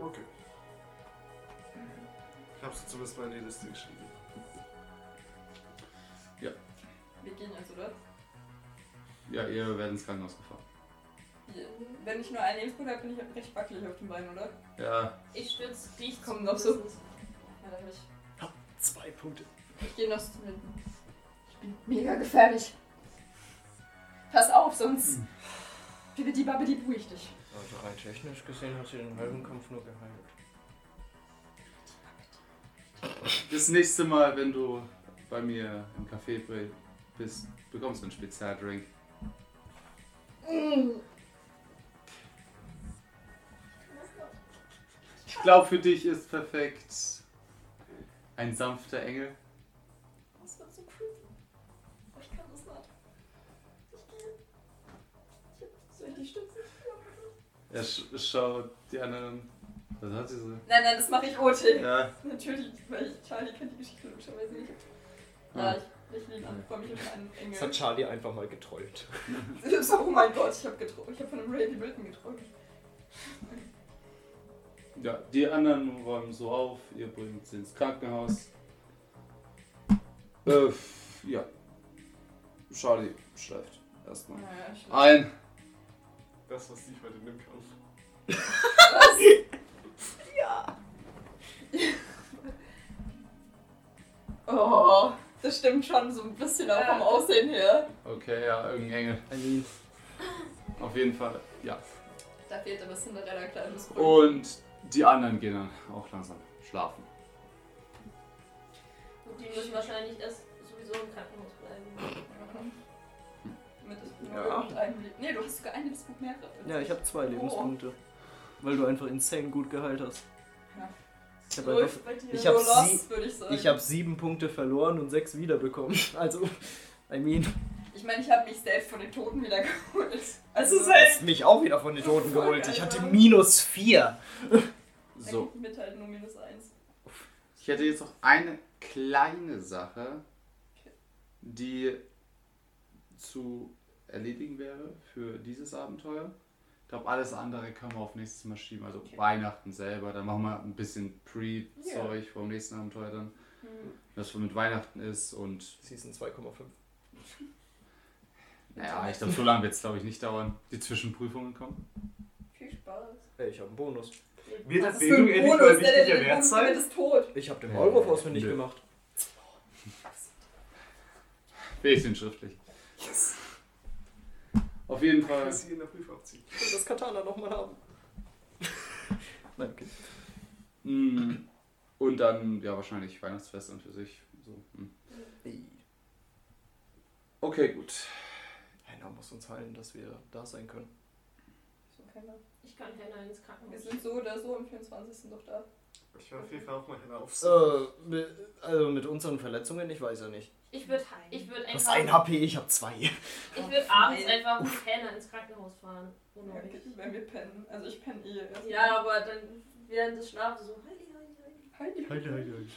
S5: Okay. Ich hab's zumindest mal in die Liste geschrieben.
S3: Wir gehen jetzt, oder?
S1: Ja, ihr werdet ins Krankenhaus gefahren.
S3: Wir- Wenn ich nur einen Input habe, bin ich recht wackelig auf dem Bein, oder?
S1: Ja.
S2: Ich stürze dich.
S3: Kommen noch so-
S2: zumindest.
S3: Ja, da hab ich.
S4: Zwei Punkte.
S3: Ich gehe noch zu hinten. Ich bin mega gefährlich. Pass auf, sonst.
S8: Hm.
S3: Bibidi babidi buh ich dich.
S8: Also rein technisch gesehen hat sie den halben Kampf nur geheilt.
S1: Das nächste Mal, wenn du bei mir im Café b- bist, bekommst du einen Spezialdrink. Ich glaube, für dich ist perfekt ein sanfter Engel.
S3: Das wird so cool. Aber Ich kann das nicht. Ich gehe. Ich soll ich dich stützen?
S1: Er sch- schaut die anderen. Was hat sie so?
S3: Nein, nein, das mache ich OT.
S1: Ja.
S3: Natürlich, weil ich Charlie kennt die Geschichte logischerweise nicht.
S1: Ah.
S3: Ja, ich, ich liebe ihn. Ich freue mich auf einen
S8: Das hat
S3: Engel.
S8: Charlie einfach mal getrollt.
S3: Oh mein Gott, ich habe getrunken. Ich habe von einem Randy Milton getrunken.
S1: ja, die anderen räumen so auf, ihr bringt sie ins Krankenhaus. Äh, ja. Charlie schläft erstmal.
S3: Naja, ich
S1: Ein.
S5: Das, was ich bei dir nehmen kann.
S3: Oh, das stimmt schon so ein bisschen auch vom Aussehen her.
S1: Okay, ja, irgendein Engel.
S4: Also,
S1: Auf jeden Fall, ja.
S3: Da fehlt aber Cinderella kleines Brot.
S1: Und die anderen gehen dann auch langsam schlafen.
S2: Und die müssen wahrscheinlich erst sowieso im Krankenhaus bleiben.
S3: Mit
S8: Ja.
S3: ja. einem Leben. Nee, du hast sogar ein Lebensbuch mehrere.
S4: Ja, ich habe zwei Lebenspunkte. Weil du einfach insane gut geheilt hast.
S3: Ja.
S4: Ich habe einfach.
S3: Läuft bei dir.
S4: ich hab
S3: so
S4: sie-
S3: lost, würde ich sagen.
S4: Ich habe sieben Punkte verloren und sechs wiederbekommen. Also, I mean,
S3: Ich meine, ich habe mich selbst von den Toten wieder geholt. Also
S4: du hast mich auch wieder von den Toten geholt. Ich hatte minus vier.
S1: So,
S3: Mit halt nur minus eins.
S1: ich hätte jetzt noch eine kleine Sache, die zu erledigen wäre für dieses Abenteuer. Ich glaube, alles andere können wir auf nächstes Mal schieben. Also Weihnachten selber. Dann machen wir ein bisschen Pre-Zeug vom nächsten Abenteuer dann.
S3: Hm.
S1: Was mit Weihnachten ist und.
S4: Season 2,5.
S1: Naja, ich glaube, so lange wird es, glaube ich, nicht dauern. Die Zwischenprüfungen kommen.
S3: Viel Spaß.
S4: Ey, ich habe einen Bonus.
S5: Wird
S3: Das
S5: das
S3: ist ein
S5: Bildung endlich mal
S3: Bonus, der
S5: wichtiger
S3: der
S5: Wert
S3: Bonus
S5: sein?
S3: damit ist tot.
S4: Ich habe den Maulwurf ausfindig
S1: Nö.
S4: gemacht.
S1: Will ich den schriftlich.
S5: Yes.
S1: Auf jeden Fall.
S5: Dass sie in der Prüfung abziehen.
S4: Ich will das Katana nochmal haben. Nein, okay.
S1: Mm. Und dann, ja, wahrscheinlich Weihnachtsfest an für sich. So. mm. Okay, gut.
S4: Einer muss uns heilen, dass wir da sein können.
S3: So können wir.
S2: Ich kann Henna ins
S3: Wir
S2: Krankenhaus.
S3: sind so oder so am 24. doch da.
S5: Ich werde auf jeden Fall auch mal hinaufsuchen.
S4: Äh, also mit unseren Verletzungen, ich weiß ja nicht.
S2: Ich würde ich würd
S4: Das ist
S2: einfach.
S4: ein HP, ich habe zwei.
S2: Ich würde abends einfach mit Henna ins Krankenhaus fahren. Ohne
S3: Ja,
S2: euch.
S3: Wenn wir pennen. Also ich penne eh. Also
S2: Ja, aber dann während des Schlafes so. Heidi, Heidi, Heidi.
S3: Heidi,
S4: Halt.
S3: Heidi.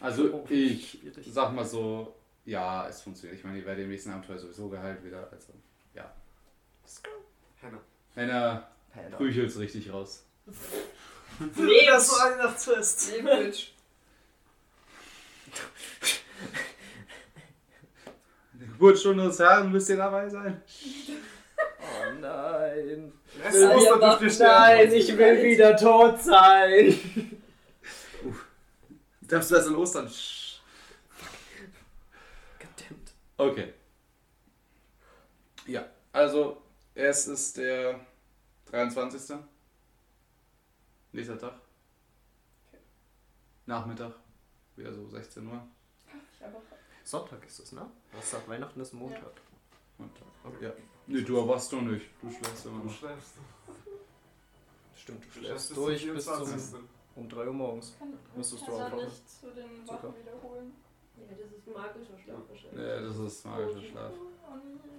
S1: Also
S4: Oh,
S1: ich
S4: schwierig.
S1: sag mal so, ja, es funktioniert. Ich meine, ihr werdet im nächsten Abenteuer sowieso geheilt wieder. Also, ja.
S5: Hannah.
S1: Einer prüchelt's richtig raus.
S5: Nee, das war ein Nachtsfest.
S3: Nee, Bitch.
S1: Der Geburtsstunde des Herrn müsst ihr dabei sein.
S4: Oh nein.
S5: Es muss
S16: Ja,
S5: doch
S16: aber-
S5: dürfte
S16: Nein,
S5: sterben.
S16: ich will wieder tot sein.
S1: Darfst du das an Ostern? Sch-
S4: Gedämmt.
S1: Okay. Ja, also es ist der 23. Nächster Tag. Nachmittag. Wieder so 16 Uhr.
S3: Ich aber
S4: Sonntag ist es, ne? Was sagt Weihnachten ist Montag.
S1: Ja. Nee, du erwachst doch nicht. Du schläfst immer
S5: Du
S1: noch.
S5: schläfst.
S4: Stimmt, du
S5: Du schläfst
S4: schläfst
S5: bis
S4: durch
S5: zum
S4: bis zum
S5: 24.
S4: um 3 Uhr morgens.
S3: kann,
S4: Müsstest
S3: kann
S4: du
S3: er
S4: einfach
S3: nicht zu den
S4: Zucker.
S3: Wachen wiederholen.
S2: Ja, das ist magischer Schlaf wahrscheinlich.
S1: Nee, das ist magischer Schlaf.
S3: Oh, nee.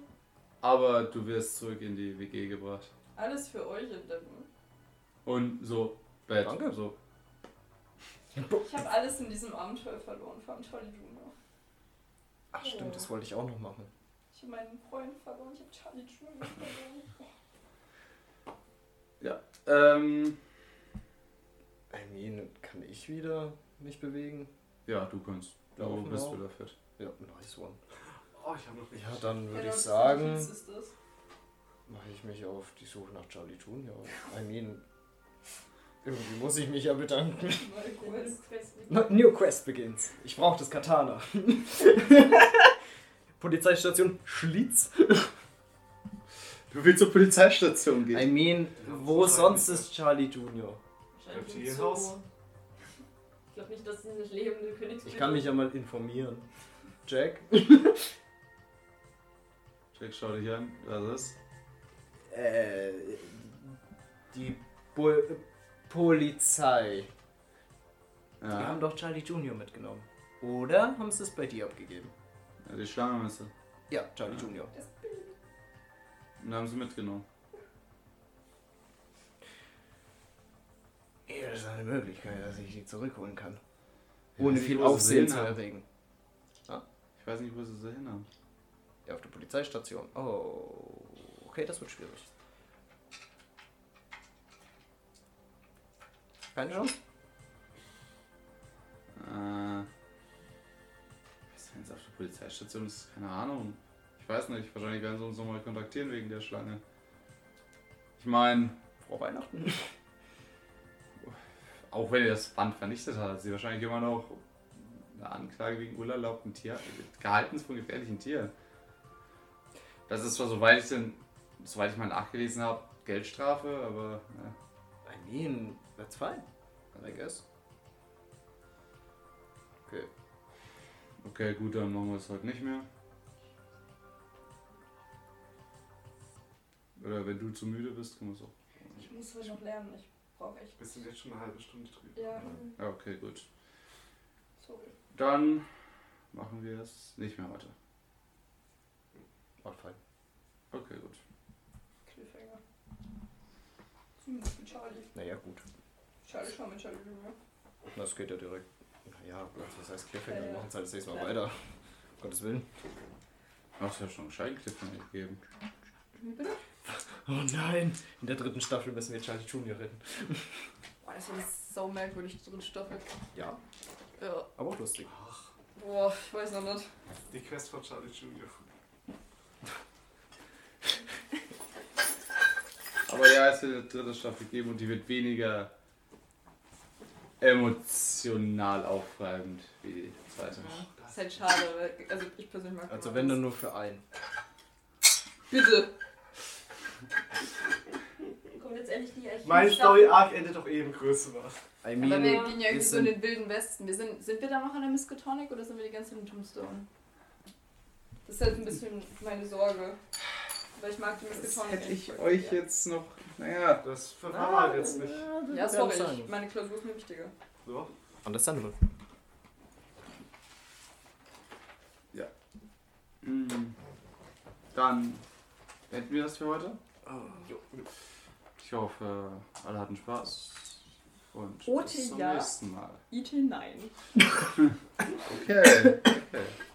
S1: Aber du wirst zurück in die WG gebracht.
S3: Alles für euch in Devon.
S1: Und so, Bett.
S4: Danke.
S1: So.
S3: Ich habe alles in diesem Abenteuer verloren, vor allem Charlie Jr.
S4: Ach stimmt, das wollte ich auch noch machen.
S3: Ich habe meinen Freund verloren, ich habe Charlie Jr. verloren.
S1: Ähm,
S4: I mean, kann ich wieder mich bewegen?
S1: ja, du kannst. Du
S4: Laufen
S1: bist
S4: auch.
S1: wieder fit.
S4: Ja, um nice one.
S5: Oh, ich hab noch nicht.
S4: Ja, dann würde
S3: Ja,
S4: ich
S3: das
S4: sagen,
S3: Ist das.
S4: mache ich mich auf die Suche nach Charlie Junior. I mean, irgendwie muss ich mich ja bedanken.
S3: Neue Quest.
S4: New Quest begins. Ich brauche das Katana. Polizeistation Schlitz.
S1: Du willst zur Polizeistation
S4: I mean, wo sonst ist Charlie Junior?
S2: Wahrscheinlich
S5: Im
S2: im Zoo.
S5: Tierhaus?
S2: Ich glaube nicht, dass es eine lebende Königsbildung
S4: Ich kann mich ja mal informieren. Jack?
S1: Jack, schau dich an. Was ist?
S4: Äh, die Pol Polizei. Die haben
S1: Ja.
S4: doch Charlie Junior mitgenommen. Oder haben sie es bei dir abgegeben?
S1: ja die Schlange meinst du.
S4: Ja, Charlie Junior.
S1: Und haben sie mitgenommen.
S4: Ja, das ist eine Möglichkeit, dass ich die zurückholen kann. Ohne
S1: Ja,
S4: viel
S1: sie muss
S4: Aufsehen
S1: sehen
S4: zu
S1: haben.
S4: erregen.
S1: Ich weiß nicht, wo sie sie hin haben.
S4: Ja, auf der Polizeistation. Oh, okay, das wird schwierig. Keine Chance?
S1: Äh. Was, wenn sie auf der Polizeistation ist? Keine Ahnung. Ich weiß nicht. Wahrscheinlich werden sie uns nochmal kontaktieren wegen der Schlange. Ich meine,
S4: Frohe Weihnachten.
S1: auch wenn ihr das Band vernichtet hat, hat sie wahrscheinlich immer noch eine Anklage wegen unerlaubten Tier, Gehaltens von gefährlichen Tier. Das ist zwar, soweit ich denn, soweit ich mal nachgelesen habe, Geldstrafe, aber äh, ja,
S4: I mean, that's fine. I guess. Okay.
S1: okay, gut, dann machen wir es heute nicht mehr. Oder wenn du zu müde bist, können wir es auch.
S3: Ich muss heute noch lernen, ich brauche echt.
S5: Wir sind jetzt schon eine halbe Stunde drüber.
S3: Ja,
S1: Ja, okay, gut.
S3: sorry.
S1: Dann machen wir es nicht mehr heute.
S4: All fine.
S1: Okay, gut.
S3: Cliffhanger. Zumindest mit Charlie.
S4: Naja, gut.
S3: Charlie, schau mit Charlie Jr.
S4: Das geht ja direkt. Naja, was heißt Cliffhanger?
S3: Ja, ja.
S4: Wir machen es halt das nächste Mal weiter. Um Gottes Willen.
S1: Du hast ja schon einen Scheinklipfen gegeben.
S4: Oh nein. In der dritten Staffel müssen wir Charlie Junior retten.
S3: Boah, das war so merkwürdig, die dritte Staffel.
S4: Ja,
S3: Ja.
S4: aber auch lustig.
S3: Oh, Boah, ich weiß noch nicht.
S5: Die Quest von Charlie Junior.
S1: Aber ja, es wird eine dritte Staffel geben und die wird weniger emotional aufreibend wie die zweite.
S3: Das ist halt schade, weil, also ich persönlich mag
S4: Also
S3: Romanos.
S4: wenn dann nur für einen.
S3: Bitte!
S2: Kommt jetzt endlich die Archiv.
S5: Mein Story Arc endet doch eben größer.
S4: I
S3: Aber wir
S4: mean,
S3: gehen ja irgendwie
S4: wir
S3: so in
S4: sind,
S3: den wilden Westen. Wir sind, sind wir da noch an der Miskatonic oder sind wir die ganze Zeit in Tombstone? Das ist halt ein bisschen meine Sorge. Weil ich mag die Miskatonic.
S1: Hätte
S3: eigentlich
S1: ich
S3: voll
S1: euch
S3: gern.
S1: jetzt noch. Naja,
S5: Das verfahren wir jetzt nicht.
S3: Ja, sorry,
S4: Ja, sagen.
S3: ich, meine Klausur ist mir wichtiger.
S5: So.
S4: understandable.
S1: mm, dann hätten wir das für heute. Ich hoffe, alle hatten Spaß. Und
S3: Ote,
S1: bis zum
S3: ja. E
S1: nächsten Mal.
S3: IT, nein.
S1: Okay. okay.